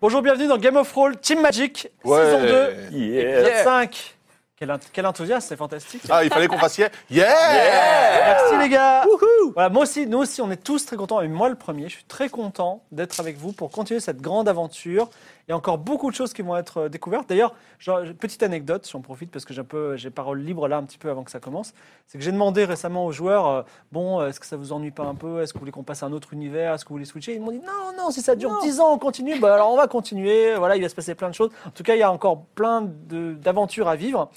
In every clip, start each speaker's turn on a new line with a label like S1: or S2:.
S1: Bonjour, bienvenue dans Game of Roll Team Magic, saison 2, épisode 5. Quel, ent- quel enthousiasme, c'est fantastique.
S2: Ah, il fallait qu'on fasse yeah. Yeah,
S1: Merci les gars. Voilà, moi aussi, nous aussi, on est tous très contents, et moi le premier, je suis très content d'être avec vous pour continuer cette grande aventure. Il y a encore beaucoup de choses qui vont être euh, découvertes. D'ailleurs, genre, petite anecdote, j'en profite parce que j'ai un peu, j'ai parole libre là un petit peu avant que ça commence. C'est que j'ai demandé récemment aux joueurs, euh, bon, euh, est-ce que ça vous ennuie pas un peu Est-ce que vous voulez qu'on passe à un autre univers Est-ce que vous voulez switcher Ils m'ont dit non, non, si ça dure 10 ans, on continue. Bah, alors on va continuer. Voilà, il va se passer plein de choses. En tout cas, il y a encore plein de- d'aventures à vivre.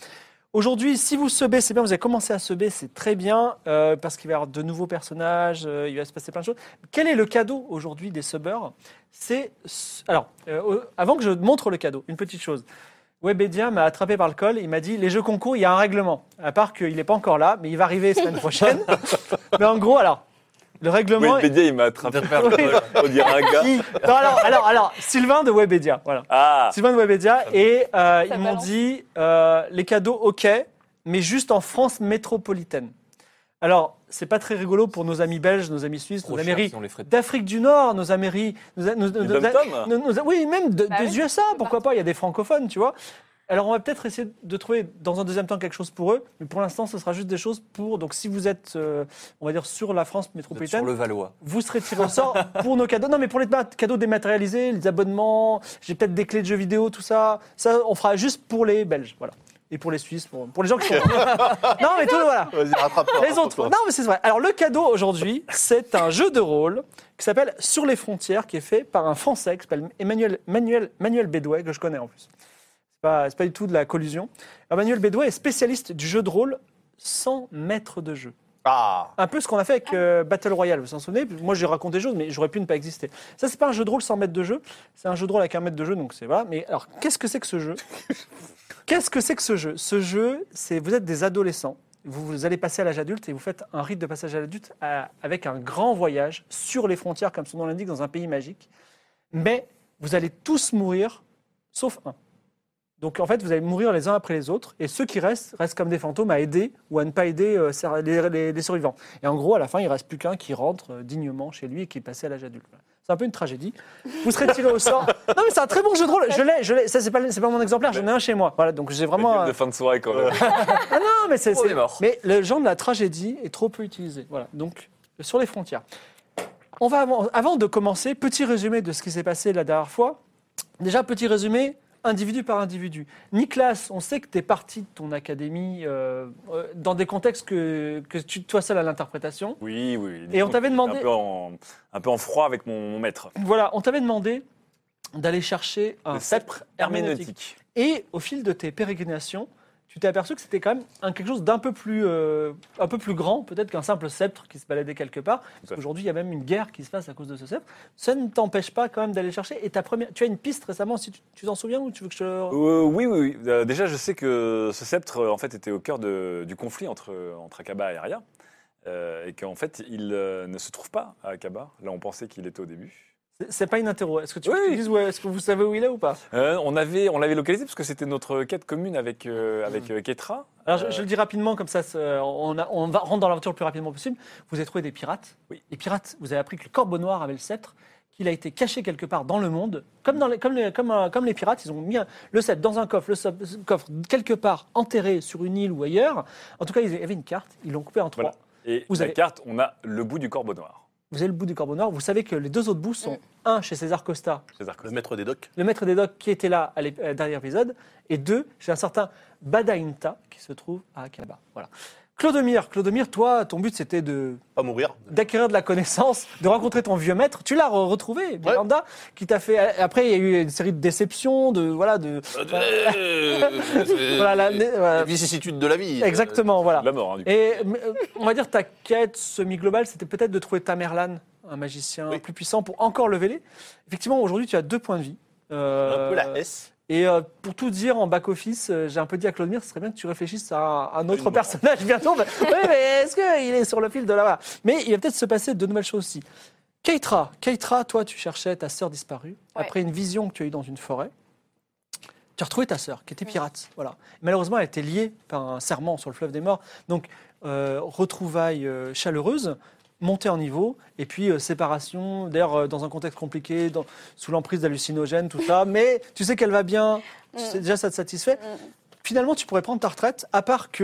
S1: Aujourd'hui, si vous sebez, c'est bien, vous avez commencé à seber, c'est très bien, euh, parce qu'il va y avoir de nouveaux personnages, euh, il va se passer plein de choses. Quel est le cadeau aujourd'hui des subeurs C'est. s- Alors, euh, euh, avant que je montre le cadeau, une petite chose. Webedia m'a attrapé par le col, il m'a dit les jeux concours, il y a un règlement. À part qu'il n'est pas encore là, mais il va arriver semaine prochaine. mais en gros, alors, le
S3: Oui,
S1: règlement.
S3: le BD, il m'a attrapé par le col. On dirait un gars.
S1: Qui- Non, alors, alors, alors, Sylvain de Webedia, voilà.
S3: Ah,
S1: Sylvain de Webedia et euh, ils m'ont
S4: balance.
S1: dit euh, les cadeaux ok mais juste en France métropolitaine. Alors c'est pas très rigolo pour nos amis belges, nos amis suisses, nos amis
S3: on les ferait.
S1: d'Afrique du Nord, nos amis, nos, nos- nos-
S3: Les dom-toms
S1: nos- nos- oui même de-
S4: Bah
S1: des
S4: oui,
S1: USA,
S4: c'est
S1: pourquoi pas, il y a des francophones, tu vois. Alors on va peut-être essayer de trouver dans un deuxième temps quelque chose pour eux, mais pour l'instant ce sera juste des choses pour donc si vous êtes euh, on va dire sur la France métropolitaine,
S3: Valois.
S1: vous serez tiré au sort pour nos cadeaux. Non, mais pour les mat- cadeaux dématérialisés, les abonnements, j'ai peut-être des clés de jeux vidéo, tout ça. Ça, on fera juste pour les Belges, voilà. Et pour les Suisses, pour, pour les gens qui sont. non, mais tout, voilà.
S2: Vas-y, rattrape-toi.
S1: Les autres. hein. Non, mais c'est vrai. Alors, le cadeau aujourd'hui, c'est un jeu de rôle qui s'appelle Sur les frontières, qui est fait par un Français qui s'appelle Emmanuel Manuel, Manuel Bédouet, que je connais en plus. C'est pas, c'est pas du tout de la collusion. Alors, Manuel Bédouet est spécialiste du jeu de rôle sans maître de jeu.
S2: Ah,
S1: Un peu ce qu'on a fait avec euh, Battle Royale, vous vous en souvenez Moi j'ai raconté des choses, mais j'aurais pu ne pas exister. Ça, c'est pas un jeu de rôle sans maître de jeu, c'est un jeu de rôle avec un maître de jeu, donc c'est voilà. Mais alors, qu'est-ce que c'est que ce jeu Qu'est-ce que c'est que ce jeu Ce jeu, c'est vous êtes des adolescents, vous, vous allez passer à l'âge adulte et vous faites un rite de passage à l'adulte à- avec un grand voyage sur les frontières, comme son nom l'indique, dans un pays magique. Mais vous allez tous mourir, sauf un. Donc en fait, vous allez mourir les uns après les autres, et ceux qui restent restent comme des fantômes à aider ou à ne pas aider euh, ser- les, les- les survivants. Et en gros, à la fin, il reste plus qu'un qui rentre euh, dignement chez lui et qui est passé à l'âge adulte. Voilà. C'est un peu une tragédie. Vous serez tiré au sort. Non, mais c'est un très bon jeu de rôle. Je l'ai, je l'ai. Ça, c'est pas, c'est pas mon exemplaire. J'en ai un chez moi. Voilà, donc j'ai vraiment.
S3: de
S1: euh,
S3: fin de soirée quand même.
S1: Ah non, mais c'est.
S3: On
S1: c'est-
S3: est mort.
S1: Mais le genre de la tragédie est trop peu utilisé. Voilà. Donc sur les frontières. On va avant, avant de commencer, petit résumé de ce qui s'est passé la dernière fois. Déjà, petit résumé, individu par individu. Nicolas, on sait que tu es parti de ton académie euh, euh, dans des contextes que, que tu, toi seul à l'interprétation.
S3: Oui, oui.
S1: Et on t'avait demandé-
S3: Un peu en, un peu en froid avec mon, mon maître.
S1: Voilà, on t'avait demandé d'aller chercher un
S3: Le
S1: sceptre herméneutique.
S3: Ah, Herméneutique.
S1: Et au fil de tes pérégrinations, tu t'es aperçu que c'était quand même un- quelque chose d'un peu plus, euh, un peu plus grand, peut-être qu'un simple sceptre qui se baladait quelque part.
S3: Tout à fait.
S1: Aujourd'hui, il y a même une guerre qui se passe à cause de ce sceptre. Ça ne t'empêche pas quand même d'aller chercher. Et ta première, tu as une piste récemment, si tu tu t'en souviens ou tu veux que je te le-
S3: Euh, oui, oui. oui. Euh, déjà, je sais que ce sceptre, euh, en fait, était au cœur de- du conflit entre, entre Akaba et Aria. Euh, et qu'en fait, il euh, ne se trouve pas à Akaba. Là, on pensait qu'il était au début.
S1: C'est- C'est pas une interro. Est-ce que tu
S3: Oui.
S1: veux que je te dise où- est-ce que vous savez où il est ou pas
S3: Euh, on avait, on l'avait localisé parce que c'était notre quête commune avec euh, avec euh, Ketra.
S1: Alors, je,
S3: Euh,
S1: je le dis rapidement, comme ça, c'est- on, a- on va rentrer dans l'aventure le plus rapidement possible. Vous avez trouvé des pirates.
S3: Oui.
S1: Les pirates, vous avez appris que le corbeau noir avait le sceptre, qu'il a été caché quelque part dans le monde. Comme, dans les, comme, les, comme, euh, comme les pirates, ils ont mis un- le sceptre dans un coffre, le sop- coffre quelque part enterré sur une île ou ailleurs. En tout cas, ils avaient une carte, ils l'ont coupé en trois.
S3: Voilà. Et
S1: Vous
S3: la
S1: avez-
S3: carte, on a le bout du corbeau noir.
S1: Vous avez le bout du corbeau noir. Vous savez que les deux autres bouts sont un chez César Costa,
S3: César
S2: le
S3: Costa.
S2: maître des docs.
S1: le maître des docks qui était là à l'ép- euh, dernier épisode, et deux, j'ai un certain Badainta qui se trouve à Akaba. Voilà. Clodomir, Clodomir, toi, ton but c'était de
S2: Pas mourir.
S1: d'acquérir de la connaissance, de rencontrer ton vieux maître. Tu l'as re- retrouvé, Miranda, qui t'a fait. Après, il y a eu une série de déceptions, de voilà, de voilà, la-
S2: Les
S1: voilà.
S2: Euh, vicissitudes de la vie.
S1: exactement, voilà.
S3: De La mort, hein, du coup.
S1: Et euh, on va dire ta quête semi-globale, c'était peut-être de trouver Tamerlan, un magicien
S2: Oui.
S1: plus puissant pour encore lever les. Effectivement, aujourd'hui, tu as deux points de vie. Euh,
S2: Un peu la S.
S1: Et euh, pour tout dire, en back-office, euh, j'ai un peu dit à Claude Mire, ce serait bien que tu réfléchisses à un- un autre
S3: Une
S1: personnage bientôt. Bah, oui, mais est-ce qu'il est sur le fil de là-bas Mais il va peut-être se passer de nouvelles choses aussi. Keitra, Keitra, toi, tu cherchais ta sœur disparue.
S4: Ouais.
S1: Après une vision que tu as eue dans une forêt, tu as retrouvé ta sœur, qui était pirate. Voilà. Malheureusement, elle était liée par un serment sur le fleuve des morts. Donc, euh, retrouvailles euh, chaleureuses, montée en niveau, et puis euh, séparation, d'ailleurs, euh, dans un contexte compliqué, dans- sous l'emprise d'hallucinogènes, tout ça. Mais tu sais qu'elle va bien, tu sais, déjà, ça te satisfait. Finalement, tu pourrais prendre ta retraite, à part que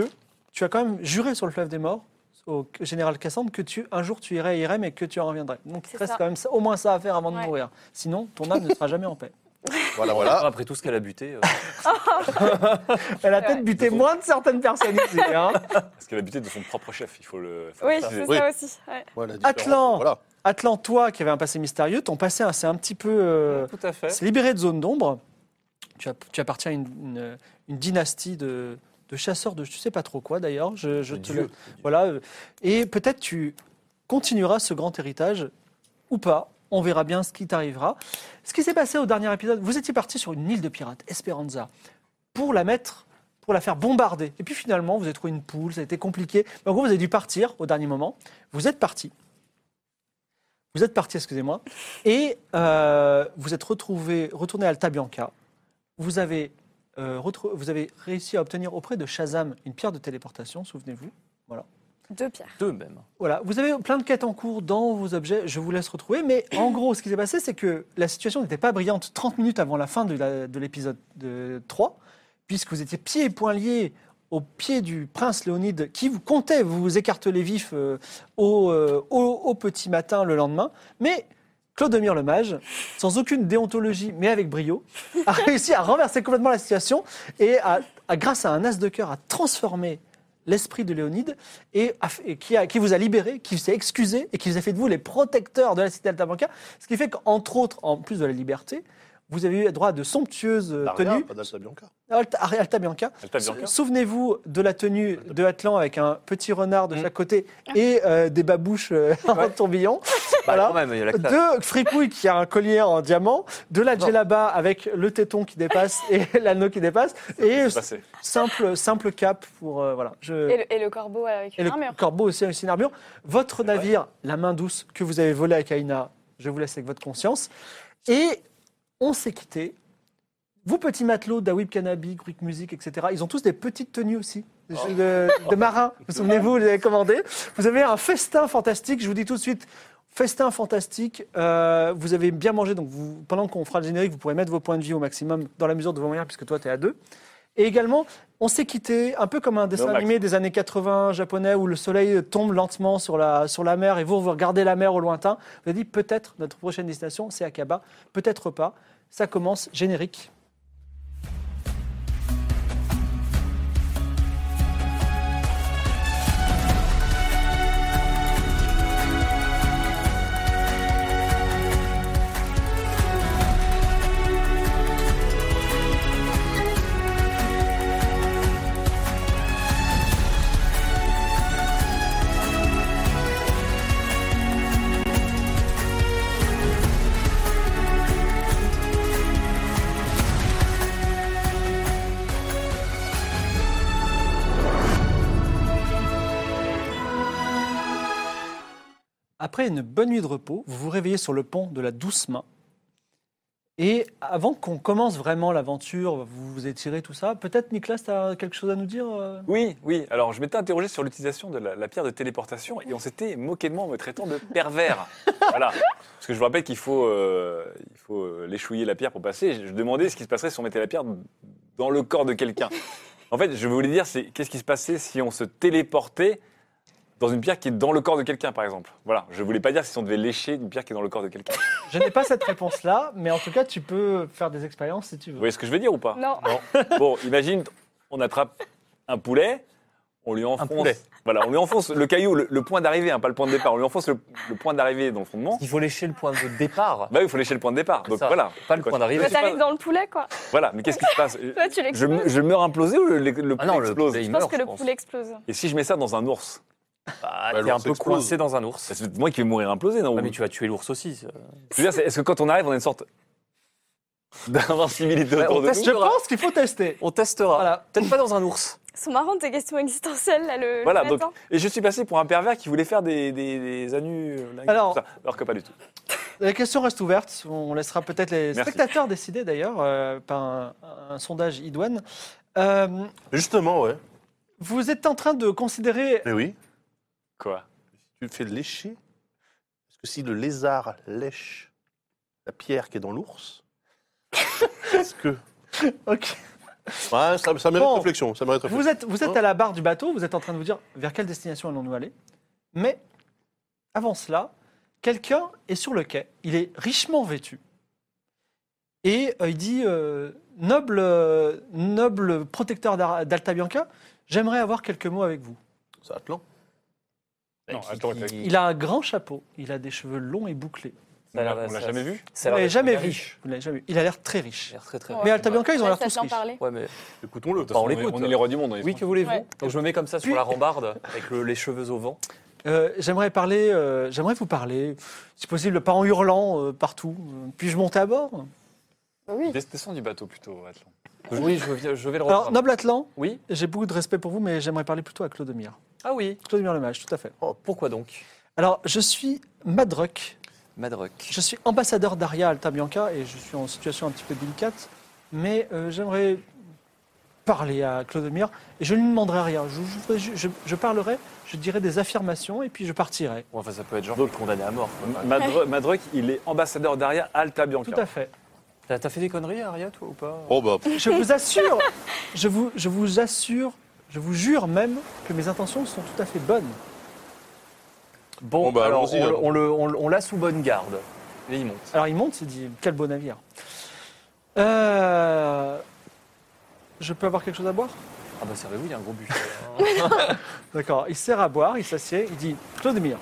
S1: tu as quand même juré sur le fleuve des morts au général Cassandre que tu un jour tu irais à Irem et que tu en reviendrais. Donc il
S4: C'est
S1: te reste
S4: ça.
S1: quand même ça- au moins ça à faire avant de
S4: Ouais.
S1: mourir. Sinon, ton âme ne sera jamais en paix.
S2: Voilà,
S5: Voilà.
S2: voilà.
S5: Après tout ce qu'elle a buté, euh,
S1: Elle a
S4: Ouais.
S1: peut-être buté moins de certaines personnes ici. hein.
S3: Parce qu'elle a buté de son propre chef, il faut le. faut
S4: Oui,
S3: le préciser.
S4: c'est
S2: Oui.
S4: ça aussi. ouais.
S2: Voilà, différence.
S1: Atlan. euh,
S2: Voilà.
S1: Atlan, toi qui avais un passé mystérieux, ton passé hein, c'est un petit peu euh,
S5: tout à fait.
S1: C'est libéré de zone d'ombre. Tu, app- tu appartiens à une, une- une dynastie de, de chasseurs de je sais pas trop quoi d'ailleurs. Je, je
S5: De
S1: te
S5: dieux.
S1: le- voilà. euh, Et peut-être tu continueras ce grand héritage ou pas. On verra bien ce qui t'arrivera. Ce qui s'est passé au dernier épisode, vous étiez parti sur une île de pirates, Esperanza, pour la mettre, pour la faire bombarder. Et puis finalement, vous avez trouvé une poule, ça a été compliqué. Mais en gros, vous avez dû partir au dernier moment. Vous êtes parti. Vous êtes parti, excusez-moi. Et euh, vous êtes retrouvé, retourné à Alta Bianca. Vous avez, euh, retrou- vous avez réussi à obtenir auprès de Shazam une pierre de téléportation, souvenez-vous.
S4: Deux pierres.
S5: Deux même.
S1: Voilà, vous avez plein de quêtes en cours dans vos objets, je vous laisse retrouver, mais en gros, ce qui s'est passé, c'est que la situation n'était pas brillante 30 minutes avant la fin de la- de l'épisode de 3, puisque vous étiez pieds et poings liés au pied du prince Léonide qui vous comptait vous vous écartelez vif euh, au, euh, au- au petit matin le lendemain, mais Claudemir le mage, sans aucune déontologie, mais avec brio, a réussi à renverser complètement la situation et, à- à, grâce à un as de cœur, a transformé l'esprit de Léonide et, a fait- et qui, a- qui vous a libéré, qui s'est excusé et qui vous a fait de vous les protecteurs de la cité Altabanca. Ce qui fait qu'entre autres, en plus de la liberté, vous avez eu droit à de somptueuses euh,
S2: Daria,
S1: tenues.
S2: pas d'Alta Bianca.
S1: Alta, Alta Bianca.
S3: Alta Bianca.
S1: S- Souvenez-vous de la tenue de Atlan avec un petit renard de
S5: Mm.
S1: chaque côté et euh, des babouches euh, en tourbillon.
S5: Bah,
S1: Voilà.
S5: quand même, il y a la classe.
S1: De Fripouille qui a un collier en diamant, de la
S5: Non.
S1: djellaba avec le téton qui dépasse et l'anneau qui dépasse, et
S3: C'est passé.
S1: simple, simple cap pour... euh, voilà, je...
S4: Et le, et le corbeau avec
S1: Et
S4: une
S1: le
S4: armure.
S1: corbeau aussi a aussi une armure. Votre
S3: vrai.
S1: navire, la main douce que vous avez volé à Kaina, je vous laisse avec votre conscience. Et on s'est quitté. Vous, petits matelots, Dawib Kanabi, Greek Music, etc., ils ont tous des petites tenues aussi. De, de marins, vous souvenez-vous, vous les avez commandées. Vous avez un festin fantastique, je vous dis tout de suite, festin fantastique. Euh, vous avez bien mangé, donc vous- pendant qu'on fera le générique, vous pourrez mettre vos points de vie au maximum dans la mesure de vos moyens, puisque toi, tu es à deux. Et également, on s'est quitté un peu comme un dessin
S3: Max.
S1: animé des années 80 japonais où le soleil tombe lentement sur la, sur la mer et vous, vous regardez la mer au lointain. Vous avez dit peut-être notre prochaine destination, c'est Akaba, peut-être pas. Ça commence générique. Après une bonne nuit de repos, vous vous réveillez sur le pont de la Douce Main. Et avant qu'on commence vraiment l'aventure, vous vous étirez tout ça, peut-être Nicolas, tu as quelque chose à nous dire euh
S3: Oui, oui. Alors, je m'étais interrogé sur l'utilisation de la, la pierre de téléportation et on s'était moqué de moi en me traitant de pervers. voilà. Parce que je vous rappelle qu'il faut, euh, il faut euh, l'échouiller la pierre pour passer. Je, je demandais ce qui se passerait si on mettait la pierre dans le corps de quelqu'un. En fait, je voulais dire, c'est qu'est-ce qui se passait si on se téléportait dans une pierre qui est dans le corps de quelqu'un, par exemple. Voilà. Je voulais pas dire si on devait lécher une pierre qui est dans le corps de quelqu'un.
S1: Je n'ai pas cette réponse-là, mais en tout cas, tu peux faire des expériences si tu veux.
S3: Vous voyez ce que je veux dire ou pas
S1: Ah,
S4: Non.
S3: Bon, imagine, on attrape un poulet, on lui enfonce,
S5: poulet.
S3: Voilà, on lui enfonce le caillou, le, le point d'arrivée, hein, pas le point de départ, on lui enfonce le, le point d'arrivée dans le fondement.
S5: Il faut lécher le point de départ.
S3: Bah oui, il faut lécher le point de départ. Donc
S5: Ça,
S3: voilà.
S5: Pas le
S3: Quoi,
S5: point d'arrivée.
S4: Toi,
S3: c'est pas-
S4: t'arrives dans le poulet, quoi.
S3: Voilà, mais qu'est-ce qui se passe
S4: Toi, tu
S3: je,
S4: l'exploses.
S3: me- je meurs implosé ou le, le
S5: Ah
S3: poulet
S5: non, le
S3: explose
S5: poulet, il
S4: Je
S5: meurt.
S4: pense que
S5: je
S4: le
S5: pense.
S4: poulet explose.
S3: Et si je mets ça dans un ours Bah,
S5: Bah,
S2: Bah,
S5: t'es un
S2: l'ours
S5: peu
S2: explose.
S5: coincé dans un ours.
S3: C'est moi qui vais mourir implosé, non
S5: Ah, mais tu vas tuer l'ours aussi. ça.
S3: Je veux dire, c'est- est-ce que quand on arrive, on a une sorte d'invincibilité
S5: Ouais, on
S3: autour de
S5: teste-
S3: nous
S1: Je pense qu'il faut tester.
S5: On testera.
S1: Voilà.
S5: Peut-être pas dans un ours.
S4: Ils sont marrantes tes questions existentielles, là, le.
S3: Voilà,
S4: le
S3: donc-
S4: matin.
S3: Et je suis passé pour un pervers qui voulait faire des, des, des anus.
S1: Alors-
S3: Alors... alors que pas du tout.
S1: La question reste ouverte. On laissera peut-être les
S3: Merci.
S1: spectateurs décider d'ailleurs euh, par un, un sondage idoine. Euh,
S2: Justement, ouais.
S1: vous êtes en train de considérer
S2: Mais oui.
S3: Quoi
S2: Tu le fais lécher. Parce que si le lézard lèche la pierre qui est dans l'ours, est-ce que.
S1: Ok.
S2: Ouais, ça, ça mérite
S1: Bon.
S2: réflexion. Ça mérite réflexion.
S1: Vous êtes, vous
S5: Oh.
S1: êtes
S2: Hein
S1: à la barre du bateau, vous êtes en train de vous dire vers quelle destination allons-nous aller. Mais avant cela, quelqu'un est sur le quai, il est richement vêtu. Et euh, il dit euh, noble, euh, noble protecteur d'Ar- d'Alta Bianca, j'aimerais avoir quelques mots avec vous.
S2: C'est Atlan.
S3: Non,
S2: Qui-
S3: attends,
S2: qui-
S3: attends.
S1: Il a un grand chapeau, il a des cheveux longs et bouclés.
S5: Ça a l'air-
S3: On l'a
S5: ça-
S3: jamais vu
S5: ça
S1: Vous
S5: a l'air
S1: l'avez
S5: d'être
S1: jamais
S5: très
S1: vu.
S5: riche.
S1: Vous l'avez jamais vu. Il a l'air très riche.
S5: Ça a l'air très très
S4: Ouais.
S5: riche.
S1: Mais Alta Bianca, ils ont
S4: Ouais,
S1: l'air
S4: ça
S1: tous
S4: te l'en
S1: riches.
S4: parler.
S5: Ouais, mais
S2: Écoutons-le.
S5: Bah, on
S3: est-
S5: l'écoute.
S3: On est les rois du monde. on est-
S5: oui, que voulez-vous
S4: Ouais.
S5: Donc je me mets comme ça
S1: Oui.
S5: sur la rambarde avec le- les cheveux au vent.
S1: Euh, j'aimerais parler, euh, j'aimerais vous parler, si possible, pas en hurlant euh, partout. Euh, Puis-je monter à bord
S4: Bah oui.
S3: Descends du bateau plutôt, Atlan.
S5: Oui, je, viens- je vais le
S1: Alors,
S5: reprendre.
S1: noble Atlan,
S5: Oh, Oui.
S1: j'ai beaucoup de respect pour vous, mais j'aimerais parler plutôt à Claude Mire.
S5: Ah oui.
S1: Claude Mire Lemage, tout à fait.
S5: Oh, Pourquoi donc
S1: Alors, je suis Madrock,
S5: Madrock.
S1: je suis ambassadeur d'Aria Alta Bianca et je suis en situation un petit peu délicate, mais euh, j'aimerais parler à Claude Mire et je ne lui demanderai rien. Je, je- je- je- je parlerai, je dirai des affirmations et puis je partirai.
S5: Ouais, enfin, ça peut être genre condamné à mort.
S3: Madru- Madruck, il est ambassadeur d'Aria Alta Bianca.
S1: Tout à fait.
S5: T'as t'as fait des conneries, Aria, toi, ou pas
S2: Oh, bah.
S1: Je vous assure, je vous, je vous assure, je vous jure même que mes intentions sont tout à fait bonnes.
S5: Bon,
S2: Bon, bah,
S5: alors,
S2: allons-y,
S5: on,
S2: alors.
S5: on le- on le- on l'a sous bonne garde. Et il monte.
S1: Alors il monte, il dit quel beau navire. Euh, je peux avoir quelque chose à boire
S5: Ah bah servez-vous, il y a un gros buffet.
S1: D'accord. Il sert à boire, il s'assied, il dit Claude Mire,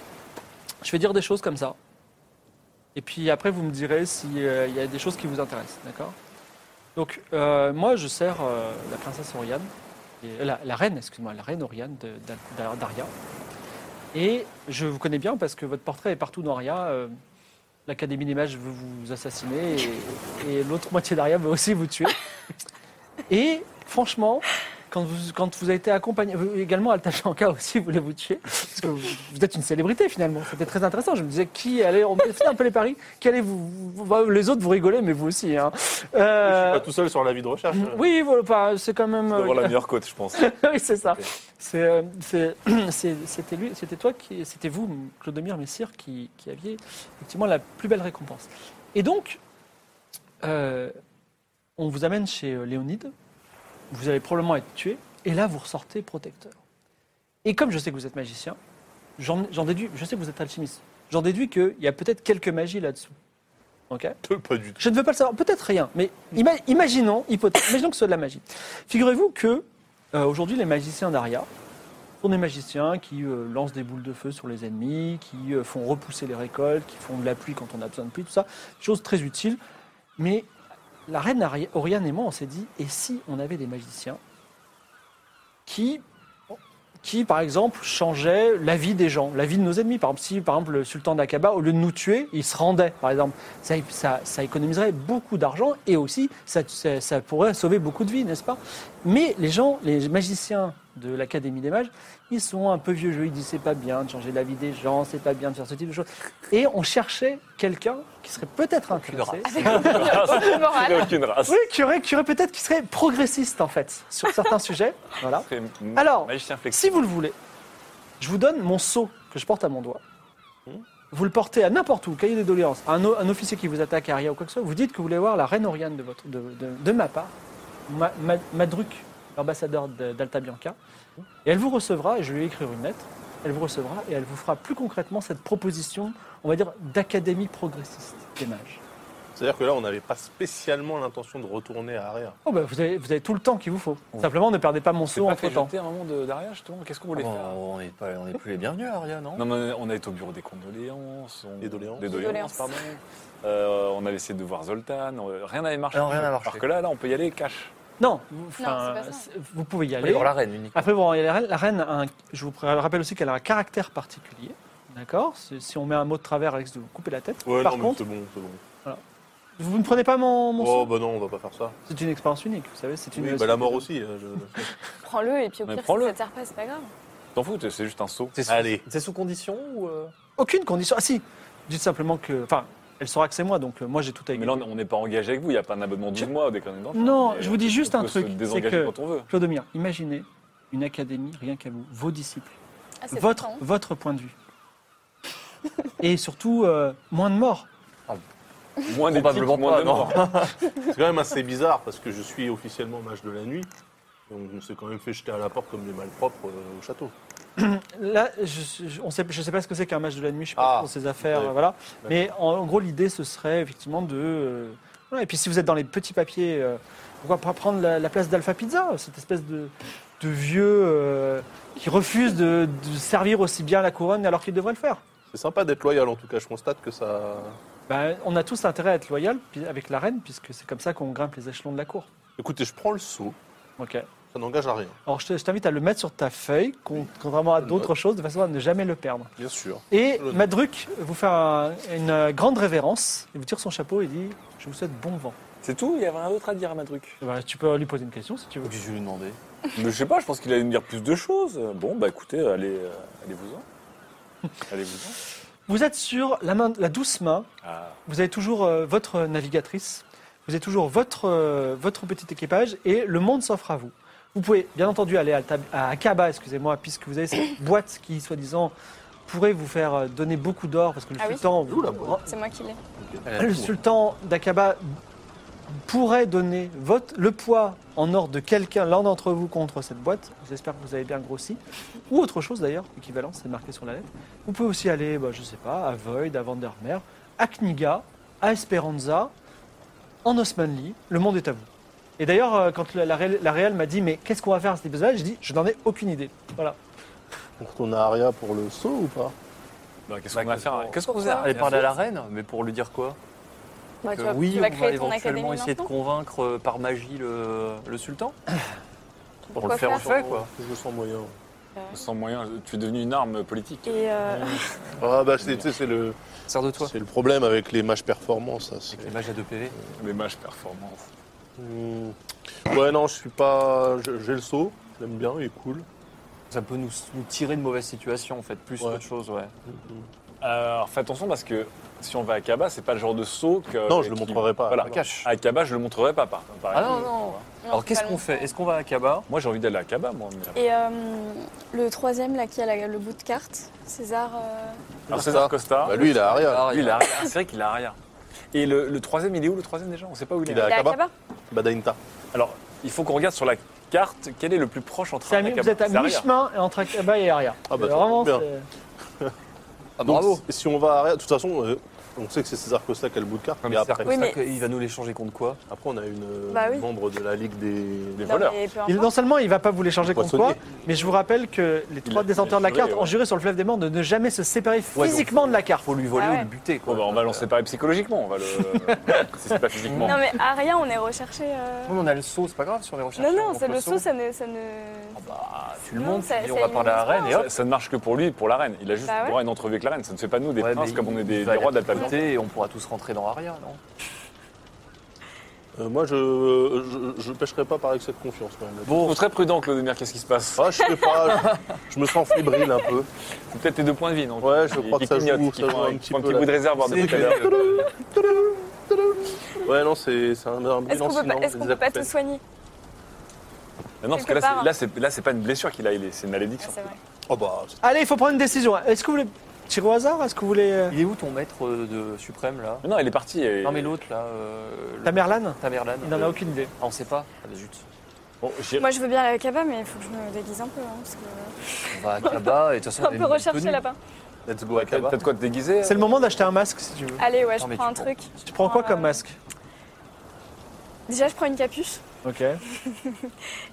S1: je vais dire des choses comme ça. Et puis après vous me direz s'il y a des choses qui vous intéressent, d'accord Donc euh, moi je sers euh, la princesse Oriane, et- euh, la, la reine, excuse-moi, la reine Oriane de- d'A- d'A- d'Aria. Et je vous connais bien parce que votre portrait est partout dans Aria. euh, L'Académie des Mages veut vous assassiner et, et l'autre moitié d'Aria veut aussi vous tuer. Et franchement, quand vous, quand vous avez été accompagné, vous- également Alta Blanca aussi voulait vous tuer, parce que vous, vous êtes une célébrité finalement. C'était très intéressant. Je me disais qui allait, on fait un peu les paris, qui allait vous, vous- vous- les autres vous rigolez, mais vous aussi. Hein.
S2: Je suis
S1: Euh,
S2: pas tout seul sur la vie de recherche. hein.
S1: oui, voilà, enfin, c'est quand même. euh,
S3: D'avoir la meilleure côte, je pense.
S1: oui, c'est ça.
S3: Ok.
S1: C'est, euh, c'est- c'est- c'était lui, c'était toi qui, c'était vous, Clodomir Messire, qui, qui aviez effectivement la plus belle récompense. Et donc, euh, on vous amène chez euh, Léonide. Vous allez probablement être tué. Et là, vous ressortez protecteur. Et comme je sais que vous êtes magicien, j'en j'en déduis, je sais que vous êtes alchimiste. J'en déduis qu'il y a peut-être quelques magies là-dessous. Ok.
S2: Pas du tout.
S1: Je ne veux pas le savoir, peut-être rien, mais ima- imaginons, hypothèse, imaginons que ce soit de la magie. Figurez-vous que euh, aujourd'hui, les magiciens d'Aria sont des magiciens qui euh, lancent des boules de feu sur les ennemis, qui euh, font repousser les récoltes, qui font de la pluie quand on a besoin de pluie, tout ça, choses très utiles. Mais la reine Ari- Oriane et moi, on s'est dit, et si on avait des magiciens qui qui, par exemple, changeaient la vie des gens, la vie de nos ennemis. Par exemple, si, par exemple, le sultan d'Aqaba, au lieu de nous tuer, il se rendait, par exemple. Ça, ça- ça économiserait beaucoup d'argent et aussi, ça, ça- ça pourrait sauver beaucoup de vies, n'est-ce pas Mais les gens, les magiciens de l'Académie des Mages, ils sont un peu vieux jeu. Ils disent, c'est pas bien de changer la vie des gens, c'est pas bien de faire ce type de choses. Et on cherchait quelqu'un qui serait peut-être intéressé.
S3: Ah, Il a aucune race.
S1: Oui, qui aurait, qui aurait peut-être, qui serait progressiste, en fait, sur certains sujets. Voilà.
S3: Très m-
S1: Alors,
S3: magicien flexible.
S1: Si vous le voulez, je vous donne mon seau que je porte à mon doigt. Vous le portez à n'importe où, cahier des doléances, à un, o- un officier qui vous attaque à Aria ou quoi que ce soit, vous dites que vous voulez voir la reine Oriane de, votre, de, de- de ma part, ma, Ma- Madruc, l'ambassadeur de- d'Alta Bianca, et elle vous recevra, et je lui ai écrire une lettre, elle vous recevra et elle vous fera plus concrètement cette proposition, on va dire, d'académie progressiste des mages.
S2: C'est-à-dire que là, on n'avait pas spécialement l'intention de retourner à Aria.
S1: Oh bah, vous, avez, vous avez tout le temps qu'il vous faut. Simplement, ne perdez pas mon
S3: C'est
S1: seau
S3: pas
S1: entre
S3: fait
S1: temps.
S3: jeter un moment de- d'Aria, justement Qu'est-ce qu'on voulait
S1: Oh.
S3: faire
S5: Oh, on n'est pas- on n'est plus les bienvenus, Aria, non,
S3: Non, mais on est au bureau des condoléances. on-
S2: Des doléances.
S3: Des
S4: Doléances.
S3: doléances, pardon. Euh, on avait essayé de voir Zoltan. euh, Rien n'avait marché.
S5: Non, rien n'a marché.
S3: Alors que là, là, on peut y aller cash.
S1: Non, vous- enfin,
S4: c'est pas ça.
S1: c'est- vous pouvez y
S5: On
S1: aller.
S5: est dans l'arène uniquement.
S1: Après, bon, il y a la reine, la reine a un- je vous rappelle aussi qu'elle a un caractère particulier. D'accord Si- Si on met un mot de travers, elle risque de vous couper la tête.
S2: Ouais,
S1: Par
S2: non, mais
S1: contre,
S2: c'est bon, c'est bon.
S1: vous ne prenez pas mon, mon
S2: Oh,
S1: sou-
S2: bah non, on va pas faire ça.
S1: C'est une expérience unique, vous savez. C'est une.
S2: Oui, bah la mort aussi. euh, je-
S4: Prends-le et puis au
S3: Mais
S4: pire, si
S3: prends-le.
S4: ça te sert pas, c'est pas grave.
S3: T'en fous, c'est juste un saut.
S5: C'est sous,
S2: Allez.
S5: c'est sous condition ou euh,
S1: Aucune condition. Ah si Dites simplement que. Enfin, elle saura que c'est moi, donc euh, moi j'ai tout à
S3: Mais là, on n'est pas engagé avec vous, il n'y a pas un abonnement de 12 mois dès qu'on est dans le
S1: Non,
S3: champ, mais
S1: je vous dis juste
S3: on
S1: un
S3: peut se
S1: truc. C'est
S3: désengager
S1: que.
S3: quand on veut.
S1: Clodomir, imaginez une académie rien qu'à vous, vos disciples.
S4: Ah, c'est
S1: votre,
S4: pourtant.
S1: votre point de vue. Et surtout, euh, moins de morts.
S3: Moins
S5: Probablement
S3: d'éthique, moins
S5: pas,
S3: de
S5: non.
S3: morts.
S2: C'est quand même assez bizarre parce que je suis officiellement mage de la nuit. Et on s'est quand même fait jeter à la porte comme des malpropres euh, au château.
S1: Là, je ne sais, je sais pas ce que c'est qu'un match de la nuit, je sais pas
S2: Ah,
S1: pour ces affaires,
S2: ouais.
S1: euh, voilà. Mais en, en gros, l'idée, ce serait effectivement de... euh, voilà. Et puis si vous êtes dans les petits papiers, euh, pourquoi pas prendre la, la place d'Alpha Pizza, cette espèce de, de vieux euh, qui refuse de, de servir aussi bien la couronne alors qu'il devrait le faire
S2: C'est sympa d'être loyal en tout cas, je constate que ça.
S1: Ben, On a tous intérêt à être loyal pi- avec la reine, puisque c'est comme ça qu'on grimpe les échelons de la cour.
S2: Écoutez, je prends le saut,
S1: Ok.
S2: ça n'engage à rien,
S1: Alors je te- je t'invite à le mettre sur ta feuille, con- contrairement à
S2: le
S1: d'autres choses, de façon à ne jamais le perdre.
S2: bien sûr.
S1: Et
S2: Je le note.
S1: Madruc vous fait un- une euh, grande révérence, il vous tire son chapeau et dit Je vous souhaite bon vent.
S3: C'est tout, il y avait un autre à dire à ma truc.
S1: Eh ben, tu peux lui poser une question si tu veux.
S5: Qu'est-ce que Ah, je vais lui demander
S3: Mais je sais pas, je pense qu'il allait me dire plus de choses. Bon, bah écoutez, allez, euh, allez-vous-en. Allez-vous-en.
S1: Vous êtes sur la, main, la douce main,
S3: Ah,
S1: vous avez toujours euh, votre navigatrice, vous avez toujours votre, euh, votre petit équipage et le monde s'offre à vous. Vous pouvez bien entendu aller à, Alta- à Akaba, excusez-moi, puisque vous avez cette boîte qui, soi-disant, pourrait vous faire euh, donner beaucoup d'or parce que le
S4: Ah oui
S1: sultan
S2: Où la boîte
S4: C'est moi qui l'ai.
S5: Elle a
S1: Ah, Le
S5: tout.
S1: sultan d'Akaba pourrait donner votre, le poids en or de quelqu'un, l'un d'entre vous, contre cette boîte. J'espère que vous avez bien grossi. Ou autre chose d'ailleurs, équivalent, c'est marqué sur la lettre. Vous pouvez aussi aller, bah, je ne sais pas, à Void, à Vandermeer, à Kniga, à Esperanza, en Osmanli. Le monde est à vous. Et d'ailleurs, euh, quand la, la, Ré- la Réal m'a dit, mais qu'est-ce qu'on va faire à cet épisode-là J'ai dit, je n'en ai aucune idée. Voilà.
S2: On retourne à Aria pour le saut ou pas
S3: bah, qu'est-ce
S5: Bah,
S3: qu'on va faire hein Qu'est-ce qu'on
S5: Vous allez
S3: faire
S5: parler à la reine, mais pour lui dire quoi
S4: Bah, tu
S5: Que
S4: vas,
S5: Euh, Oui,
S4: tu vas
S5: on va
S4: créer ton académie
S5: éventuellement essayer de
S4: maintenant.
S5: convaincre euh, par magie le, le sultan.
S4: Pourquoi
S5: le faire en
S4: faire
S5: fait, quoi.
S2: Oh, Je me sens moyen.
S3: Sans moyen, tu es devenu une arme politique.
S4: Et euh,
S2: Ah bah c'est tu sais, c'est le,
S5: Sers de toi.
S2: c'est le problème avec les mages performance. Ça, c'est-
S5: Avec les mages à 2 PV.
S3: Les matchs performance.
S2: Hmm. Ouais non, je suis pas. je- J'ai le saut, j'aime bien, il est cool.
S5: Ça peut nous, nous tirer de mauvaise situation, en fait, plus
S2: Ouais.
S5: qu'autre chose, ouais.
S3: Alors fais attention parce que si on va à Akaba, c'est pas le genre de saut que.
S2: Non, je le
S3: qui-
S2: montrerai pas.
S3: Voilà.
S2: Non.
S5: Cache.
S3: À Akaba, je le montrerai pas. Par, par-
S5: Ah non, non.
S4: non,
S5: Alors
S4: c'est
S5: qu'est-ce
S4: pas
S5: qu'on
S4: long.
S5: fait Est-ce qu'on va à Kaba
S3: Moi, j'ai envie d'aller à Akaba, moi. mais-
S4: Et euh, le troisième, là, qui a la- le bout de carte, César. euh,
S3: Alors, César Costa.
S2: Bah lui il est à Aria.
S3: Lui, il a- ah, C'est vrai qu'il a rien. Et le, le troisième, il est où le troisième déjà On sait pas où il est.
S2: Il est à Bah,
S4: il est à
S2: Akaba.
S4: Akaba
S2: Badainta.
S3: Alors, il faut qu'on regarde sur la carte quel est le plus proche entre
S1: C'est à mi-
S3: Akaba-
S1: vous êtes à
S3: Ah, c'est Aria.
S1: mi-chemin entre Akaba et Aria.
S2: Ah bah,
S1: C'est
S2: ça
S1: vraiment,
S2: tombe bien.
S1: c'est-
S5: Ah,
S2: Donc,
S5: bravo
S2: si- Si on va à Aria, de toute façon, euh, on sait que c'est César Costa qui a le bout de carte.
S5: Non,
S2: mais
S5: mais c'est
S2: après,
S4: Oui, mais-
S5: ça qu'il va nous l'échanger contre quoi
S2: après, on a une euh,
S4: Bah oui.
S2: membre de la Ligue des.
S3: Des
S4: Non,
S3: voleurs.
S4: mais peu
S1: Il,
S4: importe.
S1: non seulement il va pas vous les changer contre
S2: Poissonnier.
S1: toi, mais je vous rappelle que les trois
S3: a-
S1: descendeurs de la
S3: il a juré,
S1: carte ont
S3: ouais.
S1: juré sur le fleuve des morts de ne jamais se séparer
S5: Ouais,
S1: physiquement
S5: donc,
S1: de la carte.
S5: Faut lui voler
S4: Ah
S5: ou
S4: ouais.
S5: le buter, quoi. Euh,
S3: Bon, bah, on va lancer pareil psychologiquement, on va le. si c'est pas physiquement.
S4: Non, mais Aria, on est recherché. euh,
S5: Non, mais on a le saut, c'est pas grave si on hein. est recherché.
S4: Non, non,
S5: on
S4: c'est
S5: fait
S4: le saut, ça ne. Ça ne...
S5: Ah bah, tu le
S4: Non,
S5: montes,
S4: ça-
S5: tu dis, on
S4: ça
S5: va parler à la
S4: élimine
S5: reine et hop
S3: Ça, ça ne marche que pour lui et pour la reine. Il a juste
S4: Bah ouais.
S3: droit à une entrevue avec la reine. Ça ne fait pas nous des
S5: Ouais,
S3: princes
S5: mais
S3: comme on est
S5: il
S3: des,
S5: va
S3: des
S5: la
S3: rois d'Atlantide.
S5: tricoter Et on pourra tous rentrer dans Aria, non
S2: Euh, moi, je, euh, je, je pêcherai pas par avec cette confiance. quand même.
S3: Bon, faut très prudent, Claudemir, qu'est-ce qui se passe
S2: Ah, je sais pas, je, je me sens fébrile un peu.
S3: C'est peut-être tes deux points de vie, non
S2: Ouais, je
S3: Qui-
S2: crois que
S3: qui
S2: ça
S3: clignotent,
S2: joue,
S3: qui
S2: ça
S3: font
S2: joue un
S3: qui
S2: petit
S3: font
S2: peu,
S3: petit
S2: là.
S3: bout de réserve
S2: C'est
S3: depuis tout à l'heure.
S2: Ouais, non, c'est c'est un, un
S4: Est-ce
S2: bilan
S4: qu'on peut
S2: sinon.
S4: pas, est-ce qu'on peut pas tout soigner
S3: Ah Non, parce que
S4: Quelque
S3: là,
S4: part,
S3: c'est- là, c'est là, c'est pas une blessure qu'il a, il est- c'est une malédiction.
S4: Ah, c'est vrai.
S2: Oh bah, c'est-
S1: Allez, il faut prendre une décision. Est-ce que vous voulez tirer au hasard Est-ce que vous voulez euh,
S5: Il est où ton maître euh, de suprême, là
S3: Mais non, il est parti. et-
S5: Non, mais l'autre, là. euh, le-
S1: Tamerlan
S5: Tamerlan.
S1: Il n'en a aucune idée.
S5: Ah, on sait pas. Ah, bah, zut.
S3: Bon, j'ai-
S4: Moi, je veux bien aller à Akaba, mais il faut que je me déguise un peu. hein, parce que...
S5: On va à Kaba et de toute façon.
S4: Un peu recherché là-bas.
S2: let's go à
S3: T'as t'as de quoi te déguiser
S1: C'est le moment d'acheter un masque si tu veux.
S4: Allez, ouais, je
S5: Non, mais
S4: prends un
S5: tu
S4: truc.
S1: Tu prends quoi
S4: prends,
S1: comme
S4: euh,
S1: masque
S4: Déjà, je prends une capuche
S1: Ok.
S4: et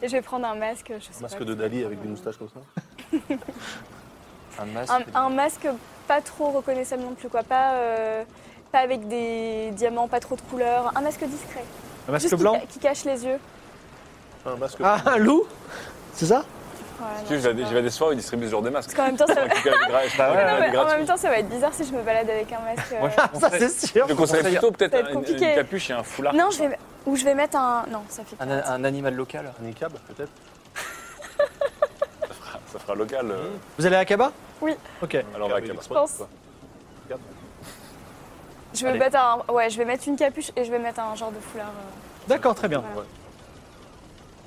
S4: je vais prendre un masque. Je sais
S2: Masque
S4: pas.
S2: de Dali avec des moustaches comme ça.
S5: Un masque.
S4: Un, un masque pas trop reconnaissable non plus, quoi. Pas, euh, pas avec des diamants, pas trop de couleurs. Un masque discret.
S1: Un masque
S4: Juste qui
S1: blanc
S4: ca- Qui, cache les yeux.
S2: Un masque.
S1: Ah, un loup C'est ça
S4: Voilà,
S3: hein. Tu sais,
S4: non,
S3: je vais à des- je vais à
S4: non.
S3: des soirs où ils distribuent ce genre de masques.
S4: Parce qu'en même temps, ça va-
S3: Je récupère des gra- je
S1: Bah ouais.
S4: Non,
S3: récupère des
S4: mais en même
S3: gratuits.
S4: temps, ça va être bizarre si je me balade avec un masque. euh,
S1: Ça, c'est sûr.
S3: Je conseille plutôt peut-être
S4: Ça va être
S3: un- une,
S4: compliqué.
S3: capuche et un foulard.
S4: Non, je vais... ou je vais mettre un. Non, ça fait.
S5: Un,
S4: pirate.
S5: un animal local
S2: Un niqab, peut-être
S3: Ça fera local. euh,
S1: Vous allez à Akaba
S4: Oui.
S1: Ok.
S3: Alors, on va à Cabas.
S4: Je pense. Je vais
S3: Allez.
S4: mettre un. Ouais, je vais mettre une capuche et je vais mettre un genre de foulard. euh.
S1: D'accord, très bien.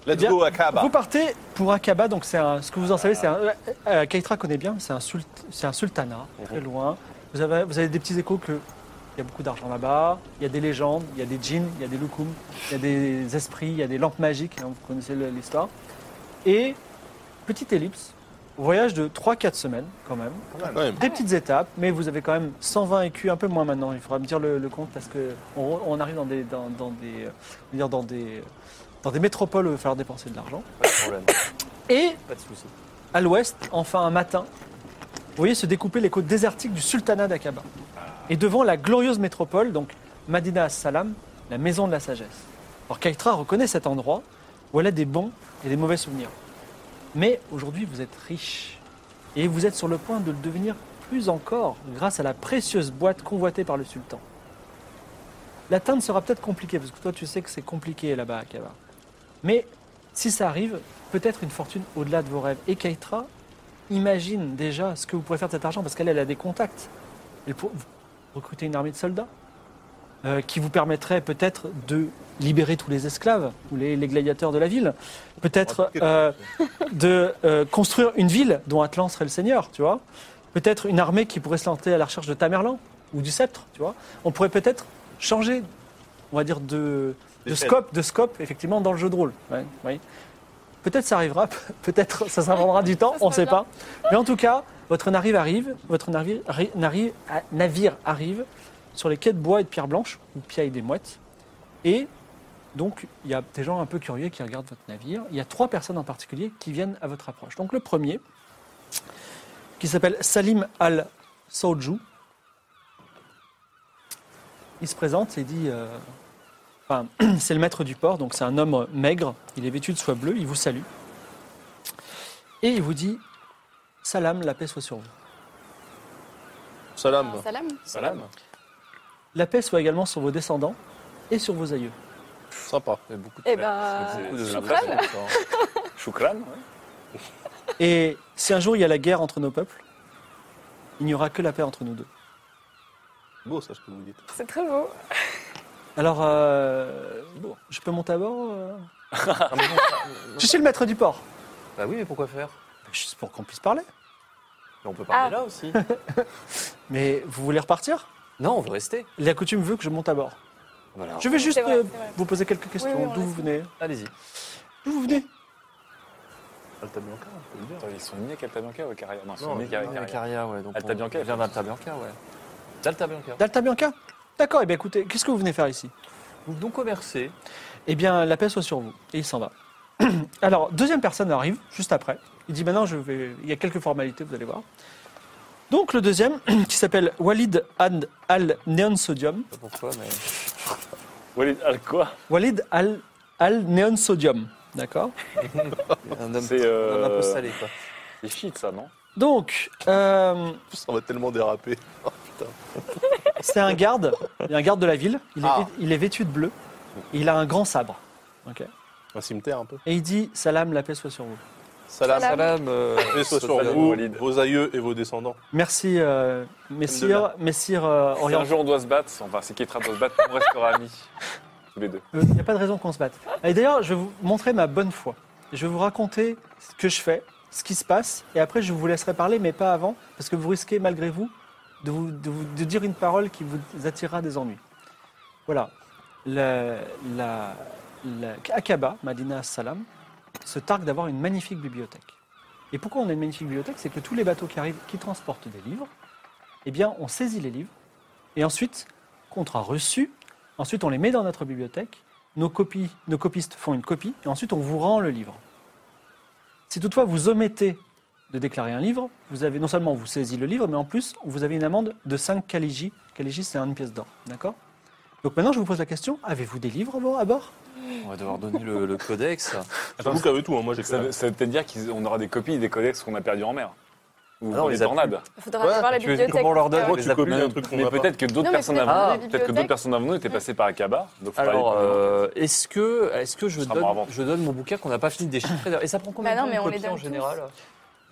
S2: Let's
S1: Bien.
S2: go, Akaba
S1: Vous partez pour Akaba, donc c'est un, ce que vous en savez, c'est un, euh, euh, Keitra connaît bien, mais c'est un, sult- c'est un sultanat, très loin. Vous avez, vous avez des petits échos que il y a beaucoup d'argent là-bas, il y a des légendes, il y a des djinns, il y a des lukums, il y a des esprits, il y a des lampes magiques, hein, vous connaissez le- l'histoire. Et petite ellipse, voyage de 3-4 semaines quand même, des petites étapes, mais vous avez quand même 120 écus, un peu moins maintenant, il faudra me dire le, le compte parce que on, on arrive dans des, dans, dans des, euh, on va dire dans des, dans des métropoles où il va falloir dépenser de l'argent.
S5: Pas de problème,
S1: Et
S5: pas de souci.
S1: à l'ouest, enfin un matin, vous voyez se découper les côtes désertiques du sultanat d'Aqaba. Et devant la glorieuse métropole, donc Madina as-Salam, la maison de la sagesse. Alors Kaitra reconnaît cet endroit où elle a des bons et des mauvais souvenirs. Mais aujourd'hui, vous êtes riche. Et vous êtes sur le point de le devenir plus encore grâce à la précieuse boîte convoitée par le sultan. L'atteinte sera peut-être compliquée, parce que toi tu sais que c'est compliqué là-bas à Aqaba. Mais si ça arrive, peut-être une fortune au-delà de vos rêves. Et Keitra imagine déjà ce que vous pourrez faire de cet argent parce qu'elle elle a des contacts. Elle pour vous- recruter une armée de soldats euh, qui vous permettrait peut-être de libérer tous les esclaves ou les, les gladiateurs de la ville. Peut-être euh, de euh, construire une ville dont Atlan serait le seigneur, tu vois. Peut-être une armée qui pourrait se lancer à la recherche de Tamerlan ou du sceptre, tu vois. On pourrait peut-être changer, on va dire, de, de
S2: D'échelle.
S1: scope, de scope, effectivement, dans le jeu de rôle. Ouais, oui. Peut-être ça arrivera, peut-être ça s'inventera du temps,
S4: Ça
S1: on ne
S4: serait
S1: sait pas. Mais en tout cas, votre navire arrive, votre navire, arri- nari- ah, navire arrive sur les quais de bois et de pierre blanche, où piaillent des mouettes. Et donc, il y a des gens un peu curieux qui regardent votre navire. Il y a trois personnes en particulier qui viennent à votre approche. Donc, le premier, qui s'appelle Salim al Saoudjou, il se présente et dit euh, enfin, c'est le maître du port, donc c'est un homme euh, maigre. Il est vêtu de soie bleue, il vous salue. Et il vous dit Salam, la paix soit sur vous.
S2: Salam.
S4: Un salam
S3: Salam.
S1: La paix soit également sur vos descendants et sur vos aïeux.
S2: Sympa.
S5: Il y a beaucoup de
S4: Eh ben.
S3: C'est-
S5: de
S3: c'est
S5: l'impression.
S2: hein.
S3: Choukran, ouais.
S1: Et si un jour il y a la guerre entre nos peuples, il n'y aura que la paix entre nous deux.
S2: Beau, ça, ce que vous dites.
S4: C'est très beau.
S1: Alors, euh, bon, je peux monter à bord euh Je suis le maître du port.
S5: Bah oui, mais pourquoi faire
S1: Juste pour qu'on puisse parler.
S5: Mais On peut parler
S4: Ah.
S5: là aussi.
S1: Mais vous voulez repartir
S5: Non, on veut rester.
S1: La coutume veut que je monte à bord.
S5: Voilà.
S1: Je vais juste
S4: vrai,
S1: euh,
S4: Ah, c'est vrai.
S1: vous poser quelques questions.
S4: Oui, oui, on
S1: D'où
S4: l'a
S1: vous
S4: fait.
S1: venez
S5: Allez-y.
S1: D'où vous venez
S2: Alta Blanca, on peut le dire.
S3: Attends, ils sont nés avec Alta Bianca ou Carrière Non, ils sont
S2: Non,
S3: nés
S2: non,
S3: avec
S5: Ah,
S3: Carrière.
S5: Caria, ouais. Donc
S3: Alta
S5: on-
S3: Bianca,
S5: on vient d'Alta Bianca, ouais. D'Alta Bianca.
S1: D'Alta Bianca D'accord, et bien écoutez, qu'est-ce que vous venez faire ici
S5: Nous venons commercer.
S1: Eh bien, la paix soit sur vous. Et il s'en va. Alors, deuxième personne arrive, juste après. Il dit maintenant, je vais... il y a quelques formalités, vous allez voir. Donc, le deuxième, qui s'appelle Walid An- al Neon Sodium.
S5: Je sais pas pourquoi, mais.
S3: Walid ah, Al-Quoi
S1: Walid al, al Neon Sodium. D'accord
S5: Un homme,
S3: C'est, euh,
S5: un homme un peu salé, quoi.
S3: C'est shit, ça, non
S1: Donc, euh,
S2: On va tellement déraper.
S1: c'est un garde, il y a un garde de la ville. Il est,
S2: Ah.
S1: il est vêtu de bleu. Et il a un grand sabre. Ok.
S2: Un cimetière, un peu.
S1: Et il dit Salam, la paix soit sur vous.
S2: Salam.
S4: Salam.
S5: Salam. euh,
S2: Paix soit sur
S5: Salam.
S2: vous,
S3: Walid.
S2: vos aïeux et vos descendants.
S1: Merci, euh, messire, messire euh,
S3: Si un
S1: Orient.
S3: jour on doit se battre, enfin, c'est Ketra doit se battre, on restera amis. Tous les deux.
S1: Il n'y Euh, a pas de raison qu'on se batte. Et d'ailleurs, je vais vous montrer ma bonne foi. Je vais vous raconter ce que je fais, ce qui se passe, et après, je vous laisserai parler, mais pas avant, parce que vous risquez, malgré vous, de, vous- de vous- de dire une parole qui vous attirera des ennuis. Voilà. La, la, la- Aqaba, Madina As-Salam, se targue d'avoir une magnifique bibliothèque. Et pourquoi on a une magnifique bibliothèque C'est que tous les bateaux qui arrivent, qui transportent des livres, eh bien, on saisit les livres, et ensuite, contrat reçu, ensuite, on les met dans notre bibliothèque, nos, copies, nos copistes font une copie et ensuite on vous rend le livre. Si toutefois vous omettez de déclarer un livre, vous avez non seulement vous saisit le livre, mais en plus vous avez une amende de 5 kaligis. Kaligis c'est une pièce d'or, d'accord Donc maintenant, je vous pose la question avez-vous des livres à bord- à bord
S5: On va devoir donner le, le codex.
S2: J'avoue qu'avec tout, hein, moi j'ai
S3: Ça,
S2: que
S3: veut- ça veut peut-être dire qu'on aura des copies des codex qu'on a perdu en mer. Ou
S5: Ah non,
S3: dans
S5: on
S3: les
S5: les a
S3: tornades.
S4: Il faudra
S2: Ouais,
S4: aller voir la
S5: tu veux-
S4: bibliothèque.
S5: comment on leur donne
S4: Ah
S2: Moi,
S5: les
S2: tu
S5: a
S2: copies
S5: plus.
S2: un truc qu'on
S3: Mais
S2: a pas.
S3: peut-être que d'autres
S4: Non, mais
S3: personnes
S4: c'est
S3: avant
S4: dans
S3: nous,
S4: les
S3: peut-être que
S4: bibliothèques.
S3: d'autres personnes avant nous étaient passées par Akaba. Donc faut
S5: Alors,
S3: parler-
S5: euh, est-ce que, est-ce que je
S3: sera bon
S5: donne,
S3: avant.
S5: je donne mon bouquin qu'on n'a pas fini de déchiffrer d'ailleurs Et ça prend combien
S4: Bah non,
S5: de
S4: mais
S5: temps
S4: on
S5: une
S4: les
S5: copie en
S4: donne tous.
S5: général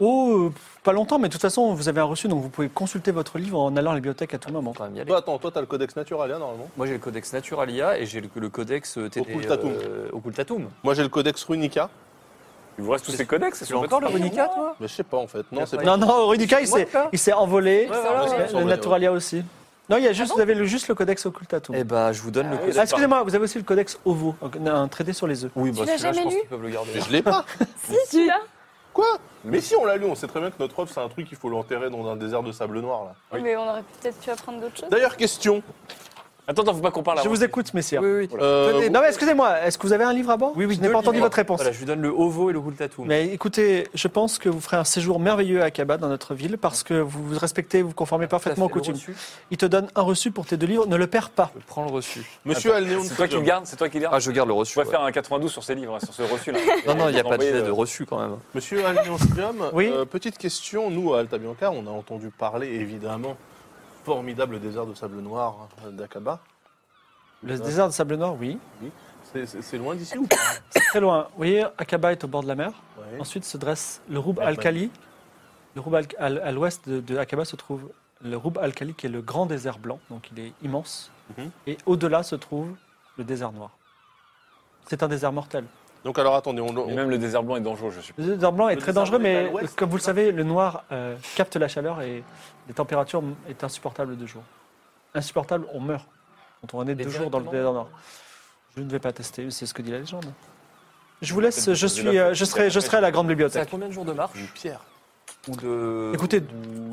S1: Oh, euh, pas longtemps, mais de toute façon, vous avez un reçu, donc vous pouvez consulter votre livre en allant à la bibliothèque à tout moment.
S5: Quand même y aller.
S2: Toi, attends, toi, t'as le codex naturalia normalement.
S5: Moi j'ai le codex Naturalia et j'ai le, le codex euh, TD,
S2: Occultatum.
S5: euh, Occultatum.
S2: Moi, j'ai le codex runica.
S3: Il vous reste tous ces codex
S5: Tu l'as encore le Runica toi
S2: Mais je sais pas en fait. Non,
S5: Y'a
S2: c'est
S5: pas-
S2: pas.
S1: Non, non, Rudica, il
S5: Moi,
S1: s'est-
S5: ça
S1: il s'est envolé.
S5: Ouais, voilà,
S1: Ouais,
S5: ouais.
S1: le Naturalia aussi. Non, il y a juste,
S4: Ah bon
S1: vous avez le, juste le codex occultatum.
S5: Eh ben je vous donne le
S3: Ah oui,
S5: codex.
S1: Ah, Excusez-moi, vous avez aussi le codex ovo, un- un traité sur les œufs.
S5: Oui, bah,
S4: l'as
S5: celui-là, je
S4: jamais
S5: pense
S4: lu
S5: qu'ils peuvent le garder.
S2: Mais je l'ai pas.
S4: Si, celui-là.
S2: Quoi Mais si, on l'a lu. On sait très bien que notre œuvre, c'est un truc qu'il faut l'enterrer dans un désert de sable noir là.
S3: Oui.
S4: Mais on aurait peut-être pu apprendre d'autres
S3: Ah,
S4: choses.
S2: D'ailleurs, question.
S3: Attends, attends, faut pas qu'on parle
S1: Je
S3: avant.
S1: vous écoute, messieurs.
S5: Oui, oui.
S2: Euh,
S5: Tenez,
S1: Non, mais excusez-moi, est-ce que vous avez un livre à bord
S5: Oui, oui,
S1: Je n'ai
S5: deux
S1: pas entendu
S5: livres.
S1: votre réponse.
S5: Voilà, je lui donne le Ovo et le Occultatum.
S1: Mais écoutez, je pense que vous ferez un séjour merveilleux à Akaba dans notre ville parce que vous vous respectez, vous vous conformez parfaitement aux
S5: Tout à fait, le
S1: coutumes.
S5: reçu.
S1: Il te donne un reçu pour tes deux livres, ne le perds pas.
S5: Je prends le reçu.
S2: Monsieur Alnéon,
S3: C'est toi qui le gardes C'est toi qui le gardes
S5: Ah, je garde le reçu.
S3: Tu vas
S5: ouais.
S3: faire un 92 sur ces livres, hein, sur ce reçu là.
S5: Non, non, il n'y a pas de
S3: Envoyer,
S5: jet de
S3: euh,
S5: reçu quand même.
S2: Monsieur Alnéon Studium,
S1: Oui.
S2: euh, petite question. Nous, à Alta Bianca, on a entendu parler évidemment formidable désert de sable noir euh, d'Akaba.
S1: Le
S2: Ouais.
S1: désert de sable noir, oui.
S2: C'est- C'est c'est loin d'ici ou pas
S1: C'est très loin. Vous voyez, Akaba est au bord de la mer.
S2: Ouais.
S1: Ensuite se dresse le Roub Al-Khali. Le Roub Al- al- à l'ouest de, de Aqaba se trouve le Roub Al-Khali qui est le grand désert blanc, donc il est immense.
S2: Mhm.
S1: Et au-delà se trouve le désert noir. C'est un désert mortel.
S2: Donc alors attendez, on,
S3: Mais
S2: on-
S3: même le désert blanc est dangereux, je suis.
S1: Le désert blanc est
S2: Le
S1: très
S2: désert
S1: dangereux,
S2: blanc est à
S1: mais
S2: l'ouest,
S1: comme vous le
S2: c'est ça
S1: savez, le noir euh, capte la chaleur et les températures m- est insupportable de jour. Insupportable, on meurt quand on est
S5: Mais
S1: deux jours dans le
S5: directement
S1: désert noir. Je ne vais pas tester, mais c'est ce que dit la légende. Je vous
S3: Peut-être
S1: laisse, je,
S3: vous
S1: suis,
S3: avez la
S1: euh,
S3: faute,
S1: je, serai,
S3: peut-être.
S1: je serai à la grande
S5: C'est à
S1: bibliothèque.
S5: combien de jours de marche
S2: une pierre.
S5: ou de...
S1: Écoutez,
S5: ou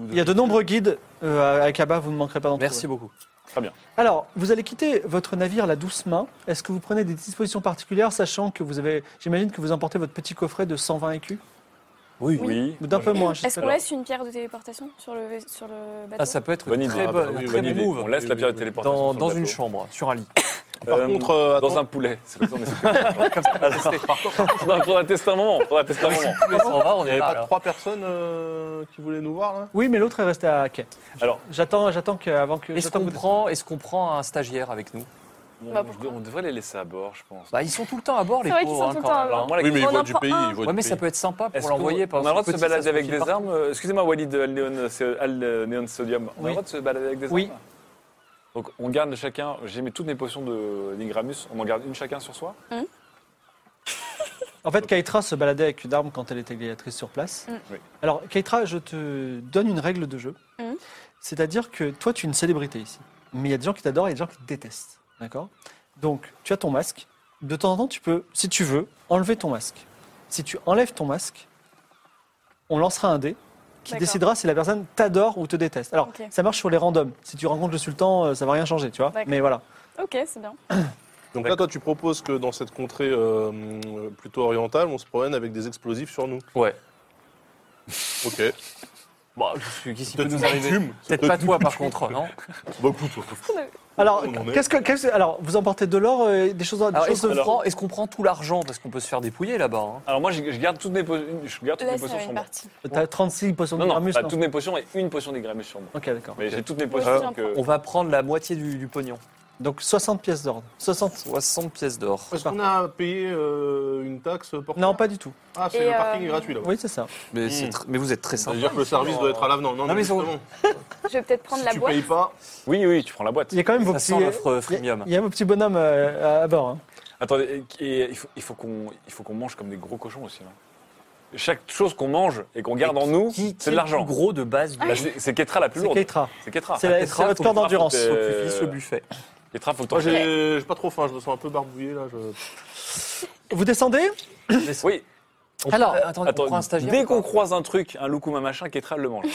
S5: de-
S1: Il y a de nombreux guides euh, à Akaba, vous ne manquerez pas d'en trouver.
S5: Merci beaucoup.
S1: Alors, vous allez quitter votre navire la douce main. Est-ce que vous prenez des dispositions particulières, sachant que vous avez, j'imagine que vous emportez votre petit coffret de 120 écus,
S5: Oui,
S3: Oui.
S1: ou d'un peu moins. je sais
S4: Est-ce
S1: pas.
S4: qu'on laisse une pierre de téléportation sur le, sur le bateau
S5: Ah, ça peut être
S3: Bonne
S5: une
S3: idée.
S5: très,
S2: Ah,
S5: bonne,
S2: bah
S5: un
S2: oui,
S5: très
S3: Bonne
S5: bon
S3: idée.
S5: move.
S3: On laisse
S2: Oui,
S3: la
S2: oui,
S3: pierre de
S2: oui.
S3: téléportation.
S5: Dans,
S3: sur le
S5: dans une
S3: bateau.
S5: chambre, sur un lit.
S2: Par
S3: Euh,
S2: contre, euh,
S3: Dans
S2: attends,
S3: un poulet. C'est comme ça, on est- Comme ça, on a testé. Non, faudra tester un moment. Faudra tester un moment.
S5: Mais ça va, on
S2: il n'y
S5: est
S2: avait
S5: là.
S2: pas
S5: alors.
S2: trois personnes euh, qui voulaient nous voir là
S1: Oui, mais l'autre est resté à quai.
S3: Alors,
S1: J'attends, j'attends que, avant que.
S5: Est-ce
S1: j'attends que
S5: qu'on
S1: vous-
S5: prend, est qu'on prend un stagiaire avec nous
S3: on,
S4: Bah, pourquoi
S3: on devrait les laisser à bord, je pense.
S5: bah, Ils sont tout le temps à bord, les
S4: C'est vrai qu'ils
S5: pauvres.
S4: sont
S5: hein,
S4: tout le
S5: quand
S4: temps
S5: même,
S4: à bord.
S5: hein.
S3: Moi, la
S2: Oui, mais
S4: On
S2: ils
S4: en
S2: voient du
S4: prend
S2: pays,
S4: un.
S2: ils voient
S5: Ouais,
S2: du
S5: mais ça
S2: pays.
S5: peut être sympa
S3: Est-ce
S5: pour l'envoyer.
S3: qu'on- On a le droit de se balader avec des armes. euh, Excusez-moi, Walid euh, Al-Néon, euh, c'est- Al- euh, Néon Sodium. On a
S1: Oui.
S3: le droit de se balader avec des armes
S1: Oui.
S3: Donc on garde chacun, j'ai mis toutes mes potions de d'Ingramus, on en garde une chacun sur soi
S1: En fait, Keitra se baladait avec une arme quand elle était gladiatrice sur place.
S4: Mm.
S3: Oui.
S1: Alors, Keitra, je te donne une règle de jeu.
S4: Mm.
S1: C'est-à-dire que toi, tu es une célébrité ici. Mais il y a des gens qui t'adorent et des gens qui te détestent. D'accord Donc, tu as ton masque. De temps en temps, tu peux, si tu veux, enlever ton masque. Si tu enlèves ton masque, on lancera un dé qui
S4: D'accord.
S1: décidera si la personne t'adore ou te déteste. Alors,
S4: Ok.
S1: ça marche sur les randoms. Si tu rencontres le sultan, euh, ça va rien changer, tu vois.
S4: D'accord.
S1: Mais voilà.
S4: Ok, c'est bien.
S2: Donc là, toi, tu proposes que dans cette contrée euh, euh, plutôt orientale, on se promène avec des explosifs sur nous.
S5: Ouais.
S2: Ok.
S5: Bah, je suis- Qu'est-ce qui peut
S2: Peut-être
S5: nous
S2: pas
S5: arriver
S2: Hume.
S5: Peut-être pas toi, par contre, non
S2: Bah écoute,
S1: Alors,
S2: On en est.
S1: qu'est-ce que, qu'est-ce que- alors, vous emportez de l'or, euh, des choses, des
S5: Alors,
S1: choses
S5: Est-ce qu'on
S1: de-
S5: prend, est-ce qu'on prend tout l'argent Parce qu'on peut se faire dépouiller là-bas. hein.
S3: Alors moi je je garde toutes mes, po- une- je garde toutes mes
S4: Là, c'est
S3: potions sur
S4: une
S3: moi.
S4: partie.
S1: T'as 36 potions
S3: Non, non,
S1: d'Ingramus,
S3: pas
S1: non
S3: toutes mes potions et une potion d'Ingramus sur moi.
S1: Ok, d'accord.
S3: Mais j'ai toutes mes
S4: Moi
S3: potions.
S4: aussi,
S3: donc,
S4: j'en
S3: euh,
S5: On va prendre la moitié du, du pognon.
S1: Donc 60 pièces d'or. 60.
S5: 60 pièces d'or.
S2: est-ce qu'on a payé euh, une taxe portière
S1: Non, pas du tout.
S2: Ah,
S4: Et,
S2: c'est le
S4: euh,
S2: parking est gratuit là-bas.
S1: Oui, c'est ça.
S5: Mais, c'est tr- mais vous êtes très
S2: Ça veut
S5: sympa.
S2: dire que le service doit être à l'avenant. Non,
S5: Non, mais
S2: mais
S5: ils ont-
S2: justement,
S4: Je vais peut-être prendre
S2: si
S4: la
S2: tu
S4: boîte.
S2: payes pas,
S3: Oui, oui, tu prends la boîte.
S1: Il y a quand même vos
S5: Ça
S1: petits. euh,
S5: sent l'offre
S1: Il y a-
S5: freemium.
S1: il y a vos petits bonhommes euh, à, à bord. hein.
S3: Attendez, et- et il faut, il faut qu'on il faut qu'on mange comme des gros cochons aussi. là. Chaque chose qu'on mange et qu'on garde
S5: Et
S3: en nous,
S5: qui- qui
S3: c'est
S5: est
S3: de l'argent.
S5: le plus gros de base du
S4: Ah,
S3: Là, C'est c'est Ketra la plus
S1: C'est
S3: lourde.
S1: Keitra.
S3: C'est Ketra.
S1: C'est la-
S5: Ketra,
S1: c'est votre
S5: faut
S1: corps
S5: que-
S1: d'endurance.
S3: faut que-
S5: Faut que tu finisses le buffet.
S3: Ketra, faut que
S2: moi
S3: t'en fasses.
S2: j'ai j'ai pas trop faim, je me sens un peu barbouillé là. je-
S1: Vous descendez
S3: Oui,
S5: On
S1: Alors,
S5: prend- attendez, on
S3: Attends,
S5: prend un stagiaire.
S3: dès
S5: ou pas
S3: qu'on croise un truc, un loukoum, un machin, Ketra le mange.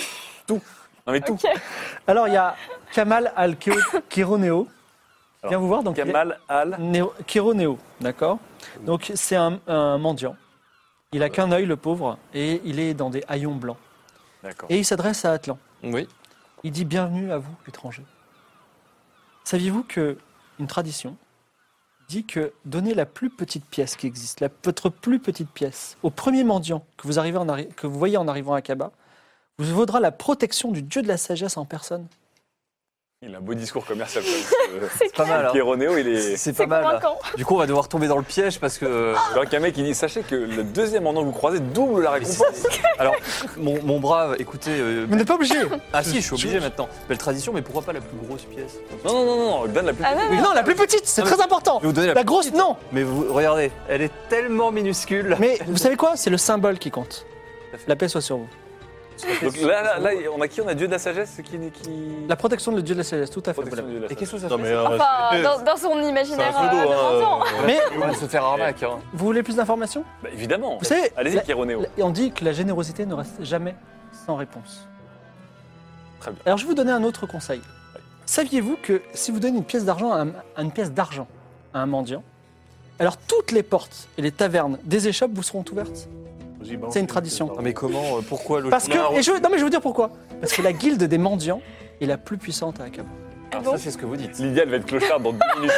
S3: tout. Non mais tout.
S1: Alors, il y a Kamal Al-Kironeo. qui Viens
S3: Alors,
S1: vous voir. Donc,
S3: Kamal Al.
S1: Néo- Kironeo, d'accord Donc, c'est un, un mendiant. Il a qu'un œil, le pauvre, et il est dans des haillons blancs.
S3: D'accord.
S1: Et il s'adresse à Atlan.
S5: Oui.
S1: Il dit Bienvenue à vous, étrangers. Saviez-vous que une tradition dit que donnez la plus petite pièce qui existe, la, votre plus petite pièce, au premier mendiant que vous, arrivez en arri- que vous voyez en arrivant à Kaba, vous vaudra la protection du dieu de la sagesse en personne.
S3: Il a un beau discours commercial. euh,
S5: C'est pas mal. hein.
S3: Pierre Renéo, il est.
S5: C'est pas
S4: C'est
S5: mal. hein.
S4: convaincant.
S5: Du coup, on va devoir tomber dans le piège parce que. euh,
S3: Alors qu'un mec, il dit Sachez que le deuxième endroit que vous croisez double la récompense.
S5: Alors, mon, mon brave, écoutez. euh,
S1: Vous n'êtes pas obligé
S5: Ah si, je suis obligé maintenant. Belle tradition, mais pourquoi pas la plus grosse pièce
S3: Non, non, non, non, donne la plus.
S4: Ah
S3: petite.
S4: non,
S1: Oui,
S4: non,
S1: Non, la plus petite, c'est
S5: Ah,
S1: très important
S5: Je vais vous donner la,
S1: La grosse, non
S5: Mais vous, regardez, elle est tellement minuscule.
S1: Mais vous savez quoi C'est le symbole qui compte.
S5: Tout à fait.
S1: La paix soit sur vous.
S3: Donc là, là, là, on a qui On a Dieu de la sagesse qui. qui...
S1: La protection de Dieu de la sagesse, tout à fait.
S3: protection de Dieu de la
S5: Et
S3: sagesse.
S5: qu'est-ce que ça
S2: Non, mais,
S5: fait
S2: euh,
S4: enfin,
S2: c'est-
S4: dans, dans son
S2: c'est un
S4: imaginaire
S2: pseudo,
S4: euh, de
S2: hein,
S4: mendiant.
S2: euh,
S1: Mais
S5: On va se faire arnaque. Hein.
S1: vous voulez plus d'informations
S3: Bah, évidemment.
S1: Vous savez,
S3: Allez-y,
S1: la-
S3: Pierre Renéo.
S1: Et on dit que la générosité ne reste jamais sans réponse.
S3: Très bien.
S1: Alors je vais vous donner un autre conseil. Saviez-vous que si vous donnez une pièce d'argent à, un- à une pièce d'argent à un mendiant, alors toutes les portes et les tavernes des échoppes vous seront ouvertes
S2: Vas-y, balance
S1: C'est une
S2: les-
S1: tradition.
S2: les-
S5: Non, mais comment euh, Pourquoi le
S1: Parce
S5: On a un
S1: que et je non mais je veux dire pourquoi Parce que la guilde des mendiants est la plus puissante à Akaba.
S5: Alors,
S4: Donc-
S5: ça, c'est ce que vous dites.
S3: Lydia, elle va être clocharde dans 10 minutes.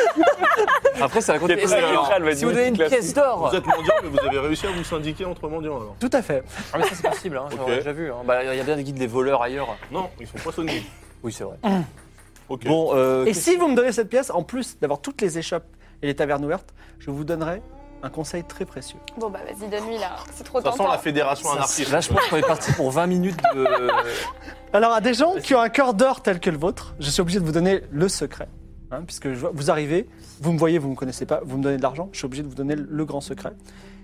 S5: Après, ça va
S3: Il y a
S5: continuer.
S3: pas de
S5: Alors,
S3: local, vas-y,
S5: Si vous donnez une
S3: classique.
S5: pièce d'or.
S2: Vous êtes mendiant, mais vous avez réussi à vous syndiquer entre mendiants alors.
S1: Tout à fait.
S5: Ah, mais ça, c'est possible, hein, j'aurais
S2: Ok.
S5: déjà vu. hein. Bah, Il y a bien des guides des voleurs ailleurs.
S2: Non, ils sont poissonniers.
S5: Oui, c'est vrai.
S2: Ok.
S5: Bon, euh,
S1: Ah. Et si vous me donnez cette pièce, en plus d'avoir toutes les échoppes et les tavernes ouvertes, je vous donnerai un conseil très précieux.
S4: Bon, bah vas-y, donne-lui là. C'est trop
S2: ça sent
S4: tentant.
S2: la fédération
S5: ça-
S2: anarchiste.
S5: là, je pense qu'on est parti pour 20 minutes de.
S1: Alors, à des gens qui ont un cœur d'or tel que le vôtre, je suis obligé de vous donner le secret. hein, puisque je vois- vous arrivez, vous me voyez, vous ne me connaissez pas, vous me donnez de l'argent, je suis obligé de vous donner le grand secret.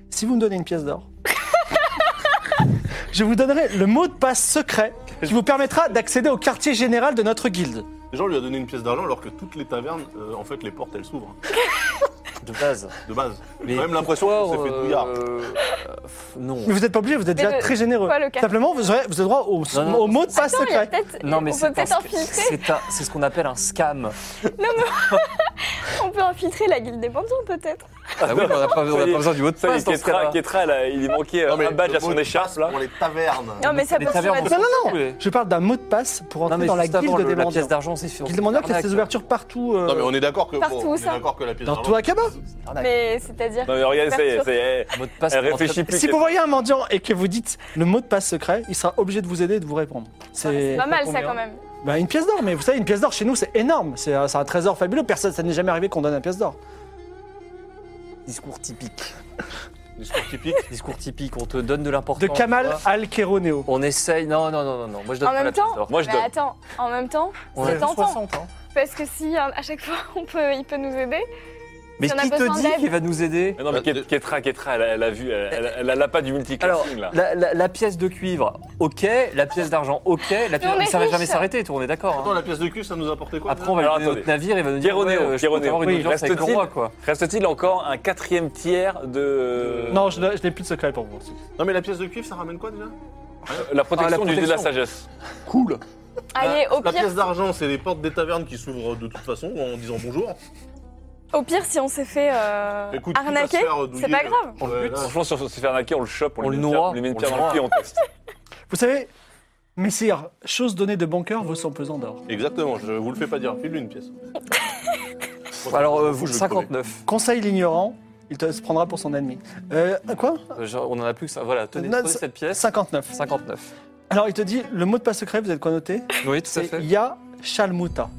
S1: Si vous me donnez une pièce d'or, je vous donnerai le mot de passe secret qui vous permettra d'accéder au quartier général de notre guilde.
S2: Les gens lui a donné une pièce d'argent alors que toutes les tavernes, euh, en fait, les portes, elles s'ouvrent.
S5: de base.
S2: De base.
S5: Mais
S2: J'ai quand même l'impression qu'on s'est fait
S5: euh,
S2: douillard.
S5: euh, pff, Non.
S1: Mais vous n'êtes pas obligé, vous êtes
S4: Mais
S1: déjà
S4: le-
S1: très généreux.
S4: Quoi, le cas
S1: Simplement, vous aurez, vous aurez droit au,
S5: Non, non.
S1: au mot de passe
S4: Non, il y a
S1: secret.
S4: peut-être-
S5: Non, mais
S4: on peut
S5: c'est
S4: peut-être
S5: un-
S4: infiltrer.
S5: c'est un- c'est ce qu'on appelle un scam.
S4: On peut infiltrer la guilde des mendiants, peut-être.
S5: Ah oui, mais on n'a pas, on n'a pas besoin du mot de
S3: Ça,
S5: passe
S3: il
S5: dans ce cas-là.
S3: Ketra, Ketra, elle a- il lui manquait euh,
S2: Non, mais
S3: un badge
S2: le
S3: à son
S2: mot de
S3: écharpe,
S2: passe
S3: là.
S2: Pour les tavernes.
S4: Non, mais ça
S5: Les
S4: peut
S5: tavernes,
S4: se
S5: on
S4: mettre-
S5: s'en
S1: Non, non,
S5: fout, les-
S1: Je parle d'un mot de passe pour
S5: Non,
S1: entrer
S5: mais
S1: dans la
S5: juste avant,
S1: guilde
S5: le-
S1: des
S5: la
S1: mendiants.
S5: pièce d'argent, c'est fait.
S1: Guilde des mendiants qui a ses ouvertures partout. euh,
S2: Non, mais on est d'accord que,
S4: Partout,
S2: bon, on est
S4: ça.
S2: d'accord que la pièce
S1: Dans
S2: d'argent.
S1: tout Akaba
S4: Mais c'est-à-dire.
S3: Non, mais regardez, ça y est,
S4: Ouverture.
S3: ça y est.
S5: Mot de passe.
S3: Elle
S5: pour entrer-
S3: réfléchit plus.
S1: Si vous voyez un mendiant et que vous dites le mot de passe secret, il sera obligé de vous aider et de vous répondre.
S4: C'est
S1: C'est
S4: pas mal, ça,
S5: combien
S4: quand même.
S1: Bah, une pièce d'or, mais vous savez, une pièce d'or chez nous, c'est énorme. C'est un, c'est un trésor fabuleux. Personne, ça n'est jamais arrivé qu'on donne une pièce d'or.
S5: Discours typique.
S2: Discours typique.
S5: Discours typique. On te donne de l'importance.
S1: De Kamal
S5: tu vois.
S1: al Keroneo.
S5: On essaye. Non, non, non, non, non. Moi, je donne
S4: En
S5: pas
S4: même
S5: la pièce
S4: temps-
S5: d'or.
S3: Moi, je
S4: Mais
S3: donne.
S4: attends, en même temps,
S5: On
S4: c'est
S5: est-
S4: tentant. Parce que si hein, à chaque fois on peut, il peut nous aider.
S5: Mais
S4: Si on a
S5: qui
S4: besoin
S5: te dit
S4: d'aide.
S5: qu'il va nous aider
S3: Mais non, mais
S2: Bah, de-
S3: Ket- Ketra, Ketra, elle a- elle a vu, elle- elle elle a l'appât du
S5: Alors,
S3: multiclassing, là.
S5: la, la- la pièce de cuivre, ok. La pièce d'argent, ok. La pièce...
S4: on
S5: mais
S4: est
S5: Ça va
S4: riche.
S5: jamais s'arrêter, toi, on est d'accord.
S2: Attends,
S5: hein.
S2: la pièce de cul, ça nous apportait quoi
S5: Après, on va lui
S3: Alors,
S5: donner notre
S3: attendez.
S5: navire, il va nous dire
S3: Pierrot
S5: ouais,
S3: Néo,
S5: euh, je
S3: Pierrot
S5: compte avoir une
S3: Néo.
S5: audience avec le
S3: Reste-t-il
S5: roi, quoi.
S3: Reste-t-il encore un quatrième tiers de.
S2: Euh.
S1: Non, je n'ai je n'ai plus de secret pour vous.
S2: Non, mais la pièce de cuivre, ça ramène quoi déjà
S3: La protection
S5: Ah, la
S3: du dieu de la
S5: protection.
S3: sagesse.
S2: Cool.
S4: Allez, au
S2: La
S4: pire,
S2: pièce d'argent, c'est les portes des tavernes qui s'ouvrent de toute façon en disant bonjour.
S4: au pire, si on s'est fait euh,
S2: Écoute, qui va se
S4: arnaquer,
S2: faire douiller,
S4: c'est pas
S2: euh,
S4: grave.
S2: ouais, là,
S3: Franchement, si on se fait arnaquer, on le chope, on,
S5: On
S3: lui
S5: le
S3: met une pierre-
S5: noie,
S3: on lui met une
S5: on
S3: pierre
S5: le
S3: dans le
S5: noie.
S3: pied, on teste.
S1: Vous savez, messire, chose donnée de bon cœur vaut son pesant d'or.
S2: Exactement, je vous le fais pas dire. File-lui une pièce.
S5: Alors, euh,
S2: Je
S5: vous,
S2: vais le
S5: 59.
S1: Conseil l'ignorant, il te se prendra pour son ennemi. Euh, quoi
S5: Euh, genre, on en a plus que ça. Voilà, tenez,
S1: Non,
S5: prenez
S1: c'est-
S5: cette pièce.
S1: 59.
S5: 59.
S1: Alors, il te dit le mot de passe secret, vous êtes quoi noté
S5: Oui, tout à
S1: C'est
S5: fait.
S1: Ya Shalmuta.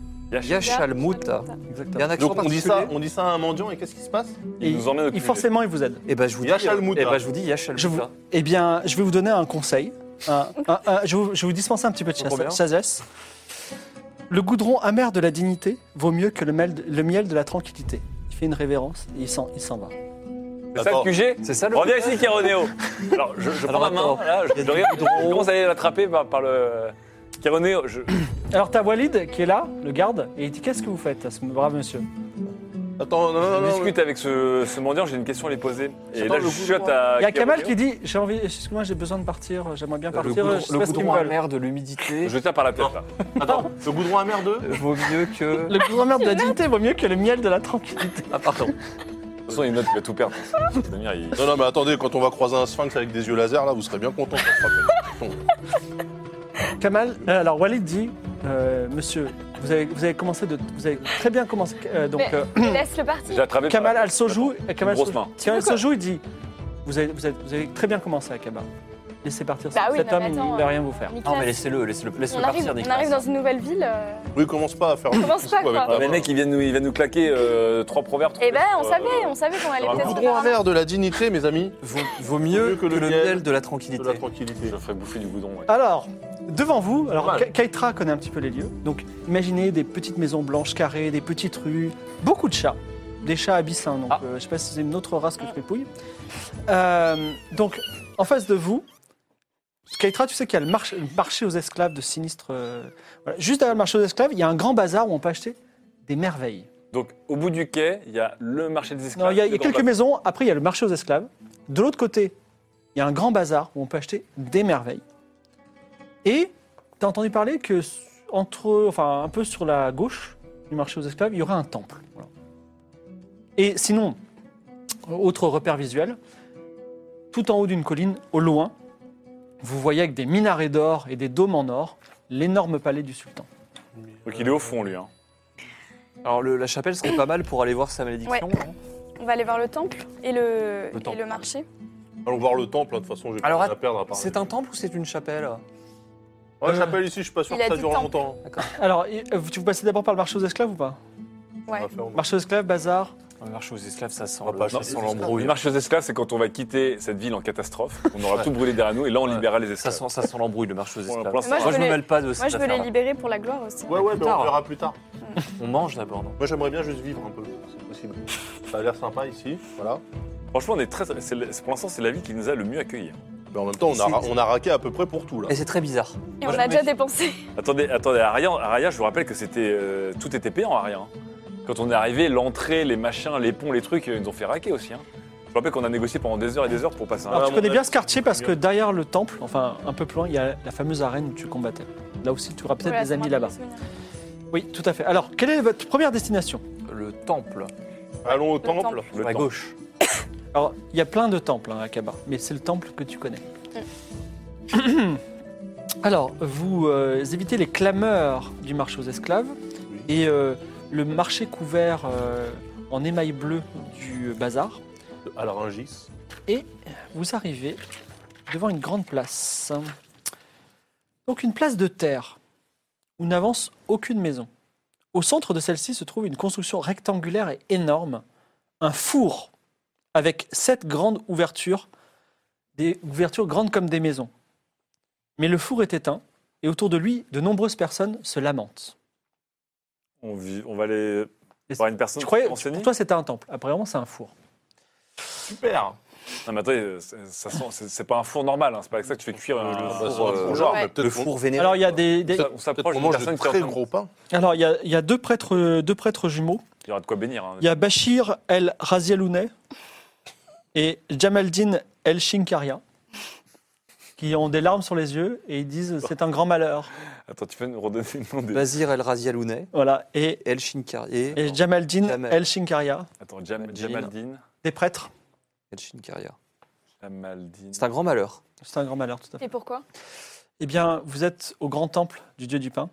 S5: Yachalmuta.
S1: Exactement.
S5: Il y a un accent
S2: Donc on dit, ça,
S5: particulier
S2: on dit ça à un mendiant et qu'est-ce qui se passe
S3: Il
S1: Et
S3: nous emmène au
S1: il-
S3: cul.
S1: Forcément, il vous aide.
S5: Eh ben, je vous dis.
S2: Yachalmuta.
S5: Eh ben, je vous dis
S1: Je vous-
S5: Yachalmuta.
S1: Eh bien, je vais vous donner un conseil. Un- un- un- je, vais vous dispenser un petit peu de
S5: Combien
S1: chasse- sagesse. Le goudron amer de la dignité vaut mieux que le, mel de- le miel de la tranquillité. Il fait une révérence et il s'en il s'en va.
S3: C'est ça
S2: Attends.
S3: le QG
S5: C'est ça le.
S3: Reviens ici, Kéronéo. Alors, je, je prends
S5: Alors,
S3: ma main,
S5: attends.
S3: là, je,
S5: Il y a
S3: je
S5: du
S3: regarde,
S5: goudron.
S3: je commence à aller l'attraper par, par le... Kéronéo, je...
S1: Alors, t'as Walid qui est là, le garde, et il dit Qu'est-ce que vous faites à ce brave monsieur
S2: Attends, non,
S3: je
S2: non, non.
S3: discute avec ce, ce mendiant, j'ai une question à lui poser. Et
S2: J'attends
S3: là,
S2: le
S3: je
S2: goudron.
S3: chuchote
S5: Ah,
S3: à
S1: Il y a Kamal
S3: Kéronéo.
S1: qui dit J'ai envie, excuse-moi, j'ai besoin de partir, j'aimerais bien
S5: Le
S1: partir.
S5: goudron,
S1: je sais
S5: le
S1: pas ce qu'ils
S5: goudron
S1: me veulent.
S5: amer de l'humidité
S3: Je tape par la tête, là.
S2: Attends, le goudron amer de
S5: euh, vaut mieux que.
S1: Le goudron amer de la dignité vaut mieux que le miel de la tranquillité.
S5: Ah, pardon.
S3: De toute façon, il note qu'il va tout perdre. Damien, il...
S2: Non, non, mais attendez, quand on va croiser un sphinx avec des yeux laser, là, vous serez bien content.
S1: Kamal, euh, alors Walid dit euh, Monsieur, Vous avez, vous avez commencé de, vous avez très bien commencé. euh, donc,
S6: Mais-
S1: euh,
S6: Laisse-le partir.
S3: J'ai attrapé par-
S1: Kamal Al-Sojou,
S3: Attends,
S1: euh, Kamal
S3: une grosse
S1: Al-Sojou-
S3: main.
S1: Kamal Al-Sojou, il dit vous avez, vous, avez, vous avez très bien commencé à Kamal. Laissez partir
S6: Bah oui,
S1: cet
S6: non,
S1: homme,
S6: mais
S1: il
S6: attends,
S1: ne va rien vous faire.
S6: Nicolas,
S5: Non, mais laissez-le, laissez-le laisse
S4: on,
S5: partir,
S4: arrive, on
S5: Nicolas.
S4: arrive dans une nouvelle ville. euh,
S2: Oui, commence pas à faire.
S6: Commence pas, quoi.
S3: Ah, mais le mec, il vient de nous, il vient de nous claquer euh, trois proverbes.
S4: Eh ben, on
S3: Euh,
S4: savait, on savait qu'on allait
S3: on
S4: peut-être se
S2: Goudron
S4: faire
S2: un verre de la dignité, mes amis,
S5: Vaut, vaut mieux, que, le, miel, de la
S2: de
S5: tranquillité.
S2: la tranquillité.
S3: Je ferais bouffer du goudron. ouais.
S1: Alors, devant vous, alors
S2: Mal.
S1: Ka- Kaitra connaît un petit peu les lieux. Donc, imaginez des petites maisons blanches carrées, des petites rues, beaucoup de chats, des chats abyssins. Donc,
S5: Ah.
S1: euh, je sais pas si c'est une autre race que je pépouille. Euh, donc, en face de vous, Kaitra, tu sais qu'il y a le marché, le marché aux esclaves de sinistre. euh, voilà. Juste derrière le marché aux esclaves, il y a un grand bazar où on peut acheter des merveilles.
S3: Donc, au bout du quai, il y a le marché des esclaves.
S1: Non, il y a, il y a
S3: le grand
S1: quelques
S3: plat-
S1: maisons. Après, il y a le marché aux esclaves. De l'autre côté, il y a un grand bazar où on peut acheter des merveilles. Et tu as entendu parler que, s- entre, enfin, un peu sur la gauche du marché aux esclaves, il y aurait un temple. Voilà. Et sinon, autre repère visuel, tout en haut d'une colline, au loin, vous voyez avec des minarets d'or et des dômes en or l'énorme palais du sultan.
S3: Donc, il est au fond, lui. hein.
S5: Alors, le- la chapelle serait pas mal pour aller voir sa malédiction.
S4: Ouais.
S5: hein.
S4: On va aller voir le temple et le,
S5: Le
S4: et
S5: temple.
S4: le marché.
S2: Allons voir le temple, hein, de toute façon, j'ai pas
S5: Alors,
S2: rien à perdre à part.
S5: C'est un temple ou c'est une chapelle
S2: Ouais, j'appelle ici, je suis pas sûr
S4: Il
S2: que
S4: a
S2: ça
S4: dit
S2: dure
S4: temple.
S2: longtemps. hein.
S1: Alors, et- euh, tu vous passez d'abord par le marché aux esclaves ou pas
S2: On
S4: Ouais.
S2: va faire-
S1: Marché aux esclaves, bazar.
S5: Le marché aux esclaves, ça sent
S2: On va
S5: le-
S2: pas
S5: ça
S2: acheter
S5: sent
S2: des
S5: l'embrouille.
S3: Le marché aux esclaves, c'est quand on va quitter cette ville en catastrophe. On aura tout brûlé derrière nous et là, on
S5: Ouais.
S3: libérera les
S5: Ça
S3: esclaves.
S5: sent, ça sent l'embrouille, le marché aux
S3: Pour
S5: esclaves.
S3: l'instant,
S4: Moi,
S5: Moi,
S4: je
S5: je
S4: veux
S5: me
S4: les-
S5: mêle pas de
S4: Moi,
S5: cette
S4: je veux les
S5: affaire.
S4: libérer pour la gloire aussi.
S2: Ouais, ouais,
S5: Plus
S2: mais on
S5: tard.
S2: verra plus tard.
S5: On mange d'abord, non
S2: Moi, j'aimerais bien juste vivre un peu, si possible. Ça a l'air sympa ici, voilà.
S3: Franchement, on est très. c'est le- c'est- pour l'instant, c'est la ville qui nous a le mieux accueillis.
S2: Mais en même temps, on a,
S5: Ici.
S2: on a raqué à peu près pour tout, là.
S5: Et c'est très bizarre.
S4: Et
S5: Moi,
S4: on
S5: je
S4: a déjà
S5: me dis-
S4: dépensé.
S3: Attendez, attendez, Aria, Aria, je vous rappelle que c'était euh, tout était payant, Aria. hein. Quand on est arrivé, l'entrée, les machins, les ponts, les trucs, ils nous ont fait raquer aussi. hein. Je vous rappelle qu'on a négocié pendant des heures et des heures pour passer un.
S1: Alors,
S2: Ah,
S1: tu
S2: mon
S1: connais
S2: Dieu.
S1: bien ce quartier parce que derrière le temple, enfin un peu plus loin, il y a la fameuse arène où tu combattais. Là aussi, tu auras peut-être
S4: Voilà,
S1: des
S4: ça
S1: amis
S4: m'a
S1: là-bas.
S4: rappelé des souvenirs.
S1: Oui, tout à fait. Alors, quelle est votre première destination
S5: Le temple,
S2: Allons au temple.
S4: temple.
S3: Le
S5: à
S3: temps.
S5: gauche.
S1: Alors, il y a plein de temples hein, à Kaba, mais c'est le temple que tu connais. Alors, vous euh, évitez les clameurs du marché aux esclaves et euh, le marché couvert euh, en émail bleu du bazar.
S2: À la Rungis.
S1: vous arrivez devant une grande place. Donc une place de terre où n'avance aucune maison. Au centre de celle-ci se trouve une construction rectangulaire et énorme, un four avec sept grandes ouvertures, des ouvertures grandes comme des maisons. Mais le four est éteint et autour de lui, de nombreuses personnes se lamentent.
S3: On, vit- on va aller
S1: Et
S3: voir une personne.
S1: Tu croyais,
S3: renseignée.
S1: pour toi c'était un temple, apparemment c'est un four.
S2: Super
S3: Non, mais attendez, euh, c'est- ça sent- c'est c'est pas un four normal. hein. C'est pas avec ça que tu fais cuire un
S2: Ah, bah,
S3: four,
S2: c'est un
S3: euh,
S2: four genre,
S4: ouais.
S2: mais peut-être
S5: Le
S2: qu'on-
S5: four vénéré.
S1: Alors il y a des, des-
S3: Ça, on
S2: peut-être
S3: s'approche
S2: qu'on
S3: d'une
S2: mange de
S3: personne qui est en
S2: très
S3: train de-
S2: gros pain.
S1: alors, il y a- il y a deux prêtres, deux prêtres jumeaux
S3: Il y aura de quoi bénir. hein.
S1: Il y a Bachir El Razialounet et Jamaldin El Shinkaria qui ont des larmes sur les yeux et ils disent c'est un grand malheur.
S3: Attends, tu peux nous redonner le nom des.
S5: Bazir El Razialounet,
S1: Voilà. Et,
S5: El Shinkaria.
S1: et Jamaldin
S5: Jamel.
S1: El Shinkaria,
S3: Attends, Jam-
S5: Jamaldine.
S3: Jamaldine.
S1: des prêtres.
S5: El Shinkaria.
S3: Jamaldine.
S5: C'est un grand malheur.
S1: C'est un grand malheur tout à fait.
S4: Et pourquoi
S1: Eh bien, vous êtes au grand temple du dieu du pain.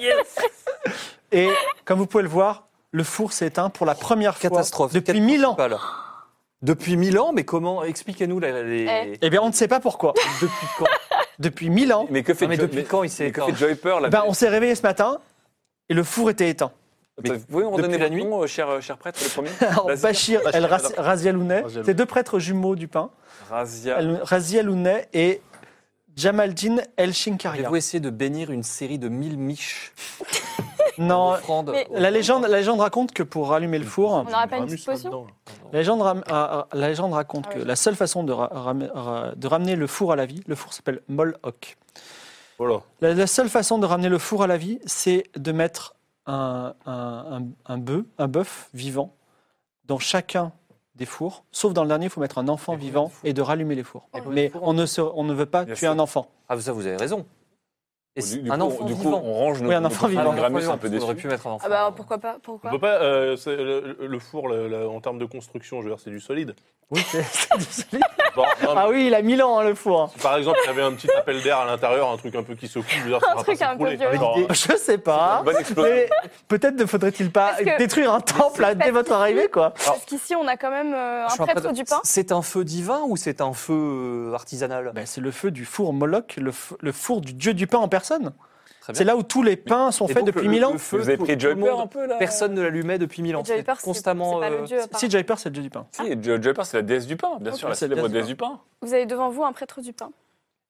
S1: Et comme vous pouvez le voir, le four s'est éteint pour la première fois
S5: Catastrophe.
S1: depuis
S5: Quatre
S1: mille ans.
S5: principales. Depuis 1000 ans, mais comment Expliquez-nous la- la- les.
S1: Eh bien, on ne sait pas pourquoi.
S5: Depuis quand
S1: Depuis mille ans,
S3: Mais que fait
S5: Non, mais
S3: Jo-
S5: depuis quand il s'est
S3: mais que
S5: éteint
S3: fait Joy Pearl là
S1: ben, on s'est réveillé ce matin et le four était éteint.
S3: Attends, Vous pouvez nous redonner
S5: depuis la
S3: votre
S5: nuit
S3: nom, euh, cher, euh, cher prêtre, le premier
S1: Alors,
S3: Vas-y.
S1: Bachir
S2: Bachir
S1: El
S2: El-
S1: Razi- Razialounet,
S2: Razialounet.
S1: c'est deux prêtres jumeaux du pain,
S3: Razia.
S1: El Razialounet et Jamaldin El Shinkaria.
S5: Avez-vous essayé de bénir une série de 1000 miches
S1: Non,
S5: offrandes
S4: mais
S5: au-
S1: la légende, la légende raconte que pour rallumer le four,
S2: hein.
S4: On n'aura pas une
S2: Ramus
S4: petite potion
S2: là-dedans, là.
S1: la légende, ram- ah, ah, la légende raconte
S4: Ah
S1: que
S4: oui.
S1: la seule façon de, ra- ram- ra- de ramener le four à la vie, le four s'appelle Moloch.
S2: Voilà.
S1: La, la seule façon de ramener le four à la vie, c'est de mettre un, un, un- un bœuf, un bœuf vivant dans chacun des fours, sauf dans le dernier, il faut mettre un enfant
S5: Et combien
S1: vivant
S5: de fours
S1: et de rallumer les fours.
S5: combien de
S1: Mais
S5: fours
S1: on ne, se- on ne veut pas
S3: Bien
S1: tuer
S3: sûr.
S1: un enfant.
S5: Ah, ça, vous avez raison. Et
S3: Oh, Du, du
S5: un
S3: coup,
S5: enfant
S3: on- du coup,
S5: vivant.
S3: on range nos
S1: Oui, un enfant
S3: nos-
S5: Ah,
S1: vivant.
S5: non,
S3: Gramus,
S5: non,
S3: un peu
S5: on aurait
S3: déçu.
S5: pu mettre un enfant.
S4: Ah bah pourquoi pas
S2: On
S4: Pourquoi
S2: peut pas, euh, c'est- le, le four, le- le- en termes de construction, je veux dire, c'est du solide.
S1: Oui, c'est c'est du solide.
S2: Bon, non, mais
S1: Ah oui, il a 1000 ans, hein, le four.
S2: si par exemple, il y avait un petit appel d'air à l'intérieur, un truc un peu qui secoue, je veux dire, ça
S4: Un
S2: va
S4: truc
S2: pas
S4: un peu
S2: s'écrouler.
S4: violent.
S2: Genre,
S1: Je sais pas.
S3: Bonne explosion.
S1: Mais peut-être ne faudrait-il pas
S4: Parce que-
S1: détruire un temple dès votre arrivée, quoi.
S4: Parce qu'ici, on a quand même euh,
S5: Je
S4: un
S5: suis
S4: prêtre du pain.
S5: C'est un feu divin ou c'est un feu euh, artisanal
S1: Ben, c'est le feu du four Moloch, le, f- le four du dieu du pain en personne.
S5: Très bien.
S1: C'est là où tous les pains sont
S5: Et
S1: faits
S5: donc,
S1: depuis
S5: le-
S1: 1000 ans.
S5: le feu,
S3: Vous avez
S5: tout-
S3: pris
S5: tout le
S3: Joyper
S5: monde-
S3: un peu là
S5: Personne ne l'allumait depuis 1000 ans.
S4: J'ai
S5: C'était
S4: peur, c'est c'est
S5: constamment.
S4: pas le
S5: euh,
S4: dieu. apparemment.
S1: Si Jaiper, c'est le dieu du pain.
S3: Si, Jo- Joyper, c'est la déesse du pain, bien sûr, la
S1: c'est la
S3: célèbre
S1: déesse
S3: déesse du pain.
S4: Vous avez devant vous un prêtre du pain.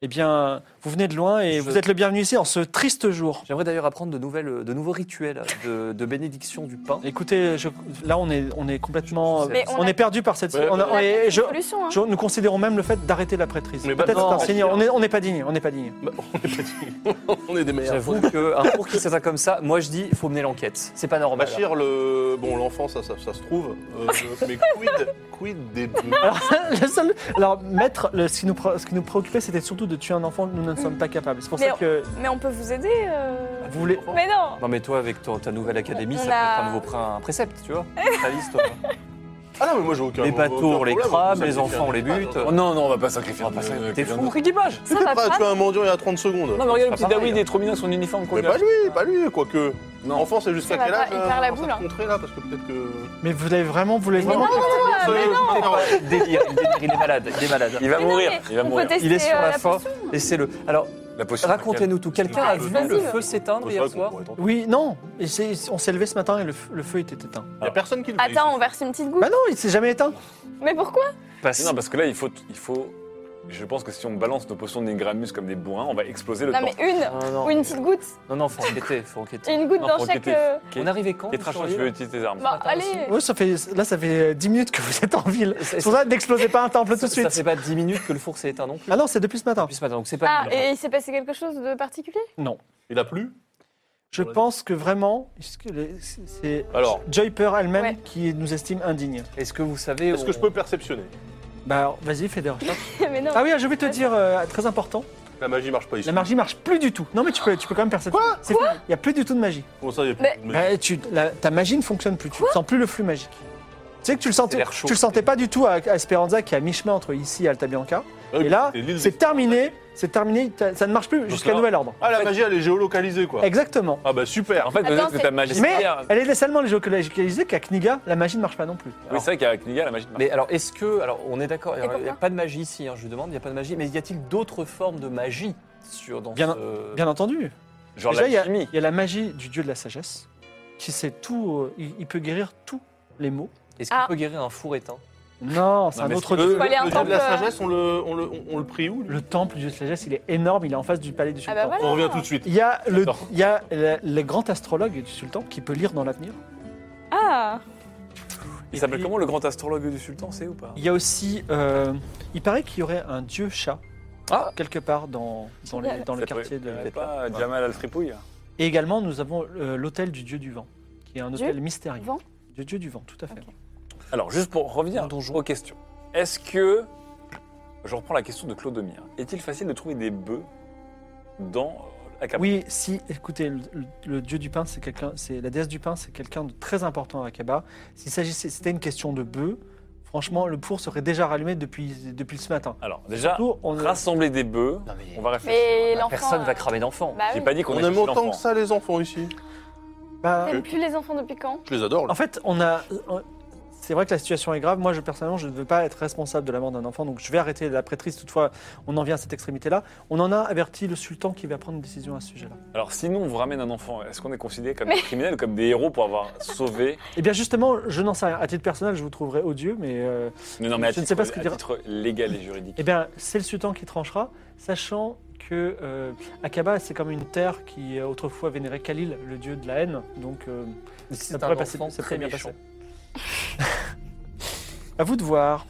S1: Eh bien, vous venez de loin et
S5: Je-
S1: vous êtes le bienvenu ici en ce triste jour.
S5: J'aimerais d'ailleurs apprendre de, nouvelles, euh, de nouveaux rituels euh, de, de bénédiction du pain.
S1: Écoutez, je- là, on est, on est complètement.
S5: Mais
S1: on
S4: on a-
S1: est perdu par cette.
S2: Ouais.
S1: on a-
S4: On a
S1: et
S4: peut-être une
S1: je-
S4: solution, hein.
S1: je- nous considérons même le fait d'arrêter la prêtrise.
S2: Mais
S1: Peut-être
S5: maintenant,
S1: c'est un signe. On n'est on n'est pas digne. On n'est pas digne.
S2: bah, on est pas- on est des meilleurs.
S5: J'avoue qu'un cours qui s'attaque comme ça, moi je dis, il faut mener l'enquête. C'est pas normal.
S2: Bachir, le... bon, l'enfant, ça, ça, ça se trouve. euh, mais quid, quid des
S1: Alors, le seul- alors, maître, le- ce, qui nous pré- ce qui nous préoccupait, c'était surtout de tuer un enfant. Nous ne sommes pas capables. C'est pour
S4: Mais
S1: ça
S4: on-
S1: que
S4: Mais on peut vous aider. euh.
S1: vous voulez.
S4: Mais non
S5: Non mais toi avec ton- ta nouvelle académie,
S4: On
S5: ça peut
S4: a-
S5: être un nouveau pr- un précepte, tu vois. Ta liste, hein. toi.
S2: Ah non, mais moi, j'ai aucun
S5: Les
S2: aucun
S5: bateaux, on les
S2: problème.
S5: crame,
S2: Ça me
S5: les
S2: fait
S5: enfants, on les
S2: plaisir.
S5: bute.
S2: Ah,
S3: Oh non, non, on va pas sacrifier un
S5: ça,
S3: personne.
S5: T'es fou.
S3: guimage
S4: Ça va
S2: Après,
S4: pas.
S2: tu as un mendion il y a 30 secondes.
S3: Non, mais regarde le
S5: C'est
S3: petit
S5: pas pareil,
S3: David, il
S5: hein.
S3: est trop mignon, son uniforme qu'on
S2: mais
S3: lui a
S2: pas
S3: acheté.
S2: lui, pas lui, quoique.
S3: Non.
S2: Enfant, c'est jusqu'à
S4: Ça va
S2: quel
S4: pas,
S2: âge
S4: il
S2: euh, on
S4: perd la
S2: va
S4: boule,
S2: se
S4: hein.
S2: contrer, là, parce que peut-être que.
S1: Mais vous voulez vraiment, vous voulez
S5: Mais
S1: vraiment.
S2: Ça,
S4: mais non.
S5: Ah.
S2: on va faire-
S5: Délire, il délire, il est malade, il est malade.
S3: Il va
S4: Mais non,
S3: mourir,
S4: mais
S3: il va
S4: on peut
S3: mourir.
S4: tester,
S5: Il est sur
S4: euh,
S5: la
S4: la
S5: fin.
S4: potion.
S5: Et c'est le. Alors,
S3: La potion. Bah,
S5: racontez-nous tout. Quelqu'un a vu
S4: Vas-y.
S5: le feu s'éteindre
S2: C'est vrai
S5: hier
S2: qu'on
S5: soir
S2: pourrait tenter.
S1: Oui, non. Et c'est- on s'est levé ce matin et le, f- le feu était éteint.
S2: Il y a personne qui le fait.
S4: Attends, on verse une petite goutte.
S1: Bah non, il s'est jamais éteint.
S4: Mais pourquoi
S5: Parce-
S3: Non, parce que là, il faut, il faut. Je pense que si on balance nos potions d'Ingramus comme des bourrins, on va exploser le
S4: Non,
S3: temps.
S4: mais une
S5: Non, non,
S4: Ou une petite goutte
S5: non, non, faut enquêter, faut enquêter.
S4: Une goutte
S3: Non,
S4: dans
S3: faut
S4: chaque.
S3: enquêter.
S4: euh,
S5: On arrivait quand
S3: Et
S5: vous
S3: Trachon,
S5: seriez
S3: tu veux utiliser tes armes.
S4: Bah,
S5: Attends,
S4: allez
S1: Ouais, ça fait, là, ça fait euh, 10 minutes que vous êtes en ville.
S5: Ça-
S1: C'est pour ça, n'explosez pas un temple tout de
S5: Ça- Ça
S1: suite.
S5: fait pas 10 minutes que le four s'est éteint non plus.
S1: Ah non, c'est depuis ce matin.
S5: Depuis ce matin, donc c'est pas.
S4: Ah, et il s'est passé quelque chose de particulier
S2: Il a plu
S1: Je
S2: Ouais.
S1: pense que vraiment, est-ce que les- c'est
S2: Alors,
S1: Joyper elle-même
S4: Ouais.
S1: qui nous estime indigne.
S5: Est-ce que vous savez
S2: est-ce que je
S5: on-
S2: peux perceptionner
S1: Bah alors, vas-y, fais des recherches.
S4: Mais non
S1: Ah oui, je vais te dire, euh, très important,
S2: La magie marche pas ici.
S1: la magie marche plus du tout. Non mais tu peux, tu peux quand même percevoir. C'est fini, il n'y a plus du tout de magie.
S2: Bon, ça, il y a plus
S4: Mais-
S2: de magie.
S1: Bah, tu- la- ta magie ne fonctionne plus, tu ne sens plus le flux magique. Tu sais que tu le sentais,
S5: l'air chaud.
S1: tu le sentais pas du tout à, à Esperanza qui est à mi-chemin entre ici et Altabianca.
S2: Ah oui,
S1: et là,
S2: c'est l'île
S1: c'est
S2: des-
S1: terminé, c'est terminé, t'as- ça ne marche plus jusqu'à
S2: là-
S1: nouvel ordre.
S2: Ah, la magie, elle est géolocalisée, quoi.
S1: Exactement.
S2: Ah, bah super.
S3: En fait,
S4: Attends,
S3: peut-être que
S4: c'est-
S3: ta magie.
S1: Mais
S3: Oui,
S1: elle est seulement les géolocalisée qu'à Kniga, la magie ne marche pas non plus.
S3: c'est vrai qu'à Kniga, la magie.
S5: Mais alors, est-ce que. Alors, on est d'accord,
S4: Et
S5: il n'y a
S4: pourquoi
S5: pas de magie ici, hein, je vous demande, il n'y a pas de magie, mais y a-t-il d'autres formes de magie sur, dans
S1: Bien-
S5: ce.
S1: Bien entendu.
S3: Genre
S1: Déjà, il y, a-
S3: l'alchimie.
S1: il y a la magie du dieu de la sagesse, qui sait tout, euh, il, il peut guérir tous les maux.
S5: Est-ce qu'on
S4: Ah.
S5: peut guérir un four éteint
S1: Non, c'est
S3: Non,
S1: un
S3: mais
S1: autre
S3: c'est-
S1: dieu.
S2: Le,
S4: Faut aller à un
S2: le dieu de la
S4: temple, euh.
S2: sagesse, on le, on le, on- on le prie où lui
S1: Le temple du dieu de la sagesse, il est énorme, il est en face du palais du
S4: Ah
S1: sultan.
S4: bah voilà
S2: On revient tout de suite.
S1: Il y a, le,
S3: J'adore.
S1: il y a le, le grand astrologue du sultan qui peut lire dans l'avenir.
S4: Ah
S3: Il
S1: Et
S3: s'appelle
S1: puis,
S3: comment le grand astrologue du sultan, c'est ou pas
S1: Il y a aussi, euh, il paraît qu'il y aurait un dieu chat
S5: Ah.
S1: quelque part dans, dans, les-
S4: Génial.
S1: dans le
S3: Ça peut-
S1: quartier de.
S3: C'est pas Jamal Al-Fripouille
S1: Et également, nous avons euh, l'hôtel du dieu du vent, qui est un
S4: Dieu
S1: hôtel mystérieux.
S4: Vent
S1: Du dieu du vent, tout à fait.
S4: Ok.
S3: Alors, juste pour revenir aux questions. Est-ce que. Je reprends la question de Clodomir. Est-il facile de trouver des bœufs dans la cabane
S1: Oui, si, écoutez, le, le- le dieu du pain, c'est quelqu'un, c'est la déesse du pain, c'est quelqu'un de très important à Akaba. S'il s'agissait, c'était une question de bœuf, franchement, le four serait déjà rallumé depuis, depuis ce matin.
S3: Alors, déjà,
S1: Surtout, euh, on-
S3: rassembler des bœufs,
S5: Non, mais.
S3: on va réfléchir.
S4: Mais l'enfant.
S5: Personne
S4: euh,
S5: va cramer d'enfant.
S4: Bah
S3: J'ai
S4: oui.
S3: pas dit qu'on
S2: On
S3: est
S2: aime autant
S3: l'enfant.
S2: que ça, les enfants ici. Bah,
S1: Bah,
S4: euh, T'aimes plus les enfants depuis quand
S2: Je les adore. là.
S1: en fait, on a. on- C'est vrai que la situation est grave. Moi, je, personnellement, je ne veux pas être responsable de la mort d'un enfant, donc je vais arrêter la prêtrise. Toutefois, on en vient à cette extrémité-là. On en a averti le sultan qui va prendre une décision à ce sujet-là.
S3: Alors, sinon, on vous ramène un enfant. Est-ce qu'on est considéré comme des criminels ou comme des héros pour avoir sauvé
S1: Eh bien, justement, je n'en sais rien. À titre personnel, je vous trouverai odieux, mais euh,
S3: Non, non, mais à
S1: Je ne
S3: titre,
S1: sais pas ce que
S3: à
S1: dire.
S3: titre légal et juridique.
S1: Eh bien, c'est le sultan qui tranchera, sachant que euh, Akaba, c'est comme une terre qui euh, autrefois vénérait Khalil, le dieu de la haine. Donc, euh,
S5: C'est
S1: pourrait
S5: un
S1: passer-
S5: enfant
S1: ça
S5: très
S1: pourrait bien
S5: méchant.
S1: à vous de voir.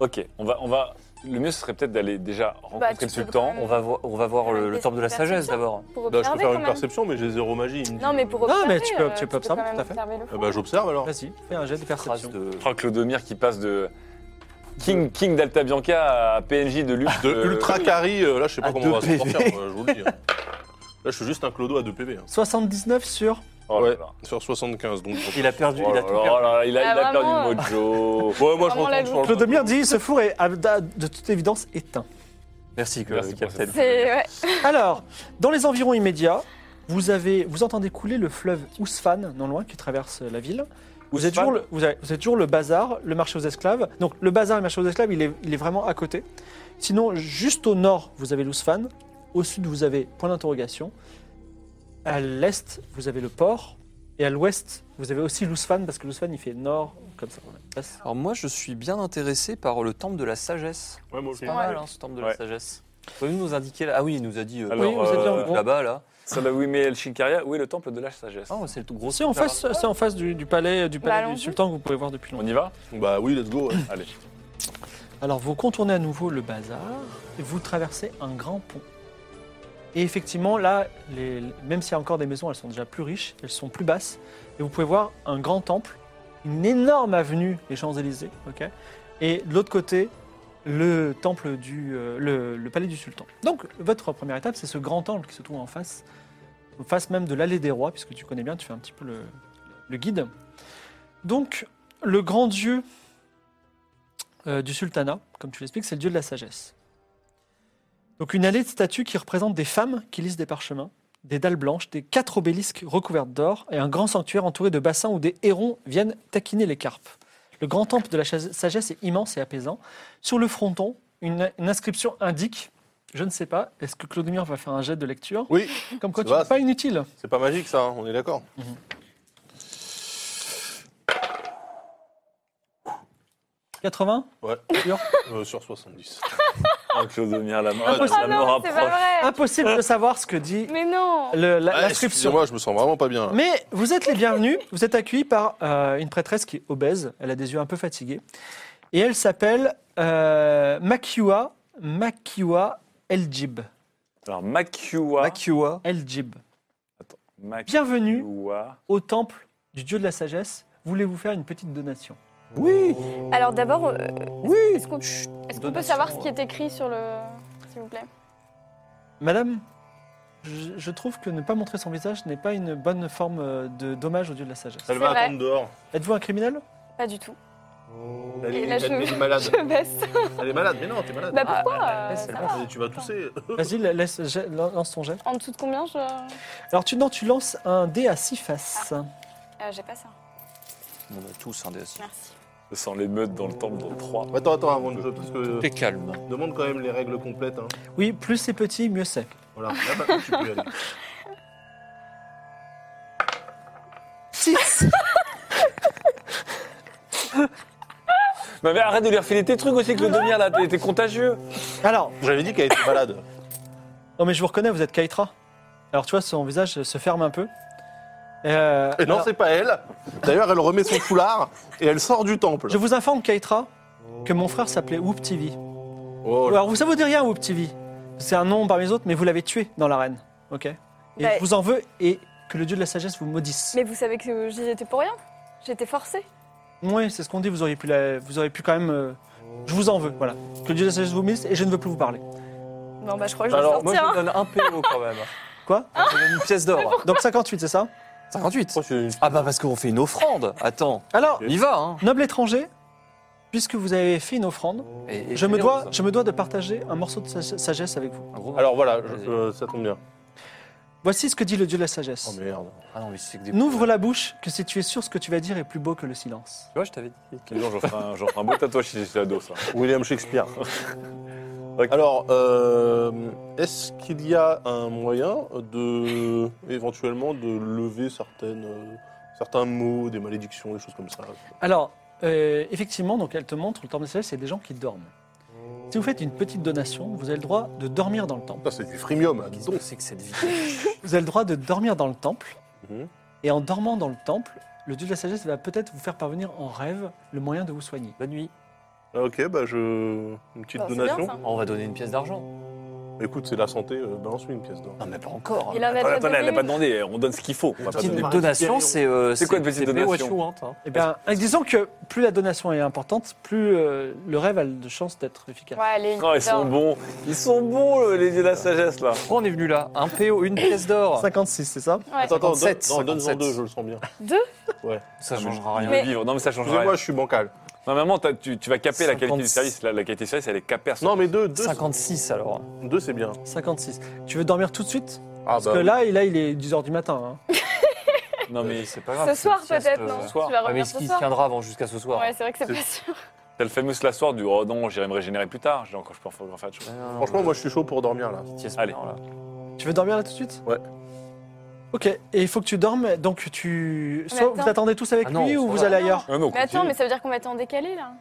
S3: Ok, on va, on va. Le mieux, ce serait peut-être d'aller déjà rencontrer
S4: Bah, tu
S3: le
S4: peux
S3: sultan.
S4: quand même-
S5: On va voir, on va voir euh, le, le temple de la sagesse d'abord.
S2: Là, je
S4: Pour
S2: peux
S4: observer
S2: faire
S4: quand
S2: une
S4: même.
S2: perception, mais j'ai zéro magie. il me dit.
S4: Non, mais pour
S1: Non,
S4: observer.
S1: mais tu peux-
S4: euh,
S1: tu peux observer,
S4: quand même
S1: tout à fait.
S4: observer le
S2: Ah
S4: fond.
S2: bah, j'observe alors.
S1: Vas-y, fais un jet de
S5: Trace
S1: perception.
S5: de.
S3: Oh, Clodomir qui passe de King, King d'Alta Bianca à PNJ de luxe.
S2: De
S3: euh,
S2: ultra carry, euh, là, je sais
S5: à
S2: pas comment on va
S5: deux
S2: s'en sortir,
S5: PV.
S2: moi, je vous le dis. hein. Là, je suis juste un clodo à 2 PV. hein.
S1: 79 sur.
S3: oh là
S2: ouais,
S3: là.
S2: sur 75, donc...
S5: Il a perdu,
S3: Oh
S5: il
S3: là
S5: a tout perdu.
S3: là, il a,
S4: Ah,
S3: il a perdu
S4: vraiment.
S3: le mojo.
S2: Ouais, moi, je
S4: Vraiment, la
S2: rentre sur le...
S1: Clodomir dit ce four est à- à- de toute évidence éteint.
S5: Merci, que-
S3: Merci pour
S5: Captain.
S3: cette-
S4: C'est ouais.
S1: Alors, dans les environs immédiats, vous, avez, vous entendez couler le fleuve Ousfan, non loin, qui traverse la ville. Vous êtes,
S3: Ousfan
S1: toujours le, vous, avez- vous êtes toujours le bazar, le marché aux esclaves. Donc le bazar et le marché aux esclaves, il est, il est vraiment à côté. Sinon, juste au nord, vous avez l'Ousfan. Au sud, vous avez point d'interrogation. À l'est, vous avez le port. Et à l'ouest, vous avez aussi l'Ousfan, parce que l'Ousfan, il fait nord, comme ça. on passe.
S5: Alors moi, je suis bien intéressé par le temple de la sagesse.
S2: Ouais, moi, aussi.
S5: C'est pas mal, hein, ce temple de la
S3: Ouais.
S5: sagesse. Pouvez-vous nous indiquer là Ah oui, il nous a dit euh,
S3: Alors,
S1: oui, vous êtes bien
S3: euh,
S1: en gros.
S5: là-bas, là.
S3: Salawi El Shinkaria, où est le temple de la sagesse
S5: Ah, c'est le tout gros.
S1: C'est en face, c'est en face du, du palais, du,
S4: Bah,
S1: palais du
S4: allons-y.
S1: sultan que vous pouvez voir depuis longtemps.
S3: On y va
S2: Bah oui, let's go. ouais.
S3: Allez.
S1: Alors vous contournez à nouveau le bazar et vous traversez un grand pont. Et effectivement, là, les- même s'il y a encore des maisons, elles sont déjà plus riches, elles sont plus basses. Et vous pouvez voir un grand temple, une énorme avenue, les Champs-Élysées. ok et de l'autre côté, le temple du. euh, le, le palais du sultan. Donc votre première étape, c'est ce grand temple qui se trouve en face, en face même de l'allée des rois, puisque tu connais bien, tu fais un petit peu le, le guide. Donc, le grand dieu euh, du sultanat, comme tu l'expliques, c'est le dieu de la sagesse. Donc une allée de statues qui représente des femmes qui lisent des parchemins, des dalles blanches, des quatre obélisques recouvertes d'or et un grand sanctuaire entouré de bassins où des hérons viennent taquiner les carpes. Le grand temple de la chas- sagesse est immense et apaisant. Sur le fronton, une, une inscription indique, je ne sais pas, est-ce que Claudemir va faire un jet de lecture
S2: Oui,
S1: Comme quoi,
S2: Ça
S1: tu
S2: va,
S1: n'es pas inutile.
S2: c'est pas magique, ça, hein, on est d'accord.
S1: Mhm. 80
S2: Ouais.
S1: Sûr
S2: Euh, sur 70.
S3: Ah, Clodomir, la mort,
S1: Impossible.
S3: la
S4: Ah
S3: mort
S4: non, c'est pas
S3: approche.
S4: vrai.
S1: Impossible de savoir ce que dit
S4: Mais non.
S1: le- la-
S2: Ah,
S1: l'inscription.
S2: Excusez-moi, je me sens vraiment pas bien. là.
S1: Mais vous êtes les bienvenus. Vous êtes accueillis par euh, une prêtresse qui est obèse. Elle a des yeux un peu fatigués. Et elle s'appelle euh, Makiwa, Makiwa Eljib.
S3: Alors, Makua.
S5: Makua.
S1: Eljib.
S3: Makua.
S1: Bienvenue au temple du dieu de la sagesse. Voulez-vous faire une petite donation
S5: Oui
S4: Alors d'abord, euh,
S5: Oui
S4: est-ce qu'on est-ce qu'on peut
S5: Donation,
S4: savoir ce qui est écrit sur le, s'il vous plaît
S1: Madame, je, je trouve que ne pas montrer son visage n'est pas une bonne forme euh, de dommage au dieu de la sagesse.
S2: Elle va
S4: vrai.
S2: attendre dehors.
S1: Êtes-vous un criminel
S4: Pas du tout.
S2: Elle,
S4: Et
S2: est-
S4: là,
S2: elle-
S4: je-
S2: elle est malade.
S4: Je baisse.
S2: Elle est malade, mais non, t'es malade.
S4: Bah pourquoi euh,
S5: c'est
S4: ça
S5: bon.
S4: va.
S2: Tu vas tousser.
S1: Vas-y, la- laisse- jet- lance ton jet.
S4: En dessous de combien je Ah,
S1: Alors tu, non, tu lances un dé à six faces.
S4: J'ai pas ça.
S5: On a tous un DS.
S4: Merci.
S3: Je sens l'émeute dans le temple dans le 3.
S2: Attends, attends, avant de jouer, parce que
S5: T'es calme.
S2: demande quand même les règles complètes. hein.
S1: Oui, plus c'est petit, mieux c'est.
S2: Voilà, là, par contre, tu peux y aller.
S1: 6
S3: Mais, mais arrête de lui refiler tes trucs aussi, Clodomir, là, t'es t'es contagieux.
S1: Alors,
S2: J'avais dit qu'elle était malade.
S1: non mais je vous reconnais, vous êtes Kaitra. Alors tu vois, son visage se ferme un peu. Euh,
S2: Et non,
S1: alors,
S2: c'est pas elle. D'ailleurs, elle remet son foulard et elle sort du temple.
S1: je vous informe, Kaitra, que mon frère s'appelait Whoop TV.
S2: Oh, là.
S1: Alors vous savez rien, Whoop TV. C'est un nom parmi les autres, mais vous l'avez tué dans l'arène. Ok Et
S4: Bah-
S1: je vous en veux et que le dieu de la sagesse vous maudisse.
S4: Mais vous savez que j'y étais pour rien. J'étais forcée.
S1: Oui, c'est ce qu'on dit, vous auriez pu, la- vous auriez pu quand même. euh, Je vous en veux, voilà. Que le dieu de la sagesse vous maudisse et je ne veux plus vous parler.
S4: Bon bah je crois que je vais
S5: Alors, moi, je
S4: sortir.
S5: vous
S4: hein.
S5: donne un PO quand même.
S1: Quoi
S5: Je vous donne une pièce d'or.
S1: Donc 58, c'est ça
S5: 58.
S2: Oh, c'est-
S5: Ah bah parce qu'on fait une offrande. Attends,
S1: Alors,
S5: on y va, hein.
S1: noble étranger, puisque vous avez fait une offrande,
S5: Et- et
S1: Je me, dois,
S5: généreuse.
S1: je me dois de partager un morceau de sa- sagesse avec vous.
S5: Un gros-
S2: Alors voilà, je-
S5: Vas-y.
S2: euh, ça tombe bien.
S1: Voici ce que dit le dieu de la
S2: Oh
S1: sagesse.
S2: merde.
S5: Ah non, mais c'est que des.
S1: N'ouvre la bouche, que si tu es sûr ce que tu vas dire est plus beau que le silence.
S5: Tu vois, je t'avais dit.
S3: Dis donc, j'en ferai un, j'en ferai un beau tatouage si j'étais ado, ça.
S2: William Shakespeare. Alors, euh, est-ce qu'il y a un moyen de éventuellement de lever certaines, euh, certains mots, des malédictions, des choses comme ça
S1: Alors, euh, effectivement, donc elle te montre, le temple des sagesse, c'est des gens qui dorment. Si vous faites une petite donation, vous avez le droit de dormir dans le temple.
S2: Ça, c'est du freemium, là, dis
S5: Qu'est-ce
S2: donc.
S5: que c'est que cette vie
S1: Vous avez le droit de dormir dans le temple,
S2: Mhm.
S1: et en dormant dans le temple, le dieu de la sagesse va peut-être vous faire parvenir en rêve le moyen de vous soigner.
S5: Bonne nuit.
S2: Ah, ok, bah je. Une petite
S4: Bah, c'est bien,
S2: donation.
S4: ça.
S5: On va donner une pièce d'argent.
S2: Écoute, c'est la santé, euh, balance lui une pièce d'or.
S5: Non, mais pas encore. hein.
S4: Il en a
S3: Attendez,
S4: pas
S3: attendez, Ah, elle n'a
S4: donné.
S3: pas demandé, on donne ce qu'il faut. On va pas
S5: Petite
S3: donner-
S5: donation, c'est. euh,
S3: C'est quoi une petite
S5: pay what
S3: donation
S5: you want, hein.
S1: Eh bien, disons que plus la donation est importante, plus euh, le rêve a de chances d'être efficace.
S4: Ouais, elle est une
S3: Oh, ils sont
S4: dame.
S3: bons, ils sont bons euh, les dieux de la sagesse là.
S5: Pourquoi on est venu là Un PO, une pièce d'or.
S1: 56, c'est ça
S4: Ouais.
S2: Attends, attends, donne-
S5: 57,
S2: non, donne-en
S5: 57.
S2: deux, je le sens bien.
S4: Deux
S5: Ça
S3: Je veux
S4: Mais-
S3: vivre. Non mais ça changera rien.
S2: Excusez-moi, je suis bancal.
S3: Non maman, t'as- tu, tu vas caper la qualité du
S5: 56.
S3: service. La, la qualité du service, elle est capée à
S2: Non, mais deux, deux,
S5: 56 alors.
S2: deux c'est bien.
S1: 56. Tu veux dormir tout de suite
S2: Ah,
S5: bah
S1: Parce que là, il- là, il est 10h du matin. hein.
S3: Non mais
S5: c'est pas
S4: Ce soir peut-être,
S3: euh,
S4: non
S3: ce soir.
S4: Tu vas
S5: Ah, mais
S4: revenir
S5: est-ce
S4: ce
S5: qu'il
S4: soir
S5: tiendra avant jusqu'à ce soir
S4: Ouais, c'est vrai que c'est pas sûr.
S3: t'as le fameux la soir du oh non, j'irai me régénérer plus tard. J'ai encore, je peux encore faire de choses.
S2: Franchement, moi, je suis chaud pour dormir, là.
S3: Allez.
S5: Allez.
S1: Tu veux dormir là tout de suite
S2: Ouais.
S1: Ok, et il faut que tu dormes, donc tu. Soit
S4: attends.
S1: vous attendez tous avec
S5: Ah non,
S1: lui ou
S5: ça
S1: vous
S5: va.
S1: allez ailleurs
S3: Ah non,
S4: Mais attends,
S3: continue.
S4: mais ça veut dire qu'on va être en décalé là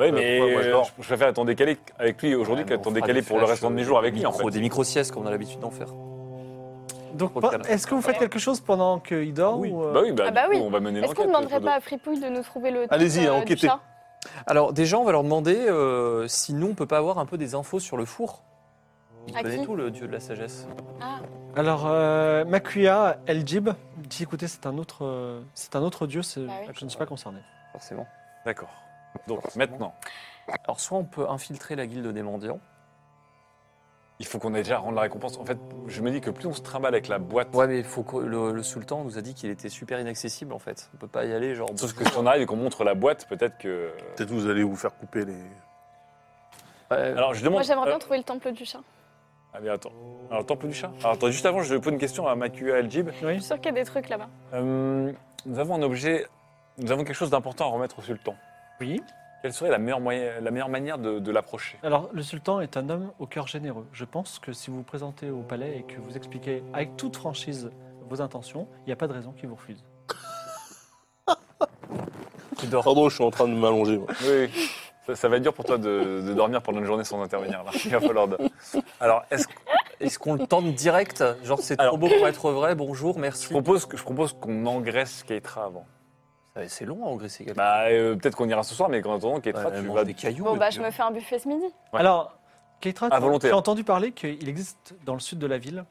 S3: Ouais, mais
S2: Ouais, moi, je
S3: euh,
S2: dors.
S3: je, je préfère ton décalé avec lui aujourd'hui qu'à ton décalé pour le restant de
S2: euh,
S3: mes jours avec lui en fait.
S5: euh, Des micro-siestes comme on a l'habitude d'en faire.
S1: Donc,
S5: Au
S1: pas-
S5: calme.
S1: est-ce que vous faites quelque chose pendant qu'il dort
S3: Oui.
S1: ou, euh,
S3: Bah oui, bah,
S4: Ah bah
S3: du coup,
S4: oui.
S3: on va mener
S4: Est-ce qu'on
S3: l'enquête.
S4: ne demanderait
S3: Frodo.
S4: pas à Fripouille de nous trouver le.
S2: Allez-y,
S4: titre, euh, du
S2: enquêtez.
S4: chat
S5: Alors déjà, on va leur demander euh, si nous, on peut pas avoir un peu des infos sur le four. Il
S4: À
S5: connaît
S4: Ah, qui
S5: tout, le dieu de la sagesse.
S4: Ah,
S1: Alors, euh, Makuya El-Jib dit écoutez, c'est un autre, euh, c'est un autre dieu, c'est-
S4: Bah oui.
S1: je ne suis pas concerné.
S5: Forcément.
S3: D'accord. Donc maintenant,
S5: Alors soit on peut infiltrer la guilde des mendiants.
S3: il faut qu'on ait déjà à rendre la récompense. En fait, je me dis que plus on se trimballe avec la boîte,
S5: Ouais, mais faut que le, le sultan nous a dit qu'il était super inaccessible en fait. On peut pas y aller, genre.
S3: sauf que si on arrive et qu'on montre la boîte, peut-être que.
S2: Peut-être vous allez vous faire couper les...
S5: Ouais.
S3: Alors je demande.
S4: moi j'aimerais
S3: euh,
S4: bien trouver le temple du chat.
S3: Ah mais attends. Alors, temple du chat. Alors, attends, juste avant, je pose une question à Makua Aljib.
S4: Je suis sûr qu'il y a des trucs là-bas.
S3: Euh, nous avons un objet, nous avons quelque chose d'important à remettre au sultan.
S1: Oui.
S3: Quelle serait la meilleure, moyen- la meilleure manière de, de l'approcher
S1: Alors, le sultan est un homme au cœur généreux. Je pense que si vous vous présentez au palais et que vous expliquez avec toute franchise vos intentions, il n'y a pas de raison qu'il vous refuse.
S5: tu dors.
S2: Pardon, je suis en train de m'allonger. moi.
S3: Oui. Ça, ça va être dur pour toi de, de dormir pendant une journée sans intervenir. Là. Il va falloir. de- Alors, est-ce que
S5: Est-ce qu'on le tente direct Genre c'est
S3: Alors-
S5: trop beau pour être vrai. Bonjour,
S3: je
S5: merci.
S3: propose que- je propose qu'on engraisse Keitra avant
S5: Ah, C'est long à engraisser quelqu'un.
S3: Bah, euh, peut-être qu'on ira ce soir, mais en attendant, Keitra,
S5: Ouais,
S3: tu
S5: mange
S3: vas.
S5: des cailloux.
S4: Bon
S5: et
S4: bah
S5: puis-
S4: je me fais un buffet ce midi.
S3: Ouais.
S1: Alors, Keitra,
S3: À
S1: tu-
S3: volonté.
S5: hein.
S1: tu as entendu parler qu'il existe dans le sud de la ville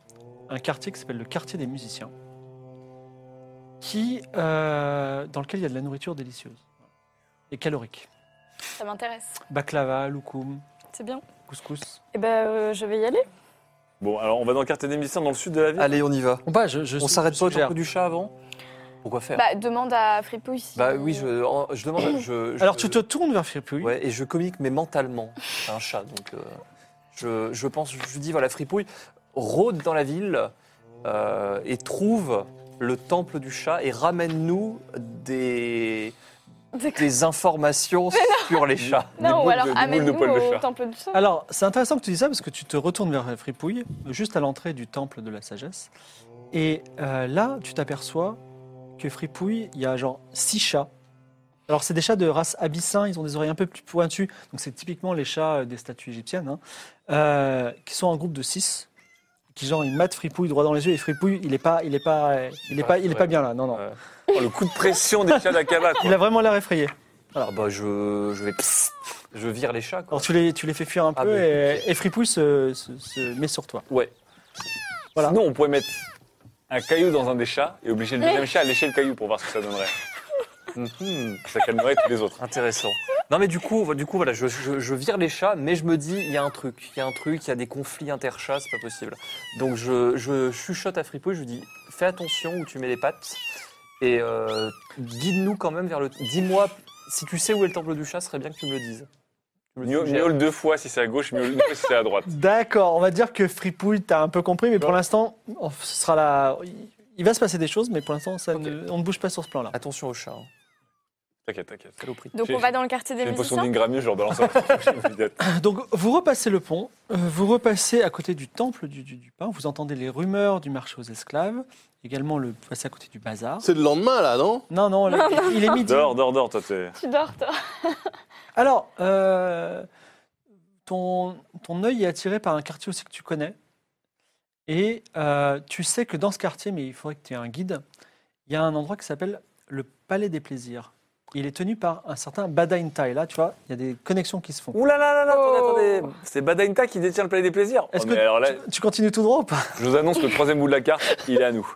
S1: un quartier qui s'appelle le quartier des musiciens, qui, euh, dans lequel il y a de la nourriture délicieuse et calorique.
S4: Ça m'intéresse.
S1: Baklava, loukoum,
S4: C'est bien.
S1: couscous.
S4: Eh ben euh, je vais y aller.
S3: Bon, alors on va dans le quartier des Mystères, dans le sud de la ville.
S5: Allez, on y va.
S1: Bon, bah, je, je-
S5: On s'arrête
S1: je
S5: pas au
S1: suggère.
S5: temple du chat avant Pourquoi faire
S4: Bah demande à Fripouille si.
S5: Bah oui, je, en- je demande. Je, je-
S1: Alors, tu te tournes vers Fripouille.
S5: Ouais, et je communique, mais mentalement. C'est un chat, donc euh, je, je pense, je dis, voilà, Fripouille, rôde dans la ville euh, et trouve le temple du chat et ramène-nous des, des informations sur les chats.
S3: Des boules
S4: Non, ou
S3: de-
S4: alors
S3: des boules de
S4: amène-nous
S3: poils de
S4: au
S3: chat.
S4: temple du chat.
S1: Alors, c'est intéressant que tu dises ça parce que tu te retournes vers Fripouille, juste à l'entrée du temple de la sagesse. Et euh, là, tu t'aperçois que Fripouille, il y a genre six chats. Alors, c'est des chats de race abyssin, ils ont des oreilles un peu plus pointues. Donc, c'est typiquement les chats euh, des statues égyptiennes, hein, euh, qui sont en groupe de six. Qui, genre, ils matent Fripouille droit dans les yeux. Et Fripouille, il est pas, il est pas, euh, il est pas, il est pas bien là. Non, non.
S5: Ouais.
S3: Oh, le coup de pression des chats d'Akaba. quoi.
S1: Il a vraiment l'air effrayé.
S5: Alors, bah, je, je vais. psst, je vire les chats, quoi.
S1: Alors, tu les, tu les fais fuir un
S5: Ah,
S1: peu
S5: mais-
S1: et, et Fripouille se- se- se met sur toi.
S5: Ouais.
S1: Voilà.
S3: Sinon, on pourrait mettre un caillou dans un des chats et obliger le deuxième chat à lécher le caillou pour voir ce que ça donnerait.
S5: Mhm.
S3: Ça calmerait tous les autres.
S5: Intéressant. Non mais du coup, du coup voilà, je, je- je vire les chats, mais je me dis, il y a un truc, il y a un truc, il y a des conflits interchats, c'est pas possible. Donc je, je chuchote à Fripouille, je lui dis, fais attention où tu mets les pattes et euh, guide-nous quand même vers le. Dis-moi si tu sais où est le temple du chat, ce serait bien que tu me le dises. Tu me le
S3: Miaule
S5: suggères.
S3: miaule deux fois si c'est à gauche, miaule une fois si c'est à droite.
S1: D'accord, on va dire que Fripouille, t'as un peu compris, mais pour l'instant, on- ce sera la... Il va se passer des choses, mais pour l'instant, ça
S5: Ok.
S1: ne- on ne bouge pas sur ce plan-là.
S5: Attention aux chats, hein.
S3: T'inquiète, t'inquiète.
S5: Saloperie.
S4: Donc
S3: J'ai-
S4: on va dans le quartier
S3: J'ai
S4: des
S3: une potion
S4: musiciens.
S3: d'ingramus, je leur balance un peu.
S1: Euh, Donc, vous repassez le pont, euh, vous repassez à côté du temple du, du- du pain, vous entendez les rumeurs du marché aux esclaves, également le passer à côté du bazar.
S2: C'est le lendemain, là, non
S1: Non, non, là, il est midi.
S3: Dors, dors, dors, toi t'es.
S4: Tu dors toi.
S1: Alors, euh, ton, ton œil est attiré par un quartier aussi que tu connais. Et euh, tu sais que dans ce quartier, mais il faudrait que tu aies un guide, il y a un endroit qui s'appelle le Palais des Plaisirs. Il est tenu par un certain Badaintai. Là, tu vois, il y a des connexions qui se font.
S3: Ouh là là là là,
S4: Oh.
S3: attendez, attendez. C'est Badainta qui détient le palais des plaisirs.
S1: Est-ce
S3: Oh,
S1: que
S3: mais alors là,
S1: tu, tu continues tout droit ou pas
S3: je vous annonce le troisième bout de la carte, il est à nous.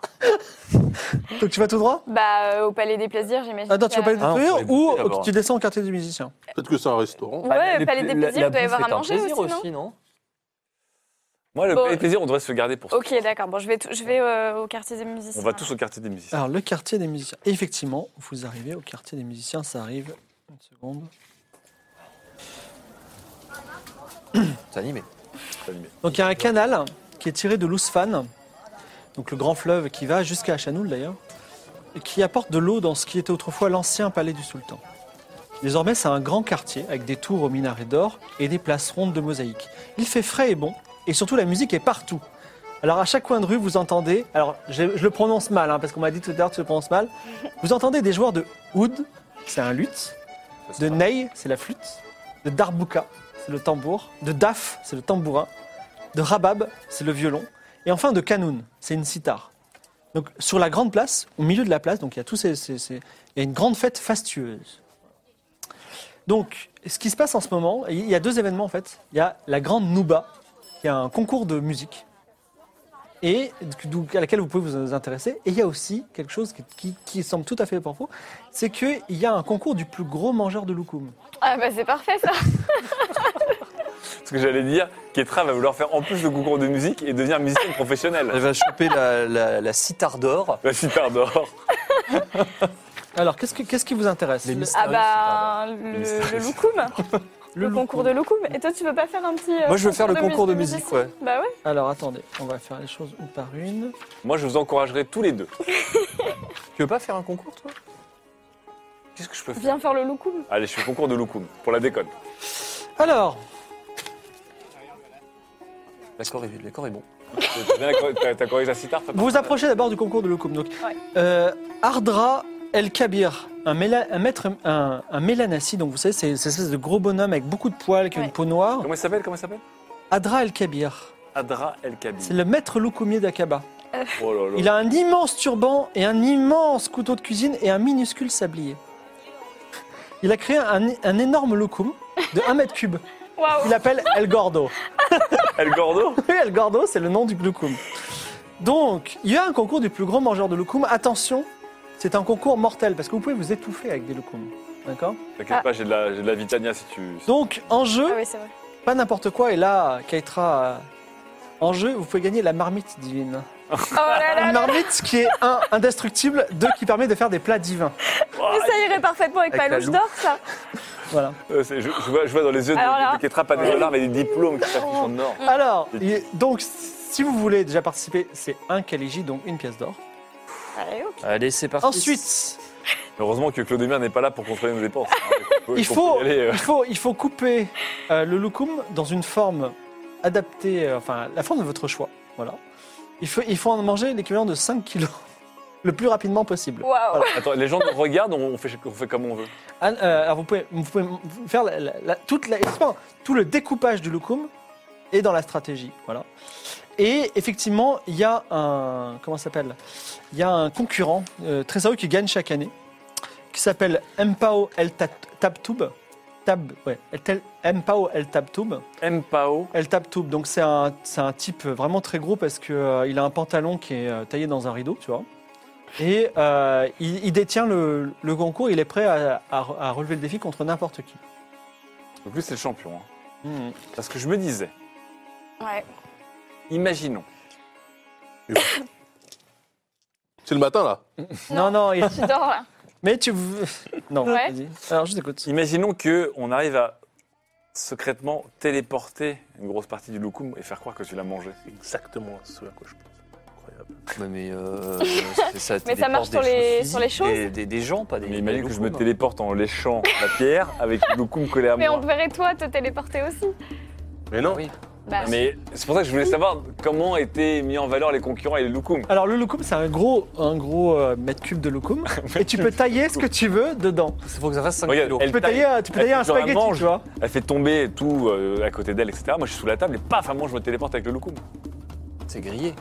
S1: Donc tu vas tout droit
S4: Bah, euh, au Palais des Plaisirs, j'imagine.
S1: Attends, tu
S4: qu'il
S1: vas
S4: y
S1: pas
S4: a-
S1: le
S3: Ah,
S1: détruire
S3: on pourrait
S1: ou
S3: goûter d'abord.
S1: tu descends au quartier du musicien
S2: Peut-être que c'est un restaurant.
S4: Ouais,
S5: Ah, les-
S4: au Palais des
S5: la-
S4: Plaisirs,
S5: la
S4: il doit y
S5: bouffe
S4: avoir
S5: est
S4: à
S5: un
S4: manger
S5: plaisir
S4: aussi, non
S5: non
S3: Moi, le
S4: Bon.
S3: palais des plaisirs, on devrait se le garder pour ça.
S4: Ok, d'accord. Bon, je vais, tout- je vais euh, au quartier des musiciens.
S3: On va tous au quartier des musiciens.
S1: Alors, le quartier des musiciens. Effectivement, vous arrivez au quartier des musiciens, ça arrive. Une seconde.
S5: C'est animé.
S3: c'est animé.
S1: Donc, il y a un canal qui est tiré de l'Ousfan, donc le grand fleuve qui va jusqu'à Hachanoul d'ailleurs, et qui apporte de l'eau dans ce qui était autrefois l'ancien palais du sultan. Désormais, c'est un grand quartier avec des tours aux minarets d'or et des places rondes de mosaïques. Il fait frais et bon, et surtout la musique est partout. Alors à chaque coin de rue, vous entendez, alors je, je le prononce mal, hein, parce qu'on m'a dit tout à l'heure que je le prononce mal, vous entendez des joueurs de oud, c'est un luth, de ney, c'est la flûte, de darbouka, c'est le tambour, de daf, c'est le tambourin, de rabab, c'est le violon, et enfin de kanoun, c'est une sitar. Donc sur la grande place, au milieu de la place, donc il y a tous ces, ces- ces- il y a une grande fête fastueuse. Donc ce qui se passe en ce moment, il y a deux événements en fait. Il y a la grande nouba, qui est un concours de musique et d'où- à laquelle vous pouvez vous intéresser. Et il y a aussi quelque chose qui, qui- qui semble tout à fait propos, c'est qu'il y a un concours du plus gros mangeur de loukoum.
S4: Ah, bah, c'est parfait, ça.
S3: Ce que j'allais dire, Ketra va vouloir faire en plus le concours de musique et devenir musicienne
S5: Elle
S3: professionnelle.
S5: va choper la, la, la sitar d'or.
S3: La super d'or.
S1: Alors qu'est-ce, que- qu'est-ce qui vous intéresse
S5: Les
S1: Le-
S5: mystères.
S4: Ah,
S5: oui,
S4: bah, le, le loukoum. Le,
S1: loukoum.
S4: concours de loukoum. Et toi, tu veux pas faire un petit. euh,
S5: Moi, je veux faire le concours de
S4: mus-
S5: musique,
S4: musicien
S5: ouais.
S4: Bah, ouais.
S1: Alors attendez, on va faire les choses une par une.
S3: Moi, je vous encouragerai tous les deux.
S5: Tu veux pas faire un concours, toi
S3: Qu'est-ce que je peux faire
S4: Viens faire le loukoum.
S3: Allez, je fais le concours de Loukoum, pour la déconne.
S1: Alors,
S5: L'accord est, l'accord est bon.
S3: T'as bien accro- T'as t'as corrigé la sitar Fab
S1: vous vous approchez d'abord du concours de loukoum. Donc,
S4: Ouais.
S1: euh, Ardra El Kabir, un, méla- un maître, un, un mélanassi, donc vous savez, c'est cette espèce de gros bonhomme avec beaucoup de poils, qui a une
S4: Ouais.
S1: peau noire.
S3: Comment il s'appelle Comment il s'appelle
S1: Adra El Kabir,
S3: Adra El
S1: c'est
S3: Kabi.
S1: le maître loukoumien d'Akaba.
S3: Oh là là.
S1: Il a un immense turban et un immense couteau de cuisine et un minuscule sablier. Il a créé un, un énorme loukoum de 1 mètre cube.
S4: Waouh.
S1: Il l'appelle El Gordo.
S3: El Gordo
S1: Oui, El Gordo, c'est le nom du loukoum. Donc, il y a un concours du plus grand mangeur de loukoum. Attention, c'est un concours mortel parce que vous pouvez vous étouffer avec des loukoums. D'accord
S3: T'inquiète
S4: Ah.
S3: pas, j'ai de la, j'ai de la Vitania si tu.
S1: Donc, en
S4: Ah,
S1: jeu,
S4: oui, c'est vrai.
S1: pas n'importe quoi. Et là, Kaitra, euh, en jeu, vous pouvez gagner la marmite divine.
S4: Oh là là
S1: Une
S4: là.
S1: marmite qui est, un, indestructible, deux, qui permet de faire des plats divins.
S4: Mais ça irait parfaitement avec,
S5: Avec
S4: ma
S5: la
S4: louche
S5: loupe.
S4: d'or, ça.
S1: Voilà.
S3: Euh, c'est- je, je vois, je vois dans les yeux de,
S4: Alors là.
S3: de Ketra pas des dollars, mais des diplômes qui s'affichent en or.
S1: Alors, il- donc, si vous voulez déjà participer, c'est un Kaligi, donc une pièce d'or.
S4: Allez, ok.
S5: Allez, c'est parti.
S1: Ensuite,
S3: Heureusement que Claude Mire n'est pas là pour contrôler nos dépenses. hein. qu'on peut-
S1: il
S3: qu'on
S1: faut,
S3: peut y aller, euh.
S1: il, faut, il faut couper euh, le loukoum dans une forme adaptée, euh, enfin, la forme de votre choix. Voilà. Il faut, il faut en manger l'équivalent de 5 kilos le plus rapidement possible.
S4: Waouh.
S3: Attends, les gens nous regardent, on fait, on fait comme on veut.
S1: Anne, euh, alors, vous pouvez, vous pouvez faire la- la- la- toute la- excusez-moi, tout le découpage du loukoum et dans la stratégie. Voilà. Et effectivement, il y a un comment ça s'appelle Il y a un concurrent euh, très sérieux qui gagne chaque année, qui s'appelle Mpao El Tat- Tabtoub. Tab, ouais, El Tel- Mpao El Tabtoub.
S3: Mpao.
S1: El Tabtoub, donc c'est un, c'est un type vraiment très gros parce qu'il il a un pantalon qui est euh, taillé dans un rideau, tu vois. Et euh, il, il détient le, le concours, il est prêt à, à- à relever le défi contre n'importe qui. Hmm.
S3: Donc lui, c'est le champion. hein. Parce que je me disais,
S4: Ouais.
S3: imaginons.
S2: C'est le matin là.
S1: Non, non, il-
S4: Tu dors, là.
S1: mais tu... Non,
S4: Ouais.
S1: vas-y. Alors, je t'écoute.
S3: Imaginons qu'on arrive à secrètement téléporter une grosse partie du loukoum et faire croire que tu l'as mangé.
S2: Exactement ce à quoi je pense. Incroyable.
S5: Ouais, mais euh, c'est- ça,
S4: Mais ça
S5: déporte
S4: marche sur
S5: des
S4: les-
S5: choses
S4: sur les
S5: physiques,
S4: choses
S5: Des, des- des gens, pas des. hein.
S3: Mais
S5: des
S3: imagine que je me
S5: loukoums.
S3: téléporte en léchant la pierre avec le loukoum collé à
S4: Mais on
S3: Ah, moi.
S4: te verrait, toi, te téléporter aussi.
S2: Mais non.
S5: Oui.
S4: Bah,
S3: Ah, Mais c'est pour ça que je voulais savoir comment étaient mis en valeur les concurrents et les loukoum.
S1: Alors, le loukoum, c'est un gros, un gros euh, mètre cube de loukoum. et tu peux tailler ce que tu veux dedans.
S5: Il faut que ça fasse 5
S3: Regarde,
S5: kilos.
S3: elle-
S1: Tu peux
S3: taille.
S1: tailler, euh, tu peux tailler un
S3: Elle fait genre un
S1: spaghetti,
S3: mange.
S1: tu vois.
S3: Elle fait tomber tout euh, à côté d'elle, etc. Moi, je suis sous la table et paf, à moi, je me téléporte avec le loukoum.
S5: Ah, C'est grillé.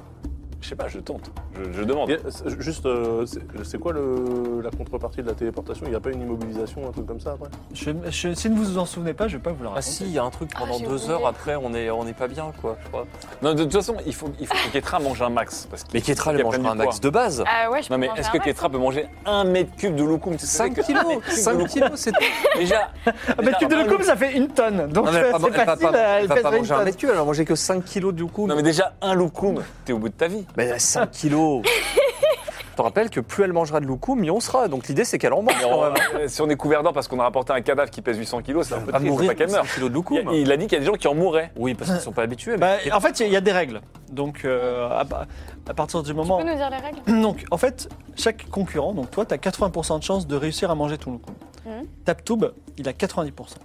S3: Je sais pas, je tente. Je, je demande.
S2: Et, c'est- Juste, euh, c'est c'est quoi le- la contrepartie de la téléportation Il n'y a pas une immobilisation, un truc comme ça après
S1: Je- je- si vous ne vous en souvenez pas, je ne vais pas vous le
S5: Ah
S1: raconter.
S5: si, il y a un truc pendant
S4: Ah, j'ai
S5: deux
S4: oublié.
S5: heures, après on est, on est pas bien quoi, je crois.
S3: Non, de toute façon, il faut, il faut que Ketra mange un max. Parce qu'il-
S5: Mais Ketra,
S3: il
S5: elle
S3: a perdu
S5: mangera un
S3: du poids.
S5: max de base.
S4: Ah ouais, je peux
S3: Non, mais
S4: manger
S3: est-ce
S4: un
S3: que
S4: max,
S3: Ketra
S4: hein.
S3: peut manger un mètre cube de loukoum Tu sais
S5: 5
S3: que-
S5: kilos,
S3: un mètre cube de
S5: 5
S3: loukoum.
S5: kilos, Ah, c'est tout.
S3: Déjà,
S1: Ah, mais
S3: déjà,
S1: cube de
S3: un-
S1: loukoum, ça fait une tonne. Donc,
S5: Non, mais elle
S1: c'est
S5: va pas-
S1: facile,
S5: elle va pas,
S1: elle
S5: elle va pas
S1: pèserait une
S5: manger un
S1: tonne.
S5: mètre cube, elle va manger que 5 kilos du coup.
S3: Non, mais déjà, un loukoum, t'es au bout de ta vie.
S5: Mais 5 kilos Je te rappelle que plus elle mangera de loukoum, mieux on sera. Donc l'idée, c'est qu'elle en mange
S3: Mais
S5: quand
S3: on-
S5: même.
S3: euh, si on est couvert d'or parce qu'on a rapporté un cadavre qui pèse 800 kilos, c'est un peu
S5: À
S3: triste, faut
S5: mourir,
S3: pas qu'elle meure.
S5: 5 kilos de
S3: Il,
S5: loukoum.
S3: il a dit qu'il y a des gens qui en mouraient.
S5: Oui, parce qu'ils sont pas habitués.
S1: Bah,
S5: mais-
S1: en fait, il y, a- il y a des règles. Donc, euh, à, pa- à partir du moment.
S4: Tu peux nous dire les règles
S1: Donc, en fait, chaque concurrent, donc toi, tu as 80% de chance de réussir à manger tout le coup.
S4: Mhm.
S1: Taptoub, il a 90%.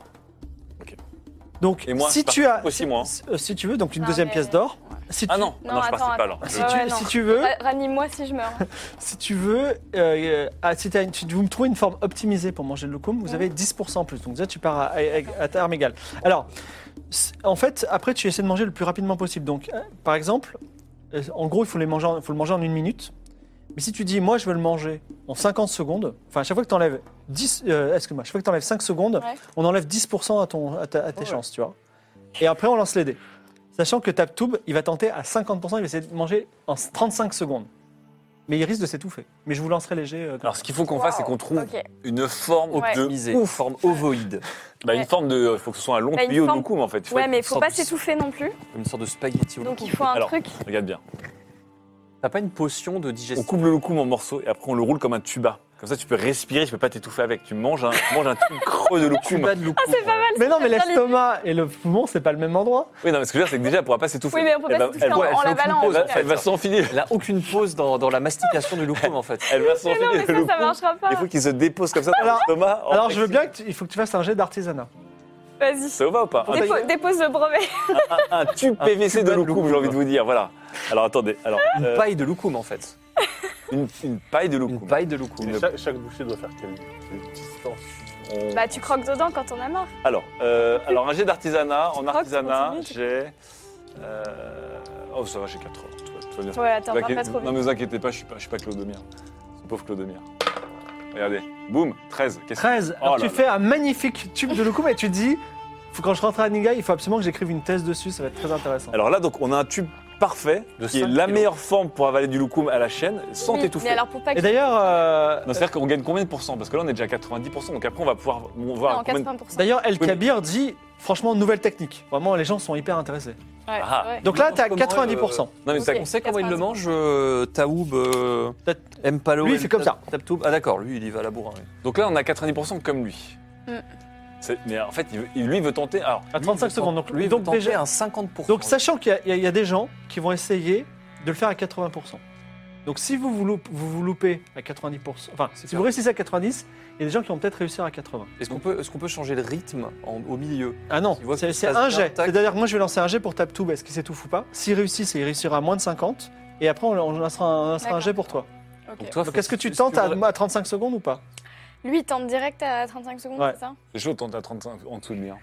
S3: Ok.
S1: Donc,
S3: Et moi,
S1: si
S3: c'est
S1: tu as.
S3: aussi, moi, hein.
S1: si, euh, si tu veux, donc une
S4: Non,
S1: deuxième
S4: Ah, mais-
S1: pièce d'or.
S4: Ouais.
S1: Si
S3: Ah
S1: tu-
S3: non,
S4: Non,
S3: non, je
S4: attends,
S3: participe pas alors.
S1: Si,
S4: Ouais,
S1: tu,
S4: ouais, non.
S1: si tu veux,
S4: Ra- Ranime-moi si je meurs.
S1: si tu veux, euh, euh, ah, si t'as une- tu- vous me trouvez une forme optimisée pour manger le loukoum, vous
S4: Mhm.
S1: avez 10% en plus. Donc déjà, tu pars à, à- à- à ta arme égale. Alors, c- en fait, après, tu essaies de manger le plus rapidement possible. Donc, euh, par exemple, euh, en gros, il faut, les manger, en- faut le manger en une minute. Mais si tu dis, moi, je veux le manger en 50 secondes, enfin, à chaque fois que tu enlèves 10, euh, excuse-moi, à chaque fois que t'enlèves 5 secondes,
S4: Ouais.
S1: on enlève 10% à, ton, à, ta- à tes chances, tu vois. Et après, on lance les dés. Sachant que Taptoub, il va tenter à 50%, il va essayer de manger en 35 secondes. Mais il risque de s'étouffer. Mais je vous lancerai léger. euh, comme
S3: Alors, ce qu'il faut qu'on fasse, c'est qu'on trouve
S4: Ok.
S3: une forme
S4: Ouais.
S3: de.
S5: Optimisé, forme ovoïde,
S3: Bah, une
S4: Ouais.
S3: forme de. Il faut que ce soit un long
S4: Bah, une
S3: tuyau de
S4: forme-
S3: loukoum en fait. Il faut
S4: Ouais,
S3: être-
S4: mais faut
S5: sorte
S4: pas
S5: de-
S4: s'étouffer non plus.
S5: une sorte de spaghetti au
S4: Donc il
S5: loukoum.
S4: faut un
S3: Alors.
S4: truc.
S3: Regarde bien.
S5: T'as pas une potion de
S3: On
S5: digestion
S3: coupe le loukoum en morceaux et après on le roule comme un tuba. Comme ça, tu peux respirer, tu peux pas t'étouffer avec. Tu manges un, tu manges un truc creux de loukoum.
S5: Pas de loukoum.
S4: Ah, C'est pas mal.
S1: Mais non, mais
S4: c'est bien l'idée.
S1: l'estomac et le poumon, c'est pas le même endroit.
S3: Oui, non, mais ce que je veux dire, c'est que déjà, elle pourra pas s'étouffer.
S4: Oui, mais on peut
S3: Elle
S4: pas
S3: va-
S4: s'étouffer
S3: elle
S4: en,
S3: va-
S4: en
S5: elle fait
S4: l'avalant. en
S3: elle va-
S4: fait.
S3: Elle va s'enfiler.
S5: Elle a aucune pause dans, dans la mastication du loukoum en fait.
S3: Elle va
S4: Mais non,
S3: s'enfiler
S4: mais
S3: le
S4: ça, ça
S3: loukoum.
S4: marchera pas.
S3: Il faut qu'il se dépose comme ça dans
S1: Alors-
S3: l'estomac. en
S1: Alors, je veux
S3: flexi-
S1: bien que tu- il faut que tu fasses un jet d'artisanat.
S4: Vas-y.
S3: Ça va ou pas un,
S4: Dépo- Dépose le brevet.
S3: un- un tube
S5: Un
S3: PVC de
S5: tuba de
S3: loukoum, j'ai envie de vous dire. Voilà. Alors attendez. Alors,
S5: Une
S3: euh,
S5: paille de loukoum en fait.
S3: une, une paille de
S5: Une
S3: loukoum.
S5: paille de loukoum.
S3: Une-
S2: Cha- Chaque bouchée doit faire quelle quelle distance
S3: On-
S4: Bah, tu croques dedans quand on a marre.
S3: Alors, euh, alors un jet d'artisanat. En
S4: croques,
S3: artisanat,
S4: continue, tu-
S3: j'ai. euh, Oh, ça va, j'ai 4 heures. Tout va- tout va bien.
S4: Ouais, attends,
S3: Vous
S4: va
S3: inquiétez-
S4: pas trop
S3: non,
S4: vite.
S3: mais vous inquiétez pas, je suis pas, je suis pas Clodomir. Ce pauvre Clodomir. Regardez. Boum, 13. Qu'est-ce que
S1: 13. Alors,
S3: Oh
S1: tu
S3: là
S1: fais un magnifique tube de loukoum et tu dis faut, quand je rentre à Ninga, il faut absolument que j'écrive une thèse dessus, ça va être très intéressant.
S3: Alors là, donc, on a un tube parfait
S5: De
S3: qui est
S5: cinq
S3: la
S5: kilos.
S3: meilleure forme pour avaler du loukoum à la chaîne sans
S4: Oui,
S3: t'étouffer.
S4: Mais alors pour pas
S1: et
S4: que.
S1: d'ailleurs, euh,
S3: Non, C'est-à-dire qu'on gagne combien de pourcents Parce que là, on est déjà à 90%, donc après, on va pouvoir on va voir
S4: Non,
S3: combien de-
S4: 80%.
S1: d'ailleurs, El
S3: Oui, mais-
S1: Kabir dit franchement, nouvelle technique. Vraiment, les gens sont hyper intéressés.
S4: Ouais,
S3: Ah.
S4: ouais.
S1: Donc là,
S5: Comment,
S1: tu as
S5: euh,
S1: 90%.
S3: Non, mais ça-
S4: Ok.
S5: On sait comment il le
S4: 90.
S5: mange, euh, Taoub, euh,
S1: Peut-être-
S5: Mpalo.
S1: Lui, il fait comme ça.
S5: Taptoub. Ah d'accord, lui, il y va à la bourrin. oui.
S3: Donc là, on a 90% comme lui.
S4: Mm.
S3: C'est- Mais en fait, il veut- il- lui, il veut tenter. Alors,
S1: À 35 secondes. Donc,
S5: Lui,
S1: donc
S5: donc tenter
S1: déjà-
S5: un 50%.
S1: Donc, sachant qu'il y a- il y, a- il y a des gens qui vont essayer de le faire à 80%. Donc, si vous vous, loupe- vous, vous loupez à 90%, enfin, si
S5: C'est ça.
S1: vous réussissez à 90, il y a des gens qui vont peut-être réussir à 80.
S5: Est-ce qu'on peut, est qu'on peut changer le rythme en- au milieu
S1: Ah non,
S5: Tu vois
S1: c'est
S5: qu'il se
S1: c'est
S5: passe
S1: un
S5: bien,
S1: jet.
S5: tac.
S1: C'est-à-dire que moi, je vais lancer un jet pour Taptoub, est-ce qu'il s'étouffe ou pas S'il réussit, c'est il réussira à moins de 50. Et après, on on lancera un, on lancera un
S4: D'accord.
S1: jet pour toi.
S3: Ah.
S4: Ok.
S5: Donc toi,
S1: Donc,
S5: faut-
S1: est-ce que tu
S5: est-ce
S1: tentes à,
S5: voudrais-
S1: à 35 secondes ou pas
S3: euh,
S4: Lui, il tente direct à 35 secondes,
S1: Ouais.
S4: c'est ça
S3: les choses tentent à 35 en dessous de lui. hein.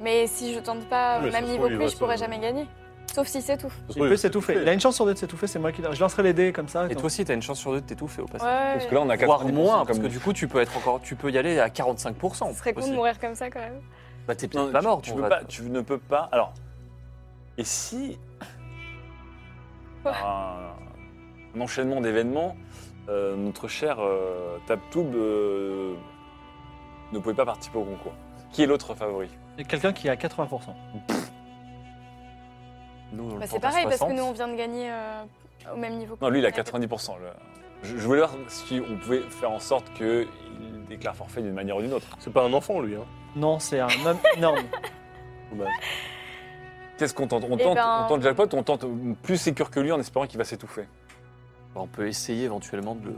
S4: Mais si je tente
S2: Mais
S4: pas au même
S2: ça se
S4: niveau
S2: trouve, il
S4: que lui,
S2: va
S4: je pourrais
S2: se-
S4: jamais gagner. Sauf s'il s'étouffe.
S2: Parce
S1: Il
S2: que-
S1: peut s'étouffer. Il a une chance sur deux de s'étouffer, c'est moi qui. Je lancerai les dés comme ça.
S5: Et
S1: Donc,
S5: toi aussi, t'as une chance sur deux de t'étouffer au passage.
S4: Ouais,
S3: Parce que là, on a 90%.
S5: Voire moins, parce
S3: comme
S5: que
S3: lui.
S5: du coup, tu peux être encore, tu peux y aller à 45%.
S4: ce serait cool de
S5: possible.
S4: mourir comme ça quand même.
S5: Bah, t'es peut-être
S3: Non,
S5: pas
S3: tu-
S5: mort.
S3: Tu,
S5: on
S3: peux
S5: va-
S3: pas, tu ne peux pas. Alors. Et si. par Un, un enchaînement d'événements, euh, notre cher euh, Taptoub euh, ne pouvait pas participer au concours. Qui est l'autre favori
S1: il y a Quelqu'un qui est à 80%.
S5: Nous, on le
S4: Bah,
S5: porte
S4: c'est
S5: à
S4: pareil, parce que
S5: 60.
S4: nous, on vient de gagner euh, au même niveau. que
S3: Non, lui, il a
S4: on était.
S3: 90%. le- Je, je voulais voir si on pouvait faire en sorte qu'il déclare forfait d'une manière ou d'une autre.
S2: C'est pas un enfant lui. Hein.
S1: Non, c'est un homme énorme.
S2: Dommage.
S3: Qu'est-ce qu'on tente on
S4: Eh
S3: tente,
S4: ben- euh,
S3: on tente jackpot ou on tente plus sécure que lui en espérant qu'il va s'étouffer
S5: Bah, on peut essayer éventuellement de le.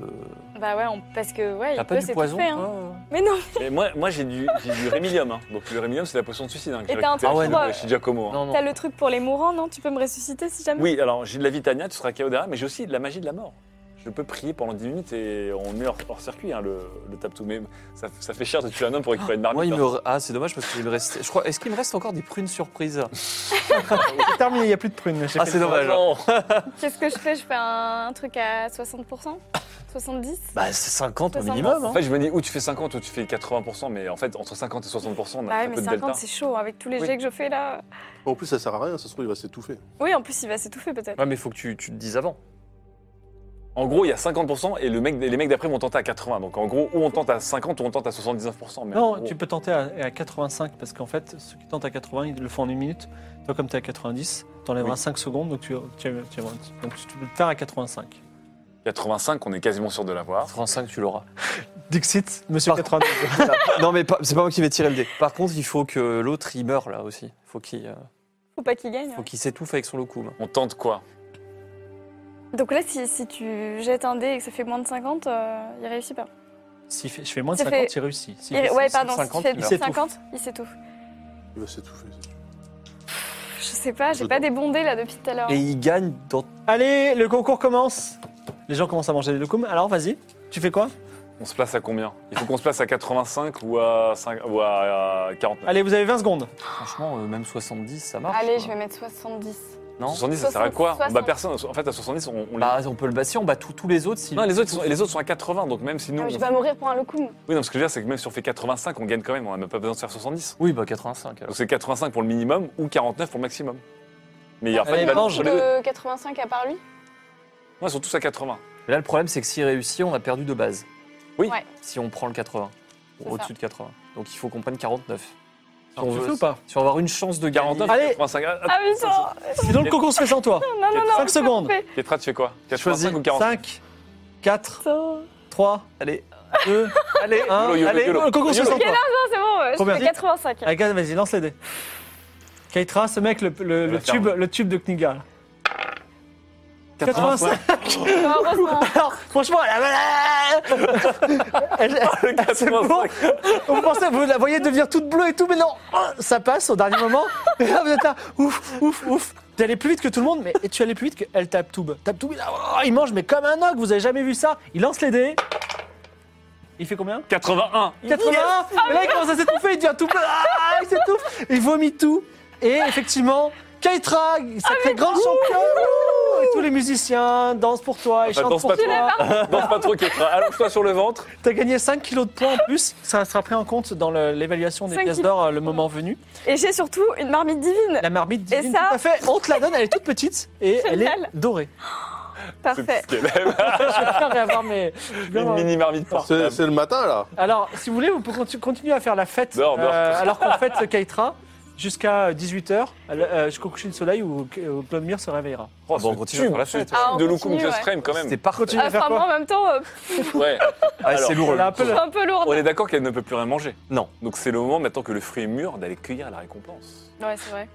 S4: Bah ouais, on- parce que ouais,
S5: T'as
S4: il
S5: pas
S4: peut
S5: du poison
S4: s'étouffer. hein.
S5: toi
S4: Mais non,
S3: Mais moi, moi j'ai du, j'ai du rémilium. hein. Donc le rémilium, c'est la potion de suicide hein, que
S4: Et
S3: j'ai
S4: t'as un
S3: récupérée
S5: truc
S3: chez-
S4: pour, euh,
S3: chez Giacomo. hein.
S5: Non, non.
S4: t'as le truc pour les mourants, non Tu peux me ressusciter si jamais
S3: Oui, alors j'ai de la vitania, tu seras KO derrière, mais j'ai aussi de la magie de la mort. je peux prier pendant 10 minutes et on met hors, hors circuit hein, le, le tape-tout. Mais ça, ça fait cher de tuer un homme pour récupérer une
S5: Moi,
S3: marmite.
S5: il
S3: hein.
S5: me... re- Ah, c'est dommage parce qu'il me reste. Je crois... Est-ce qu'il me reste encore des prunes surprises
S1: C'est terminé, il n'y a plus de prunes. J'ai
S5: Ah,
S1: fait
S5: c'est
S1: le-
S5: dommage.
S3: Non.
S4: Qu'est-ce que je fais Je fais un truc à 60% 70
S5: Bah, c'est 50 au
S4: 60.
S5: minimum.
S3: En
S5: hein.
S3: fait, je me dis, ou tu fais 50 ou tu fais 80%, mais en fait, entre 50 et 60%, on a
S4: Ah ouais,
S3: un
S4: mais
S3: peu de delta.
S4: 50, c'est chaud avec tous les
S3: Oui.
S4: jets que je fais là.
S2: En plus, ça sert à rien, ça se trouve, il va s'étouffer.
S4: Oui, en plus, il va s'étouffer peut-être.
S5: Ouais, mais il faut que tu, tu te dises avant.
S3: En gros, il y a 50% et le mec, les mecs d'après vont tenter à 80%. Donc en gros, ou on tente à 50 ou on tente à 79%. Mais en
S1: Non,
S3: gros-
S1: tu peux tenter à, à 85 parce qu'en fait, ceux qui tentent à 80, ils le font en une minute. Toi, comme tu es à 90, t'enlèveras
S3: Oui.
S1: 5 secondes, donc tu, tu, tu- donc tu peux le faire à 85.
S3: 85, on est quasiment sûr de l'avoir.
S5: 35, tu l'auras.
S1: Dixit, monsieur 90.
S5: non, mais pas- c'est pas moi qui vais tirer le dé. Par contre, il faut que l'autre, il meure là aussi. Faut qu'il euh,
S4: Faut pas qu'il gagne.
S5: faut qu'il s'étouffe avec son locum.
S3: On tente quoi
S4: Donc là, si, si tu jettes un dé et que ça fait moins de 50, euh, il réussit pas.
S1: si je fais moins de
S4: Ça
S1: 50,
S4: fait-
S1: il réussit. S'il
S4: Il-
S1: fait
S4: ouais,
S1: 50,
S4: pardon, si tu
S5: 50,
S4: fais
S1: il s'étouffe.
S4: 50, il s'étouffe.
S2: Il va s'étouffer. c'est sûr.
S4: Pff, Je sais pas, j'ai
S2: Je-
S4: pas des bons dés là depuis tout à l'heure.
S5: Et il gagne dans.
S1: Allez, le concours commence. Les gens commencent à manger des locums. Alors, vas-y, tu fais quoi
S3: On se place à combien Il faut qu'on se place à 85 ou à, 5 ou à 49.
S1: Allez, vous avez 20 secondes.
S5: Franchement, euh, même 70, ça marche.
S4: Allez,
S5: quoi.
S4: je vais mettre 70.
S5: Non
S3: 70, ça sert à quoi On
S4: 60.
S3: bat personne. En fait, à 70, on, on les-
S5: Bah, on peut le battre, on bat tout- tous les autres. Si...
S3: Non, les autres, ils sont, les autres sont à 80, donc même si nous.
S4: Ah,
S3: on-
S4: je vais mourir pour un locum.
S3: Oui, non, ce que je veux dire, c'est que même si on fait 85, on gagne quand même, on n'a même pas besoin de faire 70.
S5: Oui, bah 85 alors.
S3: Donc c'est 85 pour le minimum ou 49 pour le maximum. Mais en fait,
S1: Allez,
S3: il va-
S1: mange.
S3: les deux. Ouais,
S4: De 85 Euh, à part lui
S3: ils sont tous à 80.
S5: Mais là, le problème, c'est que s'il réussit, on a perdu de base.
S3: Oui.
S4: Ouais.
S5: Si on prend le 80,
S4: C'est
S5: au-dessus de 80. Donc il faut qu'on prenne 49. Si
S1: Alors, tu
S5: veut-
S1: fais ou pas
S5: si on veut avoir une chance de gagner.
S3: 49,
S1: Allez.
S3: 85. Ah,
S4: Ah putain
S1: Sinon, le concours se fait sans toi.
S4: Non, non, non
S1: 5 secondes.
S4: mais-
S3: Ketra, tu fais quoi 85
S5: Choisis.
S3: ou 40
S1: 5, 4,
S4: Putain.
S1: 3,
S5: Allez,
S1: 2,
S5: allez.
S1: 1.
S3: Yolo, yolo,
S1: Allez,
S3: yolo.
S1: le concours se fait sans toi.
S4: Non, c'est bon, ouais,
S1: Combien Ah,
S4: je fais 85.
S1: Allez, gars, vas-y, lance les dés. Keitra, ce mec, le, le-
S3: va
S1: le
S3: faire
S1: tube,
S3: mal.
S1: le tube de Kniga. 85.
S4: Heureusement.
S1: Alors, franchement, elle a- elle- elle- elle se
S3: Oh
S1: court. Vous pensez, vous la voyez devenir toute bleue et tout, mais non, Oh, ça passe au dernier moment. Et là, vous êtes là, ouf, ouf, ouf. T'es allé plus vite que tout le monde, mais tu es allé plus vite qu'elle tape tout. Tape tout, il, oh, il mange, mais comme un ogre, vous avez jamais vu ça. Il lance les dés. Il fait combien
S3: 81.
S1: 81 Et là, il commence à s'étouffer, il devient tout bleu. Ah, il s'étouffe Il vomit tout. Et effectivement, Keitra, sacré grand champion Et tous les musiciens dansent pour toi, ils
S3: Enfin,
S1: chantent
S3: Ah, bah,
S1: pour
S3: danse pas trop.
S1: toi.
S3: Danse pas trop, Ketra. Allonge-toi sur le ventre.
S1: T'as gagné 5 kilos de points en plus. Ça sera pris en compte dans le- l'évaluation des
S4: Cinq
S1: pièces
S4: kilos.
S1: d'or euh, le moment venu.
S4: Et j'ai surtout une marmite divine.
S1: La marmite
S4: Et
S1: divine,
S4: ça
S1: tout à fait. On te la donne, elle est toute petite et elle est
S4: Génial.
S1: dorée.
S3: C'est
S4: Parfait.
S3: ce qu'elle aime.
S1: Je vais faire réavoir mes... je vais bien
S3: Une
S1: avoir-
S3: mini marmite portable.
S2: C'est c'est le matin, là.
S1: Alors, si vous voulez, vous pouvez conti- continuer à faire la fête euh,
S3: Dehors, dehors.
S1: alors qu'on fête Keitra jusqu'à 18h, euh, jusqu'au coucher du soleil où, où Clodomir se réveillera.
S3: Oh,
S5: Ah bon, on
S3: ce
S5: continue à
S3: tube,
S5: faire la
S3: ce
S5: fête.
S3: tube
S4: Ah, on
S3: de Loukoum
S4: continue,
S3: Just
S4: ouais.
S3: Frame, quand même.
S5: C'était parfait.
S1: Continue à
S4: Ah,
S1: faire
S4: enfin, moi,
S1: quoi
S4: en même temps, euh,
S3: Ouais.
S5: Ah,
S3: Alors,
S5: c'est lourd.
S1: elle a un peu
S4: je suis un peu lourde.
S3: On est d'accord qu'elle ne peut plus rien manger.
S5: Non.
S3: Donc c'est le moment maintenant que le fruit est mûr d'aller cueillir la récompense.
S4: Ouais, c'est vrai.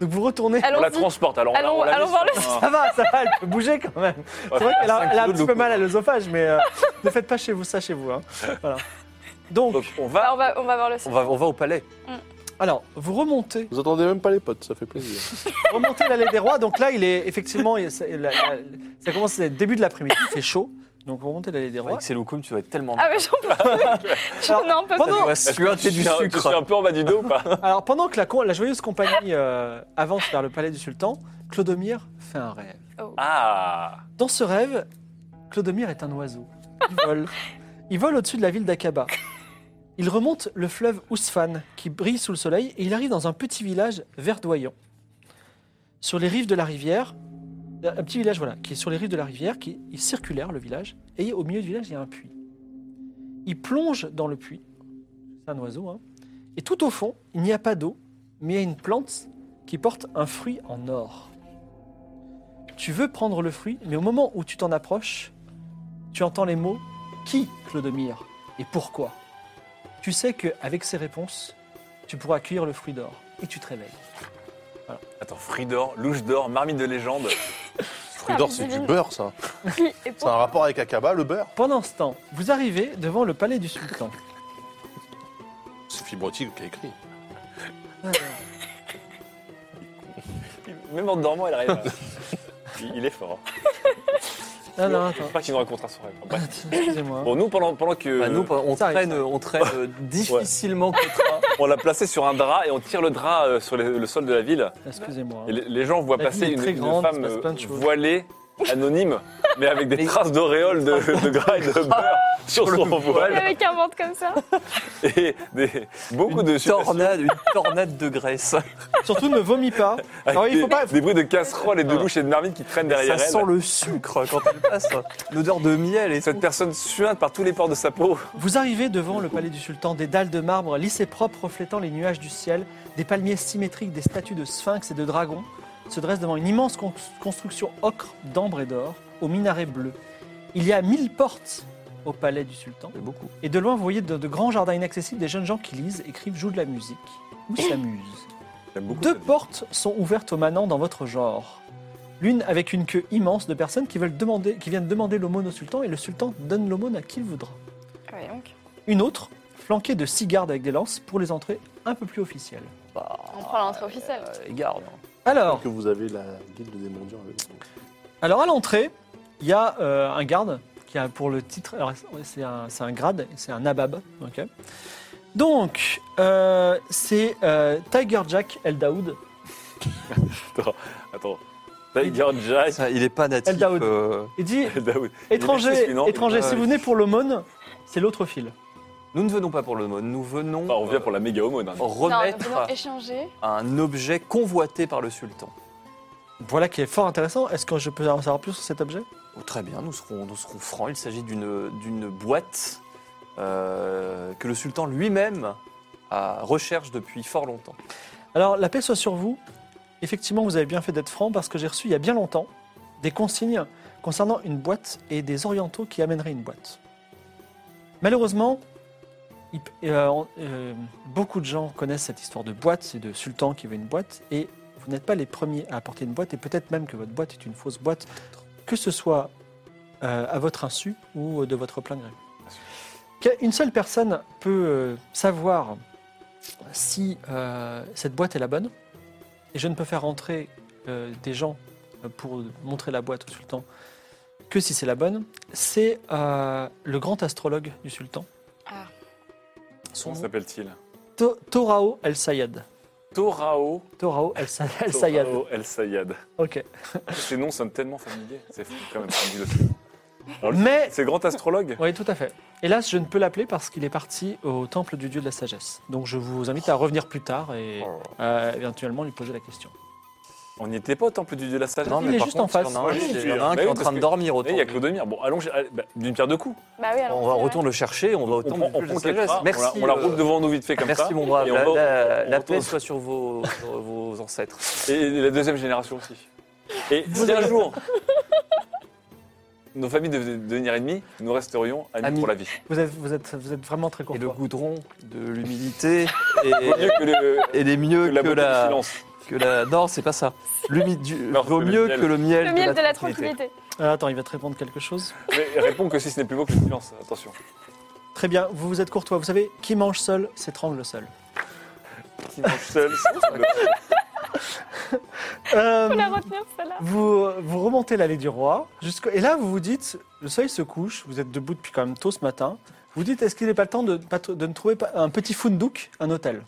S1: Donc vous retournez.
S3: On la
S4: Allons-y.
S3: transporte. Alors on la- Ah.
S4: Allons-
S3: on la met
S4: allons
S3: sur
S4: voir le-
S3: un-
S1: Ça va, ça va, elle peut bouger quand même. C'est vrai qu'elle a, elle a un petit peu mal à l'œsophage, mais euh, ne faites pas chez vous ça chez vous. hein. Voilà. Donc,
S3: Donc on
S4: Bah,
S3: va.
S4: on, va, on va voir le
S5: On
S4: site.
S5: va, on va au palais.
S1: alors, vous remontez
S2: Vous entendez même pas les potes, ça fait plaisir.
S1: remonter l'allée des rois. Donc là, il est effectivement, il- ça, la- la- ça commence c'est le début de l'après-midi, il fait chaud. Donc vous remontez l'allée des rois.
S5: Avec ses locums, tu vas être tellement.
S4: Ah, mais j'en peux plus. J'en peux
S5: Tu
S4: plus.
S5: vas
S3: Est-ce que
S5: suinter
S3: tu
S5: du
S3: suis un- tu suis
S5: sucre.
S3: un peu en bas du dos ou pas
S1: Alors pendant que la, co- la joyeuse compagnie euh, avance vers le palais du sultan, Clodomir fait un rêve.
S3: Ah
S1: Dans ce rêve, Clodomir est un oiseau. Il vole. Il vole au-dessus de la ville d'Aqaba. Il remonte le fleuve Ousfan, qui brille sous le soleil, et il arrive dans un petit village verdoyant. Sur les rives de la rivière, un petit village voilà, qui est sur les rives de la rivière, qui est circulaire le village, et au milieu du village il y a un puits. Il plonge dans le puits, c'est un oiseau, hein, et tout au fond il n'y a pas d'eau, mais il y a une plante qui porte un fruit en or. Tu veux prendre le fruit, mais au moment où tu t'en approches, tu entends les mots Qui, Clodomir Et pourquoi Tu sais qu'avec ces réponses, tu pourras cueillir le fruit d'or. Et tu te réveilles.
S3: Attends, fruit d'or, louche d'or, marmite de légende.
S2: Fruit d'or, c'est du
S4: divine.
S2: beurre, ça.
S4: Qui et
S2: C'est un
S4: pour
S2: rapport avec Akaba, le beurre.
S1: Pendant ce temps, vous arrivez devant le palais du sultan.
S2: C'est Fibrotique qui a écrit.
S3: hein. Même en dormant, elle arrive. à- Il il est fort.
S5: Ah,
S1: Non, non, attends.
S3: J'espère qu'ils nous racontera son rêve. Bref.
S1: Excusez-moi.
S3: Bon, nous, pendant, pendant que.
S5: Bah, nous, on
S1: ça arrive,
S5: traîne, on traîne euh, difficilement Kotra.
S3: On l'a placé sur un drap et on tire le drap euh, sur le, le sol de la ville.
S1: Excusez-moi.
S3: Et les, les gens voient
S1: La
S3: passer
S1: ville est
S3: une,
S1: très
S3: une
S1: grande, il se
S3: femme
S1: passe plein de
S3: euh,
S1: choses.
S3: voilée, anonyme, mais avec des
S5: Mais-
S3: traces d'auréole de, de gras et de beurre sur son voile.
S4: Avec un ventre comme ça.
S3: Et des- beaucoup de
S5: Une tornade, une tornade de graisse.
S1: Surtout ne vomis pas.
S3: avec
S1: Alors, il
S3: des,
S1: faut pas. Ah.
S3: des bruits de casseroles et de bouches et de marmites qui traînent derrière
S5: Ça
S3: elle.
S5: sent le sucre quand elle passe. L'odeur de miel et
S3: Cette
S5: cette
S3: personne suinte par tous les pores de sa peau.
S1: Vous arrivez devant le palais du sultan, des dalles de marbre lisses et propres reflétant les nuages du ciel, des palmiers symétriques, des statues de sphinx et de dragons se dressent devant une immense con- construction ocre d'ambre et d'or au minaret bleu. Il y a mille portes au palais du sultan.
S5: beaucoup.
S1: Et de loin, vous voyez de, de grands jardins inaccessibles, des jeunes gens qui lisent, écrivent, jouent de la musique ou s'amusent.
S3: J'aime beaucoup
S1: Deux
S3: cette
S1: portes sont ouvertes aux manants dans votre genre. L'une avec une queue immense de personnes qui, veulent demander, qui viennent demander l'aumône au sultan et le sultan donne l'aumône à qui il voudra.
S4: Ah Ouais, donc,
S1: Une autre, flanquée de six gardes avec des lances pour les entrées un peu plus officielles.
S3: Bah,
S4: on prend l'entrée officielle.
S3: euh,
S5: Les gardes.
S3: hein.
S1: Alors,
S2: que vous avez la guilde des mendiants avec vous.
S1: alors à l'entrée, il y a euh, un garde qui a pour le titre, alors, c'est un, c'est un grade, c'est un abab. ok. Donc, euh, c'est euh, Tiger Jack El Daoud.
S3: idée. Attends. Tiger Jack. Bah
S5: Ça, il est pas natif.
S1: El Daoud.
S5: euh,
S1: Il dit
S3: Daoud. Il est
S1: étranger,
S3: suivant, Ah il
S1: étranger,
S3: va-
S1: si vous venez pour l'aumône, c'est l'autre fil.
S5: Nous ne venons pas pour le mode, nous venons
S3: Enfin, Bah, on vient pour la méga aumône. hein.
S5: euh, remettre
S4: Non, échanger.
S5: un objet convoité par le sultan.
S1: Voilà qui est fort intéressant. Est-ce que je peux en savoir plus sur cet objet
S5: Oh, très bien, nous serons, nous serons francs. Il s'agit d'une d'une boîte euh, que le sultan lui-même a- recherche depuis fort longtemps.
S1: Alors, la paix soit sur vous. Effectivement, vous avez bien fait d'être franc parce que j'ai reçu il y a bien longtemps des consignes concernant une boîte et des orientaux qui amèneraient une boîte. Malheureusement, il p- euh, on- euh, beaucoup de gens connaissent cette histoire de boîte et de sultan qui veut une boîte et vous n'êtes pas les premiers à apporter une boîte et peut-être même que votre boîte est une fausse boîte, que ce soit euh, à votre insu ou euh, de votre plein gré. Que- Une seule personne peut euh, savoir si euh, cette boîte est la bonne, et je ne peux faire rentrer euh, des gens euh, pour montrer la boîte au sultan que si c'est la bonne, c'est euh, le grand astrologue du sultan.
S4: Ah.
S1: Son
S3: Comment
S1: nom,
S3: s'appelle-t-il
S1: To- Torao El Sayed.
S3: Torao.
S1: Torao El, Sa- El Sayed.
S3: Torao El Sayad.
S1: Ok.
S3: Ces noms sonnent tellement familiers. C'est fou quand même. on dit aussi. Alors, lui,
S1: Mais,
S3: C'est le grand astrologue
S1: oui, tout à fait. Hélas, je ne peux l'appeler parce qu'il est parti au temple du dieu de la sagesse. Donc je vous invite à revenir plus tard et
S5: Oh.
S1: euh, éventuellement lui poser la question.
S3: On n'y était pas au temple du dieu de la sagesse
S1: Non, mais- Il est
S5: par
S1: juste en
S5: contre, Il
S1: face.
S5: y en a un,
S3: Moi, j'y
S5: qui-
S3: suis,
S5: il y en a un
S3: hein.
S5: qui est
S3: Bah
S5: en
S3: oui,
S5: train de
S3: parce
S5: dormir
S3: Eh, Il y a que le
S5: autour.
S3: demi. Bon, allons allez, bah, d'une pierre deux coups.
S4: Bah oui, alors.
S5: On va
S4: ouais.
S5: retourner le chercher, on va au
S3: On,
S5: temple
S3: prend, on
S5: du Dieu de
S3: prend
S5: la
S3: quatre
S5: sagesse.
S3: bras,
S5: Merci,
S3: on la, on la
S5: euh,
S3: roule devant nous vite fait comme
S5: Merci
S3: ça.
S5: mon brave,
S3: Et on va-
S5: la, la-
S3: on
S5: la
S3: retourne-
S5: paix soit sur vos, sur vos ancêtres.
S3: Et la deuxième génération aussi. Et si un jour nos familles devaient devenir ennemies, nous resterions amis,
S5: Amis.
S3: pour la vie.
S1: Vous êtes, vous êtes, vous êtes vraiment très
S5: Et le
S1: courtois.
S5: goudron, de l'humidité, et,
S3: Vaut mieux que, le-
S5: et les mieux
S3: que la
S5: que
S3: beauté du
S5: la,
S3: silence.
S5: que la- Non, c'est pas ça. L'humi- du-
S3: Non,
S5: Vaut
S3: que le
S5: mieux
S3: miel.
S5: que le miel,
S4: Le miel de la tranquillité.
S1: Ah, attends, il va te répondre quelque chose.
S3: Mais réponds que si ce n'est plus beau que le silence, attention.
S1: Très bien, vous vous êtes courtois. Vous savez, qui mange seul s'étrangle seul.
S3: Qui mange seul, c'est le-
S1: Euh,
S4: Faut la retenir, celle-là.
S1: vous, vous remontez l'allée du roi, jusqu'au- et là vous vous dites, le soleil se couche, vous êtes debout depuis quand même tôt ce matin, vous dites, est-ce qu'il n'est pas le temps de, pas tr- de ne trouver pas un petit fundouk, un hôtel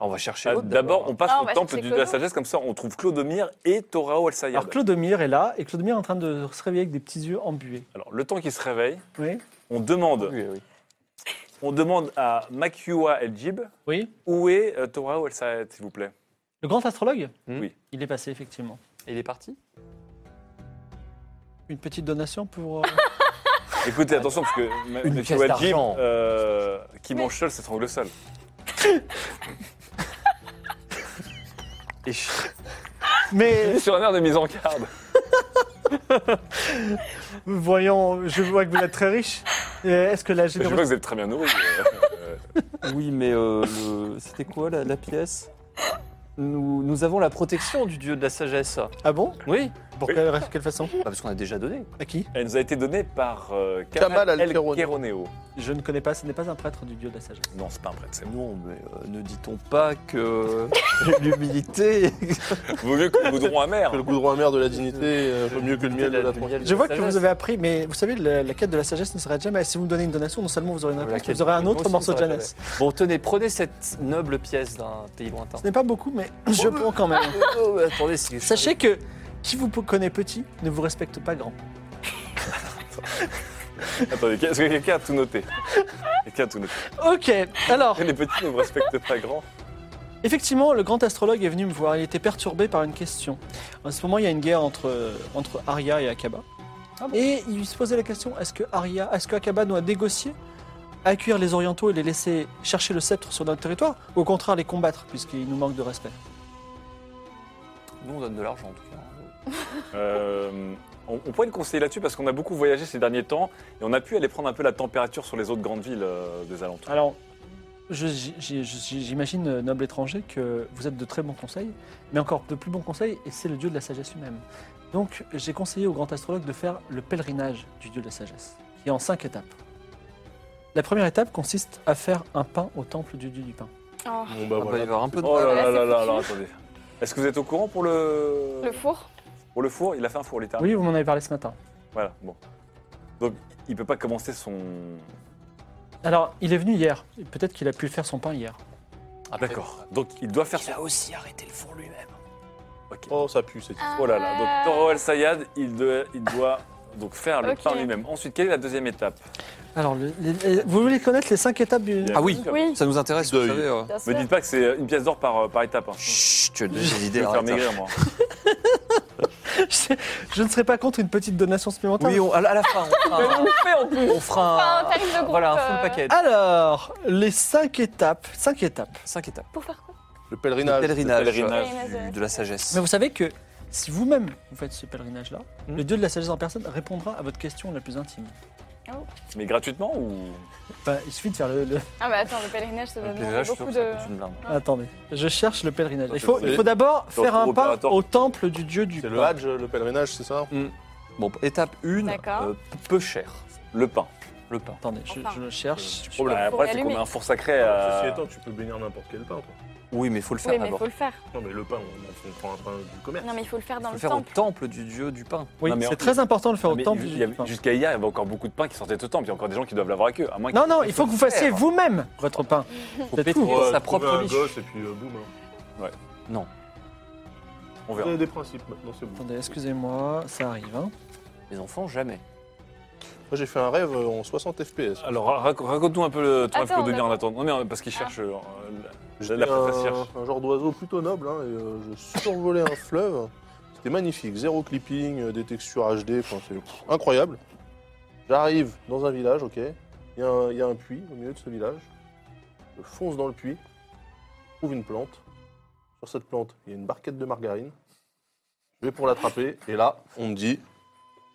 S5: On va chercher
S3: Ah,
S5: l'autre
S3: D'abord, on passe
S4: Ah, on
S3: au
S4: va
S3: temple
S4: chercher
S3: du- de la
S4: Clodo.
S3: sagesse, comme ça on trouve Clodomir et Torao El Sayad.
S1: Alors
S3: Alors,
S1: Clodomir est là, et Clodomir est en train de se réveiller avec des petits yeux embués.
S3: le temps qu'il se réveille,
S1: Oui
S3: on demande,
S5: hein. Oui, oui.
S3: on demande à Makua El Jib
S1: Oui
S3: où est euh, Torao El Sayad, s'il vous plaît.
S1: Le grand astrologue
S5: Hmm.
S3: Oui.
S1: Il est passé, effectivement.
S5: Et il est parti
S1: Une petite donation pour... euh,
S3: Écoutez, attention, parce que Ma-
S5: Une
S3: Makua
S5: pièce
S3: El Jib,
S5: d'argent.
S3: euh, qui mange seul s'étrangle seul.
S5: Et ch-
S1: Mais
S3: Et sur un air de mise en garde.
S1: voyons, je vois que vous êtes très riche. Euh, Est-ce que la
S3: Je vois que
S1: générosité...
S3: vous êtes très bien nourri. euh, euh,
S5: Oui, mais euh, le- c'était quoi la, la pièce nous, nous avons la protection du dieu de la sagesse.
S1: Ah bon
S5: Oui,
S1: Pour
S3: Oui.
S1: quelle, quelle façon
S5: Bah, parce qu'on a déjà donné.
S1: À qui
S3: Elle nous a été donnée par euh,
S2: Kamal
S3: Kamal El
S2: Al-Keroneo.
S3: Keroneo.
S1: Je ne connais pas, ce n'est pas un prêtre du dieu de la sagesse.
S3: Non, c'est pas un prêtre, c'est bon.
S5: Non, mais euh, ne dit-on pas que l'humilité.
S3: Vaut mieux que le goudron amer.
S2: Que le goudron amer de la dignité euh, vaut mieux que le miel de la
S5: le
S2: tronche.
S5: miel de
S1: Je
S5: la
S1: vois que
S5: sagesse.
S1: vous avez appris, mais vous savez, la, la quête de la sagesse ne s'arrête jamais. Si vous me donnez une donation, non seulement vous aurez une
S5: La
S1: réponse, mais
S5: quête-
S1: Ah, vous aurez un
S5: moi
S1: autre
S5: aussi,
S1: morceau de
S5: ça va,
S1: jeunesse.
S5: ouais. Bon, tenez, prenez cette noble pièce d'un pays lointain.
S1: Ce n'est pas beaucoup, mais je prends quand même.
S5: Oh, attendez, c'est-
S1: Sachez que qui vous connaît petit ne vous respecte pas grand.
S3: Attendez, est-ce que quelqu'un a tout noté Quelqu'un a tout noté.
S1: Ok, alors,
S3: Les petits ne vous respectent pas grand.
S1: effectivement, le grand astrologue est venu me voir. Il était perturbé par une question. En ce moment, il y a une guerre entre, entre Arya et Akaba.
S5: Ah
S1: et il se posait la question est-ce que Arya, est-ce que Akaba doit négocier, accueillir les Orientaux et les laisser chercher le sceptre sur notre territoire, ou au contraire les combattre, puisqu'ils nous manquent de respect
S5: Nous, on donne de l'argent en tout cas.
S3: Euh, on, on pourrait le conseiller là-dessus parce qu'on a beaucoup voyagé ces derniers temps et on a pu aller prendre un peu la température sur les autres grandes villes euh, des alentours.
S1: Alors, je- j- j- j- j'imagine, euh, noble étranger, que vous êtes de très bons conseils, mais encore de plus bons conseils, et c'est le dieu de la sagesse lui-même. Donc, j'ai conseillé au grand astrologue de faire le pèlerinage du dieu de la sagesse, qui est en cinq étapes. La première étape consiste à faire un pain au temple du dieu du pain.
S2: Bon,
S4: Oh,
S2: bah,
S5: Ah bah,
S2: voilà.
S5: il va y avoir un peu de.
S3: Oh là
S4: Voilà,
S3: là là
S4: c'est
S3: là,
S4: foutu.
S3: là, attendez. Est-ce que vous êtes au courant pour le,
S4: le four
S3: pour le four Il a fait un four littéralement.
S1: Oui, vous m'en avez parlé ce matin.
S3: Voilà, bon. Donc il peut pas commencer son.
S1: Alors, il est venu hier. Peut-être qu'il a pu faire son pain hier.
S3: Ah, d'accord. Donc il doit faire son.
S5: a aussi arrêté le four lui-même.
S2: Oh, ça pue cette histoire.
S3: Oh là là. Donc
S4: Euh,
S3: Toro El Sayad, il, doit- il doit donc faire le
S4: Ok.
S3: pain lui-même. Ensuite, quelle est la deuxième étape
S1: Alors, le- les- les- vous voulez connaître les cinq étapes du...
S5: Ah oui,
S4: Oui,
S5: ça nous intéresse, vous
S2: Deuil.
S5: savez. euh.
S4: bien sûr.
S3: Me dites pas que c'est une pièce d'or par, euh, par étape. Hein.
S5: Chut, tu as des
S3: Je
S5: idées.
S3: vais me faire
S5: arrête. hein.
S3: maigrir, moi.
S1: je, je ne serais pas contre une petite donation supplémentaire.
S5: Oui, on- à la à la fin, on fera un- on fera
S4: Enfin, un tarif de groupe,
S5: Voilà, un full
S4: euh,
S5: package.
S1: Ah. Alors, les cinq étapes, cinq étapes.
S5: 5 étapes.
S4: Pour faire quoi
S2: Le
S5: Le
S2: pèlerinage.
S5: pèlerinage,
S3: le pèlerinage
S5: du- de la sagesse.
S1: Mais vous savez que si vous-même vous faites ce pèlerinage-là,
S5: Hmm.
S1: le dieu de la sagesse en personne répondra à votre question la plus intime.
S3: Mais gratuitement ou.
S1: Enfin, Bah, il suffit de faire le. le-
S4: Ah bah attends, le pèlerinage, ça
S5: Le
S4: doit
S5: pèlerinage,
S4: demander
S5: je suis
S4: beaucoup
S5: sûr que
S4: de...
S5: ça coûte une blinde.
S1: Attendez, je cherche le pèlerinage. Il
S3: c'est
S1: faut,
S3: bon.
S1: il faut d'abord
S3: Dans le
S1: faire un
S3: groupe
S1: pas
S3: opérateur.
S1: au temple du dieu du
S2: C'est
S1: pain.
S2: le Hajj, le pèlerinage, c'est ça
S5: Bon, étape 1,
S4: D'accord.
S5: peu cher,
S3: Le pain.
S5: le pain.
S1: Attendez, je,
S4: Enfin.
S1: je le cherche.
S3: Bah,
S4: Pour
S3: après, c'est qu'on
S4: l'allumer.
S3: met un four sacré
S2: Euh,
S3: à.
S2: Ceci étant, tu peux bénir n'importe quel pain. Toi.
S5: Oui, mais il faut le faire
S4: Oui, mais il
S5: d'abord.
S4: faut le faire.
S2: Non, mais le pain, on, on prend un pain du commerce.
S4: Non, mais il faut le faire dans
S5: Faut le
S4: le
S5: faire
S4: temple.
S5: au temple du dieu du pain.
S1: Oui,
S3: Non, mais en-
S1: c'est très important de le faire
S3: Non,
S1: au
S3: mais
S1: temple
S3: il-
S1: du
S3: il y
S1: dieu
S3: avait-
S1: du pain.
S3: Jusqu'à hier, il y avait encore beaucoup de pain qui sortait de temple. Il y a encore des gens qui doivent l'avoir avec eux. À moins
S1: Non, non, il faut
S3: faut
S1: que vous fassiez
S5: faire.
S1: vous-même votre pain.
S5: Faut
S1: C'est
S5: pétrir
S1: tout.
S2: Ouais,
S5: sa
S2: trouver
S5: propre
S2: un
S5: niche.
S2: gosse et puis euh, boum. Hein.
S3: On
S2: Vous
S3: verra.
S2: avez des principes maintenant, c'est bon.
S1: Attendez, excusez-moi, ça arrive. hein.
S5: Les enfants, jamais.
S2: Moi, j'ai fait un rêve euh, en 60 FPS.
S3: Alors, rac- raconte-nous un peu le ton
S4: Attends, Ah.
S3: FPO de lien en
S4: d'accord.
S3: attendant. Non, mais euh, parce qu'il cherche. euh, la-
S2: J'étais
S3: la préface
S2: un,
S3: cherche.
S2: un genre d'oiseau plutôt noble hein, et euh, je survolais un fleuve. C'était magnifique, zéro clipping, euh, des textures HD, enfin, c'est pff, incroyable. J'arrive dans un village, ok. Il y, a un- il y a un puits au milieu de ce village. Je fonce dans le puits, je trouve une plante. Sur cette plante, il y a une barquette de margarine. Je vais pour l'attraper et là, on me dit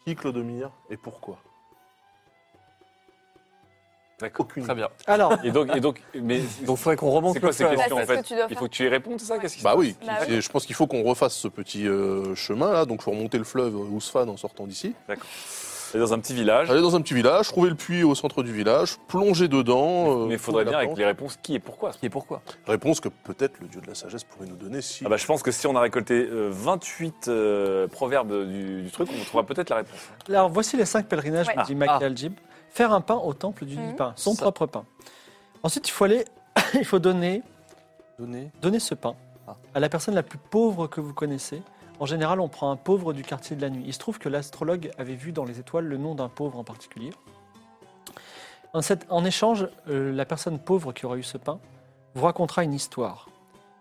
S2: qui Clodomir et pourquoi.
S3: D'accord.
S2: Aucune.
S5: Très bien.
S1: Alors,
S3: Et donc, et donc, mais
S5: Donc, faudrait qu'on remonte
S3: c'est quoi
S5: le
S3: ces
S5: fleuve.
S3: questions
S4: Bah,
S3: en
S4: c'est ce
S3: fait
S4: que tu dois
S3: Il
S4: faire.
S3: faut que tu y répondes, c'est ça Qu'est-ce qui se
S2: Bah oui,
S4: Bah
S2: et je pense qu'il faut qu'on refasse ce petit euh, chemin là, donc faut remonter le fleuve euh, Ousfan en sortant d'ici.
S3: passe Dans un petit village.
S2: Aller dans un petit village, trouver le puits au centre du village, plonger dedans. euh,
S3: Mais il faudrait bien avec les réponses qui et pourquoi.
S5: Et pourquoi
S2: Réponse que peut-être le dieu de la sagesse pourrait nous donner si.
S3: Ah bah, je pense que si on a récolté euh, 28 euh, proverbes du, du truc, on trouvera peut-être la réponse.
S1: Alors voici les cinq pèlerinages,
S4: Ouais.
S1: me dit Mac Aljib. Faire un pain au temple du
S4: Mhm.
S1: pain, son
S5: Ah, Ça.
S1: propre pain. Ensuite, il faut aller, il faut donner,
S5: Donner.
S1: donner ce pain
S5: Ah.
S1: à la personne la plus pauvre que vous connaissez. En général, on prend un pauvre du quartier de la nuit. Il se trouve que l'astrologue avait vu dans les étoiles le nom d'un pauvre en particulier. En, cette- en échange, euh, la personne pauvre qui aura eu ce pain vous racontera une histoire.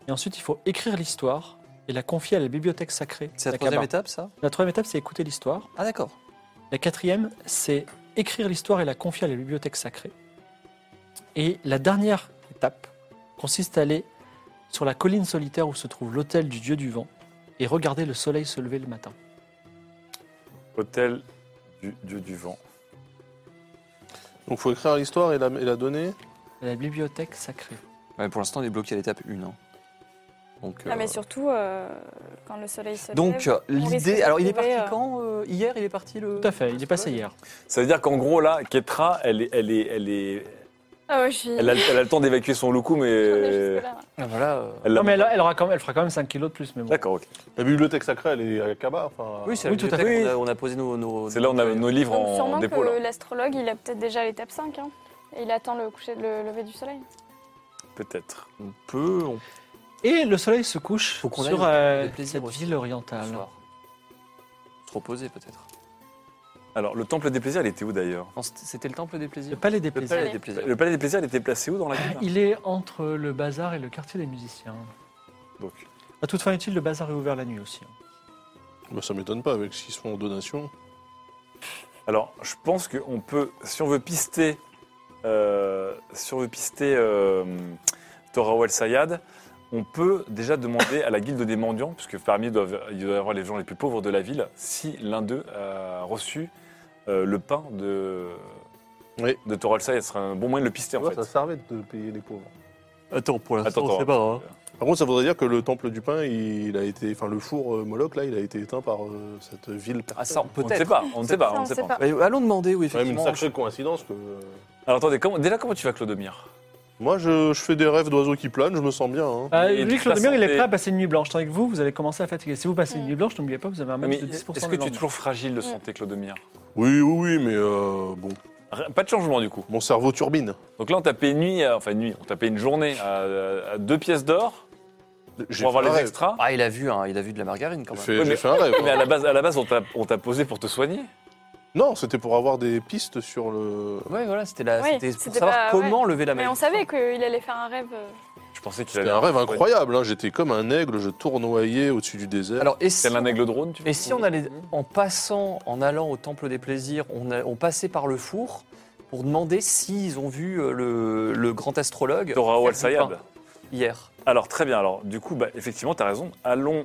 S1: Et ensuite, il faut écrire l'histoire et la confier à la bibliothèque sacrée.
S5: C'est la
S1: d'Aqaba.
S5: troisième étape, ça
S1: La troisième étape, c'est écouter l'histoire.
S5: Ah, d'accord.
S1: La quatrième, c'est écrire l'histoire et la confier à la bibliothèque sacrée. Et la dernière étape consiste à aller sur la colline solitaire où se trouve l'hôtel du dieu du vent et regarder le soleil se lever le matin.
S3: Hôtel du dieu du vent.
S2: Donc faut écrire l'histoire et la, et la donner.
S1: À la bibliothèque sacrée.
S3: hein.
S5: Ouais, pour l'instant, on est bloqué à l'étape 1. Donc,
S4: Ah,
S5: euh,
S4: mais surtout, euh, quand le soleil se
S5: donc
S4: lève.
S5: euh, l'idée.
S4: risque
S5: Alors,
S4: de
S5: il est parti
S4: trouver, euh,
S5: quand euh, Hier, il est parti le.
S1: Tout à fait, il est passé hier.
S3: Ça veut dire qu'en gros, là, Ketra, elle, est- elle, est, elle, est,
S4: Ah ouais, je suis.
S3: elle, a, elle a le temps d'évacuer son loukou, mais.
S4: j'en ai jusque-là.
S5: Ah, Voilà. euh,
S3: elle l'a-
S1: Non, mais elle, elle aura quand même- elle fera quand même 5 kilos de plus, mais bon.
S3: D'accord, ok.
S2: La bibliothèque sacrée, elle est à Kaba. Enfin, euh,
S5: Oui, c'est
S1: Oui,
S5: la
S1: tout à
S5: bibliothèque,
S1: fait.
S5: On a, on a posé nos. nos-
S3: C'est là où on a nos livres
S4: Donc,
S3: en
S4: Euh, sûrement
S3: dépôt.
S4: que
S3: Là.
S4: l'astrologue, il est peut-être déjà à l'étape 5. Hein. Et il attend le, coucher, le lever du soleil.
S3: Peut-être.
S5: On peut. on-
S1: Et le soleil se couche
S5: Faut qu'on
S1: sur
S5: aille au
S1: euh,
S5: Temple des Plaisirs
S1: cette
S5: aussi.
S1: ville orientale.
S5: Bonsoir. Se reposer peut-être.
S3: Alors, le temple des plaisirs, il était où d'ailleurs
S5: Non, c'était- C'était le temple des
S1: Le
S5: plaisirs.
S1: palais des
S5: Le
S1: plaisirs.
S5: palais
S4: Plaisirs.
S5: des plaisirs.
S3: Le palais des plaisirs, il était placé où dans la ville
S1: Il est entre le bazar et le quartier des musiciens.
S3: Donc,
S1: À toute fin utile, le bazar est ouvert la nuit aussi.
S2: Bah, ça m'étonne pas avec ce qu'ils se font en donation.
S3: Alors, je pense qu'on peut, si on veut pister, euh, si on veut pister euh, Torao El Sayad, on peut déjà demander à la guilde des mendiants, puisque parmi eux doivent, il doit y avoir les gens les plus pauvres de la ville, si l'un d'eux a reçu euh, le pain de,
S2: Oui.
S3: de Torao El Sayad. Ce serait un bon moyen de le pister en
S2: Ouais,
S3: fait.
S2: Ça servait de payer les pauvres.
S5: Attends, pour
S3: l'instant, on sait
S5: pas.
S2: Par contre, ça voudrait dire que le temple du pain, il a été, enfin le four euh, Moloch là, il a été éteint par euh, cette ville.
S5: Ah, ça,
S3: On ne sait
S5: peut-être.
S3: pas, on ne sait pas,
S4: Ça,
S3: on ne sait pas.
S5: Mais Allons demander, oui,
S2: C'est quand même une
S5: effectivement.
S2: sacrée coïncidence que.
S3: Alors attendez, comment- déjà comment tu vas Clodomir
S2: Moi, je, je fais des rêves d'oiseaux qui planent, je me sens bien. hein.
S1: Euh,
S3: Et de
S1: lui,
S3: toute
S1: Clodomir,
S3: façon,
S1: il est prêt à
S3: et-
S1: passer une nuit blanche. Tandis que vous, vous allez commencer à fatiguer. Si vous passez une
S4: Mm.
S1: nuit blanche, n'oubliez pas, vous avez un
S3: Ah, Mais
S1: max de 10%
S3: Est-ce
S1: le
S3: que tu es
S1: lendemain.
S3: toujours fragile de santé, Clodomir
S2: Oui, oui, oui, mais euh, bon,
S3: Rien- Pas de changement du coup
S2: mon cerveau turbine.
S3: Donc là, on t'a payé une nuit, euh, enfin une nuit, on t'a payé une journée à, à deux pièces d'or
S2: J'ai
S3: pour avoir
S2: fait un
S3: les
S2: rêve.
S3: extras.
S5: Ah, il a vu, hein, il a vu de la margarine quand
S2: J'ai
S5: même.
S2: fait,
S3: Ouais,
S2: j'ai
S3: mais-
S2: fait un rêve.
S3: Mais à
S2: hein.
S3: la base, à la base on t'a- on t'a posé pour te soigner.
S2: Non, c'était pour avoir des pistes sur le.
S5: Ouais, voilà, c'était la-
S4: Ouais,
S5: c'était pour
S4: c'était
S5: savoir
S4: pas-
S5: comment lever la
S4: Mais
S5: maladie.
S4: on savait qu'il allait faire un rêve. euh,
S3: Je pensais qu'il
S2: C'était
S3: allait.
S2: un rêve incroyable. hein. J'étais comme un aigle, je tournoyais au-dessus du désert.
S5: Alors, et si,
S3: Tel un aigle drone, tu
S5: et si on allait, en passant, en allant au temple des plaisirs, on, a- on passait par le four pour demander s'ils ont vu euh, le, le grand astrologue
S3: Torao
S5: faire
S3: al
S5: du
S3: Sayad.
S5: pain hier.
S3: Alors très bien, alors du coup, bah, effectivement, t'as raison. Allons,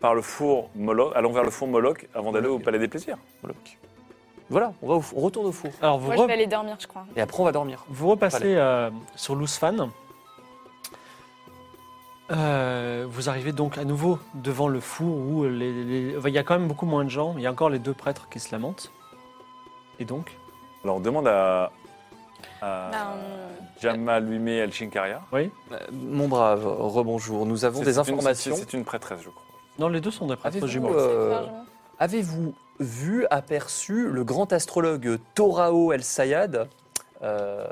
S3: par le four Moloch, allons vers le four Moloch avant d'aller au Palais des Plaisirs.
S5: Moloch. Voilà, on, va au four- on retourne au four.
S1: Alors, vous,
S4: Moi,
S1: re-
S4: je vais aller dormir, je crois.
S5: Et après, on va dormir.
S1: vous repassez euh, sur l'Ousfan. Euh, vous arrivez donc à nouveau devant le four où les- les- enfin, il y a quand même beaucoup moins de gens. Il y a encore les deux prêtres qui se lamentent. Et donc
S3: Alors on demande à, à
S4: Ben, euh,
S3: Jamal Luime El Chinkaria.
S5: Euh, Mon brave, rebonjour, nous avons
S3: C'est
S5: des
S3: une-
S5: informations.
S3: C'est une prêtresse, je crois.
S1: Non, les deux sont des prêtres
S5: Avez-vous,
S1: jumeaux.
S5: euh,
S4: c'est bien, je-
S5: Avez-vous vu, aperçu le grand astrologue Torao El Sayad euh,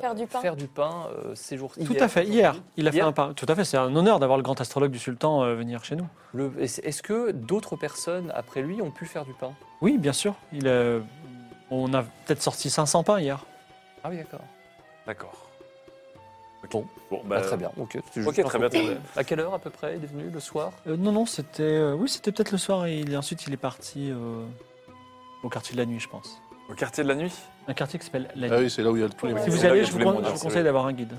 S4: Faire du pain.
S5: faire du pain euh, ces jours
S1: Tout à fait, hier. Il a fait
S5: Hier
S1: un pas. Tout à fait, c'est un honneur d'avoir le grand astrologue du sultan euh, venir chez nous.
S5: Le- Est-ce est-ce que d'autres personnes après lui ont pu faire du pain
S1: Oui, bien sûr. Il, euh, on a peut-être sorti 500 pains hier.
S5: Ah oui, d'accord.
S3: D'accord. Ok.
S5: Bon.
S3: bon bah,
S5: Ah, très bien. Ok, c'est juste
S3: Ok, très bien,
S5: un-
S3: très bien.
S5: À quelle heure à peu près il est venu le soir
S1: Euh, non, non, c'était euh, oui, c'était peut-être le soir et il- ensuite il est parti euh, au quartier de la nuit, je pense.
S3: Au quartier de la nuit
S1: Un quartier qui s'appelle la
S2: Ah
S1: nuit.
S2: oui, c'est là où il y a tous les
S4: Ouais.
S1: Si
S3: c'est
S1: vous
S3: là
S1: y allez,
S3: que
S1: je
S3: je
S1: vous,
S3: voulais
S1: con-
S3: demander,
S1: je vous
S3: c'est
S1: conseille
S3: vrai.
S1: d'avoir un guide.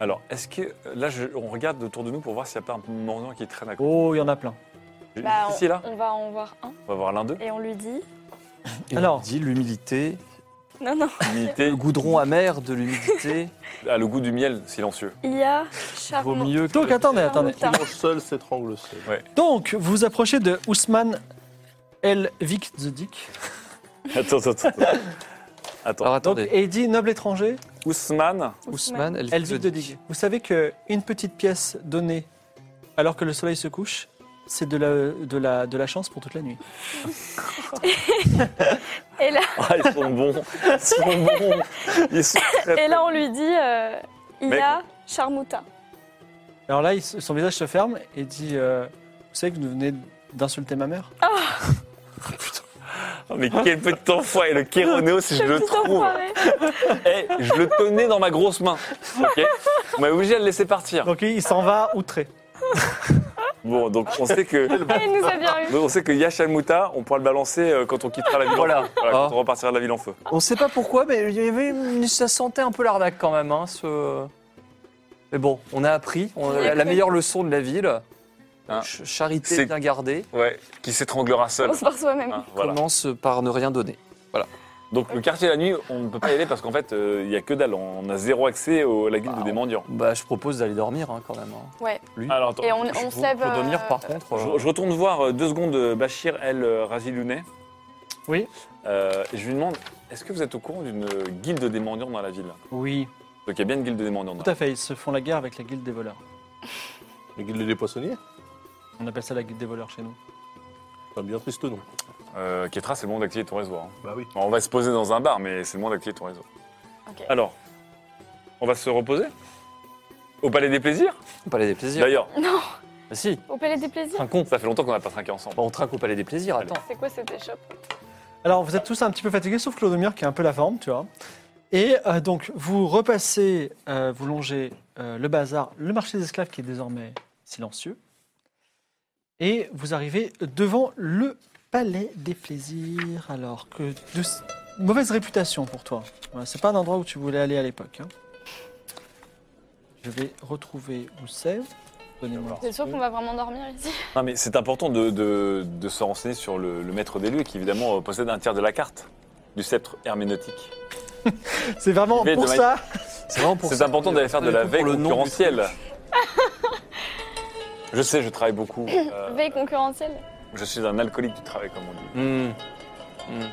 S3: Alors, est-ce que euh, là, je- on regarde autour de nous pour voir s'il n'y a pas un mendiant qui traîne à côté
S1: Oh, il y en a plein.
S4: Bah,
S3: Ici, là,
S4: on, on va en voir un
S3: on va voir l'un d'eux.
S4: et on lui dit.
S5: Il
S1: Alors.
S5: dit l'humidité,
S4: Non, non,
S3: L'humidité
S5: le goudron amer de l'humidité
S3: a le goût du miel silencieux.
S4: il y a
S5: vaut
S4: Charmant.
S5: mieux que.
S1: Donc attendez, attendez.
S4: Charmant.
S2: Il mange seul, s'étrangle seul.
S1: Donc vous vous approchez de Ousmane El Vic Zedik.
S3: Attends, attends, attends. Attends.
S5: Alors
S1: Donc,
S5: attendez,
S1: et il dit noble étranger,
S3: Ousmane,
S5: Ousmane, elle,
S1: El Vic Zedik. Vous savez que une petite pièce donnée alors que le soleil se couche, c'est de la, de, la, de la chance pour toute la nuit.
S4: Et là,
S3: ah, ils sont bons. Ils sont bons. Ils sont très,
S4: et là, on lui dit. euh, il y
S3: Mec.
S4: a Charmouta.
S1: Alors là, il se- son visage se ferme et dit euh, Vous savez que vous venez d'insulter ma mère
S3: Oh, mais quel petit enfant et le Kéronéo si je le
S4: Petit
S3: trouve.
S4: enfoiré.
S3: Eh, je le tenais dans ma grosse main. Ok. On m'a obligé à le laisser partir.
S1: Donc il s'en va outré.
S3: Bon, donc on sait que
S4: Et il nous a bien eu.
S3: on sait que Yashalmuta, on pourra le balancer euh, quand on quittera la ville.
S5: Voilà.
S3: Voilà, Oh.
S5: Ah.
S3: quand on repartira de la ville en feu.
S5: On sait pas pourquoi, mais il y avait, ça sentait un peu l'arnaque quand même. Hein, ce... Mais bon, on a appris. On
S4: On a
S5: a la, la
S4: appris.
S5: meilleure leçon de la ville.
S3: Hein.
S5: Ch- Charité
S3: C'est-
S5: bien gardée
S3: Ouais. Qui s'étranglera seul. Ah.
S4: On se part soi-même.
S3: Hein, voilà.
S5: commence par ne rien donner.
S3: Donc le quartier la nuit, on ne peut pas y aller parce qu'en fait, euh, il n'y a que dalle. On a zéro accès au- à la guilde
S5: Bah,
S3: des mendiants.
S5: Bah, je propose d'aller dormir hein, quand même. hein.
S4: Ouais.
S5: Lui.
S3: Alors attends,
S4: Et on,
S5: Je-
S4: on se
S5: pour-
S4: lève.
S5: Pour dormir,
S4: euh,
S5: par contre.
S3: je,
S5: euh,
S3: je retourne voir euh, deux secondes euh, Bachir El euh, Razilounay.
S1: Oui.
S3: Euh, et je lui demande, est-ce que vous êtes au courant d'une euh, guilde des mendiants dans la ville
S1: Oui,
S3: Donc il y a bien une guilde des mendiants. dans
S1: tout à fait. Ils se font la guerre avec la guilde des voleurs.
S2: Les guildes des poissonniers
S1: On appelle ça la guilde des voleurs chez nous.
S2: C'est un bien triste nom.
S3: Euh, Ketra, c'est le moment d'activer ton réseau. hein.
S2: Bah oui.
S3: Bon, On va se poser dans un bar, mais c'est le moment d'activer ton réseau.
S4: Ok.
S3: Alors, on va se reposer Au Palais des Plaisirs
S5: Palais des plaisirs.
S3: D'ailleurs,
S5: Bah, si,
S4: Au Palais des Plaisirs
S5: trinquons.
S3: ça fait longtemps qu'on n'a pas trinqué ensemble.
S5: Bah, on trinque au Palais des plaisirs,
S3: Allez.
S5: attends.
S4: C'est quoi cette échoppe
S1: Alors, vous êtes tous un petit peu fatigués, sauf Clodomir qui a un peu la forme, tu vois. Et euh, donc, vous repassez, euh, vous longez euh, le bazar, le marché des esclaves qui est désormais silencieux. Et vous arrivez devant le palais des plaisirs. Alors que de mauvaise réputation pour toi. Voilà, C'est pas un endroit où tu voulais aller à l'époque. hein. Je vais retrouver où c'est. Donnez-moi.
S4: C'est sûr qu'on va vraiment dormir ici
S3: Non, mais c'est important de, de- de se renseigner sur le, le maître des lieux qui, évidemment, euh, possède un tiers de la carte du sceptre herméneutique.
S1: C'est vraiment
S3: Je vais
S1: pour
S3: de
S1: ça.
S5: C'est vraiment pour
S3: euh, C'est
S5: ça.
S3: important d'aller faire de la
S5: Pour
S3: veille
S5: le nom du
S3: concurrentielle. Je sais, je travaille beaucoup. euh,
S4: Veille concurrentielle
S3: je suis un alcoolique du travail, comme on dit.
S5: Hmm.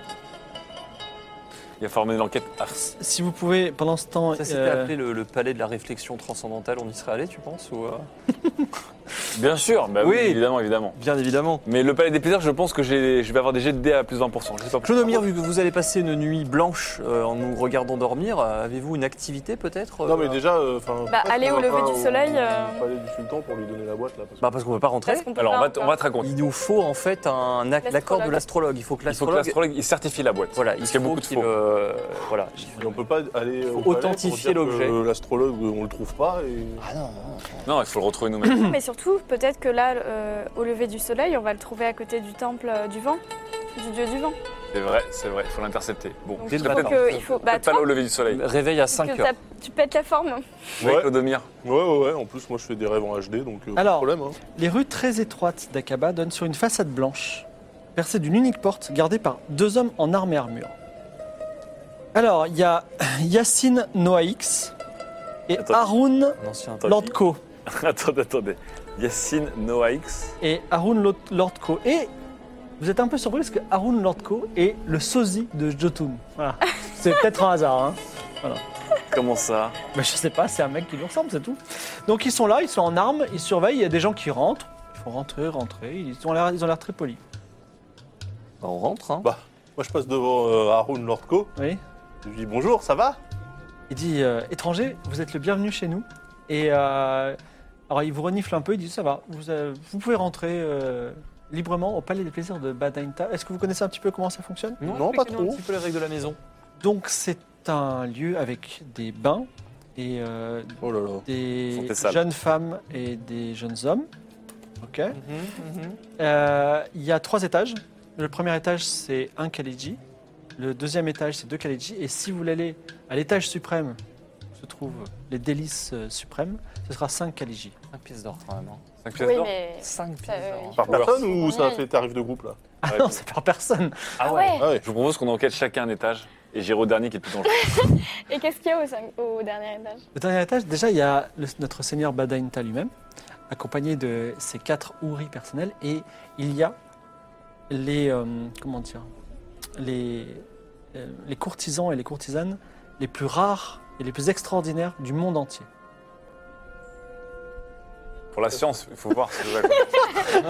S3: Il a formé l'enquête. Ah,
S1: Si vous pouvez, pendant ce temps.
S5: Ça s'était
S1: euh,
S5: appelé le, le palais de la réflexion transcendantale, on y serait allé, tu penses ou, euh
S3: Bien sûr, bah oui,
S5: Oui.
S3: évidemment, évidemment.
S5: Bien évidemment.
S3: Mais le palais des plaisirs, je pense que j'ai- je vais avoir des jets de dés à plus 20%. Je sais pas pourquoi.
S5: Clodomir, vu que vous allez passer une nuit blanche euh, en nous regardant dormir, euh, avez-vous une activité peut-être euh,
S2: Non, mais déjà. euh, enfin,
S4: Bah,
S2: pourquoi
S4: allez
S2: est-ce
S4: au
S2: qu'on va
S4: lever
S2: pas
S4: du soleil, euh,
S2: Au palais du sultan pour lui donner la boîte là. parce que-
S5: Bah parce qu'on peut pas rentrer.
S4: Est-ce qu'on peut
S3: Alors, on
S4: pas
S3: va,
S4: ou
S3: t-
S4: pas
S3: on va te raconter.
S5: Il nous faut en fait un acte- l'accord de
S4: L'astrologue.
S5: l'astrologue. Il faut que
S3: Il faut que
S5: l'astrologue.
S3: l'astrologue il certifie la boîte.
S5: Voilà, il
S3: parce qu'il y a
S5: faut
S3: beaucoup de
S5: qu'il,
S3: faux.
S5: euh, voilà.
S2: Et on peut pas aller. au
S5: Faut
S2: palais pour
S5: authentifier
S2: dire que
S5: l'objet.
S2: L'astrologue, on le trouve pas. Et...
S5: Ah non, non.
S3: Non, il faut le retrouver nous-mêmes.
S4: Mais surtout, peut-être que là, euh, au lever du soleil, on va le trouver à côté du temple euh, du vent, du dieu du vent.
S3: c'est vrai, c'est vrai, il faut l'intercepter. Bon,
S4: Donc,
S3: je
S4: il
S3: te
S4: faut
S3: répète,
S4: que- il faut- bah,
S3: peut-être pas
S4: toi.
S3: le lever du soleil.
S5: Réveil à
S4: Parce
S5: 5
S4: que
S5: heures.
S4: t'as- tu pètes la forme.
S3: Oui,
S2: Ouais.
S3: Clodomir.
S2: Ouais, ouais, ouais. En plus, moi, je fais des rêves en HD, donc. euh, pas de
S1: Alors.
S2: problème. Hein.
S1: Les rues très étroites d'Akaba donnent sur une façade blanche, percée d'une unique porte gardée par deux hommes en armes et armure. Alors, il y a Yacine Noaix et
S3: Attends.
S1: Haroun
S5: Un ancien
S3: Attends.
S1: Lordko.
S3: attendez, attendez. Yacine Noax.
S1: Et Haroun Lo- Lordko. Et vous êtes un peu surpris parce que Haroun Lordko est le sosie de Jotun. Voilà. C'est peut-être un hasard. Hein.
S3: Comment ça
S1: Bah, je sais pas, c'est un mec qui lui ressemble, c'est tout. Donc ils sont là, ils sont en armes, ils surveillent, il y a des gens qui rentrent. Ils font rentrer, rentrer. Ils ont l'air ils ont l'air très polis.
S5: Bah, on rentre. Hein.
S2: Bah. Moi, je passe devant euh, Haroun Lordco.
S1: Oui.
S2: Je lui dis bonjour, ça va
S1: Il dit euh, étranger, vous êtes le bienvenu chez nous. Et euh, alors il vous renifle un peu, il dit ça va, vous, euh, vous pouvez rentrer euh, librement au palais des plaisirs de Badainta. Est-ce que vous connaissez un petit peu comment ça fonctionne
S2: Non, pas
S5: expliquez-nous
S2: trop.
S5: Un petit peu les règles de la maison.
S1: Donc c'est un lieu avec des bains et euh,
S2: Oh là là.
S1: des
S3: Santé sale.
S1: jeunes femmes et des jeunes hommes. Ok. Euh,
S3: Mhm,
S1: Il y a trois étages. Le premier étage c'est un Kaleji. Le deuxième étage c'est deux Kaleji. Et si vous voulez aller à l'étage suprême où se trouvent les délices euh, suprêmes, ce sera cinq Kaleji.
S5: 5 pièces d'or quand même.
S3: Cinq pièces
S4: Oui,
S3: d'or
S4: mais.
S5: 5
S4: Ça,
S5: pièces
S4: euh,
S5: d'or.
S2: Par
S3: Ouais.
S2: personne
S4: On
S2: ou
S4: y
S2: ça
S4: est.
S2: fait tarif de groupe là
S1: Ah non, c'est par personne.
S4: Ah ouais
S2: Ah ouais.
S3: Je vous propose qu'on enquête chacun un étage et j'irai au dernier qui est le plus dangereux.
S4: Et qu'est-ce qu'il y a au, cin- au dernier étage
S1: Le dernier étage, déjà il y a le- notre seigneur Badainta lui-même, accompagné de ses quatre houris personnels, et il y a les euh, comment dire les euh, les courtisans et les courtisanes les plus rares et les plus extraordinaires du monde entier.
S3: Pour la science, il faut voir. ce que ça coûte.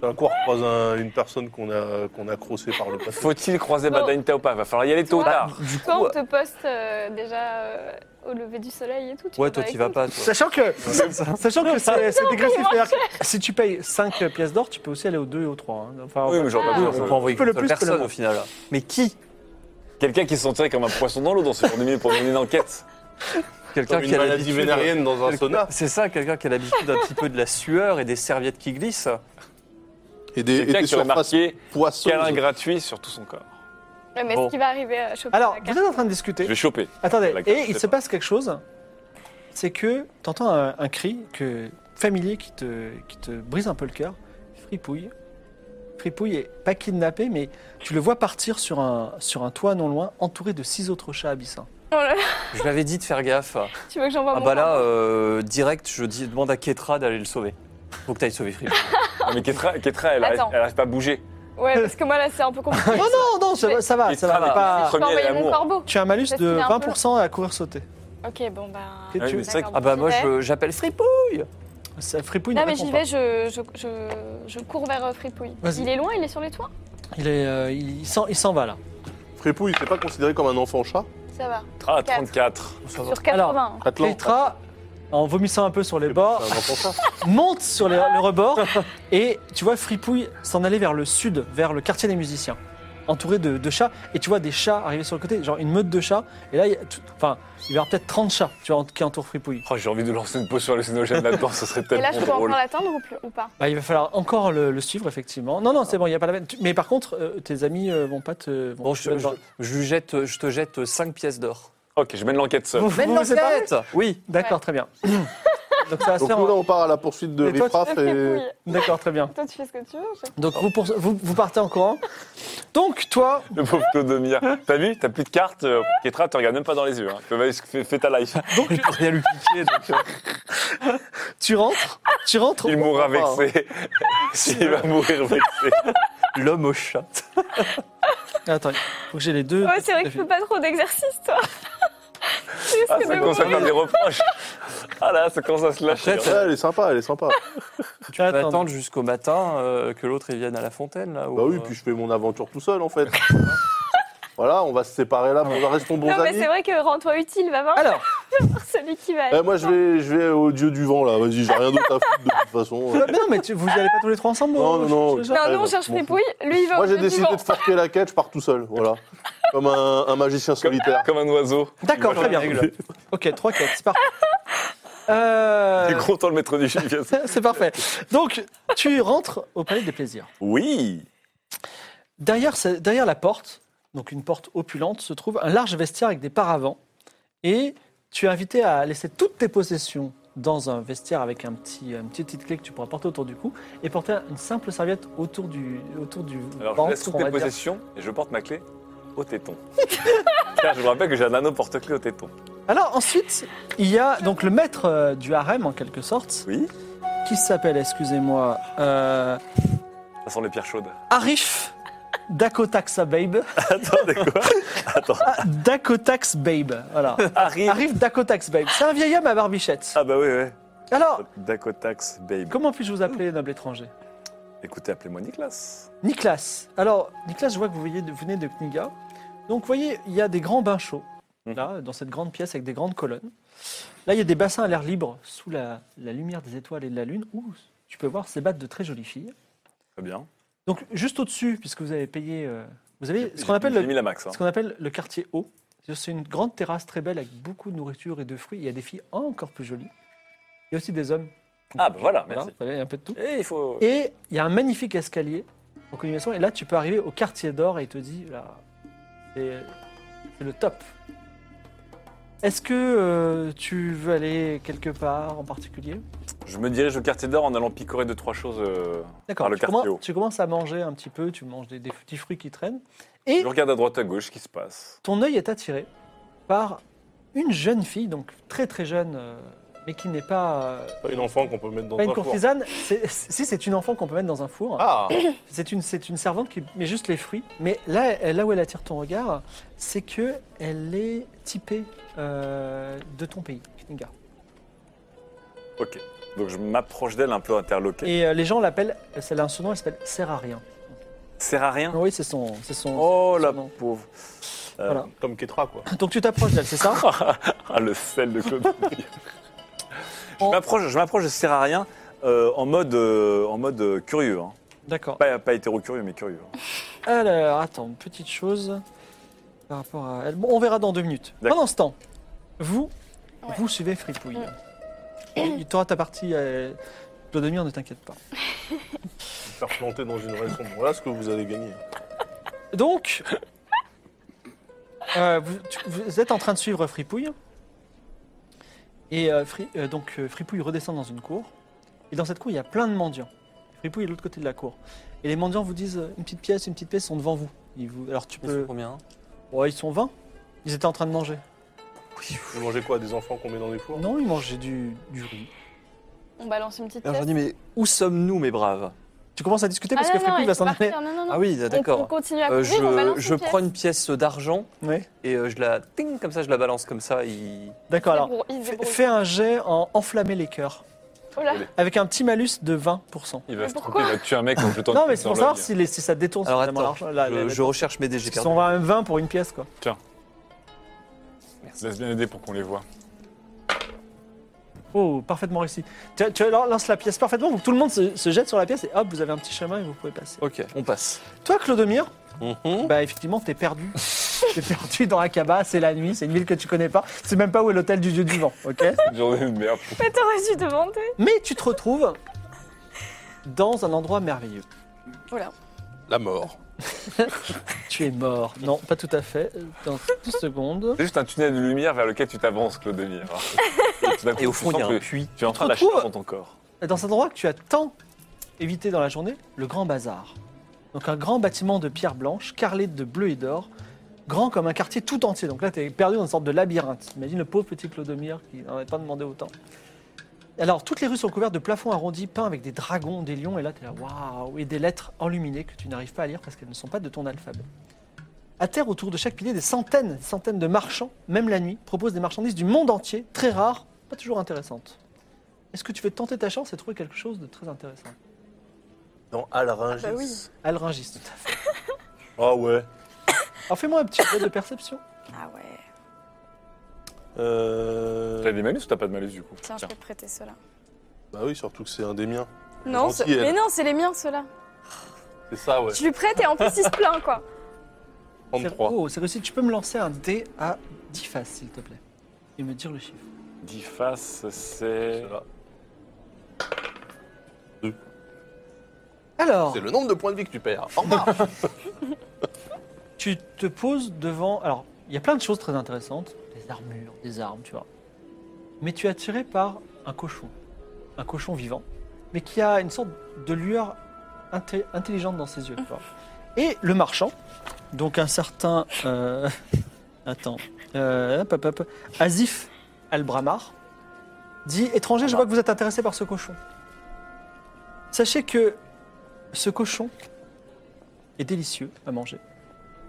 S2: C'est un quoi on croise un- une personne qu'on a, qu'on a crossée par le passé.
S3: Faut-il croiser
S4: Bon.
S3: Badainta ou pas Va falloir y aller tôt ou
S4: Toi.
S3: tard.
S5: Du
S4: Toi,
S5: coup.
S4: on te poste euh, déjà euh, au lever du soleil et tout. Tu
S5: Ouais,
S4: peux
S5: toi,
S4: avec
S5: tu vas
S4: nous.
S5: pas. toi.
S1: Sachant que sachant que c'est c'est dégressif, c'est-à-dire que si tu payes 5 pièces d'or, tu peux aussi aller aux 2 et aux 3. Enfin,
S3: Oui, mais j'aurais pas
S4: Ah.
S3: pu
S5: On
S3: faire ça.
S5: peut envoyer
S1: Tu peux le
S5: qu'une seule
S1: plus, tu peux le
S5: personne
S1: moins.
S5: au final. Mais qui
S3: Quelqu'un qui se sentirait comme un poisson dans l'eau dans ce genre de milieu pour mener une enquête.
S5: Quelqu'un
S2: Comme
S5: qui
S2: une
S5: a
S2: maladie
S5: l'habitude. euh,
S2: vénérienne dans un sauna.
S5: C'est ça, quelqu'un qui a l'habitude d'un petit peu de la sueur et des serviettes qui glissent.
S2: Et des,
S3: Quelqu'un qui aurait marqué
S2: poissons.
S3: câlin gratuit sur tout son corps.
S4: Ouais, Mais
S5: Bon.
S4: est-ce qu'il va arriver à choper
S1: Alors,
S4: la
S1: vous
S4: carte
S1: êtes en train de
S3: Je
S1: discuter.
S3: vais choper.
S1: Attendez,
S3: La carte,
S1: et
S3: je
S1: il
S3: sais
S1: se
S3: pas.
S1: passe quelque chose, c'est que t'entends un, un cri que, familier qui te, qui te brise un peu le cœur, fripouille, Fripouille est pas kidnappé, mais tu le vois partir sur un, sur un toit non loin, entouré de six autres chats abyssins.
S4: Oh là là,
S5: Je l'avais dit de faire gaffe.
S4: tu veux que j'envoie
S5: Ah
S4: mon
S5: bah là, euh, direct, je dis- demande à Ketra d'aller le sauver. Faut que t'ailles sauver Fripouille.
S3: Non, mais Ketra, Ketra, elle
S4: Attends.
S3: n'arrive pas à bouger.
S4: Ouais, parce que moi là c'est un peu compliqué.
S1: Oh non, non, ça va, ça va.
S3: Et
S1: Ça va
S3: ça va.
S1: t'es pas...
S4: Je peux
S3: Premier
S4: envoyer mon
S3: amour.
S4: corbeau.
S1: Tu as un malus
S4: Parce qu'il
S1: de
S4: est un peu
S1: 20% à courir sauter.
S4: Ok, bon bah.
S1: Et
S3: tu-
S4: d'accord,
S3: c'est vrai que-
S5: Ah bah
S4: j'y
S5: moi,
S4: vais.
S5: je- j'appelle Fripouille.
S1: Ça, Fripouille ne
S4: Non mais
S1: répond
S4: j'y
S1: pas.
S4: vais, je, je, je, je cours vers euh, Fripouille.
S1: Vas-y.
S4: Il est loin, il est sur les toits
S1: Il est, euh, il, il s'en- il s'en va là.
S2: Fripouille, c'est pas considéré comme un enfant chat
S4: Ça va.
S3: Ah,
S4: 34.
S3: 34.
S4: Sur 80.
S2: Atlan.
S1: Keitra, en vomissant un peu sur les
S2: C'est-
S1: bords,
S2: C'est un enfant chat.
S1: monte sur les- le rebord et tu vois Fripouille s'en aller vers le sud, vers le quartier des musiciens, entouré de, de chats. Et tu vois des chats arriver sur le côté, genre une meute de chats. Et là, il y a tout- enfin, il y aura peut-être 30 chats tu vois, qui entourent Fripouille.
S3: Oh, j'ai envie de lancer une potion hallucinogène là-dedans, ça serait
S4: Et là je
S3: tellement
S4: peux encore
S3: drôle.
S4: l'atteindre ou, plus- ou pas
S1: Bah, il va falloir encore le, le suivre, effectivement. Non, non, c'est bon, il n'y a pas la peine. Tu- Mais par contre, euh, tes amis euh, vont pas te. vont
S5: Bon,
S1: pas te
S5: je,
S1: mettre
S5: je,
S1: dans-
S5: je lui jette, je te jette 5 pièces d'or. Ah,
S3: Ok, je mène l'enquête seule.
S1: Vous- vous vous séparez
S5: Oui.
S1: D'accord,
S4: Ouais.
S1: très bien. Donc ça va se
S2: Donc
S1: faire.
S2: nous, là,
S1: en-
S2: on part à la poursuite de
S1: Mais toi, tu-
S2: Riffraff et.
S4: Fripouille.
S1: D'accord, très bien.
S4: Toi tu fais ce que tu veux. je-
S1: Donc vous, pour- vous, vous partez en courant. Donc toi,
S3: Le pauvre Clodomir. T'as vu T'as plus de cartes. euh, Ketra, tu regardes même pas dans les yeux. hein. Fais, fais- fais ta life.
S5: Donc je peux rien lui piquer. donc, euh,
S1: tu rentres, tu rentres.
S3: Il mourra
S2: pas, hein.
S3: vexé. Il va mourir vexé.
S5: L'homme au chat.
S1: Ah, Attends, faut que j'ai les deux.
S4: Ouais, c'est vrai que tu fais pas trop d'exercice toi. Tu risques
S3: Ah,
S4: de
S3: ça commence à
S4: mourir.
S3: faire des reproches. Ah là, ça commence à se lâcher.
S5: Après,
S2: Ouais, elle est sympa, elle est sympa.
S1: Tu
S5: On va attendre jusqu'au matin euh, que l'autre il vienne à la fontaine là. ou,
S2: Bah oui,
S5: euh,
S2: puis je fais mon aventure tout seul en fait. voilà, on va se séparer là, on reste bons
S4: Non mais
S2: amis.
S4: c'est vrai que rends-toi utile, va voir
S1: Alors,
S4: celui qui va.
S2: Eh, moi je vais, je vais au dieu du vent là, vas-y, j'ai rien d'autre à foutre de toute façon.
S1: mais non, mais tu- vous y allez pas tous les trois ensemble
S2: Non,
S1: euh,
S2: non, non.
S1: je- je-
S4: Non,
S2: Ouais,
S4: nous on
S2: bah,
S4: cherche
S2: je m'en fous.
S4: Fripouille, lui il va au
S2: Moi j'ai
S4: milieu du
S2: décidé
S4: vent.
S2: de forquer la quête, je pars tout seul, voilà. Comme un, un magicien
S3: Comme,
S2: solitaire.
S3: comme un oiseau.
S1: D'accord,
S3: Moi,
S1: très bien.
S3: j'en règle.
S1: Ok, trois quêtes, c'est parfait. Euh,
S3: T'es content le maître du jeu.
S1: c'est parfait. Donc, tu rentres au palais des plaisirs.
S3: Oui.
S1: Derrière, ce- derrière la porte, donc une porte opulente, se trouve un large vestiaire avec des paravents. Et tu es invité à laisser toutes tes possessions dans un vestiaire avec un petit, une petite, petite clé que tu pourras porter autour du cou et porter une simple serviette autour du, autour du
S3: Alors, je
S1: ventre,
S3: laisse toutes
S1: on
S3: tes
S1: va dire.
S3: possessions et je porte ma clé au téton. Car je vous rappelle que j'ai un anneau porte-clé au téton.
S1: Alors ensuite, il y a donc le maître euh, du harem en quelque sorte,
S3: Oui.
S1: qui s'appelle, excusez-moi, euh,
S3: Ça sent les pierres chaudes.
S1: Arif Dakotax Babe.
S3: Attendez quoi Attends.
S1: Ah, Dakotax Babe, voilà.
S3: Arrive.
S1: Arif Dakotax Babe. C'est un vieil homme à barbichette.
S3: Ah bah oui, oui.
S1: Alors,
S3: Dakotax, babe.
S1: comment puis-je vous appeler, noble étranger
S3: Écoutez, appelez-moi Nicolas.
S1: Nicolas. Alors, Nicolas, je vois que vous voyez de- venez de Kniga. Donc, vous voyez, il y a des grands bains chauds,
S3: Mhm.
S1: là, dans cette grande pièce avec des grandes colonnes. Là, il y a des bassins à l'air libre sous la, la lumière des étoiles et de la lune. Ouh, tu peux voir, c'est battre de très jolies filles.
S3: Très bien.
S1: Donc, juste au-dessus, puisque vous avez payé. euh, vous avez ce
S3: J'ai-
S1: qu'on appelle,
S3: j'ai
S1: le-
S3: mis la max. hein.
S1: ce qu'on appelle le quartier haut. C'est une grande terrasse très belle avec beaucoup de nourriture et de fruits. Il y a des filles encore plus jolies. Il y a aussi des hommes.
S3: Ah bah voilà,
S1: Voilà,
S3: merci.
S1: vous voyez, il y a un peu de tout.
S5: Eh,
S3: Et il faut.
S1: Et il y a un magnifique escalier en continuation. Et là, tu peux arriver au quartier d'or et il te dit, là, c'est c'est le top. Est-ce que euh, tu veux aller quelque part en particulier
S3: Je me dirige au quartier d'or en allant picorer deux trois choses. euh,
S1: D'accord.
S3: Par le
S1: tu,
S3: quartier
S1: commences-
S3: haut.
S1: tu commences à manger un petit peu, tu manges des, des petits fruits qui traînent. Et
S3: Je regarde à droite à gauche ce qui se passe.
S1: ton œil est attiré par une jeune fille, donc très très jeune, euh, mais qui n'est pas, euh,
S2: Pas une enfant qu'on peut mettre dans
S1: pas une
S2: un four.
S1: Ben courtisane. C'est- Si c'est une enfant qu'on peut mettre dans un four.
S2: Ah
S1: C'est une, c'est une servante qui met juste les fruits. Mais là, elle- là où elle attire ton regard, c'est que elle est typée euh, de ton pays, Kniga.
S3: Ok. Donc je m'approche d'elle un peu interloqué.
S1: Et euh, les gens l'appellent, elle a un surnom, elle s'appelle Serrarien.
S3: Sert à rien.
S1: Oui, c'est son, c'est son.
S3: Ah. Oh
S1: c'est
S3: la
S1: son nom.
S3: pauvre. Euh,
S1: Voilà.
S2: Comme Ketra quoi.
S1: Donc tu t'approches d'elle, c'est ça
S3: ah le sel de Claude. je m'approche, je m'approche de Sert à rien euh, en mode, euh, en mode euh, curieux. hein.
S1: D'accord.
S3: Pas, pas hétéro curieux, mais curieux. hein.
S1: Alors, attends, une petite chose par rapport à elle. Bon, on verra dans deux minutes.
S3: D'accord.
S1: Pendant ce temps, vous,
S4: Ouais.
S1: vous suivez Fripouille.
S4: Mm.
S1: Il t'aura ta partie. Euh, Clodomir, ne t'inquiète pas.
S2: Se Faire planter dans une raison. Voilà ce que vous avez gagné.
S1: Donc, euh, vous, tu- vous êtes en train de suivre Fripouille. Et euh, Fri- euh, donc, euh, Fripouille redescend dans une cour. Et dans cette cour, il y a plein de mendiants. Fripouille est de l'autre côté de la cour. Et les mendiants vous disent euh, une petite pièce, une petite pièce, ils sont devant vous. Ils vous... Alors tu
S5: Ils font
S1: peux.
S5: combien
S1: Ouais, ils sont 20. Ils étaient en train de manger.
S2: Vous mangez quoi Des enfants qu'on met dans des fours
S1: Non, ils mangeaient du, du riz.
S4: On balance une petite
S5: Alors je
S4: pièce.
S5: dis, mais où sommes-nous, mes braves
S1: Tu commences à discuter parce
S4: Ah
S1: que
S4: non, non,
S1: Fripouille
S4: il
S1: va
S4: faut
S1: s'en aller.
S4: partir. Non, non, non.
S5: Ah oui,
S4: On, on
S5: d'accord.
S4: continue à
S5: Euh,
S4: courir, on
S5: je
S4: balance
S5: je
S4: une
S5: prends
S4: pièce.
S5: une pièce d'argent
S1: Ouais.
S5: et euh, je la ting comme ça, je la balance comme ça. il-
S1: D'accord, alors.
S4: Débrouille, il se
S1: fais-
S4: débrouille.
S1: Fais un jet en enflammer les cœurs.
S4: Oh là.
S1: Avec un petit malus de 20%.
S3: Il va
S4: Mais
S3: se tromper,
S4: pourquoi
S3: il va tuer un mec en jetant
S1: Non,
S3: une
S1: mais
S3: pièce
S1: c'est pour
S3: dans
S1: savoir
S3: l'œil.
S1: si, les- si ça détourne
S5: Alors
S1: suffisamment
S5: Ah,
S1: l'argent.
S5: attends,
S1: La- la-
S5: je,
S1: la-
S5: je recherche mes DG
S1: Parce qu'ils sont à 20 pour une pièce, quoi.
S3: Laisse bien aider pour qu'on les voit.
S1: Oh, parfaitement réussi. Tu, tu lances la pièce parfaitement, donc tout le monde se, se jette sur la pièce et hop, vous avez un petit chemin et vous pouvez
S2: Oh.
S1: passer.
S5: Ok, on passe.
S1: Toi, Clodomir,
S2: Mhm.
S1: bah effectivement, t'es perdu. t'es perdu dans Akaba, c'est la nuit, c'est une ville que tu connais pas. C'est même pas où est l'hôtel du dieu du vent, ok
S3: Une journée de merde.
S4: Mais t'aurais dû demander.
S1: Mais tu te retrouves dans un endroit merveilleux.
S4: Voilà.
S2: La mort.
S1: Tu es mort. Non, pas tout à fait. Dans 10 secondes.
S3: C'est juste un tunnel de lumière vers lequel tu t'avances, Claude Demir.
S5: Et au fond, il y a un puits.
S3: Tu es en train de
S1: Tu te
S3: lâcher
S1: retrouves-
S3: dans ton corps.
S1: Dans cet endroit que tu as tant évité dans la journée, le Grand Bazar. Donc un grand bâtiment de pierre blanche, carrelé de bleu et d'or, grand comme un quartier tout entier. Donc là, tu es perdu dans une sorte de labyrinthe. Imagine le pauvre petit Clodomir qui n'en avait pas demandé autant. Alors, toutes les rues sont couvertes de plafonds arrondis peints avec des dragons, des lions, et là, tu es là, waouh, et des lettres enluminées que tu n'arrives pas à lire parce qu'elles ne sont pas de ton alphabet. À terre, autour de chaque pilier, des centaines, des centaines de marchands, même la nuit, proposent des marchandises du monde entier, très rares, pas toujours intéressantes. Est-ce que tu veux tenter ta chance et trouver quelque chose de très intéressant
S2: Dans Alringis.
S4: Ah bah oui.
S1: Alringis, tout à fait.
S2: Ah ouais.
S1: Alors fais-moi un petit jet de perception.
S4: Ah ouais.
S3: T'as
S2: Euh...
S3: des malus ou t'as pas de malus du coup
S4: Tiens, je
S3: Tiens.
S4: peux te prêter cela.
S2: Bah oui, surtout que c'est un des miens.
S4: Non,
S2: gentil,
S4: ce-
S2: elle.
S4: mais non, c'est les miens ceux-là.
S2: C'est ça, ouais.
S4: Je lui prête et en plus il se plaint quoi.
S2: 33.
S1: C'est- Oh, c'est réussi. Tu peux me lancer un dé à 10 faces, s'il te plaît. Et me dire le chiffre.
S3: 10 faces, c'est.
S2: Voilà.
S1: Alors,
S2: Oh. C'est le nombre de points de vie que tu perds. En marche
S1: tu te poses devant... Alors, il y a plein de choses très intéressantes. Des armures, des armes, tu vois. Mais tu es attiré par un cochon. Un cochon vivant. Mais qui a une sorte de lueur inté- intelligente dans ses yeux. tu vois. Et le marchand, donc un certain... euh, Attends. Euh, hop, hop, hop. Asif Al-Bramar dit Étranger, je vois que vous êtes intéressé par ce cochon. Sachez que ce cochon est délicieux à manger,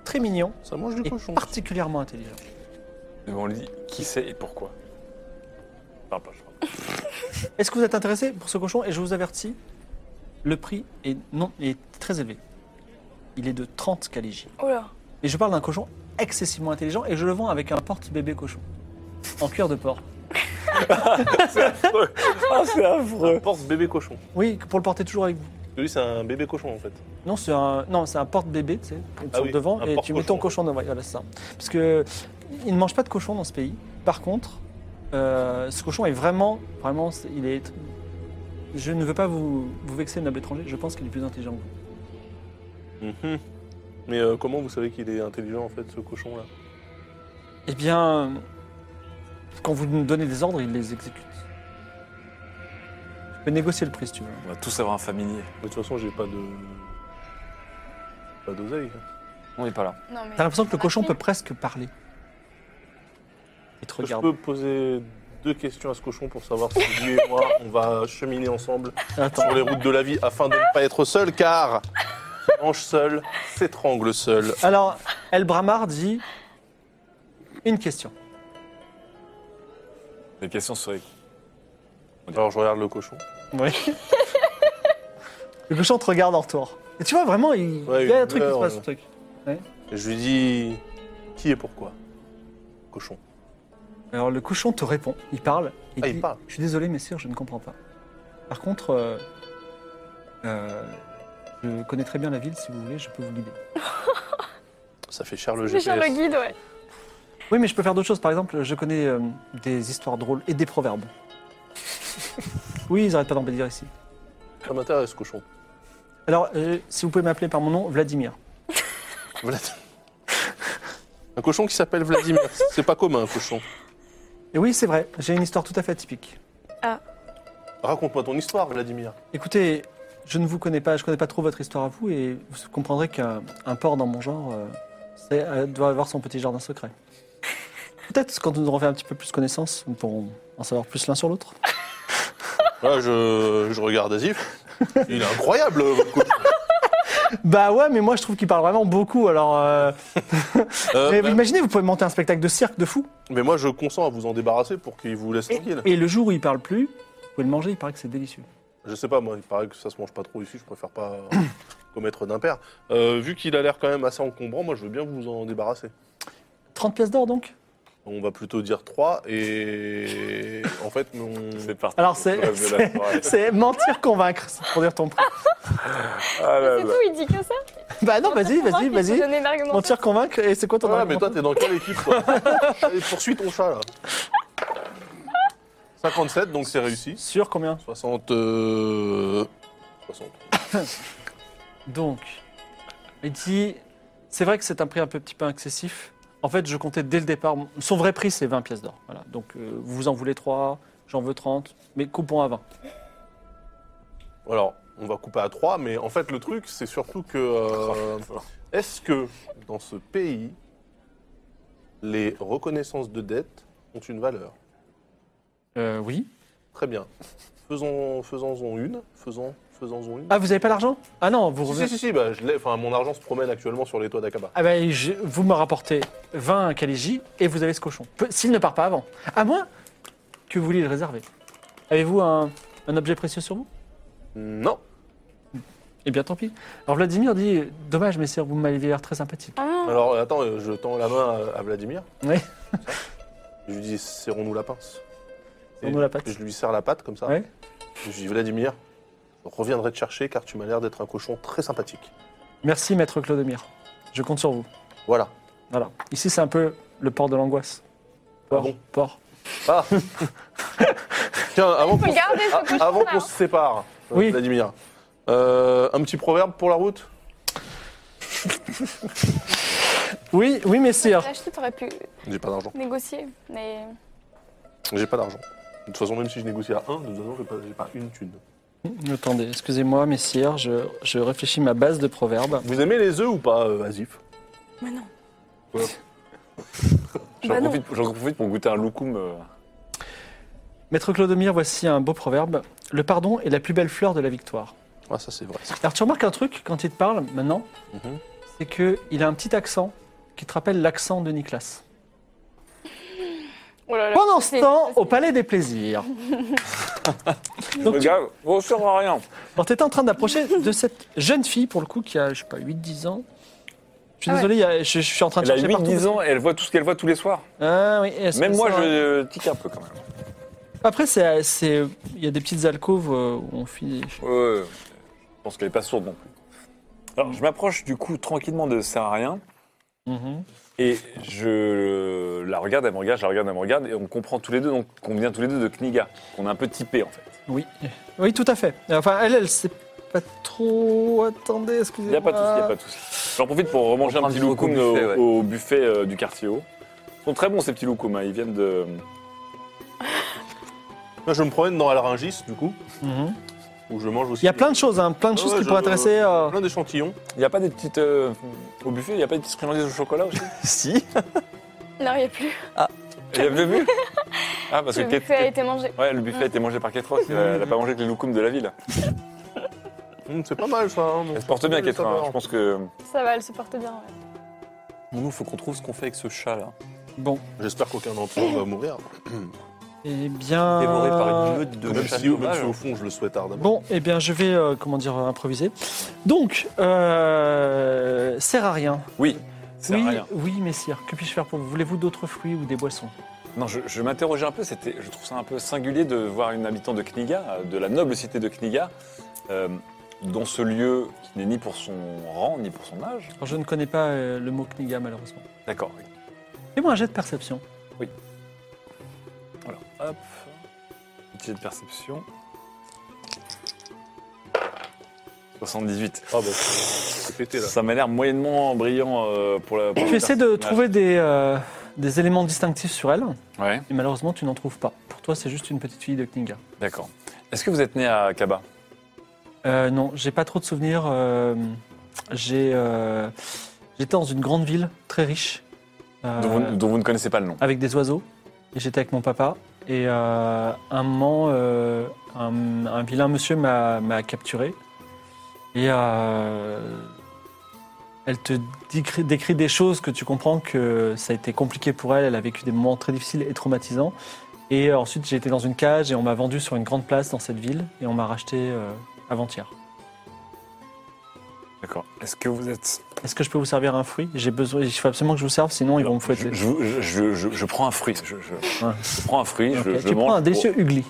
S1: très mignon
S2: Ça mange du
S1: et
S2: cochon.
S1: particulièrement intelligent.
S3: Mais on lui dit qui c'est et pourquoi. Parle pas, je crois.
S1: Est-ce que vous êtes intéressé pour ce cochon Et je vous avertis, le prix est, non, est très élevé. Il est de 30 calégies.
S4: Oh là.
S1: Et je parle d'un cochon excessivement intelligent et je le vends avec un porte-bébé cochon en cuir de porc.
S3: Ah, c'est affreux
S2: Porte bébé cochon.
S1: Oui, pour le porter toujours avec vous.
S2: Parce que Lui, c'est un bébé cochon en fait.
S1: Non, c'est un, non, c'est un porte-bébé, tu sais, qu'on
S2: Ah
S1: tourne
S2: oui,
S1: devant
S2: un
S1: et tu mets ton cochon devant. Voilà, c'est ça. Parce que ils ne mangent pas de cochon dans ce pays. Par contre, euh, ce cochon est vraiment, vraiment, c'est- il est. Je ne veux pas vous, vous vexer, noble étranger. Je pense qu'il est plus intelligent que vous.
S2: Mhm. Mais euh, comment vous savez qu'il est intelligent en fait, ce cochon là
S1: Eh bien, quand vous nous donnez des ordres, il les exécute. Je peux négocier le prix si tu veux.
S3: On va tous avoir un familier.
S2: Mais de toute façon, j'ai pas de. Pas d'oseille.
S5: On n'est pas là.
S4: Non, mais
S1: T'as l'impression que
S4: on
S1: le
S4: a
S1: cochon
S4: pris.
S1: peut presque parler. Il te
S2: Je
S1: regarde.
S2: peux poser deux questions à ce cochon pour savoir si lui et moi, on va cheminer ensemble
S1: Attends.
S2: sur les routes de la vie afin de ne pas être seul, car qui mange seul, s'étrangle seul.
S1: Alors, El Bramar dit une question.
S3: Les questions seraient.
S2: Alors je regarde le cochon.
S1: Oui. le cochon te regarde en retour. Et tu vois vraiment, il,
S2: Ouais,
S1: il y a
S2: une
S1: un truc qui se
S2: douleur,
S1: passe,
S2: ouais.
S1: un truc.
S2: Et je lui dis qui et pourquoi Cochon.
S1: Alors le cochon te répond, il parle. et
S2: Ah,
S1: dit,
S2: il parle.
S1: Je suis désolé, messieurs, je ne comprends pas. Par contre, euh, euh, je connais très bien la ville, si vous voulez, je peux vous guider.
S2: Ça fait cher le
S4: C'est
S2: GPS.
S4: sur le guide, ouais.
S1: Oui, mais je peux faire d'autres choses. Par exemple, je connais euh, des histoires drôles et des proverbes. oui, ils n'arrêtent pas d'embellir ici.
S2: Ça m'intéresse, cochon.
S1: Alors, euh, si vous pouvez m'appeler par mon nom, Vladimir.
S2: Vlad- Un cochon qui s'appelle Vladimir. C'est pas commun, un cochon.
S1: Et oui, c'est vrai, j'ai une histoire tout à fait atypique.
S2: Raconte-moi ton histoire, Vladimir.
S1: Écoutez, Je ne vous connais pas, je connais pas trop votre histoire à vous et vous comprendrez qu'un un porc dans mon genre euh, c'est- euh, doit avoir son petit jardin secret. Peut-être quand nous aurons fait un petit peu plus connaissance, nous pourrons en savoir plus l'un sur l'autre.
S2: Là, Ah, je, je regarde Azif. Il est incroyable, votre coach.
S1: Bah ouais, mais moi je trouve qu'il parle vraiment beaucoup. Alors, euh,
S2: Euh,
S1: mais
S2: bah,
S1: vous imaginez, vous pouvez monter un spectacle de cirque de fou.
S2: mais moi, je consens à vous en débarrasser pour qu'il vous laisse
S1: Et,
S2: tranquille.
S1: et le jour où il parle plus, vous pouvez le manger. Il paraît que c'est délicieux.
S2: Je sais pas, moi, il paraît que ça se mange pas trop ici, je préfère pas euh, commettre d'impair. Euh, vu qu'il a l'air quand même assez encombrant, moi, je veux bien vous en débarrasser.
S1: 30 pièces d'or donc.
S2: On va plutôt dire 3 et en fait, on...
S3: C'est parti.
S1: Alors, c'est-
S3: Rêve de la forêt.
S1: C'est mentir convaincre c'est pour dire ton prix.
S3: Ah là
S4: C'est
S3: là.
S4: tout, il dit que ça.
S1: Bah non, vas-y, vas-y,
S4: Il faut
S1: vas-y.
S4: donner l'argumentation.
S1: Mentir convaincre. Et c'est quoi ton
S2: Ouais, mais
S1: argument
S2: toi, t'es dans quelle équipe toi Allez, Poursuis ton chat, là. 57, donc c'est réussi.
S1: Sur combien
S2: 60... euh, 60.
S1: Donc, il dit c'est vrai que c'est un prix un peu, petit peu excessif. En fait, je comptais dès le départ. Son vrai prix, c'est 20 pièces d'or. Voilà. Donc, euh, vous en voulez 3, j'en veux 30, mais coupons à 20.
S2: Alors, on va couper à 3, mais en fait, le truc, c'est surtout que... euh, Est-ce que, dans ce pays, les reconnaissances de dette ont une valeur
S1: Euh, oui.
S2: Très bien. Faisons- Faisons-en une. Faisons, faisons-en une.
S1: Ah, vous n'avez pas l'argent Ah non, vous
S2: Si,
S1: revenez.
S2: si, si, si, bah, je l'ai. Enfin, mon argent se promène actuellement sur les toits d'Akaba.
S1: Ah ben, je- vous me rapportez 20 à Kaliji et vous avez ce cochon. Peu- S'il ne part pas avant. À moins que vous vouliez le réserver. Avez-vous un- un objet précieux sur vous
S2: Non.
S1: Eh bien, tant pis. Alors Vladimir dit Dommage, mais vous m'avez l'air très sympathique.
S4: Ah,
S2: Alors, euh, attends, euh, je tends la main à- à Vladimir.
S1: Oui.
S2: Je lui dis, serrons-nous la pince.
S1: Serrons-nous la patte.
S2: Je lui serre la patte comme ça.
S1: Ouais.
S2: Je lui dis, Vladimir, je reviendrai te chercher car tu m'as l'air d'être un cochon très sympathique.
S1: Merci, maître Clodomir. Je compte sur vous.
S2: Voilà.
S1: Voilà. Ici, c'est un peu le port de l'angoisse.
S2: Ah
S1: Port,
S2: bon
S1: port.
S2: Ah Tiens, avant qu'on
S4: Regardez ce
S2: ah,
S4: cochon.
S2: avant
S4: là.
S2: qu'on se sépare, euh,
S1: Oui.
S2: Vladimir, euh, un petit proverbe pour la route
S1: Oui, oui, messire.
S4: L'acheter, t'aurais pu
S2: J'ai pas d'argent.
S4: négocier. Mais
S2: J'ai pas d'argent. De toute façon, même si je négocie à 1, de toute façon, j'ai pas, j'ai pas une thune.
S1: Hmm, Attendez, excusez-moi, messire. Je, je réfléchis ma base de proverbes.
S2: Vous aimez les œufs ou pas, euh, Azif
S4: Mais non.
S2: Ouais.
S3: J'en
S4: Bah non.
S3: profite, j'en profite pour goûter un loukoum. euh.
S1: Maître Clodomir, voici un beau proverbe. Le pardon est la plus belle fleur de la victoire.
S2: Ah, ça c'est vrai.
S1: Alors, tu remarques un truc quand il te parle maintenant
S2: Mhm.
S1: c'est qu'il a un petit accent qui te rappelle l'accent de Nicolas.
S4: Oh là là.
S1: Pendant ce
S4: C'est-
S1: temps,
S4: c'est-
S1: au Palais des Plaisirs. Donc, tu-
S3: Regarde, on sert à rien.
S1: Alors, t'étais en train d'approcher de cette jeune fille, pour le coup, qui a, je sais pas, 8-10 ans. Je suis
S4: Ah ouais.
S1: désolé, il y a- je, je suis en train de
S3: Elle a
S1: chercher partout.
S3: 8-10 ans et elle voit tout ce qu'elle voit tous les soirs.
S1: Ah oui, est-ce
S3: Même
S1: que
S3: moi,
S1: ça-
S3: je tique un peu quand même.
S1: Après, c'est, c'est- il y a des petites alcôves euh, où on finit.
S3: Ouais, je pense qu'elle n'est pas sourde non plus. Alors, je m'approche du coup tranquillement de Saharien Mhm. et je la regarde, elle me regarde, je la regarde, elle me regarde et on comprend tous les deux, donc qu'on vient tous les deux de Kniga, qu'on est un peu typé en fait.
S1: Oui. Oui, tout à fait. Enfin, elle, elle sait pas trop. Attendez,
S3: Il
S1: excusez-moi.
S3: n'y a pas de souci, il n'y a pas de souci. J'en profite pour remanger
S5: On
S3: un
S5: prend
S3: petit
S5: un petit
S3: loukoum
S5: loukoum
S3: au,
S5: buffet, ouais.
S3: au buffet euh, du quartier haut. Ils sont très bons ces petits loukoums, hein, ils viennent de.
S2: Là, je me promène dans Alringis, du coup,
S1: Mhm.
S2: où je mange aussi.
S1: Il y a plein de choses, hein, plein de choses
S2: Ouais,
S1: qui
S2: je-
S1: pourraient intéresser. euh,
S2: Plein d'échantillons.
S3: Il n'y a pas des petites. euh, au buffet, il n'y a pas des petites friandises au chocolat aussi
S5: Si.
S4: Non, il n'y a plus.
S3: Il y a vu Ah, parce que.
S4: Le
S3: Kate-
S4: buffet a été mangé.
S3: Ouais, le buffet a été mangé par Ketros, elle n'a pas mangé que les loukoums de la ville.
S2: Hum, c'est pas mal ça. hein, donc
S3: Elle se porte bien, Ketros, hein, je pense que.
S4: Ça va, elle se porte bien. ouais.
S5: Nous, faut qu'on trouve ce qu'on fait avec ce chat là.
S1: Bon,
S2: J'espère qu'aucun d'entre eux va mourir.
S1: eh bien.
S5: Dévoré par une meute de
S2: même,
S5: chats
S2: si, même
S5: sauvages.
S2: si, au fond, je le souhaite ardemment.
S1: Bon, eh bien, je vais, euh, comment dire, improviser. Donc, euh, sert à rien.
S3: Oui, c'est
S1: oui,
S3: rien.
S1: oui, messire, que puis-je faire pour vous Voulez-vous d'autres fruits ou des boissons
S3: Non, je, je m'interrogeais un peu, c'était, je trouve ça un peu singulier de voir une habitante de Kniga, euh, de la noble cité de Kniga, euh, dans ce lieu qui n'est ni pour son rang, ni pour son âge.
S1: Alors, Je ne connais pas euh, le mot Kniga, malheureusement.
S3: D'accord.
S1: Fais-moi un jet de perception.
S3: Voilà, hop. Petit jet de perception. 78.
S2: Ah, bah, c'est pété là.
S3: Ça m'a l'air moyennement brillant euh, pour la. pour
S1: Tu
S3: le
S1: essaies de
S3: personnage.
S1: trouver des, euh, des éléments distinctifs sur elle,
S3: Ouais,
S1: et malheureusement, tu n'en trouves pas. Pour toi, c'est juste une petite fille de Kniga.
S3: d'accord. Est-ce que vous êtes né à Kaba
S1: Euh, non, j'ai pas trop de souvenirs. euh, j'ai, euh, j'étais dans une grande ville très riche, euh,
S3: dont, vous, dont vous ne connaissez pas le nom.
S1: avec des oiseaux. Et j'étais avec mon papa. Et euh, un moment, euh, un, un vilain monsieur m'a, m'a capturé. Et euh, elle te décrit, décrit des choses que tu comprends que ça a été compliqué pour elle. Elle a vécu des moments très difficiles et traumatisants. Et euh, ensuite, j'ai été dans une cage et on m'a vendu sur une grande place dans cette ville. Et on m'a racheté euh, avant-hier.
S3: D'accord. Est-ce que vous êtes.
S1: Est-ce que je peux vous servir un fruit J'ai besoin, il faut absolument que je vous serve, sinon ils vont me
S3: je,
S1: fouetter.
S3: je, je- je- je prends un fruit. Je, je- je prends un fruit,
S1: Ok,
S3: je, je
S1: Tu
S3: mange.
S1: prends un délicieux hugli.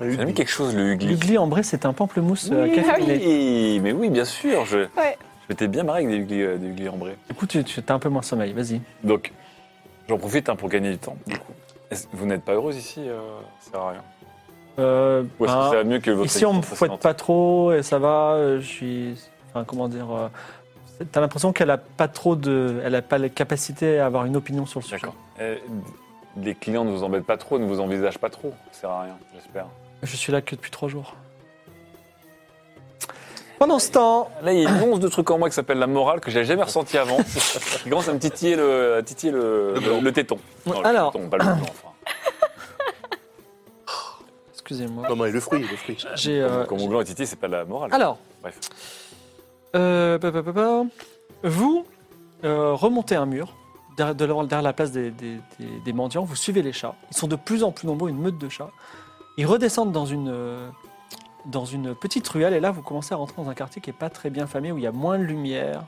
S3: Oh, ça a mis quelque chose, le hugli.
S1: Hugli, en vrai, c'est un pamplemousse euh,
S4: Oui,
S1: caféiné.
S3: ah Oui, mais oui, bien sûr. Je,
S4: Ouais.
S3: je m'étais bien marré avec des huglis, euh, des huglis ambrés.
S1: Du coup, tu, tu as un peu moins sommeil, vas-y.
S3: Donc, j'en profite hein, pour gagner du temps. Du coup. Est-ce- Vous n'êtes pas heureuse ici euh, Ça sert à rien.
S1: Euh,
S3: Ou est-ce
S1: ben,
S3: que ça va mieux que votre
S1: ici, on me
S3: existence
S1: fouette
S3: précédente
S1: pas trop et ça va. euh, Je suis. Enfin, comment dire euh, c'est- T'as l'impression qu'elle a pas trop de. Elle a pas la capacité à avoir une opinion sur le sujet.
S3: D'accord. Euh, Les clients ne vous embêtent pas trop, ne vous envisagent pas trop. Ça sert à rien, j'espère.
S1: Je suis là que depuis trois jours. Pendant ce temps,
S3: Là, il y a une once de truc en moi qui s'appelle la morale que j'avais jamais ressenti avant. qui commence à me titiller le, à titiller le,
S2: Le blanc.
S3: le téton. Euh, Non, Oh, le
S1: Euh, Alors.
S3: téton, pas le blanc, enfin.
S1: excusez-moi.
S2: Non, mais le fruit, le fruit.
S1: J'ai. euh,
S3: Quand mon gland est titillé, c'est pas la morale.
S1: Alors,
S3: Bref.
S1: Euh, pa, pa, pa, pa. Vous euh, remontez un mur derrière, de la- derrière la place des, des- des- des mendiants, vous suivez les chats. Ils sont de plus en plus nombreux, une meute de chats. Ils redescendent dans une, euh, dans une petite ruelle et là vous commencez à rentrer dans un quartier qui n'est pas très bien famé, où il y a moins de lumière,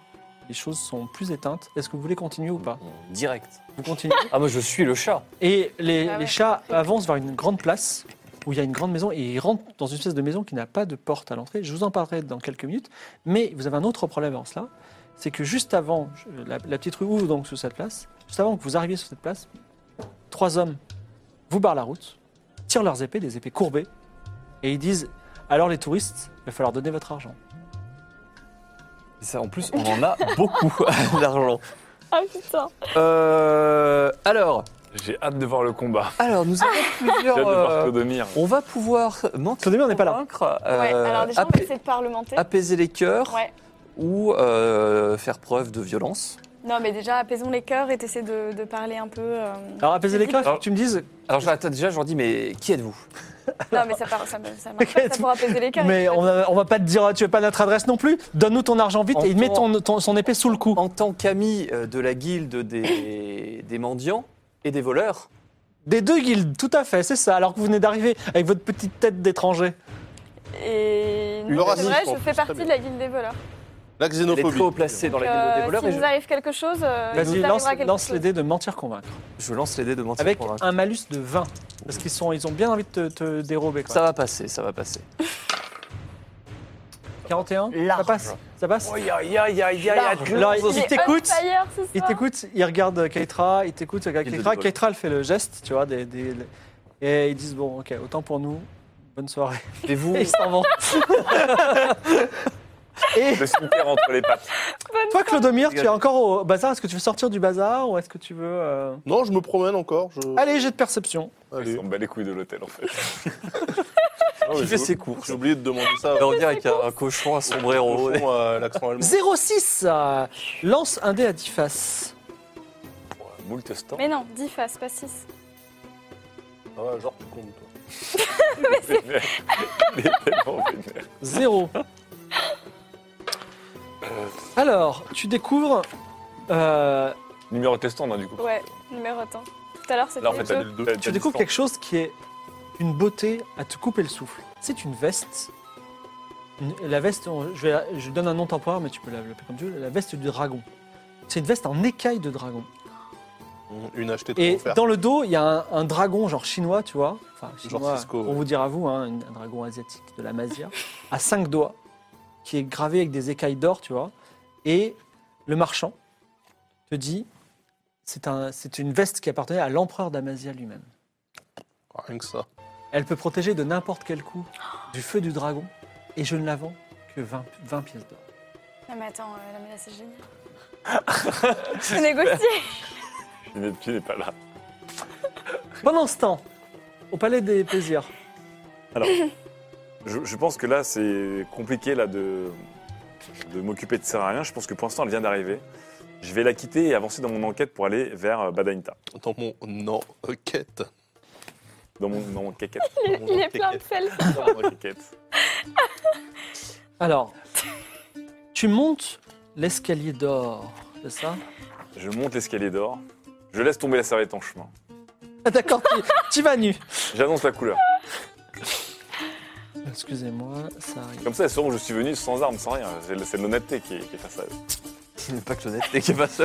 S1: les choses sont plus éteintes. Est-ce que vous voulez continuer ou pas
S5: Direct.
S1: Vous continuez
S5: Ah, moi, je suis le chat.
S1: Et les,
S4: Ah ouais.
S1: les chats avancent vers une grande place où il y a une grande maison et ils rentrent dans une espèce de maison qui n'a pas de porte à l'entrée. Je vous en parlerai dans quelques minutes. Mais vous avez un autre problème avant cela. C'est que juste avant, je- la, la petite rue ouvre donc sur cette place. Juste avant que vous arriviez sur cette place, trois hommes vous barrent la route, tirent leurs épées, des épées courbées, et ils disent Alors les touristes, il va falloir donner votre argent.
S5: Et ça, en plus, on en a beaucoup d'argent.
S4: Ah putain.
S5: Euh, alors,
S3: J'ai hâte de voir le combat.
S5: alors, nous avons
S3: J'ai hâte
S5: plusieurs.
S3: de voir
S5: euh,
S3: Clodomir.
S5: on va pouvoir mentir,
S1: Clodomir n'est pas là.
S5: convaincre,
S4: ouais,
S5: euh,
S4: alors déjà, on
S5: apa-
S4: va essayer de parlementer.
S5: apaiser les cœurs
S4: Ouais.
S5: ou euh, faire preuve de violence.
S4: Non, mais déjà, apaisons les cœurs et t'essaies de, de parler un peu. euh,
S1: Alors apaisez les cœurs, il faut que tu me dises
S5: Alors, je- attends, déjà, je leur dis, mais qui êtes-vous
S4: Non, mais ça, par- ça, ça marche pas, ça pour apaiser les cœurs.
S1: Mais on, a- on va pas te dire, tu veux pas notre adresse non plus. Donne-nous ton argent vite
S5: En
S1: et il met
S5: temps-
S1: ton, ton- son épée sous le cou.
S5: En tant qu'ami euh, de la guilde des, des mendiants et des voleurs,
S1: Des deux guildes, tout à fait, c'est ça. Alors que vous venez d'arriver avec votre petite tête d'étranger.
S4: Et
S2: Le
S4: non, c'est
S2: racisme,
S4: vrai,
S2: en
S4: je
S2: plus,
S4: fais
S2: très
S4: partie
S2: bien.
S4: de la guilde des voleurs.
S2: La
S5: elle est
S2: xénophobie.
S5: très haut placée dans la guilde
S4: Euh,
S5: des voleurs.
S4: si
S5: et
S4: nous
S5: je,
S4: arrive quelque chose, euh, il
S1: Vas-y,
S4: nous
S1: lance,
S4: arrivera quelque
S1: lance
S4: chose.
S1: les dés de mentir convaincre.
S5: je lance les dés de mentir
S1: Avec
S5: pour convaincre.
S1: un malus de 20. Parce qu'ils sont, ils ont bien envie de te, te dérober. Quoi.
S5: Ça va passer, ça va passer.
S1: 41 Ça
S5: Large.
S1: passe Ça passe
S3: Aïe, aïe, aïe, aïe, aïe, aïe,
S1: Large. Là,
S4: Il
S1: il
S4: est
S1: t'écoute.
S4: on fire ce
S1: Il
S4: soir.
S1: t'écoute, il regarde Keitra, il t'écoute, il regarde
S5: Guilde
S1: Keitra.
S5: de vol.
S1: Keitra, elle fait le geste, tu vois. Des, des- et ils disent, bon, ok, autant pour nous. Bonne soirée.
S5: Et vous,
S1: Et ils s'en vont. et
S3: Le cimetière entre les pattes.
S1: toi, Clodomir, tu es encore au bazar. Est-ce que tu veux sortir du bazar ou est-ce que tu veux... euh,
S2: Non, je me promène encore. Je...
S1: Allez, jet de perception.
S3: Ils
S2: Allez.
S3: s'en bat les couilles de l'hôtel, en fait.
S2: Non, mais
S5: qui
S2: j'ai-
S5: fait ses courses Oh,
S2: J'ai oublié de demander ça
S5: Alors, On dirait qu'il y a un cochon à sombrero.
S2: cochon à euh, l'accent allemand.
S1: 06 euh, Lance un dé à 10 faces.
S3: Moult stand.
S4: Mais non, 10 faces, pas 6.
S2: Ah ouais, genre, tu comptes, toi.
S3: Vénère. Il est tellement vénère.
S1: 0. Alors, tu découvres... euh,
S3: Numéro testant, hein, du coup.
S4: Ouais, numéro temps. Tout à l'heure, c'était
S3: Là, en fait,
S4: le
S3: t'as
S4: jeu.
S3: le deux.
S1: tu découvres quelque chose qui est une beauté à te couper le souffle. C'est une veste. Une- la veste, on- je, vais la- je donne un nom temporaire, mais tu peux la- l'appeler comme tu veux. La veste du dragon. C'est une veste en écaille de dragon.
S2: Une achetée de
S1: Et
S2: trop offert.
S1: dans le dos, il y a un, un dragon genre chinois, tu vois. Enfin,
S2: Genre
S1: chinois,
S2: Cisco,
S1: on
S2: ouais.
S1: vous dira à vous, hein, une- un dragon asiatique de la Mazia, à cinq doigts, qui est gravé avec des écailles d'or, tu vois. Et le marchand te dit, c'est un, c'est une veste qui appartenait à l'empereur d'Amazia lui-même.
S2: Ah, Rien que ça.
S1: Elle peut protéger de n'importe quel coup du feu du dragon, et je ne la vends que 20, 20 pièces d'or.
S4: Non, mais attends, euh, la menace est géniale. C'est négocié.
S3: Il n'est pas là.
S1: Pendant ce temps, au palais des plaisirs,
S3: Alors. Je, je pense que là, c'est compliqué là, de, de m'occuper de ça à rien. Je pense que pour l'instant, elle vient d'arriver. Je vais la quitter et avancer dans mon enquête pour aller vers euh, Badainta.
S2: Dans mon enquête.
S3: Dans mon, dans mon quéquette.
S4: Il, il est plein de sel.
S1: Ah,
S3: Dans mon quéquette.
S1: Alors, tu montes l'escalier d'or, c'est ça
S3: Je monte l'escalier d'or. Je laisse tomber la serviette en chemin.
S1: Ah, D'accord, tu, tu vas nu.
S3: J'annonce la couleur.
S1: Excusez-moi, ça arrive.
S3: Comme ça, elles sauront que je suis venu sans armes, sans rien. C'est c'est l'honnêteté qui, est- qui est face à eux.
S5: Pas que l'honnêteté qui est pas ça.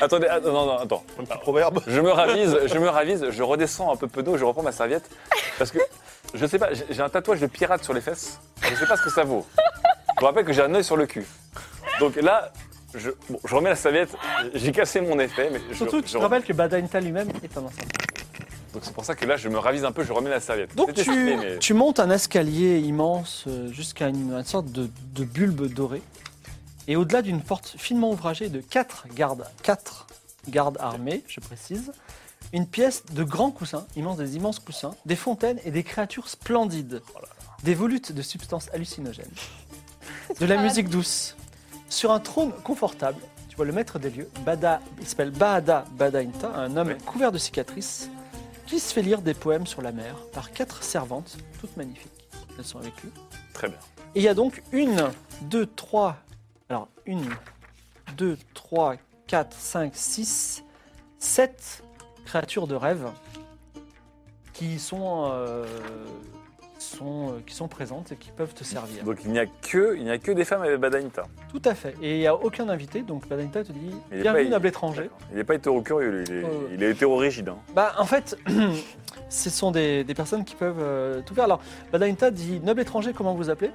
S3: Attendez, ah, non, non, attends.
S2: Un petit proverbe.
S3: Je me ravise, je me ravise, je redescends un peu peu d'eau, je reprends ma serviette. Parce que, je sais pas, j'ai j'ai un tatouage de pirate sur les fesses. Je sais pas ce que ça vaut. Je vous rappelle que j'ai un œil sur le cul. Donc là, je, bon, je remets la serviette, j'ai cassé mon effet, mais je,
S1: Surtout, tu
S3: je-
S1: te rappelles que Badainta lui-même est un enfant.
S3: Donc c'est pour ça que là, je me ravise un peu, je remets la serviette.
S1: Donc
S3: C'était
S1: tu,
S3: stylé, mais-
S1: tu montes un escalier immense euh, jusqu'à une, une sorte de, de bulbe dorée. Et au-delà d'une porte finement ouvragée de quatre gardes, quatre gardes armés, je précise, une pièce de grands coussins, immense, des immenses coussins, des fontaines et des créatures splendides, des volutes de substances hallucinogènes, de la musique douce. Sur un trône confortable, tu vois le maître des lieux, Bada, il s'appelle Bahada Badainta, un homme
S3: Oui.
S1: couvert de cicatrices, qui se fait lire des poèmes sur la mer par quatre servantes, toutes magnifiques. Elles sont avec lui.
S3: Très bien.
S1: Et il y a donc une, deux, trois. Alors, une, deux, trois, quatre, cinq, six, sept créatures de rêve qui sont, euh, sont, euh, qui sont présentes et qui peuvent te servir.
S3: Donc il n'y a que, il n'y a que des femmes avec Badainta.
S1: Tout à fait. Et il n'y a aucun invité, donc Badanita te dit
S3: Il est
S1: Bienvenue,
S3: pas-
S1: noble étranger.
S3: Il n'est pas hétéro-curieux, lui, il est,
S1: Ouais, ouais.
S3: il est hétéro-rigide. hein.
S1: Bah, en fait, ce sont des, des personnes qui peuvent euh, tout faire. Alors, Badanita dit Noble étranger, comment vous appelez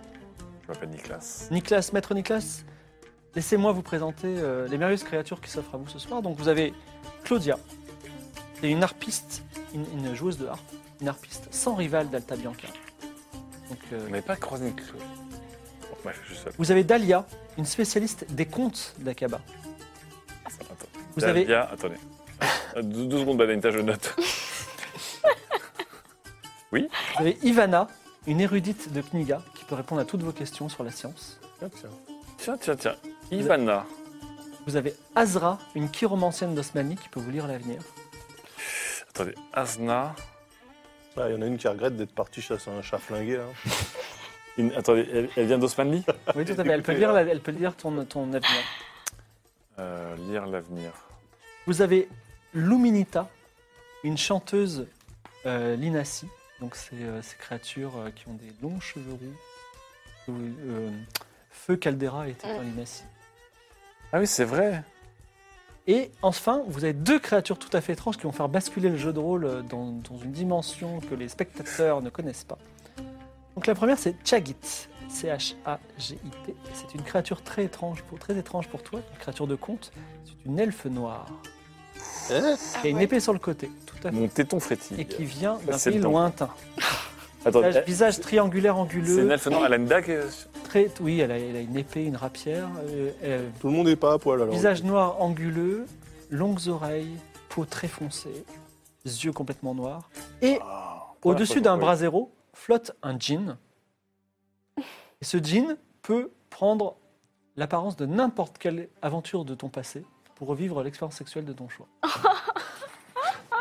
S3: Je m'appelle Nicolas.
S1: Nicolas, maître Nicolas, laissez-moi vous présenter euh, les merveilleuses créatures qui s'offrent à vous ce soir. Donc vous avez Claudia, c'est une harpiste, une, une joueuse de harpe, une harpiste sans rival d'Alta Bianca. Donc, euh,
S3: On n'avait pas croisé Nicolas. Bon, bref, je sais.
S1: vous avez Dahlia, une spécialiste des contes d'Akaba.
S3: Attends.
S1: Vous
S3: Dalia,
S1: avez
S3: attendez. Ah, Deux, deux secondes, Badainta, je note.
S1: Vous avez Ivana, une érudite de Kniga qui peut répondre à toutes vos questions sur la science.
S3: Tiens, tiens. Tiens, tiens, tiens. Ivana.
S1: Vous avez Azra, une chiromancienne d'Osmanie qui peut vous lire l'avenir.
S3: Attendez, Asna.
S2: Ah, Il y en a une qui regrette d'être partie chasser un chat flingué. hein.
S3: Une- attendez, elle, elle vient d'Osmanli
S1: Oui, tout à fait. Elle peut lire, la- elle peut lire ton, ton avenir.
S3: euh, Lire l'avenir.
S1: Vous avez Luminita, une chanteuse euh, linassi. Donc, c'est euh, ces créatures euh, qui ont des longs cheveux roux. Euh, euh, Feu Caldera était un linassi.
S3: Ah oui, c'est vrai.
S1: Et enfin, vous avez deux créatures tout à fait étranges qui vont faire basculer le jeu de rôle euh, dans, dans une dimension que les spectateurs ne connaissent pas. Donc la première, c'est Chagit. C-H-A-G-I-T. C'est une créature très étrange, pour, très étrange pour toi, une créature de conte. C'est une elfe noire.
S4: Ah
S1: qui a une
S4: ouais.
S1: épée sur le côté, tout à fait.
S3: Mon téton
S1: Et
S3: frétille.
S1: qui vient d'un
S3: C'est
S1: pays
S3: le temps.
S1: lointain.
S3: Attendez,
S1: Visage,
S3: elle-
S1: visage triangulaire
S3: c'est une
S1: anguleux.
S3: elfe noire, elle a une dague euh, sur-
S1: Très, oui, elle a, elle a une épée, une rapière. euh, euh,
S2: Tout le monde n'est pas à poil alors.
S1: Visage noir anguleux, longues oreilles, peau très foncée, yeux complètement noirs. Et
S3: Ah, première fois
S1: au-dessus
S3: qu'on
S1: d'un
S3: voit.
S1: brasero flotte un djinn. Et ce djinn peut prendre l'apparence de n'importe quelle aventure de ton passé pour revivre l'expérience sexuelle de ton choix.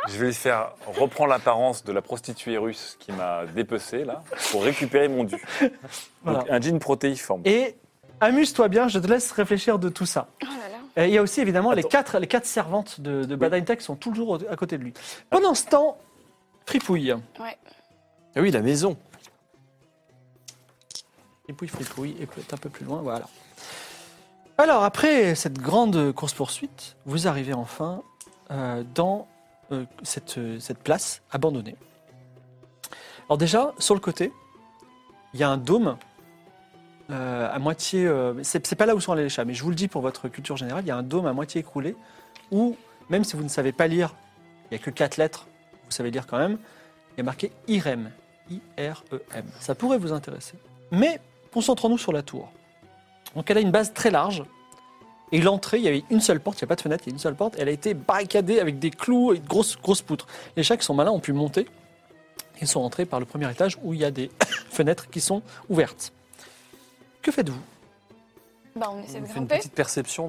S3: Je vais lui faire reprendre l'apparence de la prostituée russe qui m'a dépecé, là, pour récupérer mon dû.
S1: Voilà.
S3: Donc, un jean protéiforme.
S1: Et amuse-toi bien, je te laisse réfléchir de tout ça.
S4: Oh là là.
S1: Et il y a aussi évidemment les
S3: Attends.
S1: quatre, les quatre servantes de, de Badainta qui sont toujours au- à côté de lui. Pendant ce temps, Fripouille.
S5: Ah oui, la maison.
S1: Fripouille, fripouille, et peut-être un peu plus loin, voilà. Alors, après cette grande course-poursuite, vous arrivez enfin euh, dans euh, cette, euh, cette place abandonnée. Alors déjà, sur le côté, il y a un dôme euh, à moitié... euh, c'est c'est pas là où sont allés les chats, mais je vous le dis pour votre culture générale, il y a un dôme à moitié écroulé où, même si vous ne savez pas lire, il n'y a que quatre lettres, vous savez lire quand même, il y a marqué IREM. I-R-E-M. Ça pourrait vous intéresser. Mais concentrons-nous sur la tour. Donc elle a une base très large. Et l'entrée, il y avait une seule porte, il n'y a pas de fenêtre, il y a une seule porte. Elle a été barricadée avec des clous et de grosses, grosses poutres. Les chats qui sont malins ont pu monter Ils sont rentrés par le premier étage où il y a des fenêtres qui sont ouvertes. Que faites-vous
S4: Bah, on essaie
S5: On
S4: de
S5: fait une
S4: grimper.
S5: petite perception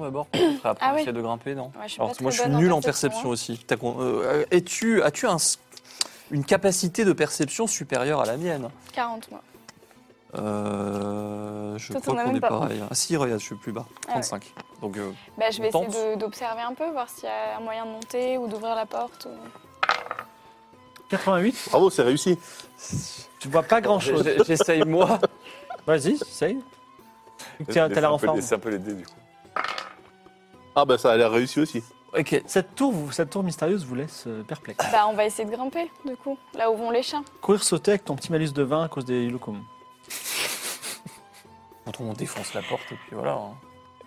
S5: d'abord, peut-être, après
S4: Ah
S5: on
S4: ouais.
S5: essaie de grimper, non
S4: Ouais, je suis
S5: Alors
S4: pas
S5: que moi,
S4: très
S5: je suis
S4: bonne en
S5: nul en
S4: perception,
S5: perception aussi. T'as con- euh, es-tu- As-tu un s- une capacité de perception supérieure à la mienne
S4: 40 mois.
S5: Euh, Je
S4: Toi, t'en as
S5: crois qu'on
S4: même
S5: est
S4: pas. Ah
S5: pareil. Ah si, regarde, je suis plus bas,
S4: ouais.
S5: 35. Donc, euh,
S4: Bah, je vais
S5: On
S4: essayer de- d'observer un peu, voir s'il y a un moyen de monter ou d'ouvrir la porte. ou-
S1: 88
S2: Bravo, c'est réussi.
S1: Tu vois pas grand-chose.
S5: j'ai- j'essaye moi.
S1: Vas-y, essaye. Tiens,
S3: Laissez
S1: t'as l'air
S3: un
S1: en
S3: peu-
S1: forme.
S3: laissez un peu les dés, du coup.
S2: Ah bah ça a l'air réussi aussi.
S5: Ok,
S1: Cette tour, vous- cette tour mystérieuse vous laisse euh, perplexe.
S4: Bah, on va essayer de grimper, du coup, là où vont les chiens.
S1: Courir sauter avec ton petit malus de 20 à cause des locums.
S5: Quand on défonce la porte et puis voilà. hein.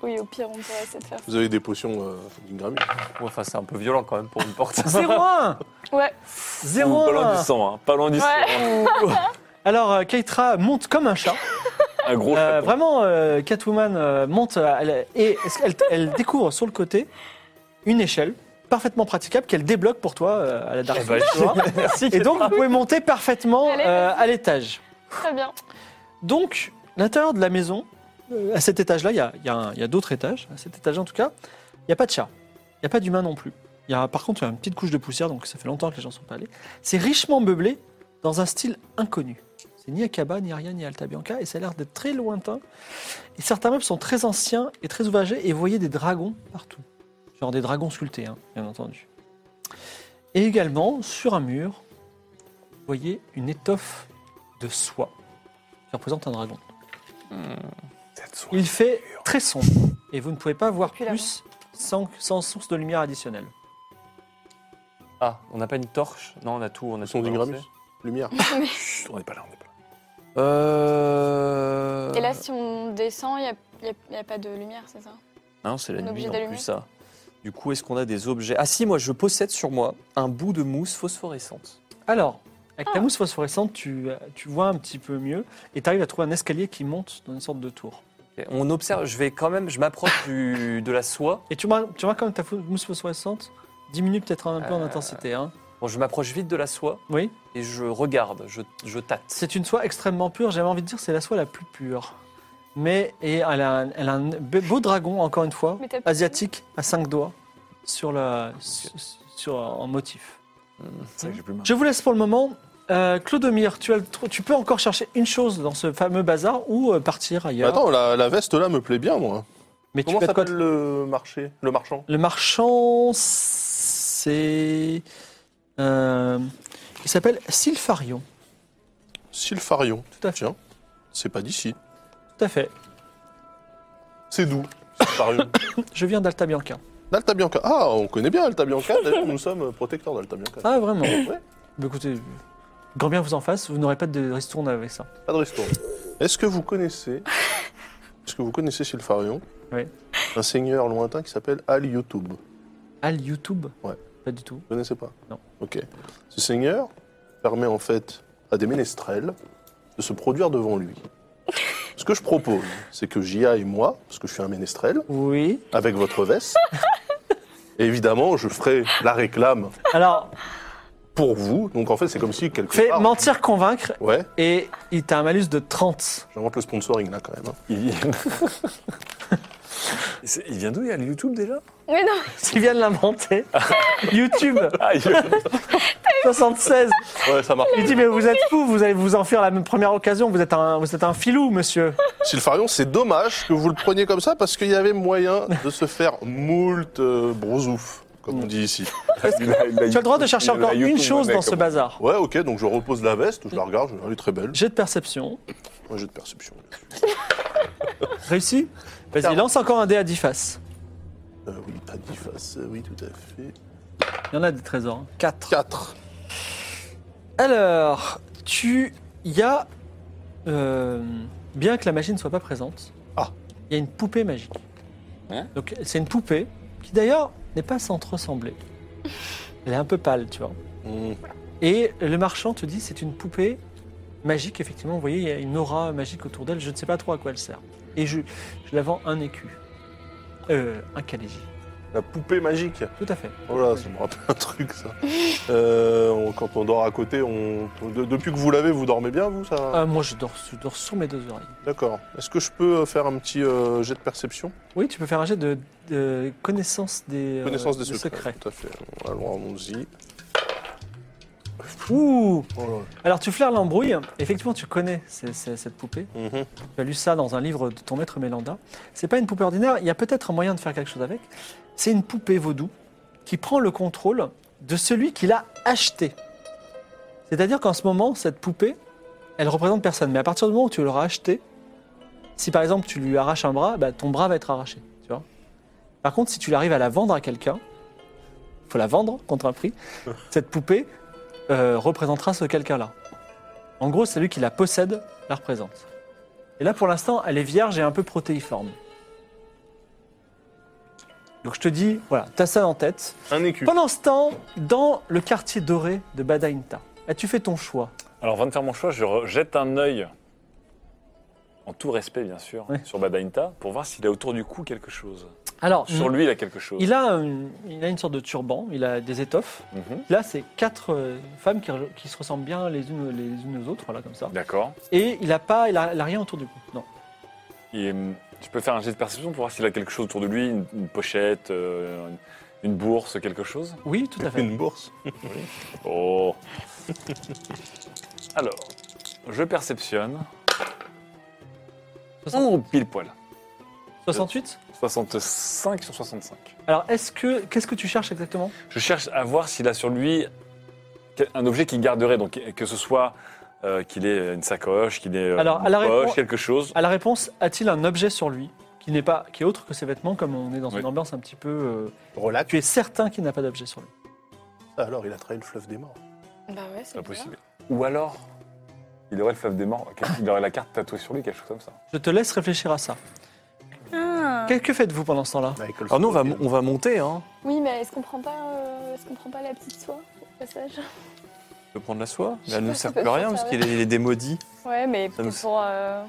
S4: Oui, au pire, on pourrait essayer de faire
S2: Vous avez des potions euh, d'une grammaire.
S5: Ouais, enfin, c'est un peu violent quand même pour une porte.
S1: 0-1
S4: ça. Ouais,
S3: Ouh,
S1: 0
S3: Pas loin du sang, hein. Pas loin du sang.
S4: Ouais.
S3: hein.
S1: Alors, euh, Keitra monte comme un chat.
S3: Un gros
S1: Euh,
S3: chaton.
S1: vraiment, euh, Catwoman euh, monte euh, elle- et est-ce qu'elle- elle, découvre sur le côté une échelle parfaitement praticable qu'elle débloque pour toi euh, à la Dark
S5: Eh ben,
S1: Souls, tu vois.
S5: Merci.
S1: Et donc, vous pouvez monter parfaitement
S4: Allez,
S1: euh,
S4: vas-y.
S1: à l'étage.
S4: très bien.
S1: Donc, l'intérieur de la maison, euh, à cet étage-là, il y a, il y a un- il y a d'autres étages. À cet étage en tout cas, il n'y a pas de chat. Il n'y a pas d'humain non plus. Il y a, par contre, il y a une petite couche de poussière, donc ça fait longtemps que les gens sont pas allés. C'est richement meublé dans un style inconnu. C'est ni Akaba, ni Aria, ni Alta Bianca, et ça a l'air d'être très lointain. Et certains meubles sont très anciens et très ouvragés, et vous voyez des dragons partout. Genre des dragons sculptés, hein, bien entendu. Et également, sur un mur, vous voyez une étoffe de soie qui représente un dragon. Il fait très sombre et vous ne pouvez pas voir
S4: Puis la
S1: plus sans, sans source de lumière additionnelle.
S5: Ah, on n'a pas une torche Non, on a tout. On a
S2: Potions
S5: tout
S2: d'une
S5: balancé.
S2: grammaire. Lumière.
S3: Chut, On n'est pas là, on n'est pas là.
S5: Euh...
S4: Et là, si on descend, il n'y a, y a pas de lumière, c'est ça
S5: Ah Non, c'est la
S4: On est
S5: nuit
S4: obligé
S5: en
S4: d'allumer
S5: plus, ça. Du coup, est-ce qu'on a des objets Ah si, moi, je possède sur moi un bout de mousse phosphorescente.
S1: Alors, avec
S4: Ah.
S1: ta mousse phosphorescente, tu, tu vois un petit peu mieux et tu arrives à trouver un escalier qui monte dans une sorte de tour.
S5: Ok, On observe, je vais quand même, je m'approche du- de la soie.
S1: Et tu vois, tu vois quand même ta fou- mousse phosphorescente diminue peut-être un peu en
S5: Euh.
S1: intensité. hein.
S5: Bon, je m'approche vite de la soie
S1: Oui,
S5: et je regarde, je, je tâte.
S1: c'est une soie extrêmement pure. J'avais envie de dire c'est la soie la plus pure. Mais et elle a, un, elle a un be- beau dragon, encore une fois,
S4: Mais t'as-
S1: asiatique, à cinq doigts, sur la, sur, sur- en motif.
S3: Hum, C'est vrai que j'ai plus mal.
S1: Je vous laisse pour le moment. Euh, Clodomir, tu, as le tr- tu peux encore chercher une chose dans ce fameux bazar ou euh, partir
S2: Mais
S1: ailleurs.
S2: attends, la, la veste là me plaît bien moi.
S1: mais tu
S2: Comment
S1: peux être quoi
S2: s'appelle le marché Le marchand
S1: Le marchand, c'est. euh, il s'appelle Sylpharion.
S2: Sylpharion.
S1: Tout à fait.
S2: Tiens, c'est pas d'ici.
S1: Tout à fait.
S2: C'est d'où Sylpharion.
S1: Je viens d'Alta Bianca.
S2: D'Alta Bianca. Ah, on connaît bien Alta Bianca. D'ailleurs, nous sommes protecteurs d'Alta Bianca.
S1: Ah, vraiment Bah, Écoutez, grand bien vous en fasse, vous n'aurez pas de ristourne avec ça.
S2: Pas de restaurant. Est-ce que vous connaissez. Est-ce que vous connaissez Sylpharion
S1: Oui.
S2: Un seigneur lointain qui s'appelle Al Youtube. Vous
S1: Al YouTube
S2: Ouais.
S1: Pas du tout.
S2: connaissez pas
S1: Non.
S2: Ok. Ce seigneur permet en fait à des ménestrels de se produire devant lui. Ce que je propose, c'est que Jia et moi, parce que je suis un ménestrel,
S1: Oui.
S2: avec votre veste, et évidemment, je ferai la réclame
S1: Alors,
S2: pour vous. Donc en fait, c'est comme si quelque
S1: fais
S2: part.
S1: mentir, convaincre,
S2: Ouais,
S1: et il t'a un malus de 30.
S2: j'invente le sponsoring là quand même. hein.
S3: Il... C'est- il vient d'où Il y a le YouTube déjà
S4: Mais non,
S1: S'il vient de l'inventer, YouTube
S3: Ah, il...
S1: 76
S2: Ouais, ça marche.
S1: Il dit, mais vous êtes fou, vous allez vous enfuir à la même première occasion, vous êtes un, vous êtes un filou, monsieur.
S2: Sylpharion, c'est dommage que vous le preniez comme ça parce qu'il y avait moyen de se faire moult euh, brousouf, comme on dit ici.
S3: il a- il a-
S1: Tu as le droit de
S3: il
S1: chercher
S3: a la
S1: encore une
S3: YouTube,
S1: chose
S3: le
S1: dans
S3: mec,
S1: ce
S3: comment-
S1: bazar.
S2: Ouais, ok, donc je repose la veste, je la regarde, je la regarde, elle est très belle.
S1: Jet de perception.
S2: Moi, j'ai de perception. bien sûr.
S1: Réussi Vas-y, lance encore un dé à 10 faces.
S2: Euh, oui, pas dix faces, euh, oui, tout à fait.
S1: Il y en a des trésors. 4.
S2: 4.
S1: Alors, tu. Il y a. euh, bien que la machine ne soit pas présente,
S2: Ah.
S1: il y a une poupée magique.
S3: Hein
S1: Donc, c'est une poupée qui, d'ailleurs, n'est pas sans te ressembler. Elle est un peu pâle, tu vois.
S2: Hmm,
S1: Et le marchand te dit c'est une poupée magique, effectivement. Vous voyez, il y a une aura magique autour d'elle. Je ne sais pas trop à quoi elle sert. Et je, je la vends un écu. Euh, un calégie.
S2: La poupée magique.
S1: Tout à fait.
S2: Oh là, ça me rappelle un truc, ça. Euh, on- quand on dort à côté, on... de- depuis que vous l'avez, vous dormez bien, vous, ça
S1: Euh, moi, je dors, je dors sur mes deux oreilles.
S2: D'accord. Est-ce que je peux euh, faire un petit euh, jet de perception
S1: Oui, tu peux faire un jet de, de connaissance des, euh,
S2: Connaissance des,
S1: secrets.
S2: Tout à fait. Alors, allons-y.
S1: Ouh
S2: Oh
S1: Alors, tu flaires l'embrouille. Effectivement, tu connais ces- ces- cette poupée.
S2: là. Mhm.
S1: Tu as lu ça dans un livre de ton maître Mélanda. C'est pas une poupée ordinaire, il y a peut-être un moyen de faire quelque chose avec. C'est une poupée vaudou qui prend le contrôle de celui qui l'a achetée. C'est-à-dire qu'en ce moment, cette poupée, elle représente personne. Mais à partir du moment où tu l'auras achetée, si par exemple tu lui arraches un bras, bah, ton bras va être arraché. Tu vois par contre, si tu arrives à la vendre à quelqu'un, faut la vendre contre un prix, cette poupée euh, représentera ce quelqu'un-là. En gros, celui qui la possède la représente. Et là, pour l'instant, elle est vierge et un peu protéiforme. Donc je te dis, voilà, t'as ça en tête.
S2: Un écu.
S1: Pendant ce temps, dans le quartier doré de Badainta, as-tu fait ton choix
S3: Alors, avant de faire mon choix, je re- jette un œil, en tout respect bien sûr,
S1: Ouais.
S3: sur Badainta pour voir s'il a autour du cou quelque chose.
S1: Alors,
S3: Sur lui, il a quelque chose.
S1: Mm. il a, une, il a une sorte de turban, il a des étoffes.
S3: Mhm.
S1: Là, c'est quatre euh, femmes qui, re- qui se ressemblent bien les unes, les unes aux autres, voilà, comme ça.
S3: D'accord.
S1: Et il a pas, il a, il a rien autour du cou. Non.
S3: Et, hum, tu peux faire un jet de perception pour voir s'il a quelque chose autour de lui, une, une pochette, euh, une, une bourse, quelque chose.
S1: Oui, tout à fait.
S2: Une bourse.
S3: Oh Alors, je perceptionne.
S1: Soixante-
S3: Oh, pile poil.
S1: 68.
S3: 65 sur 65.
S1: Alors, est-ce que, qu'est-ce que tu cherches exactement
S3: Je cherche à voir s'il a sur lui un objet qu'il garderait, donc que ce soit euh, qu'il ait une sacoche, qu'il ait euh,
S1: Alors, à
S3: une
S1: la
S3: poche,
S1: réponse-
S3: quelque chose.
S1: À la réponse, a-t-il un objet sur lui qui n'est pas, qui est autre que ses vêtements, comme on est dans
S3: Oui.
S1: une ambiance un petit peu. euh,
S2: Relax.
S1: tu es certain qu'il n'a pas d'objet sur lui.
S2: Alors, il a trahi le fleuve des morts.
S4: Bah ouais, c'est
S3: C'est
S4: bizarre.
S3: impossible. Ou alors, il aurait le fleuve des morts, quelque- il aurait la carte tatouée sur lui, quelque chose comme ça.
S1: Je te laisse réfléchir à ça.
S4: Ah.
S1: Que, que faites-vous pendant ce temps-là
S2: Michael
S5: Alors nous, Ah on va,
S2: Scott.
S5: on va monter, hein.
S4: Oui, mais est-ce qu'on prend pas, euh, est-ce qu'on prend pas la petite soie au passage
S5: Je peux prendre la soie,
S4: Je
S5: mais
S4: sais
S5: elle ne
S4: pas,
S5: sert
S4: ça peut
S5: plus à rien
S4: faire
S5: parce
S4: ça,
S5: qu'il est, il est démaudit.
S4: Ouais, mais
S5: me-
S4: peut-être pour. euh,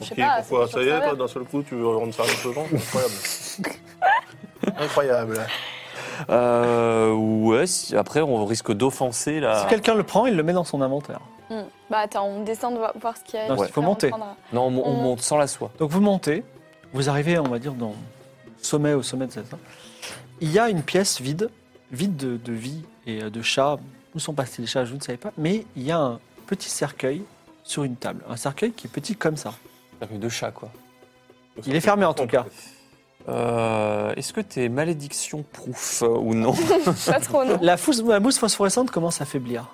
S4: je sais
S2: Ok,
S4: pas.
S2: pourquoi
S4: pour
S2: ça y est,
S4: faire
S2: toi, d'un seul coup, tu veux rendre service aux gens Incroyable. Incroyable.
S5: Euh, ouais, si- après on risque d'offenser
S1: Si
S5: la...
S1: quelqu'un le prend, il le met dans son inventaire.
S4: Hmm. Bah attends, on descend de voir voir ce qu'il y a.
S1: Non,
S4: Ouais.
S1: il faut
S4: Après, on
S1: monter.
S4: prendra.
S5: Non, on, on
S4: On-
S5: monte sans la soie.
S1: Donc vous montez, vous arrivez, on va dire, dans le sommet au sommet de cette. Il y a une pièce vide, vide de, de vie et euh, de chats. Où sont passés les chats Je ne savais pas. Mais il y a un petit cercueil sur une table. Un cercueil qui est petit comme ça.
S5: De chat, quoi.
S1: Il est fermé en tout cas.
S5: Euh, Est-ce que t'es malédiction proof euh, ou non
S4: Pas trop, non.
S1: La, fous- la mousse phosphorescente commence à faiblir.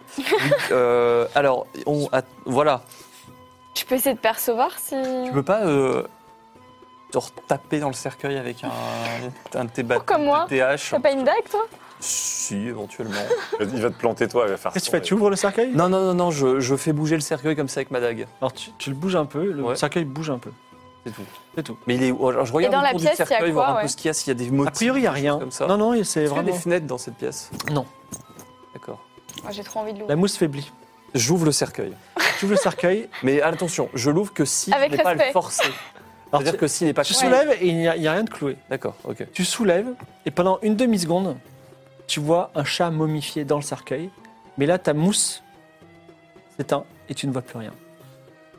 S5: Euh, Alors, on, att- voilà.
S4: Tu peux essayer de percevoir si.
S5: Tu peux pas euh, genre taper dans le cercueil avec un, un de tes bâtons,
S4: comme moi.
S5: tes haches
S4: T'as pas une dague, toi
S5: Si, éventuellement.
S3: Il va te planter toi, il va faire
S1: Qu'est-ce que tu
S3: son-
S1: fais Tu ouvres le cercueil
S5: non, non, non, non, je, je fais bouger le cercueil comme ça avec ma dague.
S1: Alors tu, tu le bouges un peu, le
S5: Ouais.
S1: cercueil bouge un peu.
S5: C'est tout.
S1: C'est tout.
S5: Mais il est, alors, je regarde
S4: dans la
S5: autour
S4: pièce, il y
S5: du
S4: a
S5: cercueil,
S4: quoi,
S5: voir un
S4: ouais
S5: peu ce qu'il y a, s'il y a des motifs.
S1: A priori, il n'y a
S5: des
S1: rien.
S5: choses Comme ça.
S1: Non, non, c'est
S5: Est-ce qu'il y a
S1: vraiment.
S5: des fenêtres dans cette pièce
S1: Non.
S5: D'accord.
S4: Ah, J'ai trop envie de l'ouvrir.
S1: La mousse faiblit.
S5: J'ouvre le cercueil.
S1: Tu ouvres le cercueil,
S5: Mais attention, je l'ouvre que si
S4: Avec
S5: je n'ai pas à le
S4: respect.
S5: forcer.
S1: alors
S5: C'est-à-dire
S1: tu,
S5: que s'il n'est pas
S1: tu
S4: Ouais.
S1: soulèves et il n'y a, il n'y a rien de cloué.
S5: D'accord, ok.
S1: Tu soulèves et pendant une demi-seconde, tu vois un chat momifié dans le cercueil. Mais là, ta mousse s'éteint et tu ne vois plus rien.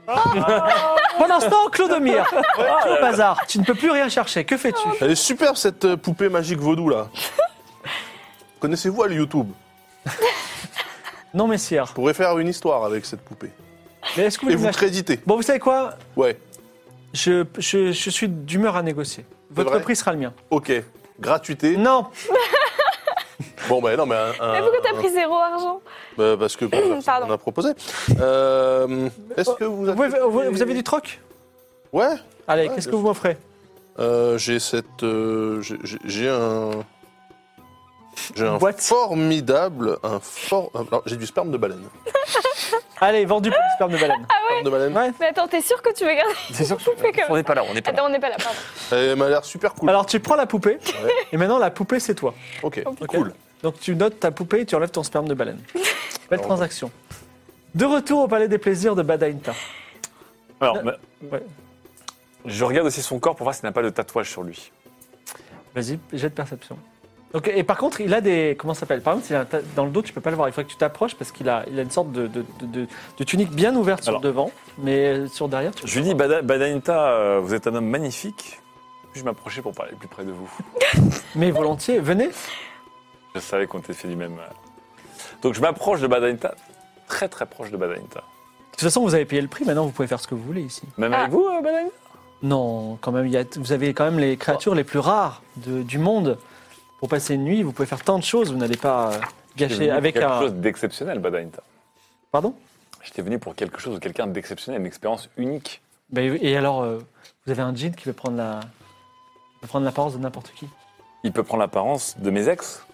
S5: Ah
S1: pendant ce temps, Clodomir,
S5: Oh
S1: tu es au bazar, tu ne peux plus rien chercher. Que fais-tu
S2: Elle est super, cette euh, poupée magique vaudou, là. Connaissez-vous le YouTube
S1: Non, messire.
S2: Je pourrais faire une histoire avec cette poupée.
S1: Mais est-ce que vous voulez
S2: Et
S1: me
S2: vous
S1: l'acheter
S2: créditer.
S1: Bon, vous savez quoi
S2: Ouais,
S1: je, je- je suis d'humeur à négocier. Votre
S2: vrai
S1: prix sera le mien.
S2: ok. Gratuité.
S1: Non,
S2: Bon, ben non, mais un. un-
S4: Mais pourquoi
S2: un-
S4: t'as pris zéro argent
S2: Bah, parce que
S4: Pardon.
S2: on a proposé. Euh, Est-ce que vous
S1: vous,
S2: avez...
S1: vous- vous avez du troc
S2: Ouais.
S1: Allez,
S2: Ouais,
S1: qu'est-ce que
S2: bien
S1: vous m'offrez
S2: Euh, j'ai cette, euh, j'ai- j'ai j'ai un, j'ai un
S1: Boîte.
S2: formidable, un fort. alors, j'ai du sperme de baleine.
S4: Ah
S1: Allez, vendu pour le sperme de baleine.
S2: Sperme de baleine.
S1: Ouais.
S4: Mais attends, t'es sûr que tu veux garder
S5: C'est sûr que
S4: Fais comme
S5: on n'est pas là, on n'est pas là.
S4: Attends, on n'est pas là, pardon.
S5: Ah.
S2: Elle m'a l'air super cool.
S1: Alors tu prends la poupée,
S2: Ouais.
S1: et maintenant la poupée c'est toi.
S5: Ah.
S2: ok.
S4: Oh, putain.
S2: Cool.
S1: Donc tu notes ta poupée et tu enlèves ton sperme de baleine. Belle
S2: Alors,
S1: transaction. De retour au palais des plaisirs de Badainta.
S3: Alors,
S1: Euh, Ouais.
S3: mais- je regarde aussi son corps pour voir s'il n'a pas de tatouage sur lui.
S1: Vas-y, jet de perception. Donc, et par contre, il a des. Comment ça s'appelle Par contre, il a un ta- dans le dos, tu peux pas le voir. Il faut que tu t'approches parce qu'il a, il a une sorte de, de- de- de- de tunique bien ouverte sur
S7: Alors.
S1: le devant, mais euh, sur derrière, tu peux
S7: Je lui dis, Bada- Badanita, euh, vous êtes un homme magnifique. Puis-je m'approcher pour parler plus près de vous
S1: Mais volontiers, venez.
S7: Je savais qu'on était fait du même. euh. Donc je m'approche de Badanita, très très proche de Badanita.
S1: De toute façon, vous avez payé le prix, maintenant vous pouvez faire ce que vous voulez ici.
S7: Même
S4: Ah.
S7: avec vous, euh, Badanita
S1: Non, quand même, il y a- vous avez quand même les créatures les plus rares de- du monde. Pour passer une nuit, vous pouvez faire tant de choses, vous n'allez pas euh,
S7: J'étais
S1: gâcher
S7: venu
S1: avec
S7: pour quelque
S1: un.
S7: chose d'exceptionnel, Badanita.
S1: Pardon
S7: J'étais venu pour quelque chose ou quelqu'un d'exceptionnel, une expérience unique.
S1: Ben, Et alors, euh, vous avez un djinn qui peut prendre la, qui peut prendre l'apparence de n'importe qui.
S7: Il peut prendre l'apparence de mes ex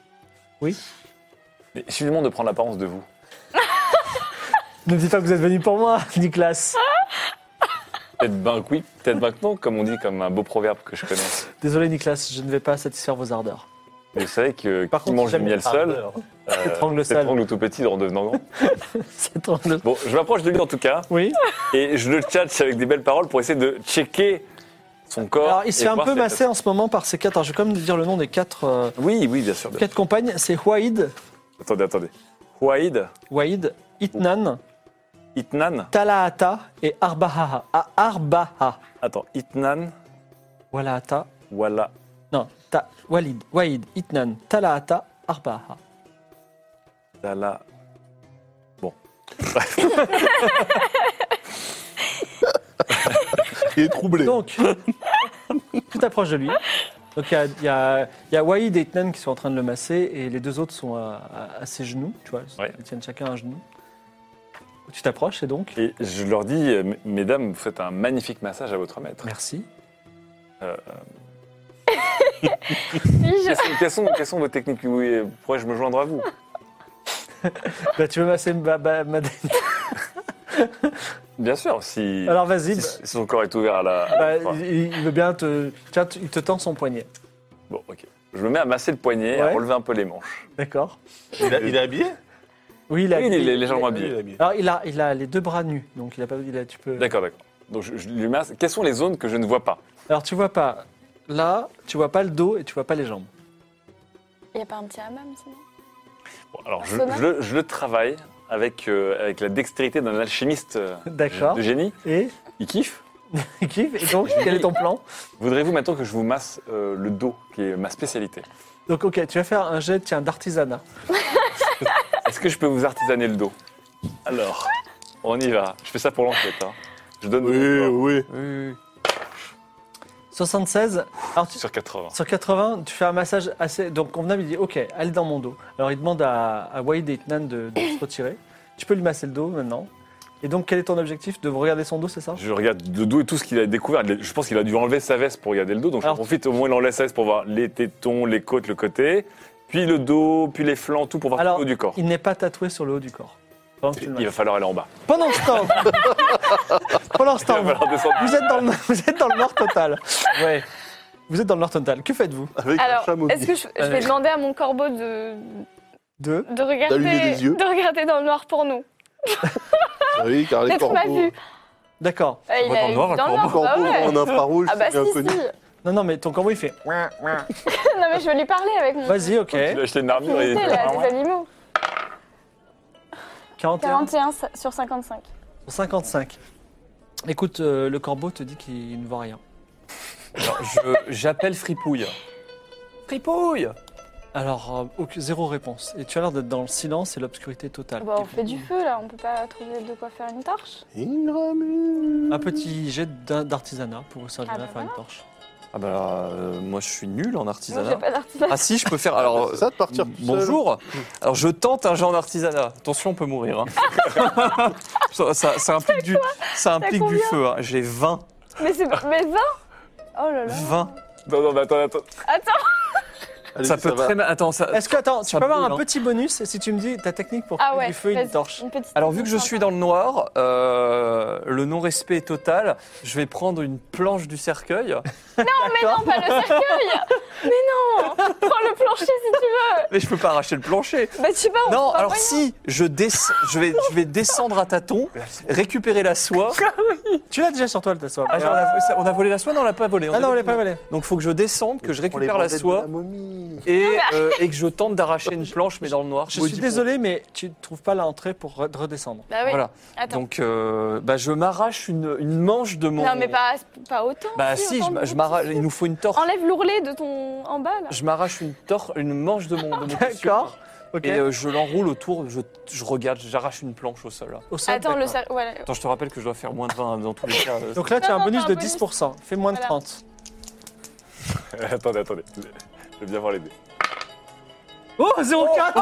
S1: Oui.
S7: Mais si je lui demande de prendre l'apparence de vous,
S1: Ne me dites pas que vous êtes venu pour moi, Nicolas.
S7: peut-être ben que oui, peut-être ben que non, comme on dit, comme un beau proverbe que je connais.
S1: Désolé, Nicolas, je ne vais pas satisfaire vos ardeurs.
S7: Mais vous savez que
S1: Par
S7: qui
S1: contre,
S7: mange du
S1: j'aime
S7: miel
S1: les
S7: seul,
S1: ardeurs.
S7: euh,
S1: S'étrangle seul.
S7: s'étrangle tout petit en devenant grand.
S1: C'est trop drôle.
S7: Bon, je m'approche de lui en tout cas,
S1: Oui.
S7: et je le tchatche avec des belles paroles pour essayer de checker son corps.
S1: Alors, il se
S7: et
S1: fait un
S7: voir
S1: peu
S7: ses-
S1: masser en ce moment par ces quatre. Alors, je vais quand même dire le nom des quatre, euh,
S7: Oui, oui, bien sûr. bien sûr.
S1: quatre compagnes. C'est Waïd,
S7: Attendez, attendez. Huaïd,
S1: Waïd, Itnan,
S7: Itnan.
S1: Talaata et Arbaha. Ah, Arbaha.
S7: Attends, Itnan,
S1: Walaata.
S7: voilà.
S1: Non, ta, Walid, Waïd, Itnan, Talaata, Arbaha.
S7: Dala.
S2: Il est troublé.
S1: Donc, tout approche de lui. Donc, il y a, il y a- il y a Waïd et Itnan qui sont en train de le masser et les deux autres sont à, à- à ses genoux, tu vois.
S7: Ouais.
S1: Ils tiennent chacun un genou. Tu t'approches et donc.
S7: Et je leur dis, euh, mes- mesdames, vous faites un magnifique massage à votre maître.
S1: Merci.
S4: Puis-je
S7: Quelles sont, quelles sont- quelles sont vos techniques Oui, pourrais-je me joindre à vous
S1: Bah, tu veux masser ma, ma- ma-
S7: Bien sûr, si,
S1: Alors, vas-y.
S7: si-
S1: bah,
S7: si son corps est ouvert à la. à
S1: bah,
S7: la- enfin,
S1: il, il veut bien te. Tiens, tu- il te tend son poignet.
S7: bon, ok. Je me mets à masser le poignet, et à
S1: Ouais.
S7: relever un peu les manches.
S1: D'accord
S2: Il, a- il est habillé
S1: Oui, il a.
S7: Oui, il est
S1: il-
S7: légèrement
S2: Oui, il
S7: habillé.
S2: est habillé.
S1: Alors, il a, il a les deux bras nus, donc il a pas. Il a, tu peux.
S7: D'accord, d'accord. Donc je, je lui masse. Quelles sont les zones que je ne vois pas
S1: Alors, tu vois pas. Là, tu vois pas le dos et tu vois pas les jambes.
S4: Il n'y a pas un petit hammam, sinon
S7: Bon, Alors je,
S4: Personnage
S7: je le- je le travaille avec, euh, avec la dextérité d'un alchimiste euh,
S1: D'accord.
S7: de génie.
S1: Et
S7: Il kiffe.
S1: il kiffe. Et donc, quel est ton plan
S7: Voudrez-vous maintenant que je vous masse euh, le dos, qui est ma spécialité
S1: Donc, ok, tu vas faire un jet, tiens, d'artisanat.
S7: Est-ce que je peux vous artisaner le dos Alors, on y va. Je fais ça pour l'enquête. hein. Je donne
S2: Oui,
S7: mon corps
S2: oui.
S5: Oui, oui, oui.
S1: 76. Alors, tu-
S7: sur 80.
S1: sur 80, tu fais un massage assez. Donc, convenable, il dit Ok, allez dans mon dos. Alors, il demande à, à Wade et Nan de, de se retirer. Tu peux lui masser le dos maintenant. Et donc, quel est ton objectif De regarder son dos, c'est ça
S7: Je regarde le dos et tout ce qu'il a découvert. Je pense qu'il a dû enlever sa veste pour regarder le dos. Donc
S1: Alors-
S7: je profite au moins il enlève sa veste pour voir les tétons, les côtes, le côté, puis le dos, puis les flancs, tout pour voir
S1: Alors,
S7: le haut du corps.
S1: Il n'est pas tatoué sur le haut du corps. Pendant, que tu le
S7: Il va
S1: masses.
S7: falloir aller en bas.
S1: Pendant ce temps Pendant ce
S7: Il
S1: temps,
S7: va falloir descendre.
S1: vous êtes dans le, vous êtes dans le noir total. Ouais. Vous êtes dans le noir total. Que faites-vous
S2: Avec un
S4: Alors,
S2: chat mobile.
S4: est-ce que je, je vais
S1: Allez.
S4: demander à mon corbeau de,
S1: Deux.
S4: de, regarder,
S2: D'allumer les yeux.
S4: de regarder dans le noir pour nous
S2: Ah Oui, car les
S4: D'être ma
S2: corbeaux.
S4: vue
S1: D'accord.
S4: Euh,
S5: voit dans le noir, un
S4: dans le
S2: Les
S4: noir,
S2: corbeaux
S4: bah ouais.
S2: en infrarouge,
S4: Ah bah si,
S2: c'est bien
S4: si
S2: connu.
S1: Non, non, mais ton corbeau, il fait
S4: Non mais je vais lui parler avec mon...
S1: Vas-y, ok.
S7: Il a acheté une armure et
S4: affinité, là, des animaux.
S1: 41.
S4: 41 sur 55.
S1: 55. Écoute, euh, le corbeau te dit qu'il ne voit rien.
S5: Alors, je- J'appelle Fripouille. Fripouille
S1: Alors, euh, aucune- zéro réponse. Et tu as l'air d'être dans le silence et l'obscurité totale.
S4: Bah on fait du feu là, on peut pas trouver de quoi faire une torche.
S2: Ingram.
S1: Un petit jet d'in- d'artisanat pour servir
S4: Ah
S1: à
S4: bah
S1: faire une torche.
S5: Ah bah, euh, moi je suis nul
S4: Moi
S5: en
S4: j'ai
S5: artisanat.
S4: pas d'artisanat.
S5: Ah si, je peux faire. Alors, euh,
S2: C'est ça de partir tout seul.
S5: Bonjour. Alors je tente un genre d'artisanat. Attention, on peut mourir. hein. ça, ça- ça implique du, ça implique du
S4: combien
S5: feu. hein. J'ai 20.
S4: Mais c'est pas... Mais 20 Oh là là
S5: 20.
S7: Non, non, mais attends, attends.
S4: Attends
S2: Allez,
S5: ça peut
S2: va.
S5: très mal. Attends, ça.
S1: Est-ce que, attends, tu
S5: Ça
S1: peux avoir
S5: brûle,
S1: un
S5: hein.
S1: petit bonus si tu me dis ta technique pour
S4: Ah
S1: faire
S4: ouais,
S1: du feu et
S4: vas-y.
S1: une torche
S4: Une petite
S5: Alors vu que je
S4: sympa.
S5: suis dans le noir, euh, le non-respect est total. Je vais prendre une planche du cercueil.
S4: Non, pas le cercueil Mais non Prends le plancher si tu
S5: Mais je peux pas arracher le plancher.
S4: veux Bah, je sais pas, on
S5: Non,
S4: peut
S5: alors
S4: pas-
S5: si je, dés- je, vais, je vais descendre à tâtons, récupérer la soie.
S1: Tu l'as déjà sur toi, le soie.
S5: Ah, genre, on, a, ça- on a volé la soie, non, on l'a pas volée.
S1: Ah non, on
S5: est
S1: l'a pas
S5: d'accord.
S1: volé.
S5: Donc faut que je descende, que je
S2: On les
S5: récupère la
S2: vendait de
S5: soie
S2: momie.
S5: et, euh, et que je tente d'arracher une planche, mais dans le noir.
S1: Je
S5: Maudit
S1: suis
S5: con.
S1: désolé, mais tu ne trouves pas l'entrée pour re- redescendre.
S4: Bah oui,
S5: Voilà.
S4: attends.
S5: Donc euh, bah, je m'arrache une, une manche de mon.
S4: Non, mais pas, pas autant.
S5: Bah si,
S4: autant
S5: je,
S4: de
S5: je m'arrache.
S4: petits
S5: Il nous faut une
S4: trucs.
S5: torche.
S4: Enlève l'ourlet de ton. en bas, là.
S5: Je m'arrache une tor- une manche de mon. de mon tissu.
S1: D'accord. Ok.
S5: Et euh, je l'enroule autour. Je, je regarde. J'arrache une planche au sol. là.
S1: Au sol,
S4: Attends, le
S1: d'accord.
S4: cercueil. Voilà.
S5: Attends, je te rappelle que je dois faire moins de 20 dans tous les cas. euh,
S1: Donc là, tu as
S4: Non,
S1: un
S4: non,
S1: bonus
S4: t'as
S1: de
S4: un bonus.
S1: 10%. Fais moins de
S4: Voilà.
S1: 30.
S3: attendez, attendez. Je veux bien voir les dés.
S1: Oh, 0,4 oh,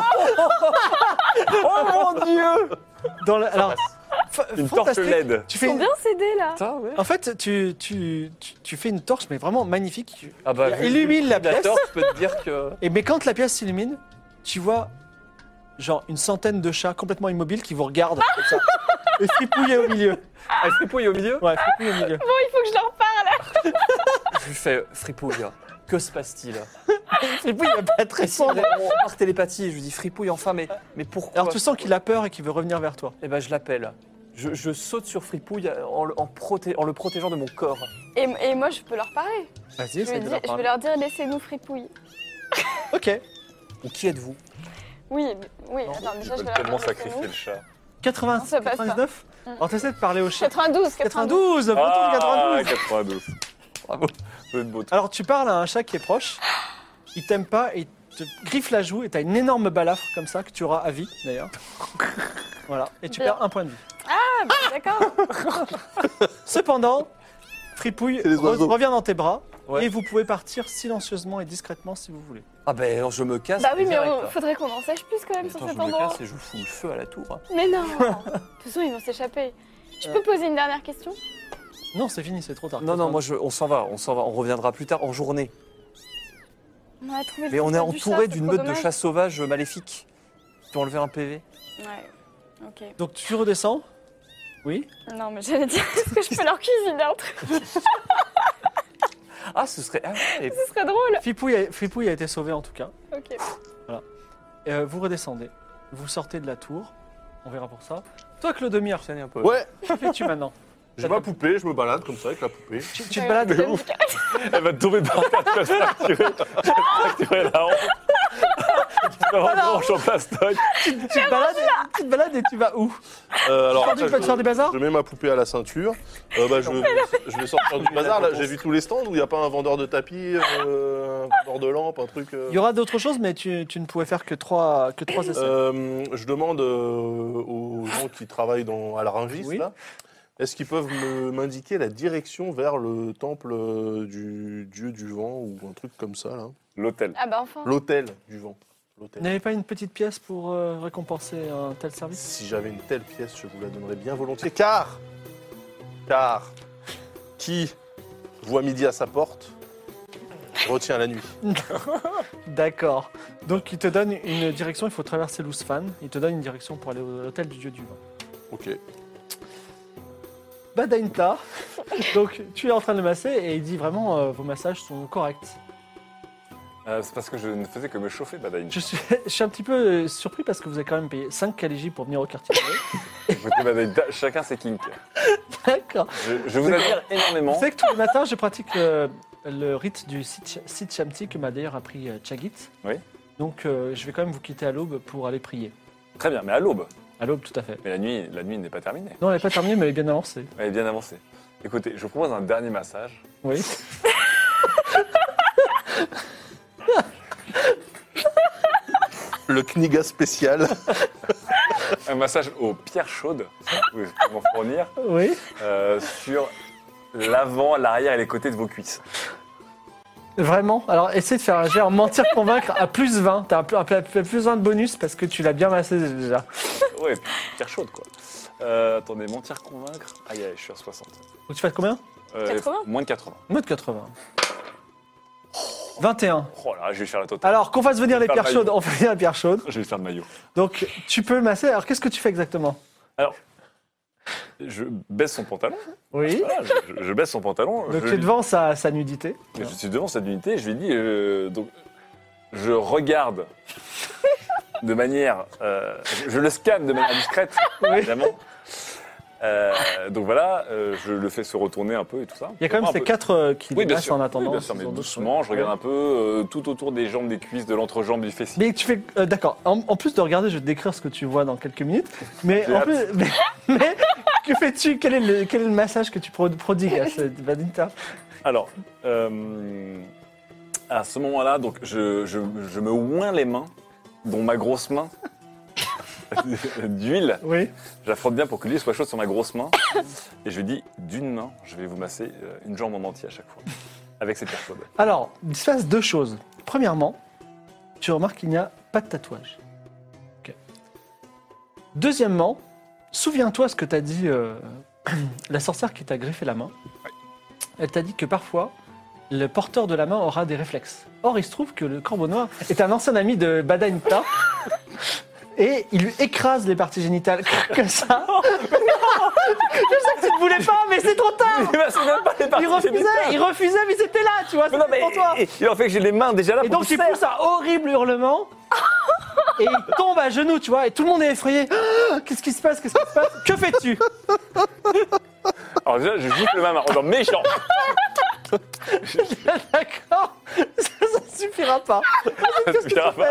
S5: Oh mon dieu
S1: Dans le- Alors, fa-
S3: Une torche
S1: fantastique.
S3: LED.
S1: Tu
S4: Ils
S1: fais
S4: sont
S1: une-
S4: bien cédés, là.
S5: Putain, ouais.
S1: En fait, tu, tu, tu, tu fais une torche, mais vraiment magnifique.
S5: Ah bah,
S1: Il
S5: vu-
S1: illumine
S5: vu
S1: la
S5: la
S1: pièce.
S5: torche, je peux te dire que.
S1: Et mais quand la pièce s'illumine, tu vois genre une centaine de chats complètement immobiles qui vous regardent comme ça, et fripouillés au milieu.
S5: Ah, Fripouille est au milieu
S1: Ouais, fripouillés au milieu.
S4: Il faut que je leur parle.
S5: Je lui fais euh, Fripouille, hein, que se passe-t-il
S1: Fripouille il va pas très
S5: Et si, vraiment, par télépathie, je lui dis Fripouille, enfin, mais, mais pourquoi
S1: Alors tu sens qu'il a peur et qu'il veut revenir vers toi.
S5: Eh ben, je l'appelle. Je, je saute sur Fripouille en, le- en proté- en le protégeant de mon corps.
S4: Et, et moi, je peux leur parler.
S1: Vas-y,
S4: Je, vais
S1: essaye de
S4: dire-
S1: leur
S4: je vais
S1: parler.
S4: leur dire laissez-nous fripouille.
S1: Ok.
S5: Ou qui êtes-vous
S4: Oui, oui, attends,
S3: Ils
S4: déjà, je
S3: veulent
S4: vais
S3: tellement
S4: leur dire.
S3: sacrifier
S4: laissez-nous.
S3: le chat.
S1: 80,
S4: Non, ça passe pas.
S1: 99
S4: Mm.
S1: Alors t'essaies de parler au chat.
S4: 92, 92.
S1: 92 retourne
S5: Ah,
S7: Ah,
S1: 92
S3: 92. Bravo. Vous êtes beau.
S1: Alors tu parles à un chat qui est proche, il t'aime pas et il te griffe la joue et t'as une énorme balafre comme ça que tu auras à vie d'ailleurs. Voilà, et tu
S4: Bien.
S1: perds un point de vie.
S4: Ah, bah, d'accord.
S1: Cependant, Fripouille
S2: C'est les
S1: re-
S2: oiseaux.
S1: revient dans tes bras
S5: Ouais.
S1: et vous pouvez partir silencieusement et discrètement si vous voulez.
S5: Ah ben, je me casse.
S4: bah oui, mais
S5: direct,
S4: on-
S5: là.
S4: faudrait qu'on en sache plus quand même sur
S5: Attends, je
S4: cet
S5: me
S4: endroit.
S5: casse et je fous le feu à la tour. hein.
S4: Mais non De toute façon, ils vont s'échapper. Je peux poser une dernière question
S1: Non, c'est fini, c'est trop tard.
S5: Non, non, moi, je- on s'en va, on s'en va, on reviendra plus tard en journée.
S4: On a trouvé le
S5: Mais on est
S4: critère du
S5: entouré
S4: chat,
S5: d'une
S4: c'est
S5: meute
S4: trop
S5: de
S4: dommage.
S5: chats sauvages maléfiques. Tu peux enlever un PV
S4: Ouais, ok.
S1: Donc tu redescends Oui.
S4: Non, mais j'allais dire, est-ce que je peux leur cuisiner un truc
S5: Ah, ce serait. ah ouais,
S4: Ce serait drôle
S1: Fripouille a, Fripouille a été sauvé en tout cas.
S4: Ok.
S1: Et, euh, vous redescendez, vous sortez de la tour, on verra pour ça. Toi, Clodomir,
S5: et- un peu.
S2: Ouais,
S1: que fais-tu maintenant
S2: j'ai ma poupée, je me balade comme ça avec la poupée.
S1: tu, tu te balades
S4: Ouais,
S3: Elle va tomber par terre, tu vas te fracturer. Tu vas te fracturer la hanche. Tu vas avoir une
S7: Oh,
S3: hanche en plastoc.
S1: tu te balades, tu te balades et tu vas où
S2: Euh, alors,
S1: Aujourd'hui, tu vas te faire des bazars
S2: je mets ma poupée à la ceinture. Euh, bah, je, je vais sortir du bazar. Là, j'ai vu tous les stands où il n'y a pas un vendeur de tapis, euh, un vendeur de lampes, un truc. euh.
S1: Il y aura d'autres choses, mais tu, tu ne pouvais faire que trois, que trois essais.
S2: Euh, je demande euh, aux gens qui travaillent dans, à la Rungis,
S1: Oui.
S2: là, est-ce qu'ils peuvent me- m'indiquer la direction vers le temple euh, du dieu du vent ou un truc comme ça, là
S3: L'hôtel.
S4: Ah bah enfin
S2: L'hôtel du vent.
S1: Vous
S2: L'hôtel.
S1: n'avez pas une petite pièce pour euh, récompenser un tel service
S2: Si j'avais une telle pièce, je vous la donnerais bien volontiers. Car, car, qui voit midi à sa porte retient la nuit.
S1: D'accord. Donc il te donne une direction, il faut traverser l'Ousfan. Il te donne une direction pour aller au- à l'hôtel du dieu du vin.
S2: Ok.
S1: Badainta, donc tu es en train de le masser et il dit vraiment euh, vos massages sont corrects.
S3: Euh, c'est parce que je ne faisais que me chauffer, Badaïn.
S1: Je suis, je suis un petit peu euh, surpris parce que vous avez quand même payé 5 calégies pour venir au quartier.
S3: Écoutez, Badaïn, ta- chacun ses kinks.
S1: D'accord.
S3: Je, je vous admire
S1: Vous
S3: énormément.
S1: savez que tous les matins je pratique le, le rite du Sit Sit Shamti que m'a d'ailleurs appris euh, Chagit.
S3: Oui.
S1: Donc euh, je vais quand même vous quitter à l'aube pour aller prier.
S3: Très bien, mais à
S7: bah,
S3: l'aube.
S1: À l'aube tout à fait.
S3: Mais la nuit, la nuit n'est pas terminée.
S1: Non, elle n'est pas terminée mais elle est bien avancée.
S3: Elle est bien avancée. Écoutez, je vous propose un dernier massage.
S1: Oui.
S2: Le Kniga spécial.
S3: Un massage aux pierres chaudes, vous pouvez m'en fournir,
S1: Oui.
S3: euh, sur l'avant, l'arrière et les côtés de vos cuisses.
S1: Vraiment Alors essaie de faire un gère mentir convaincre à plus 20. T'as un plus, un plus- un plus 20 de bonus parce que tu l'as bien massé déjà.
S3: Ouais, pierres chaudes, quoi. Euh, attendez, mentir, convaincre. Aïe, aïe, je suis à 60.
S1: Faut que tu fasses combien
S3: Euh,
S4: 80.
S3: Moins de 80.
S1: Mode 80. 21.
S3: Oh là, je vais faire la totale.
S1: Alors qu'on fasse venir les
S3: Pas
S1: pierres
S3: mal.
S1: chaudes, on fait venir la pierre chaude.
S3: Je vais faire le maillot.
S1: Donc tu peux masser. Alors qu'est-ce que tu fais exactement
S3: Je baisse son pantalon.
S1: Oui.
S3: Voilà, je, je- je baisse son pantalon.
S1: Donc
S3: je,
S1: tu es
S3: lui-
S1: devant sa, sa nudité.
S3: je suis devant cette unité. Je lui dis. euh, donc, je regarde de manière. euh, je, je le scanne de manière discrète, évidemment. Euh, donc voilà, euh, je le fais se retourner un peu et tout ça.
S1: Il y a quand même
S3: Un
S1: ces
S3: peu.
S1: quatre euh, qui
S3: Oui, bien
S1: dépassent
S3: sûr.
S1: en attendant.
S3: Oui, bien sûr, mais
S1: Ils ont d'autres-
S3: doucement, je regarde un peu euh, tout autour des jambes, des cuisses, de l'entrejambe, du fessier.
S1: Mais tu fais. euh, D'accord. En, en plus de regarder, je vais te décrire ce que tu vois dans quelques minutes. Mais,
S3: J'ai
S1: en
S3: hâte.
S1: plus, mais, mais que fais-tu quel, est le- quel est le massage que tu pro- prodigues à cette Vanita
S3: Alors, euh, à ce moment-là, donc je, je- je me oins les mains, dont ma grosse main d'huile.
S1: Oui.
S3: Je la frotte bien pour que l'huile soit chaude sur ma grosse main. Et je lui dis, d'une main, je vais vous masser euh, une jambe en entier à chaque fois. Avec cette pierre chaude.
S1: Alors, il se passe deux choses. Premièrement, tu remarques qu'il n'y a pas de tatouage. Deuxièmement, souviens-toi ce que t'a dit euh, la sorcière qui t'a griffé la main. Elle t'a dit que parfois, le porteur de la main aura des réflexes. Or, il se trouve que le corbeau noir est un ancien ami de Badanita. Et il lui écrase les parties génitales comme ça. Je sais que tu ne voulais pas, mais c'est trop tard.
S3: Il masse bah, même pas les parties
S1: Il refusait,
S3: génitales.
S1: il refusait, mais c'était là, tu vois.
S3: Mais non,
S1: c'était
S3: mais
S1: pour toi.
S3: et- il en fait que j'ai les mains déjà là
S1: Et
S3: pour
S1: donc
S3: qu'il
S1: il pousse un horrible hurlement. Et il tombe à genoux, tu vois, et tout le monde est effrayé. Ah, Qu'est-ce qui se passe Qu'est-ce qui se passe Que fais-tu
S3: serre. Alors déjà, je gifle ma main en disant méchant.
S1: D'accord ça, ne suffira pas. Qu'est-ce que tu
S3: Ça va.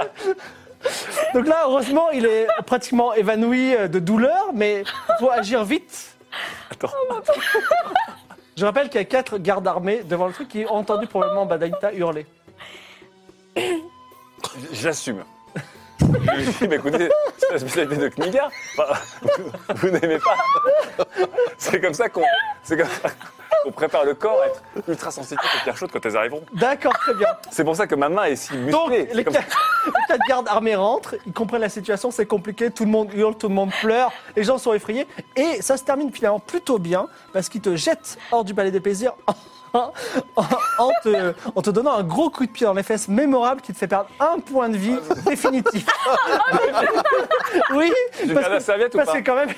S1: fais Donc là, heureusement, il est pratiquement évanoui euh, de douleur, mais il faut agir vite.
S3: Attends.
S1: Je rappelle qu'il y a quatre gardes armés devant le truc qui ont entendu probablement Badaïta hurler.
S3: J'assume. Je lui dis, mais écoutez, c'est la spécialité de Kniga. Enfin, vous- vous n'aimez pas. C'est comme ça qu'on c'est comme ça qu'on prépare le corps à être ultra sensitif aux pierres chaudes quand elles arriveront.
S1: D'accord, très bien.
S3: C'est pour ça que ma main est si musclée.
S1: Donc,
S3: C'est
S1: les
S3: comme-
S1: quatre, les quatre gardes armés rentrent, ils comprennent la situation, c'est compliqué, tout le monde hurle, tout le monde pleure, les gens sont effrayés, et ça se termine finalement plutôt bien, parce qu'ils te jettent hors du palais des plaisirs en, en- en te, en te donnant un gros coup de pied dans les fesses mémorable qui te fait perdre un point de vie
S3: Ah,
S1: définitif. oui, parce
S3: J'ai perdu la
S1: que-
S3: serviette ou
S1: parce
S3: pas
S1: que quand même...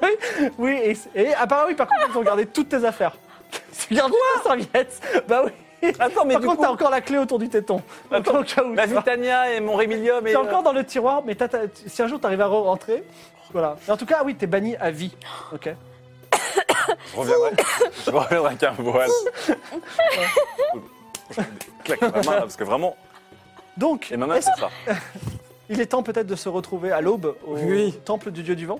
S1: oui, oui, et, et apparemment, oui, par contre, ils ont gardé toutes tes affaires. Ils ont gardé ta serviette. Bah oui.
S3: Attends, mais
S1: Par
S3: du
S1: contre,
S3: coup,
S1: t'as encore la clé autour du téton.
S3: Attends,
S1: Au cas où,
S3: ma
S1: tu vois.
S3: Vitania et mon Rémilium et...
S2: euh,
S1: T'es encore dans le tiroir, mais t'as- t'as- si un jour t'arrives à rentrer, voilà. En tout cas, ah oui, t'es banni à vie. Ok.
S3: Je reviendrai, je reviendrai avec un voile. Je claque ma main là, parce que vraiment,
S1: Donc,
S3: et ma main
S1: est-ce-
S3: c'est ça.
S1: il est temps peut-être de se retrouver à l'aube au
S3: Oui.
S1: temple du dieu du vent.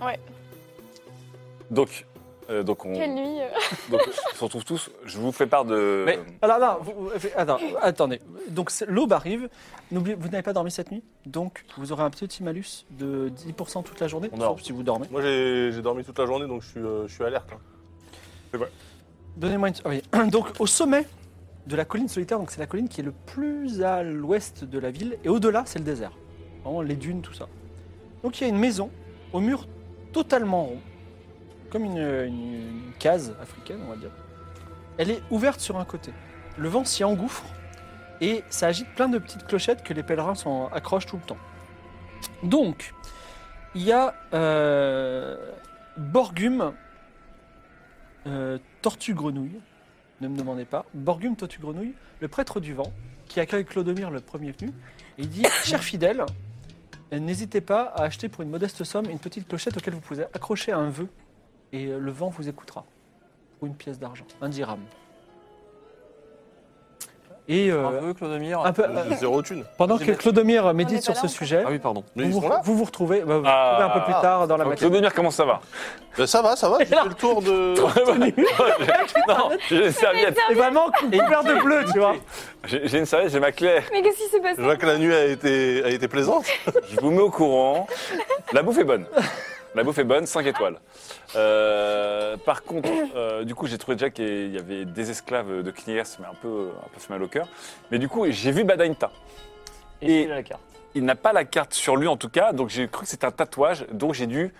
S3: Donc, euh, donc on
S4: Quelle nuit euh.
S3: donc, on se retrouve tous. Je vous fais part
S2: Euh,
S3: de...
S5: Mais-
S1: Alors Ah là, vous- vous- attends, attendez. Donc c'est- l'aube arrive. N'oubliez, vous n'avez pas dormi cette nuit, donc vous aurez un petit malus de 10% toute la journée,
S2: On dort.
S1: sauf si vous dormez.
S2: Moi, j'ai j'ai dormi toute la journée, donc je suis, euh, je suis alerte. hein.
S1: Donnez-moi une. ah oui. Donc, au sommet de la colline solitaire, donc c'est la colline qui est le plus à l'ouest de la ville, et au-delà, c'est le désert. Vraiment, les dunes, tout ça. Donc, il y a une maison au mur totalement rond, comme une, une- une case africaine, on va dire. Elle est ouverte sur un côté. Le vent s'y engouffre, et ça agite plein de petites clochettes que les pèlerins s'en accrochent tout le temps. Donc, il y a euh, Borgum, euh, Tortue Grenouille, ne me demandez pas, Borgum Tortue Grenouille, le prêtre du vent, qui accueille Clodomir le premier venu, et il dit Cher fidèle, n'hésitez pas à acheter pour une modeste somme une petite clochette auquel vous pouvez accrocher un vœu, et euh, le vent vous écoutera. Pour une pièce d'argent, un dirham. Et euh,
S5: Un peu, Clodomir.
S1: un peu,
S2: J'ai
S1: euh,
S2: Zéro thune.
S1: pendant que
S5: J'ai-
S1: Clodomir
S4: On
S1: médite
S4: est pas
S1: sur
S4: là
S1: ce
S4: encore.
S1: sujet,
S5: Ah oui, pardon.
S2: Mais ils
S1: vous,
S2: sont
S1: vous,
S2: là.
S1: vous vous retrouvez bah, vous vous
S3: Ah.
S1: retrouvez un peu plus tard dans la matinée.
S3: Clodomir, comment ça va
S2: Ben, ça va, ça va. J'ai fait le tour de.
S3: Non, j'ai une serviette.
S5: Ah,
S1: Et vraiment, couvert de bleu, tu vois.
S3: J'ai j'ai une serviette, j'ai ma clé.
S4: Mais qu'est-ce qui s'est
S2: Je
S4: passé
S2: vois que la nuit a été, a été plaisante.
S3: Je vous mets au courant. La bouffe est bonne. La bouffe est bonne, 5 étoiles. Euh, par contre, euh, du coup, j'ai trouvé déjà qu'il y avait des esclaves de Kniers, mais un peu, un peu fait mal au cœur. Mais du coup, j'ai vu Badainta. Et-
S5: Et la carte.
S3: Il n'a pas la carte sur lui en tout cas, donc j'ai cru que c'était un tatouage, donc j'ai dû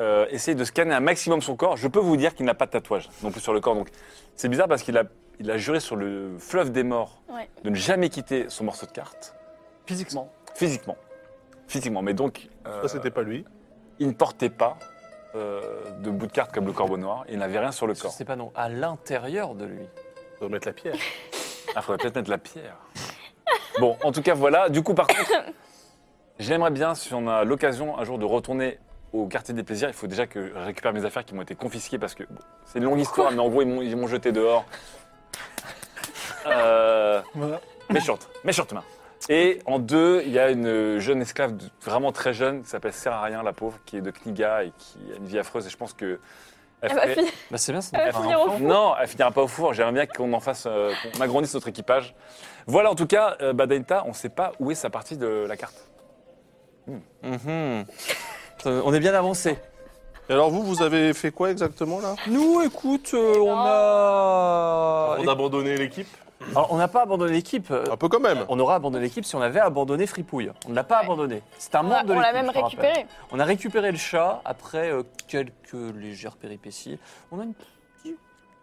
S3: euh, essayer de scanner un maximum son corps. Je peux vous dire qu'il n'a pas de tatouage non plus sur le corps, donc c'est bizarre parce qu'il a, il a juré sur le fleuve des morts
S4: Ouais.
S3: de ne jamais quitter son morceau de carte,
S1: Physiquement.
S3: physiquement. Physiquement, mais donc, euh,
S2: Ça, c'était pas lui.
S3: il ne portait pas euh, de bout de carte comme le corbeau noir, il n'avait rien sur le corps.
S5: C'est pas non, à l'intérieur de lui.
S2: On va mettre la pierre.
S3: Ah, faudrait peut-être mettre la pierre. Bon, en tout cas, voilà. Du coup, par contre, j'aimerais bien, si on a l'occasion un jour de retourner au quartier des plaisirs, il faut déjà que je récupère mes affaires qui m'ont été confisquées parce que bon, c'est une longue histoire, mais en gros, ils m'ont- ils m'ont jeté dehors. Euh,
S1: Voilà.
S3: méchante, méchante main. Et en deux, il y a une jeune esclave de- vraiment très jeune qui s'appelle Serarien, la pauvre, qui est de Kniga et qui a une vie affreuse. Et je pense que. elle
S4: Elle va
S3: ferait-
S4: finir-
S5: Bah c'est bien ça.
S4: elle va Ah finir au
S3: non, elle finira pas au four. J'aimerais bien qu'on en fasse, euh, qu'on agrandisse notre équipage. Voilà, en tout cas, euh, Badaïta, on ne sait pas où est sa partie de la carte.
S5: Mhm. On est bien avancé.
S2: Et alors, vous, vous avez fait quoi exactement là
S5: Nous, écoute, euh, on a.
S2: On a abandonné l'équipe
S5: Alors, on n'a pas abandonné l'équipe. euh,
S2: Un peu quand même.
S5: On aura abandonné l'équipe si on avait abandonné Fripouille. On ne l'a pas
S4: Ouais.
S5: abandonné. C'est un
S4: On
S5: membre
S4: l'a-
S5: de
S4: on
S5: l'équipe.
S4: l'a même
S5: je te rappelle.
S4: récupéré.
S5: On a récupéré le chat après euh, quelques légères péripéties. On a une petite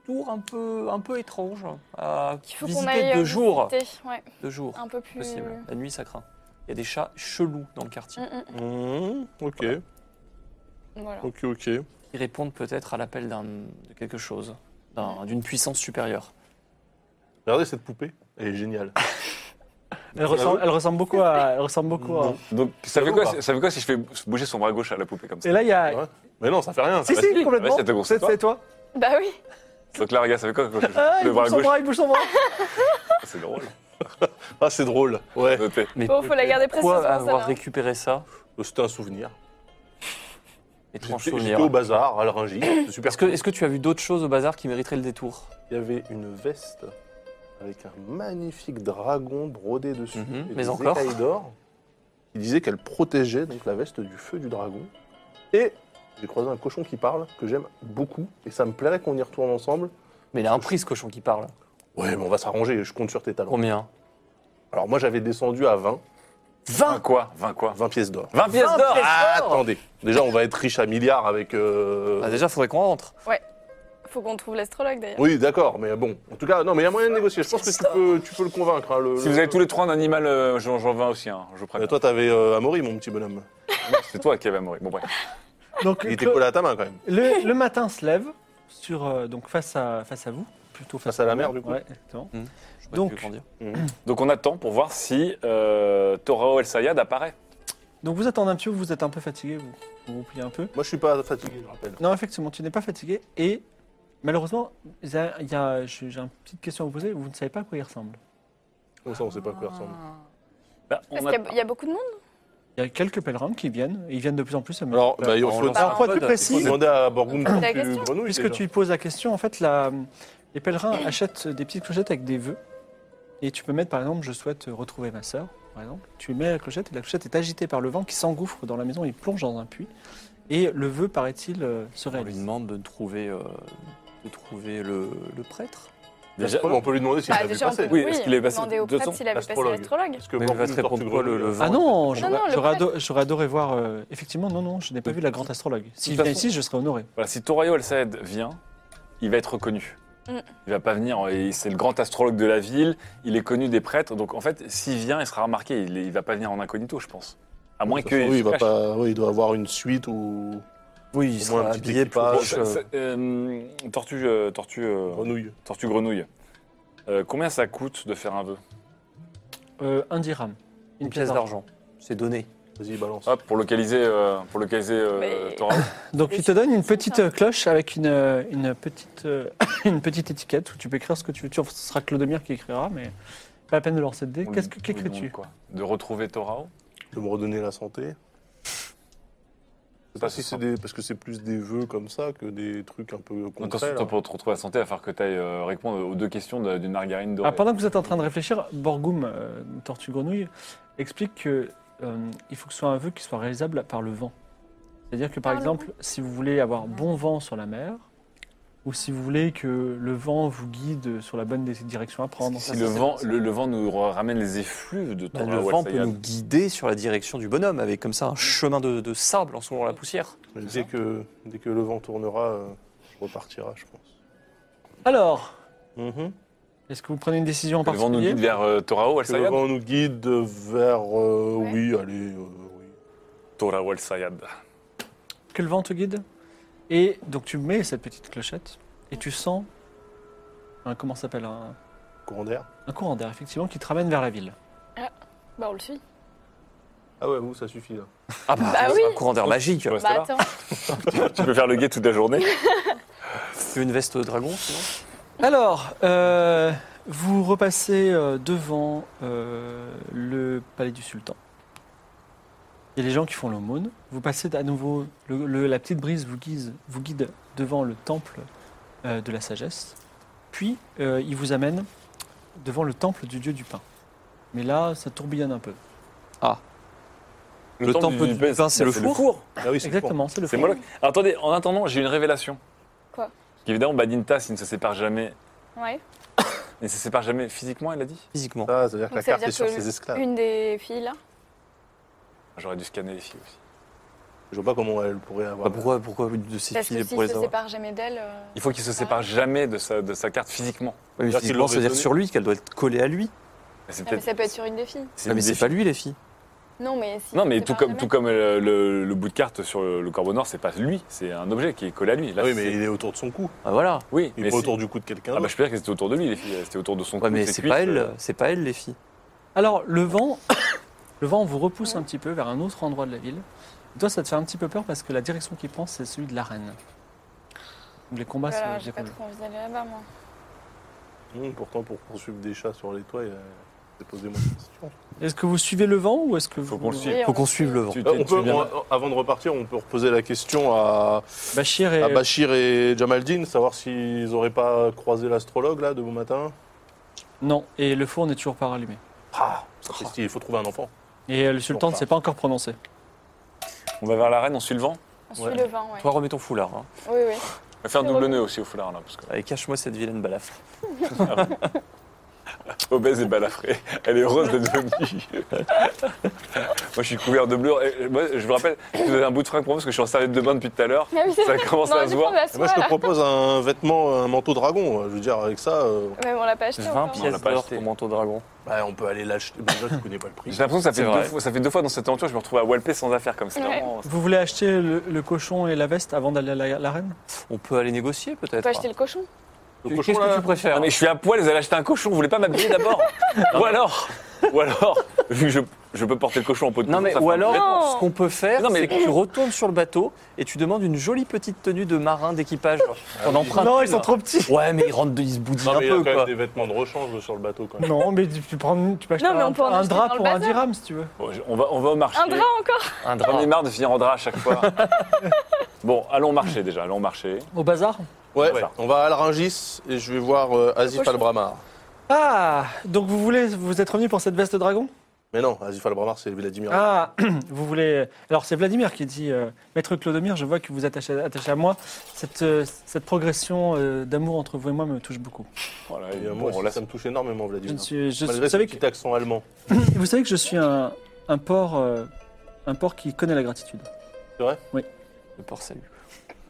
S5: tour un peu, un peu étrange à
S4: Il faut qu'on aille
S5: visiter de
S4: euh,
S5: jour.
S4: visiter, Ouais,
S5: De jour,
S4: un peu plus. euh,
S5: possible. La nuit, ça craint. Il y a des chats chelous dans le quartier.
S4: Mm, mm,
S2: Mmh, ok,
S4: Voilà.
S2: ok, ok.
S5: Ils répondent peut-être à l'appel d'un- de quelque chose, d'un- d'une puissance supérieure.
S2: Regardez cette poupée, elle est géniale.
S1: Elle ressemble, elle ressemble beaucoup à. Elle ressemble beaucoup à-
S2: Non.
S3: Donc, ça
S2: Ça
S3: fait,
S2: vaut
S3: quoi,
S2: pas.
S3: si- ça fait quoi si je fais bouger son bras gauche à la poupée comme ça
S1: Et là, il y a.
S2: Ouais. Ah, Mais non, ça fait rien.
S1: Si,
S2: ça.
S3: bah,
S1: si,
S3: si,
S1: complètement.
S3: bah, c'est toi, c'est
S1: C'est
S3: toi.
S1: c'est toi.
S4: Bah oui.
S3: Donc là, regarde, ça fait quoi quand je-
S1: Ah,
S3: le
S1: il
S3: bras
S1: bouge son
S3: gauche
S1: bras, il bouge son bras.
S3: C'est drôle.
S2: Ah, c'est drôle. Ouais.
S3: Noté.
S5: Mais
S4: Bon, faut la garder précieusement,
S5: pourquoi avoir
S4: celle-là.
S5: récupéré ça
S2: Euh, C'était un souvenir.
S5: Étrange
S2: J'étais
S5: souvenir.
S2: j'étais au bazar, à Laringy. C'est super.
S5: Est-ce que, est-ce que tu as vu d'autres choses au bazar qui mériteraient le détour
S2: Il y avait une veste avec un magnifique dragon brodé dessus.
S5: Mhm,
S2: et
S5: mais
S2: des
S5: encore.
S2: écailles d'or. Il disait qu'elle protégeait donc la veste du feu du dragon. Et j'ai croisé un cochon qui parle, que j'aime beaucoup, et ça me plairait qu'on y retourne ensemble.
S5: Mais il a un prix ce cochon qui parle.
S2: Ouais, mais on va s'arranger, je compte sur tes talents.
S5: Combien
S2: Alors moi j'avais descendu à 20,
S3: 20 quoi 20 quoi
S2: 20 pièces d'or.
S3: 20 pièces d'or
S2: Ah, attendez, déjà on va être riche à milliards avec... euh,
S5: Bah déjà, faudrait qu'on rentre.
S4: Faut qu'on trouve l'astrologue d'ailleurs.
S2: Oui d'accord, mais bon, en tout cas, non mais il y a moyen de négocier, je pense que tu peux, tu peux le convaincre. hein, le-
S3: Si vous avez tous les trois un animal, euh, j'en j'en veux un aussi, hein, je vous
S2: Mais
S3: préviens.
S2: toi t'avais euh, Amaury mon petit bonhomme,
S3: C'est toi qui avais mourir. Bon, bref.
S1: Donc,
S2: il était
S1: Cla-
S2: collé à ta main quand même.
S1: Le, le matin se lève, sur, euh, donc face à, face à vous, plutôt face,
S2: Face à la mer, du coup.
S1: Ouais, exactement.
S5: Je sais pas
S1: Donc-
S5: ce que je veux dire.
S3: Donc on attend pour voir si euh, Torao El Sayad apparaît.
S1: Donc vous attendez un petit peu, vous êtes un peu fatigué, vous vous, vous pliez un peu.
S2: Moi, je suis pas fatigué, je rappelle.
S1: Non, effectivement, tu n'es pas fatigué et malheureusement, il y a- il y a- j'ai j'ai une petite question à vous poser, vous ne savez pas à quoi il ressemble.
S2: Comme ça, on sait pas à quoi il ressemble.
S3: Bah, on
S4: Parce
S3: attend.
S4: qu'il y a- il y, a beaucoup de monde.
S1: Il y a quelques pèlerins qui viennent, et ils viennent de plus en plus. mais-
S2: Alors,
S5: Bah,
S2: bah, il
S5: on
S2: faut,
S5: le
S2: il
S4: parle.
S1: Alors, pour être plus
S5: Faut
S2: faut
S1: précis,
S2: demander à Borgoum
S4: C'est la
S2: tu-
S4: question.
S2: Grenouille.
S1: puisque
S2: déjà.
S1: tu poses la question, en fait, la- les pèlerins achètent des petites clochettes avec des vœux. Et tu peux mettre, par exemple, je souhaite retrouver ma sœur, par exemple. Tu mets la clochette et la clochette est agitée par le vent qui s'engouffre dans la maison et plonge dans un puits. Et le vœu, paraît-il, euh, se
S5: On lui
S1: réalise.
S5: demande de trouver, euh, de trouver le, le prêtre.
S3: Déjà,
S2: on peut lui demander s'il
S4: Bah,
S2: l'a vu
S4: déjà, on
S2: passer.
S4: peut
S3: Oui,
S4: oui,
S3: est-ce qu'il est passé
S4: demander au
S3: de temps
S4: prêtre s'il avait passé
S2: Astrologue.
S4: l'astrologue.
S2: Est-ce que
S5: Mais il va
S2: Borgoum
S5: te répondre
S2: porte
S5: quoi le,
S2: grenouille
S5: le vent
S1: Ah non,
S5: il-
S1: j'aurais
S4: non, le
S1: j'aurais
S4: prêtre.
S1: ado- j'aurais adoré voir. euh, effectivement, non, non, je n'ai pas vu la grande astrologue. S'il
S3: toute
S1: vient
S3: façon-
S1: ici, je serais honoré.
S3: Voilà, si Torayo El Saed vient, il va être reconnu.
S4: Mm.
S3: Il va pas venir. et C'est le grand astrologue de la ville. Il est connu des prêtres. Donc en fait, s'il vient, il sera remarqué. Il, il va pas venir en incognito, je pense. À moins que.
S2: Oui, il, va
S3: cache.
S2: pas... oui, il doit avoir une suite ou.
S5: Oui, il
S2: Au moins
S5: sera
S2: un petit
S5: habillé plus
S2: équipage.
S3: Bon,
S5: riche,
S3: ça-
S5: euh,
S3: ça- euh, tortue, euh, tortue, euh,
S2: Grenouille.
S3: tortue grenouille. Euh, combien ça coûte de faire un vœu
S1: Euh, un dirham.
S5: une pièce d'argent. C'est donné.
S2: Vas-y, balance.
S3: Hop, pour localiser, euh, pour localiser euh,
S4: Mais-
S3: Torao.
S1: Donc
S4: Et
S1: il te
S4: tu-
S1: donne une petite euh, cloche avec une, euh, une, petite, euh, une petite étiquette où tu peux écrire ce que tu veux. Tu- Ce sera Clodomir qui écrira, mais pas la peine de lancer de dés.
S3: On
S1: Qu'est-ce que
S3: lui- on lui
S1: qu'écris-tu
S3: demande quoi De retrouver Torao
S2: De me redonner la santé. Je sais
S3: Ça,
S2: pas
S3: ce
S2: si c'est
S3: sera-
S2: des. Parce que c'est plus des vœux comme ça que des trucs un peu concrets.
S3: Attention,
S2: là.
S3: toi, pour te retrouver à santé, il va falloir que tu ailles répondre aux deux questions de- d'une margarine dorée.
S1: Ah, pendant que vous êtes en train de réfléchir, Borgoum, euh, Tortue Grenouille, explique que euh, il faut que ce soit un vœu qui soit réalisable par le vent. C'est-à-dire que par
S4: Par le
S1: exemple, si vous voulez avoir bon vent sur la mer, ou si vous voulez que le vent vous guide sur la bonne des- direction à prendre.
S3: Si le vent, le, le vent nous ramène les effluves de
S5: Bah,
S3: Torao
S5: le
S3: El
S5: vent peut
S3: Sayad.
S5: nous guider sur la direction du bonhomme avec comme ça un chemin de, de sable en selon la poussière.
S2: Mais Dès que, dès que le vent tournera, euh, je repartira, je pense.
S1: Alors,
S2: Mhm.
S1: Est-ce que vous prenez une décision en
S3: Le vent nous
S1: particulier
S3: guide vers euh, Torao,
S2: Le
S3: Al-Sayad
S2: vent nous guide vers. euh,
S4: Ouais.
S2: Oui, allez, euh, oui.
S3: Torao Al-Sayad.
S1: Que le vent te guide. Et donc tu mets cette petite clochette et tu sens un comment ça s'appelle un,
S2: Courant d'air.
S1: un courant d'air effectivement qui te ramène vers la ville.
S4: Bah, on le suit.
S2: Ah ouais, vous, ça suffit là.
S5: Ah bah,
S4: Bah oui.
S5: un courant d'air magique.
S3: Tu restes
S4: Bah,
S3: là
S4: attends.
S3: Tu peux faire le guet toute la journée.
S5: Une veste dragon, sinon.
S1: Alors, euh, vous repassez euh, devant euh, le palais du sultan. Il y a les gens qui font l'aumône. Vous passez à nouveau, le- le- la petite brise vous guide, vous guide devant le temple euh, de la sagesse. Puis, euh, il vous amène devant le temple du dieu du pain. Mais là, ça tourbillonne un peu.
S5: Le temple du pain, Bah, c'est le four.
S2: Ah oui, c'est le
S1: Exactement, c'est le
S3: C'est
S1: four.
S3: Moloch. Alors, attendez, en attendant, j'ai une révélation.
S4: Quoi
S3: Évidemment, Badintas, il ne se sépare jamais.
S4: Ouais.
S3: Il ne se sépare jamais physiquement, il a dit
S5: Physiquement.
S2: four. Ah, c'est-à-dire que
S4: Donc,
S2: la
S4: ça veut
S2: carte
S4: dire
S2: est sur
S4: que
S2: ses esclaves.
S4: Une des filles, là.
S3: J'aurais dû scanner les filles aussi.
S2: Je vois pas comment elle pourrait avoir.
S5: Bah, pourquoi, pourquoi de ces
S4: Parce que
S5: filles
S4: s'ils
S5: pour les
S4: se
S5: avoir
S4: séparent jamais d'elle. euh,
S3: Il faut qu'il se sépare jamais de sa, de sa carte physiquement.
S5: Oui, mais
S2: Là,
S5: Physiquement,
S2: qu'il
S5: ça veut dire
S2: l'aurait
S5: sur lui qu'elle doit être collée à lui.
S3: Mais C'est
S4: Non, Ah, mais ça peut être sur une des filles.
S3: c'est
S5: Non, mais
S3: une
S5: c'est
S3: des
S5: pas lui, les filles.
S4: Non, mais si.
S3: Non, mais tout comme, tout comme euh, le, le bout de carte sur le, le corbeau noir, c'est pas lui, c'est un objet qui est collé à lui. Là,
S2: Ah oui,
S3: c'est-
S2: mais il est autour de son cou.
S5: Ah, voilà.
S3: oui,
S2: Il
S3: mais
S2: est pas
S3: si-
S2: autour du cou de quelqu'un.
S3: Ah bah, je peux dire que c'était autour de lui, les filles. C'était autour de son
S5: Ouais,
S3: cou,
S5: mais
S3: ses
S5: c'est
S3: cuisses,
S5: pas elle,
S3: euh.
S5: c'est pas elle, les filles.
S1: Alors, le vent, le vent vous repousse un petit peu vers un autre endroit de la ville. Toi, ça te fait un petit peu peur parce que la direction qu'il prend, c'est celui de l'arène. Donc, Les combats
S4: Voilà,
S1: se
S4: j'ai Euh, pas
S1: déroulent.
S4: trop envie d'aller là-bas, moi.
S2: Hum, pourtant, pour poursuivre des chats sur les toits, il y a- c'est posé moins de questions.
S1: Est-ce que vous suivez le vent ou est-ce que
S3: Faut
S1: vous...
S3: qu'on le suive.
S4: Oui,
S5: Faut
S4: on
S5: qu'on
S4: le
S5: suive
S4: suit.
S5: le vent.
S3: Tu- tu-
S2: Euh, On
S3: tu
S2: peut-
S3: viens-
S2: on- avant de repartir, on peut reposer la question à,
S1: Bachir et...
S2: à Bachir et Jamaldine, savoir s'ils auraient pas croisé l'astrologue là demain matin.
S1: Non, et le four n'est toujours pas rallumé.
S2: Ah, qu'est-ce qu'il faut trouver un enfant.
S1: Et euh, le sultan ne
S2: pas.
S1: s'est pas encore prononcé.
S3: On va vers l'arène, on suit le vent.
S4: On suit
S2: Ouais.
S4: le vent, ouais.
S5: Toi, remets ton foulard. Hein.
S4: Oui, oui.
S3: On va faire un
S4: C'est
S3: double
S4: relou.
S3: nœud aussi au foulard là, parce que
S5: Allez, cache-moi cette vilaine balafre.
S3: obèse et balafrée. Elle est heureuse d'être venue. moi je suis couvert de bleu. Et moi, je vous rappelle, je vous avez un bout de fringue pour moi parce que je suis en serviette de bain depuis tout à l'heure.
S4: Ah oui, c'est
S3: Ça
S4: vrai.
S3: commence
S4: Non,
S3: à
S4: du
S3: se
S4: coup,
S3: voir.
S5: bah-
S4: on va
S2: Et
S4: se
S2: moi, je te
S4: voir, là.
S2: propose un vêtement, un manteau dragon. Je veux dire, avec ça, euh,
S4: Même on l'a pas acheté
S5: 20
S4: encore.
S3: pieds.
S5: pièces
S3: pas
S5: d'or
S3: acheté.
S5: pour manteau dragon.
S2: bah, on peut aller l'acheter. Bah, Déjà, tu connais pas le prix.
S3: J'ai l'impression que ça
S5: C'est
S3: fait, deux
S5: vrai.
S3: fois, ça fait deux fois dans cette aventure, je me retrouve à walper sans affaire comme ça.
S4: Ouais.
S3: Vraiment,
S1: Vous voulez acheter le, le cochon et la veste avant d'aller à la- l'arène
S5: On peut aller négocier
S4: On
S5: peut-être.
S4: peut acheter le cochon.
S2: Le
S5: Qu'est-ce
S2: cochon,
S5: que
S2: là,
S5: tu préfères
S3: Non, mais je suis à poil, vous allez acheter un cochon, vous voulez pas m'habiller d'abord Ou alors Ou alors Vu que je, je peux porter le cochon en pot de cochon,
S5: Non mais
S3: ça fait
S5: ou
S3: un
S4: complètement.
S5: alors ce qu'on peut faire
S3: Non, mais-
S5: c'est que tu retournes sur le bateau et tu demandes une jolie petite tenue de marin d'équipage. On emprunte.
S1: Non,
S5: une.
S1: ils sont trop petits
S5: Ouais mais ils rentrent de- ils se boudinent
S2: Ah Non,
S5: un
S2: mais il y a
S5: peu
S2: quand même
S5: quoi.
S2: des vêtements de rechange sur le bateau quand même.
S1: Non, mais tu, tu prends, tu peux acheter
S4: Non, mais on
S1: un,
S4: peut en
S1: un
S4: acheter dans
S1: drap
S4: le
S1: pour un
S4: bazar.
S1: dirham si tu veux.
S3: Bon, je- on, va, on va au marché.
S4: Un drap encore
S5: Un
S3: J'en
S5: drap.
S3: ai marre de finir en drap à chaque fois. bon, allons au marché déjà, allons au marché.
S1: Au bazar
S2: Ouais,
S3: Ouais.
S2: on va à Alringis et je vais voir euh, Azif
S4: cochon.
S2: Al-Bramar.
S1: Ah, donc vous voulez, vous êtes revenu pour cette veste de dragon
S2: Mais non, Azif Al-Bramar, c'est Vladimir.
S1: Ah, vous voulez. Alors, c'est Vladimir qui dit euh, Maître Clodomir, je vois que vous attachez, attaché à moi. Cette, euh, cette progression euh, d'amour entre vous et moi me touche beaucoup.
S3: Voilà,
S2: Et,
S3: et
S2: euh,
S3: bon,
S2: moi,
S3: on
S2: aussi,
S3: laisse-
S2: ça me touche
S1: Je
S2: énormément,
S1: ne
S2: Vladimir.
S1: suis- je-
S2: Malgré
S1: vous,
S2: ce
S1: savez
S2: petit accent allemand.
S1: que, vous savez que je suis un, un porc, euh, un porc qui connaît la gratitude.
S5: Le port salut.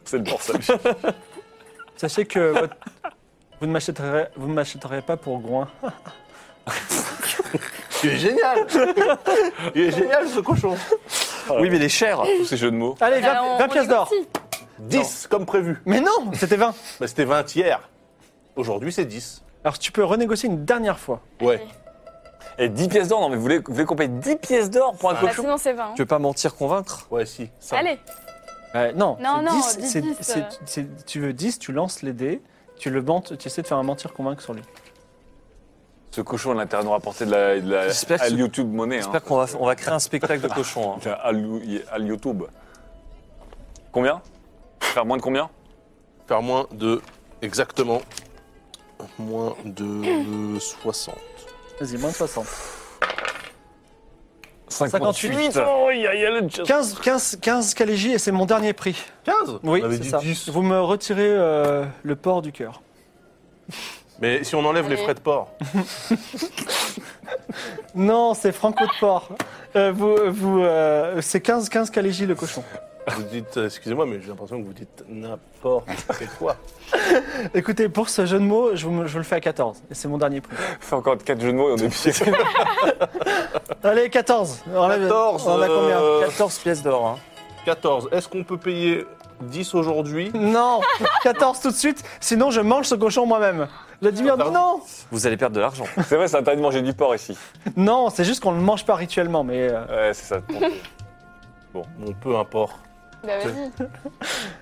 S3: c'est le porcelain.
S1: Sachez que votre- vous ne m'achèterez- vous ne m'achèterez pas pour groin.
S2: Il est génial Il est génial ce cochon
S5: Oui mais les chairs.
S3: Tous ces jeux de mots.
S1: Allez, 20,
S4: Alors, on-
S1: 20
S4: on
S1: pièces d'or
S4: négocie.
S2: 10 comme prévu.
S1: Mais non, c'était 20
S2: Bah, C'était 20 hier. Aujourd'hui, c'est 10.
S1: Alors, tu peux renégocier une dernière fois.
S2: Ouais.
S3: Et 10 pièces d'or, non mais vous voulez, vous voulez qu'on paye 10 pièces d'or pour un
S2: Ah,
S4: Bah,
S3: cochon
S4: sinon, c'est 20. hein.
S5: Tu veux pas mentir convaincre
S2: Ouais, si. Cinq.
S4: Allez,
S1: Euh, non,
S4: Non,
S1: c'est
S4: non,
S1: 10,
S4: dix,
S1: c'est-
S4: dix,
S1: c'est-
S4: euh.
S1: c'est- tu veux 10, tu lances les dés, tu le mentes, tu essaies de faire un mentir convaincre sur lui.
S3: Ce cochon, il a intérêt à nous rapporter de la, de la-
S5: J'espère
S3: à
S5: que-
S3: YouTube monnaie. hein.
S5: J'espère qu'on va, on va créer un spectacle de cochons. hein.
S3: Tiens, À, l'ou- à YouTube. Combien Faire moins de combien
S2: Faire moins de. Exactement. Moins de 60.
S1: Vas-y, moins de 60.
S3: 58
S2: Oh,
S3: Aïe, aïe, aïe, aïe.
S1: 15, 15, 15 Calégie et c'est mon dernier prix.
S2: 15
S1: Oui,
S2: On avait
S1: c'est
S2: dit
S1: ça.
S2: 10.
S1: Vous me retirez euh, le port du cœur.
S2: Mais si on enlève les
S4: Allez.
S2: frais de port,
S1: Non, c'est Franco de port. Euh, vous, vous, euh, c'est 15, 15 Calégie le cochon.
S2: Vous dites, euh, excusez-moi, mais j'ai l'impression que vous dites n'importe quoi.
S1: Écoutez, pour ce jeu de mots, je, vous me- je vous le fais à 14. Et c'est mon dernier prix.
S3: Fait encore 4 jeux de mots et on est pieds.
S1: Allez, 14 on a-
S2: 14,
S1: On a combien
S2: euh,
S5: 14 pièces d'or. hein.
S2: 14. Est-ce qu'on peut payer 10 aujourd'hui
S1: Non 14 tout de suite, sinon je mange ce cochon moi-même. Vladimir,
S2: Ah, Pardon
S1: non
S5: Vous allez perdre de l'argent.
S3: C'est vrai, c'est interdit de manger du porc ici.
S1: Non, c'est juste qu'on ne le mange pas rituellement, mais... euh,
S3: Ouais, c'est ça.
S2: Bon, peu importe.
S4: Bah vas-y.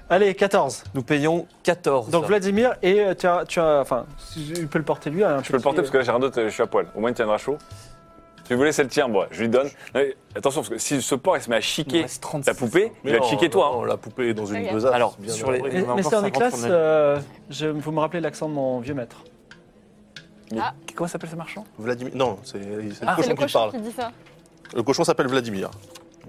S1: Allez, 14.
S5: Nous payons 14.
S1: Donc Vladimir, et euh, tu as... Tu as enfin, tu peux le porter lui. hein,
S3: Je peux le
S1: euh,
S3: porter parce que là j'ai rien d'autre, je suis à poil. Au moins il tiendra chaud. Tu voulais c'est le tien, moi, je lui donne. Non, mais attention, parce que si ce porc il se met à
S5: Il nous
S3: chiquer
S5: reste 36.
S3: ta poupée,
S2: Mais
S3: il va
S2: non,
S3: te chiquer toi. hein.
S2: non, La poupée est dans une
S4: Ok.
S2: besace.
S5: Alors,
S2: bien
S5: sur les-
S2: abri.
S5: Et- On a
S1: Messieurs
S5: encore
S1: Nicolas,
S5: 50 pour le-
S1: euh, je, vous me rappelez l'accent de mon vieux maître.
S4: Ah.
S1: Comment s'appelle ce marchand
S2: Vladimir. Non, c'est c'est le
S4: C'est
S2: cochon
S4: le
S2: qui
S4: cochon
S2: parle.
S4: qui dit ça.
S2: Le cochon s'appelle Vladimir.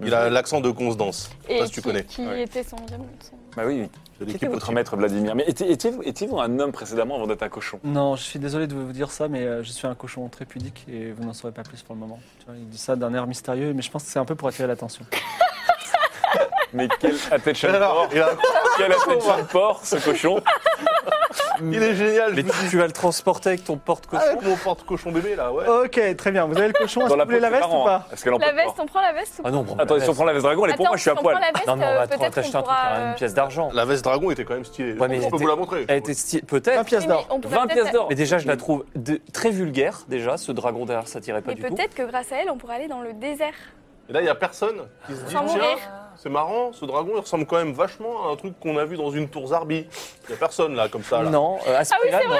S2: Il a l'accent de Constance.
S4: Et
S2: sais pas si tu
S4: qui-
S2: connais.
S4: Qui
S3: Ouais.
S4: était son diamant son-
S3: Bah oui, oui.
S2: de
S3: Qui
S2: l'équipe
S3: était votre
S2: Autry.
S3: maître Vladimir Mais étiez- étiez-vous étiez-vous un homme précédemment avant d'être un cochon
S1: Non, je suis désolé de vous dire ça, mais euh, je suis un cochon très pudique et vous n'en saurez pas plus pour le moment. Tu vois, il dit ça d'un air mystérieux, mais je pense que c'est un peu pour attirer l'attention.
S3: Mais quel attention
S2: Alors,
S3: porc
S2: il, a-
S3: Quel attention porc ce cochon
S2: il est génial. je
S5: Mais
S2: vous dis.
S5: tu vas le transporter avec ton porte-cochon.
S2: Avec mon porte-cochon bébé là, ouais.
S1: ok, très bien. Vous avez le cochon, est-ce que vous voulez
S3: peau
S1: la
S3: de
S1: veste
S3: ses
S1: ou
S3: parents,
S1: pas
S3: hein. Est-ce qu'elle en
S4: La
S3: peut
S4: veste, on prend la veste ou
S5: Ah non, bon,
S3: Attendez, si on prend la veste dragon, elle est pour moi, je suis à
S4: si on prend
S3: poil.
S4: la veste,
S5: Non, mais on
S4: euh,
S5: va
S4: peut-être
S5: t'acheter
S4: qu'on
S5: un truc
S4: pourra,
S5: à
S4: euh,
S5: une pièce d'argent.
S2: La veste dragon était quand même stylée.
S5: Ouais,
S2: on
S5: mais
S2: peut
S5: c'était-
S2: vous la montrer.
S5: Elle était sti-
S1: 20
S5: Peut-être.
S1: pièces
S4: oui,
S1: d'or.
S4: mais on pourrait
S3: 20
S4: peut-être-
S3: pièces d'or.
S5: Mais déjà, je la trouve de- très vulgaire, déjà. Ce dragon derrière, ça tirait pas
S4: Mais
S5: du tout.
S4: peut-être que grâce à elle, on pourrait aller dans le désert
S2: Et là, il n'y a personne qui se dit
S4: sans mourir.
S2: tiens, c'est marrant, ce dragon il ressemble quand même vachement à un truc qu'on a vu dans une tour Zarbi. Il n'y a personne là, comme ça. Là.
S5: Non,
S4: Ah
S5: euh, Aspirade, non.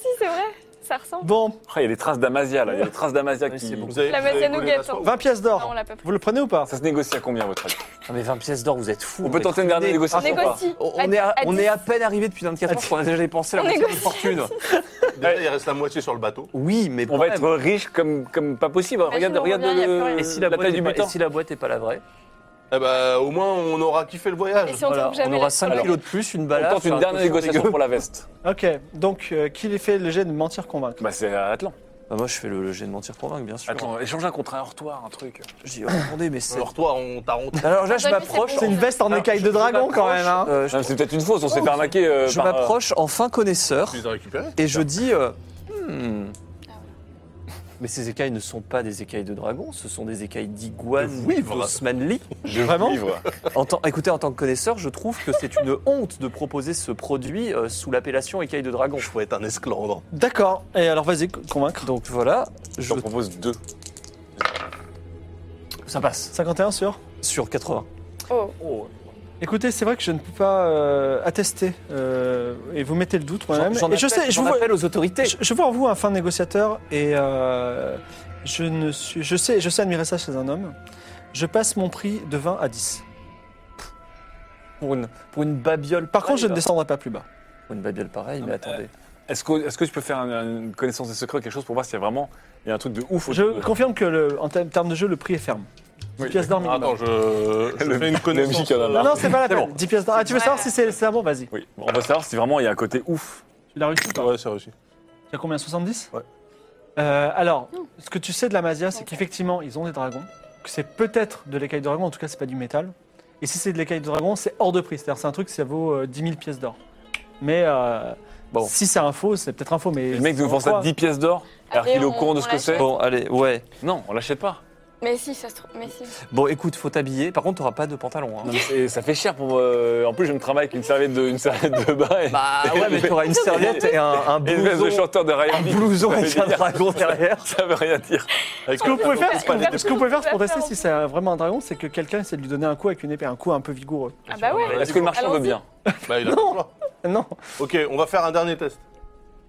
S4: Si, c'est vrai, ça ressemble.
S1: Bon,
S3: Ah, Il y a des traces d'Amasia là, il y a des traces d'Amasia
S5: Oui,
S3: qui.
S5: c'est bon.
S2: Vous avez,
S4: La
S2: vous avez
S4: Masiano
S2: volé
S4: Gate,
S2: l'assaut.
S4: hein.
S1: 20 pièces
S4: Non, on
S1: d'or.
S4: l'a pas pris.
S1: Vous le prenez ou pas
S3: Ça se négocie à combien à votre avis
S5: Non, mais 20 pièces d'or, vous êtes fous.
S3: On
S5: vous
S3: peut
S5: êtes
S3: tenter une dernière
S5: ruinés.
S3: négociation. ou pas
S4: Négocie.
S5: On on est, à,
S4: À
S5: on
S4: 10.
S5: est à peine arrivé depuis 24 heures qu'on a déjà dépensé la
S4: On
S5: moitié de
S4: négocie.
S5: notre fortune.
S2: Déjà, il reste la moitié sur le bateau.
S5: Oui, mais Bah,
S3: On
S5: quand
S3: va
S5: même.
S3: être riche comme, comme pas possible. Regarde,
S4: on
S3: regarde
S4: revient, y a plus
S3: le-
S4: rien.
S5: Et si la,
S3: la
S5: boîte
S3: taille
S5: est
S3: du
S5: pas, et
S3: butin.
S5: si la boîte est pas la vraie,
S2: Eh ben, au moins, on aura kiffé le voyage.
S4: Et si on
S5: Voilà,
S4: trouve jamais
S5: on aura
S4: la
S5: 5
S4: première
S5: kilos de plus, une
S3: On
S5: balade.
S3: tente une dernière négociation pour la veste.
S1: Ok, donc euh, qui les fait le jet de mentir convaincre
S3: Bah c'est à Atlan.
S5: moi, je fais le, le jet de mentir convaincre, bien sûr.
S3: Attends, échange un contre un hortoir, un truc.
S5: Je dis, oh, attendez, mais c'est.
S2: Alors, toi, on t'a honte.
S5: Alors là, je
S4: Attends, lui,
S5: m'approche.
S4: c'est
S1: C'est une veste en
S3: Ah,
S5: Alors,
S1: écaille de
S5: je
S1: dragon quand
S5: m'approche,
S1: même. hein.
S5: euh, je
S3: Non, mais Ah, c'est peut-être une fausse, on s'est fait arnaquer. euh,
S5: Oh, je
S3: par, euh,
S5: m'approche en fin connaisseur
S2: Tu les as récupérés
S5: et je dis. euh, Hmm. Mais ces écailles ne sont pas des écailles de dragon, ce sont des écailles d'iguane,
S2: De vouivre.
S5: d'osmanli.
S3: de
S1: Vraiment
S3: vivre.
S5: En tant- écoutez, en tant que connaisseur, je trouve que c'est une honte de proposer ce produit euh, sous l'appellation écaille de dragon.
S2: Je pourrais être un esclandre.
S1: D'accord, et alors vas-y, co- convaincre.
S5: Donc voilà,
S3: Je
S5: je...
S3: t'en propose deux.
S5: ça passe
S1: 51 sur
S5: sur 80.
S4: Oh,
S1: Écoutez, c'est vrai que je ne peux pas euh, attester euh, et vous mettez le doute moi-même.
S5: J'en
S1: Et je
S5: appelle-
S1: sais, je
S5: j'en
S1: vous,
S5: appelle aux autorités.
S1: je, je vois en vous un fin négociateur et euh, je ne suis, je sais, je sais admirer ça chez un homme. Je passe mon prix de 20 à 10.
S5: Pour une, pour une babiole
S1: Par contre,
S5: pareille,
S1: je ne
S5: là.
S1: descendrai pas plus bas.
S5: Pour une babiole pareille, mais attendez.
S3: euh, Est-ce que, est-ce que je peux faire un- une connaissance des secrets, quelque chose pour voir s'il y a vraiment il y a un truc de ouf
S1: Je
S3: autour de-
S1: confirme que le, en ter- termes de jeu, le prix est ferme. 10 pièces d'or minimum.
S2: Attends, je, je
S3: Le-
S2: fais une
S3: le
S2: connaissance.
S3: mec, il y en a
S1: non,
S3: marre.
S1: non, c'est pas la
S3: C'est
S1: peine.
S3: bon.
S1: 10 pièces d'or. Ah, tu veux
S4: Ouais.
S1: savoir si c'est c'est bon Vas-y.
S3: Oui, bon, on va savoir si vraiment il y a un côté ouf.
S1: Tu l'as réussi ou pas
S2: Ouais, c'est réussi.
S1: Tu as combien 70
S2: Ouais.
S1: Euh, alors, ce que tu sais de la Masia, c'est
S4: Ok.
S1: qu'effectivement, ils ont des dragons, que c'est peut-être de l'écaille de dragon, en tout cas, c'est pas du métal. Et si c'est de l'écaille de dragon, c'est hors de prix. C'est-à-dire, c'est un truc, ça vaut euh, 10 000 pièces d'or. Mais euh,
S5: Bon.
S1: si c'est un faux, c'est peut-être un faux. Mais
S3: Le mec nous
S1: on
S3: vend ça
S1: croit.
S3: 10 pièces d'or, alors
S4: Allez,
S3: qu'il est au
S4: on-
S3: courant de
S4: on
S3: ce que c'est.
S4: l'achète.
S5: Bon, allez, ouais.
S3: Non, on l'achète pas.
S4: mais si, ça se trouve. Mais si.
S5: Bon, écoute, faut t'habiller. Par contre, t'auras pas de pantalon. hein.
S3: Non, mais c'est- ça fait cher pour. euh, en plus, je me travaille avec une serviette de, une serviette de bain. et-
S5: Bah ouais, mais t'auras une serviette et un, un
S3: Et une veste de
S5: blouson.
S3: chanteur de Ryan
S5: Un
S3: Beat.
S5: blouson
S3: Ça veut
S5: avec un
S3: dire-
S5: dragon derrière.
S3: Ça veut rien dire.
S1: Ce que vous pouvez faire,
S4: Ils vont faire
S1: ce que vous pouvez faire pour
S4: tout
S1: tester
S4: faire en
S1: si
S4: plus.
S1: c'est vraiment un dragon, c'est que quelqu'un essaie de lui donner un coup avec une épée, un coup un peu vigoureux.
S4: Ah bah ouais.
S3: Est-ce que le marchand veut
S4: Allons-y.
S3: bien
S2: Bah, il a pas le choix.
S1: Non,
S2: Ok, on va faire un dernier test.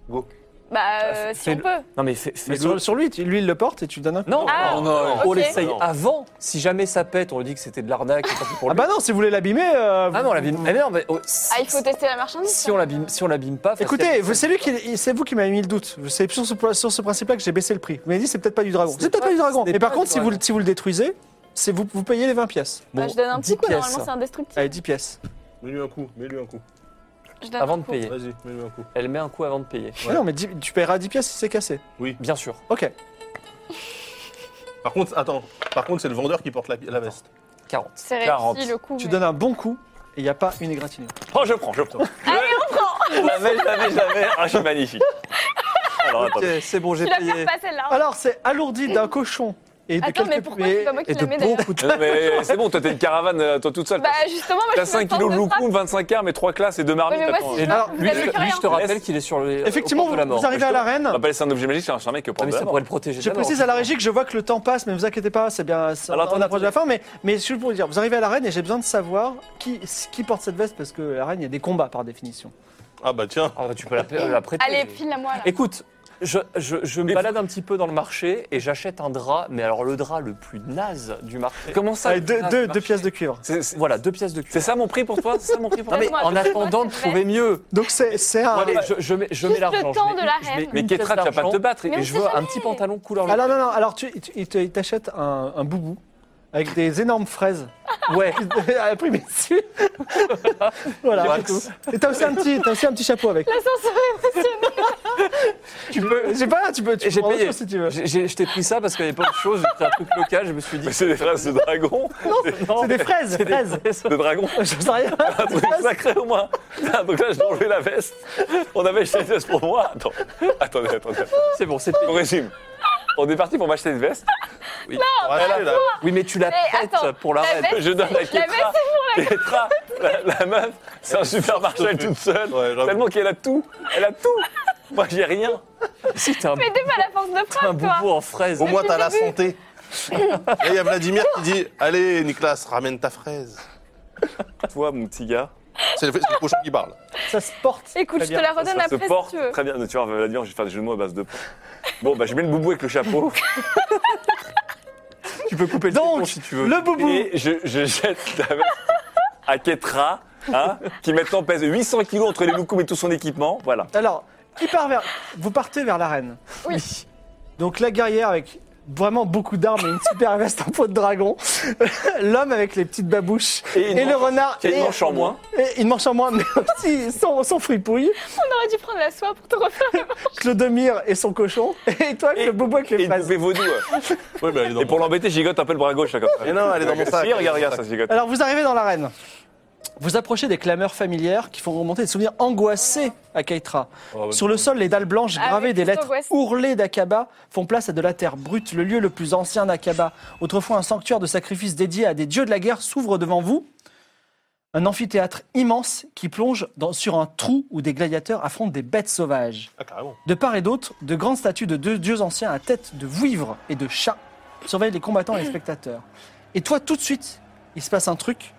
S4: Bah, euh, si
S5: fais-le.
S4: on peut.
S5: Non, mais fais,
S1: mais
S5: fais-le.
S1: sur, sur lui, tu- lui il le porte et tu lui donnes un coup.
S5: Non,
S4: Ah,
S5: non,
S3: Oh non,
S4: ok.
S5: on l'essaye
S2: Non.
S5: avant. Si jamais ça pète, on lui dit que c'était de l'arnaque. c'est tant pis pour
S1: Ah
S5: lui.
S1: bah non, si vous voulez l'abîmer. euh,
S5: Ah
S1: vous-
S5: non, on l'abîme. Eh non, mais, oh,
S4: Ah, il faut hein. tester la marchandise.
S5: si on l'abîme, si on l'abîme pas. enfin,
S1: Écoutez,
S5: si-
S1: vous- c'est lui qui, c'est vous qui m'avez mis le doute. C'est sur ce, point- sur ce principe-là que j'ai baissé le prix. Vous m'avez dit c'est peut-être pas du dragon.
S5: Ce
S1: C'est
S5: n'est
S1: peut-être
S5: pas-
S1: pas du
S5: ce
S1: dragon.
S5: n'est
S1: Mais par
S5: pas
S1: contre,
S5: du
S1: si vous,
S5: dragon.
S1: le- si vous le détruisez, c'est vous, vous payez les 20 pièces.
S4: Bah, je donne un
S5: 10
S4: petit coup,
S5: pièces.
S4: normalement c'est indestructible.
S1: Allez, 10 pièces.
S2: Mets-lui un coup, mets-lui un coup.
S4: Je donne
S5: Avant
S4: un
S5: de
S4: coup.
S5: payer.
S2: Vas-y, mets-lui un coup.
S5: Elle met un coup avant de payer.
S2: Ouais.
S1: Ah Non, mais 10 tu paieras 10 pièces si c'est cassé.
S5: Bien sûr.
S1: Ok.
S2: Par contre, attends. Par contre, c'est le vendeur qui porte la, la veste.
S5: 40.
S4: C'est
S3: 40.
S4: réussi le coup.
S1: Tu
S4: mais-
S1: donnes un bon coup et il n'y a pas une égratignure.
S3: Oh, je prends, je prends. Jamais, jamais, jamais. Ah, je suis magnifique. Alors, attends.
S5: Ok, c'est bon, j'ai
S4: Tu la perds
S5: payé.
S4: pas celle-là. hein.
S1: Alors, c'est alourdi d'un cochon et de
S4: Attends, mais
S1: quelques
S4: pourquoi c'est pas moi qui
S1: et
S4: la
S1: de
S4: mets
S1: beaucoup de
S3: Non, mais c'est bon, toi, t'es une caravane, euh, toi, toute seule.
S4: Bah
S3: T'as-
S4: justement, moi
S3: T'as
S4: je suis
S3: 5
S4: une force
S3: kilos
S4: de
S3: de
S4: frappe.
S3: loukoum, 25 armes et 3 classes et 2 marmites.
S4: Ouais, mais moi,
S3: attends,
S4: si
S3: euh,
S4: je
S1: Alors,
S4: vous
S5: Lui,
S4: avez
S5: je,
S4: plus
S5: lui,
S4: rien.
S5: je te rappelle qu'il est sur le.
S1: Effectivement,
S5: au port
S1: vous,
S5: de la mort.
S1: vous arrivez à l'arène.
S3: On va pas laisser un objet magique, c'est un c'est un mec qui prend
S5: Ah, mais
S3: de la
S5: ça
S3: mort.
S5: pourrait le protéger.
S1: Je
S5: de la mort.
S1: précise à la régie que je vois que le temps passe, mais ne vous inquiétez pas, c'est bien. c'est-
S3: Alors,
S1: on
S3: attendez,
S1: approche de la fin, mais, mais juste pour vous dire, vous arrivez à l'arène et j'ai besoin de savoir qui, qui porte cette veste parce que l'arène, il y a des combats par définition.
S2: Ah bah tiens.
S5: Ah, bah, tu peux la, la prêter.
S4: Allez, file à moi là.
S5: Écoute, je, je, je me
S3: Mais
S5: balade un petit peu dans le marché et j'achète un drap, mais alors le drap le plus naze du marché.
S3: Comment ça
S1: Allez, deux,
S5: ça,
S1: deux-
S5: ça
S1: deux
S5: marche.
S1: pièces de cuivre.
S3: C'est c'est-
S5: Voilà, deux pièces de cuir.
S3: c'est ça mon prix pour toi C'est ça mon prix pour
S5: Non,
S3: toi
S5: mais
S4: Moi,
S5: en
S4: je-
S5: attendant
S4: moi,
S5: de
S4: c'est
S5: trouver mieux.
S1: Donc, c'est c'est
S5: Bon,
S1: un.
S5: allez, je, je mets, je
S4: Juste
S5: mets l'argent.
S4: le temps
S5: je mets-
S4: de la
S5: je mets
S4: reine.
S5: une
S3: Mais
S5: pièce
S3: Ketra, tu vas pas
S5: d'argent
S3: te battre.
S4: Mais
S5: Et
S4: on
S5: je
S4: sait
S5: veux un
S4: jamais.
S5: petit pantalon couleur.
S1: Ah non, non, non, alors tu, tu- il te- il t'achète un, un boubou avec des énormes fraises. Ah,
S5: Ouais.
S1: à la prime dessus. voilà.
S5: Max.
S1: Et t'as aussi, un petit- t'as aussi un petit chapeau avec.
S5: Tu peux.
S1: J'ai pas, tu peux. Tu
S5: J'ai
S1: peux prendre
S5: payé.
S1: autre chose si tu veux.
S5: J'ai- j'ai- Je t'ai pris ça parce qu'il n'y avait pas de chose. C'était un truc local. Je me suis dit.
S3: Mais c'est des phrases de dragon
S1: C'est des fraises, fraises.
S3: De dragon
S1: Je sais rien.
S3: Un truc sacré au moins Ah, Donc là, je dois enlever la veste. On avait acheté une veste pour moi. Attends, attendez, attendez. attendez.
S5: C'est bon, c'est
S3: On
S5: payé.
S3: résume. On est parti pour m'acheter une veste.
S2: Ah, là, là.
S5: Oui, mais tu la
S4: Mais
S5: prêtes
S4: attends,
S5: pour la
S3: Ah
S4: la
S5: reine.
S4: veste-
S3: Je donne la
S4: La veste,
S3: Kétra. Kétra, la, la meuf, c'est un supermarché elle est toute seule.
S2: Ouais, j'avoue.
S3: Tellement qu'elle a tout. Elle a tout. Moi, j'ai rien.
S5: Si t'as un,
S4: Mais t'es pas la force de
S5: un
S4: frappe,
S5: boubou
S4: toi.
S5: en fraise.
S2: Au moins, t'as
S4: Depuis le
S2: la
S4: début.
S2: santé. Là, il y a Vladimir qui dit Allez, Nicolas, ramène ta fraise.
S3: Toi, mon petit gars,
S2: C'est le, c'est le cochon qui parle.
S1: Ça se porte.
S4: Écoute,
S1: Très
S4: je te
S1: bien.
S4: la
S3: ça
S4: redonne
S3: se
S4: après si
S3: porte
S4: tu veux.
S3: très bien. Tu vois, Vladimir, je vais faire des jeux de mots à base de porte. Bon, bah, je mets le boubou avec le chapeau.
S5: Tu peux couper le
S1: Donc,
S5: téton si tu veux.
S1: Le boubou.
S3: Et je, je jette la veste à Ketra, hein, qui maintenant pèse 800 kilos entre les loukoums et tout son équipement. Voilà.
S1: Alors, qui part vers. Vous partez vers l'arène.
S4: Oui.
S1: Donc, la guerrière avec vraiment beaucoup d'armes et une super veste en peau de dragon. L'homme avec les petites babouches.
S3: Et une
S1: Et le
S3: manche-
S1: renard.
S3: qui a une
S1: et-
S3: manche en moins.
S1: Et une manche en moins, mais aussi sans, sans fripouille.
S4: On aurait dû prendre la soie pour te refaire.
S1: Clodomir et son cochon. Et toi, avec
S3: Et-
S1: le boubou avec
S3: Et
S1: les
S3: une
S1: fraises.
S3: poupée vaudou. euh. ouais.
S2: Oui, mais elle est dans
S3: Et pour l'embêter, gigote un peu le bras gauche, là, comme ça.
S2: Mais non, elle est dans mon sac.
S3: Si, regarde, regarde, ça se gigote.
S1: Alors, vous arrivez dans l'arène. Vous approchez des clameurs familières qui font remonter des souvenirs angoissés à Keitra. Sur le sol, les dalles blanches
S4: Avec
S1: gravées des
S4: les
S1: lettres
S4: angoisses.
S1: ourlées d'Akaba font place à de la terre brute. Le lieu le plus ancien d'Akaba, autrefois un sanctuaire de sacrifice dédié à des dieux de la guerre, s'ouvre devant vous. Un amphithéâtre immense qui plonge dans- sur un trou où des gladiateurs affrontent des bêtes sauvages.
S2: Ah, carrément.
S1: De part et d'autre, de grandes statues de deux dieux anciens à tête de vouivre et de chat surveillent les combattants et les spectateurs. Et toi, tout de suite, il se passe un truc.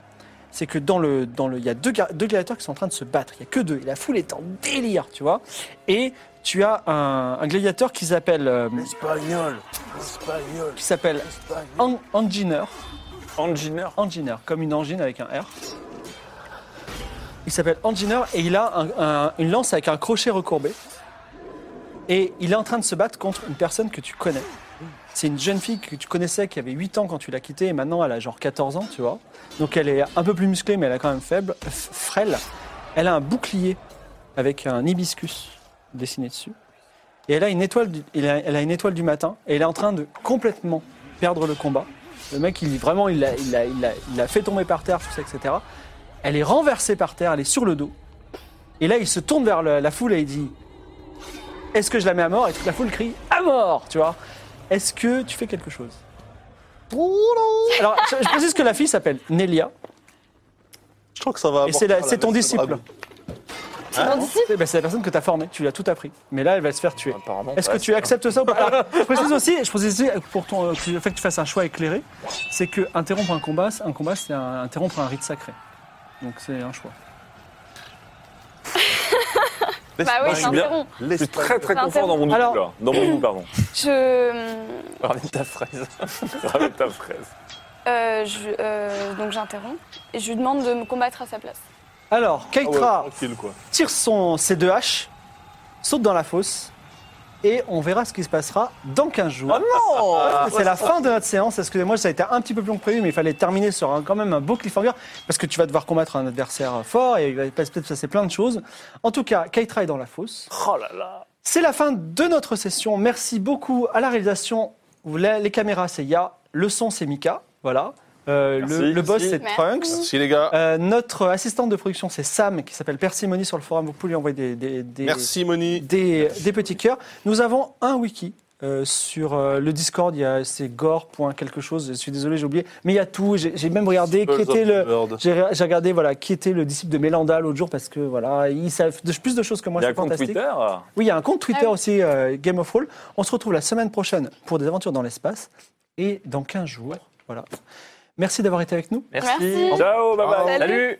S1: C'est que dans le, dans le, il y a deux, ga- deux gladiateurs qui sont en train de se battre. Il y a que deux. Et la foule est en délire, tu vois. Et tu as un, un gladiateur qui s'appelle, euh,
S2: Espagnol. Espagnol.
S1: qui s'appelle
S2: Espagnol.
S1: An- Anginer.
S3: Engineer.
S1: Anginer, comme une angine avec un R. Il s'appelle Anginer et il a un- un- une lance avec un crochet recourbé. Et il est en train de se battre contre une personne que tu connais. C'est une jeune fille que tu connaissais qui avait 8 ans quand tu l'as quittée et maintenant elle a genre 14 ans, tu vois. Donc elle est un peu plus musclée mais elle est quand même faible, f- frêle. Elle a un bouclier avec un hibiscus dessiné dessus. Et elle a une étoile du, elle a- elle a une étoile du matin et elle est en train de complètement perdre le combat. Le mec, il vraiment, il l'a il l'a- il l'a- il l'a fait tomber par terre, tout ça, etc. Elle est renversée par terre, elle est sur le dos. Et là, il se tourne vers la, la foule et il dit Est-ce que je la mets à mort Et toute la foule crie À mort Tu vois Est-ce que tu fais quelque chose Alors, je, je précise que la fille s'appelle Nelia
S2: Je crois que ça va.
S1: et c'est la-
S2: apporter
S1: c'est ton
S2: la veste de
S1: disciple.
S2: dragon.
S4: C'est mon disciple.
S1: Eh ben, C'est la personne que tu as formée, tu lui as tout appris. Mais là, elle va se faire tuer.
S5: Apparemment.
S1: Est-ce que tu acceptes ça ou pas Alors, Je précise aussi, je précise aussi pour ton, euh, que, le fait que tu fasses un choix éclairé, c'est que interrompre un combat, c'est- un combat, c'est un- interrompre un rite sacré. Donc c'est un choix.
S4: Bah oui,
S3: je
S4: c'est
S3: suis
S4: un
S3: bien.
S4: rond.
S3: Je suis très très confort dans mon doute,
S1: Alors-
S3: là. Dans mon doute, pardon.
S4: Je.
S5: Ramène ta fraise.
S3: Ramène ta fraise.
S4: euh, je- euh, Donc j'interromps. Et je lui demande de me combattre à sa place.
S1: Alors,
S2: Ah ouais,
S1: Keitra
S2: tranquille, quoi.
S1: tire son, ses deux haches, saute dans la fosse, et on verra ce qui se passera dans 15
S3: Ah
S1: jours. Parce que c'est la fin de notre séance. Excusez-moi, ça a été un petit peu plus long que prévu, mais il fallait terminer sur un- quand même un beau cliffhanger parce que tu vas devoir combattre un adversaire fort et il va peut-être se passer plein de choses. En tout cas, Keitra est dans la fosse.
S3: Oh là là.
S1: C'est la fin de notre session. Merci beaucoup à la réalisation. Vous- Les, les caméras, c'est Ya. Le son, c'est Mika. Voilà. Euh,
S3: Merci.
S1: le, le boss,
S3: Merci.
S1: c'est
S4: Merci.
S1: Trunks.
S2: Merci les gars.
S1: Euh, notre assistante de production, c'est Sam, qui s'appelle Persimony sur le forum. Vous pouvez lui envoyer des, des- des-
S2: Merci Moni.
S1: des- des petits cœurs. Nous avons un wiki. euh, sur euh, le Discord, il y a c'est gore. point quelque chose. Je suis désolé, j'ai oublié, mais il y a tout. J'ai j'ai même regardé qui était le, j'ai re- j'ai regardé voilà qui était le disciple de Mélanda l'autre jour parce que voilà ils savent de- plus de choses que moi.
S3: Il y a un
S1: c'est
S3: compte
S1: fantastique.
S3: Twitter. euh.
S1: Oui, il y a un compte Twitter
S4: Ah oui.
S1: aussi euh, Game of Roll. On se retrouve la semaine prochaine pour des aventures dans l'espace et dans 15 jours. Voilà. Merci d'avoir été avec nous.
S4: Merci.
S3: Ciao, bye bye.
S4: Salut.
S3: Salut.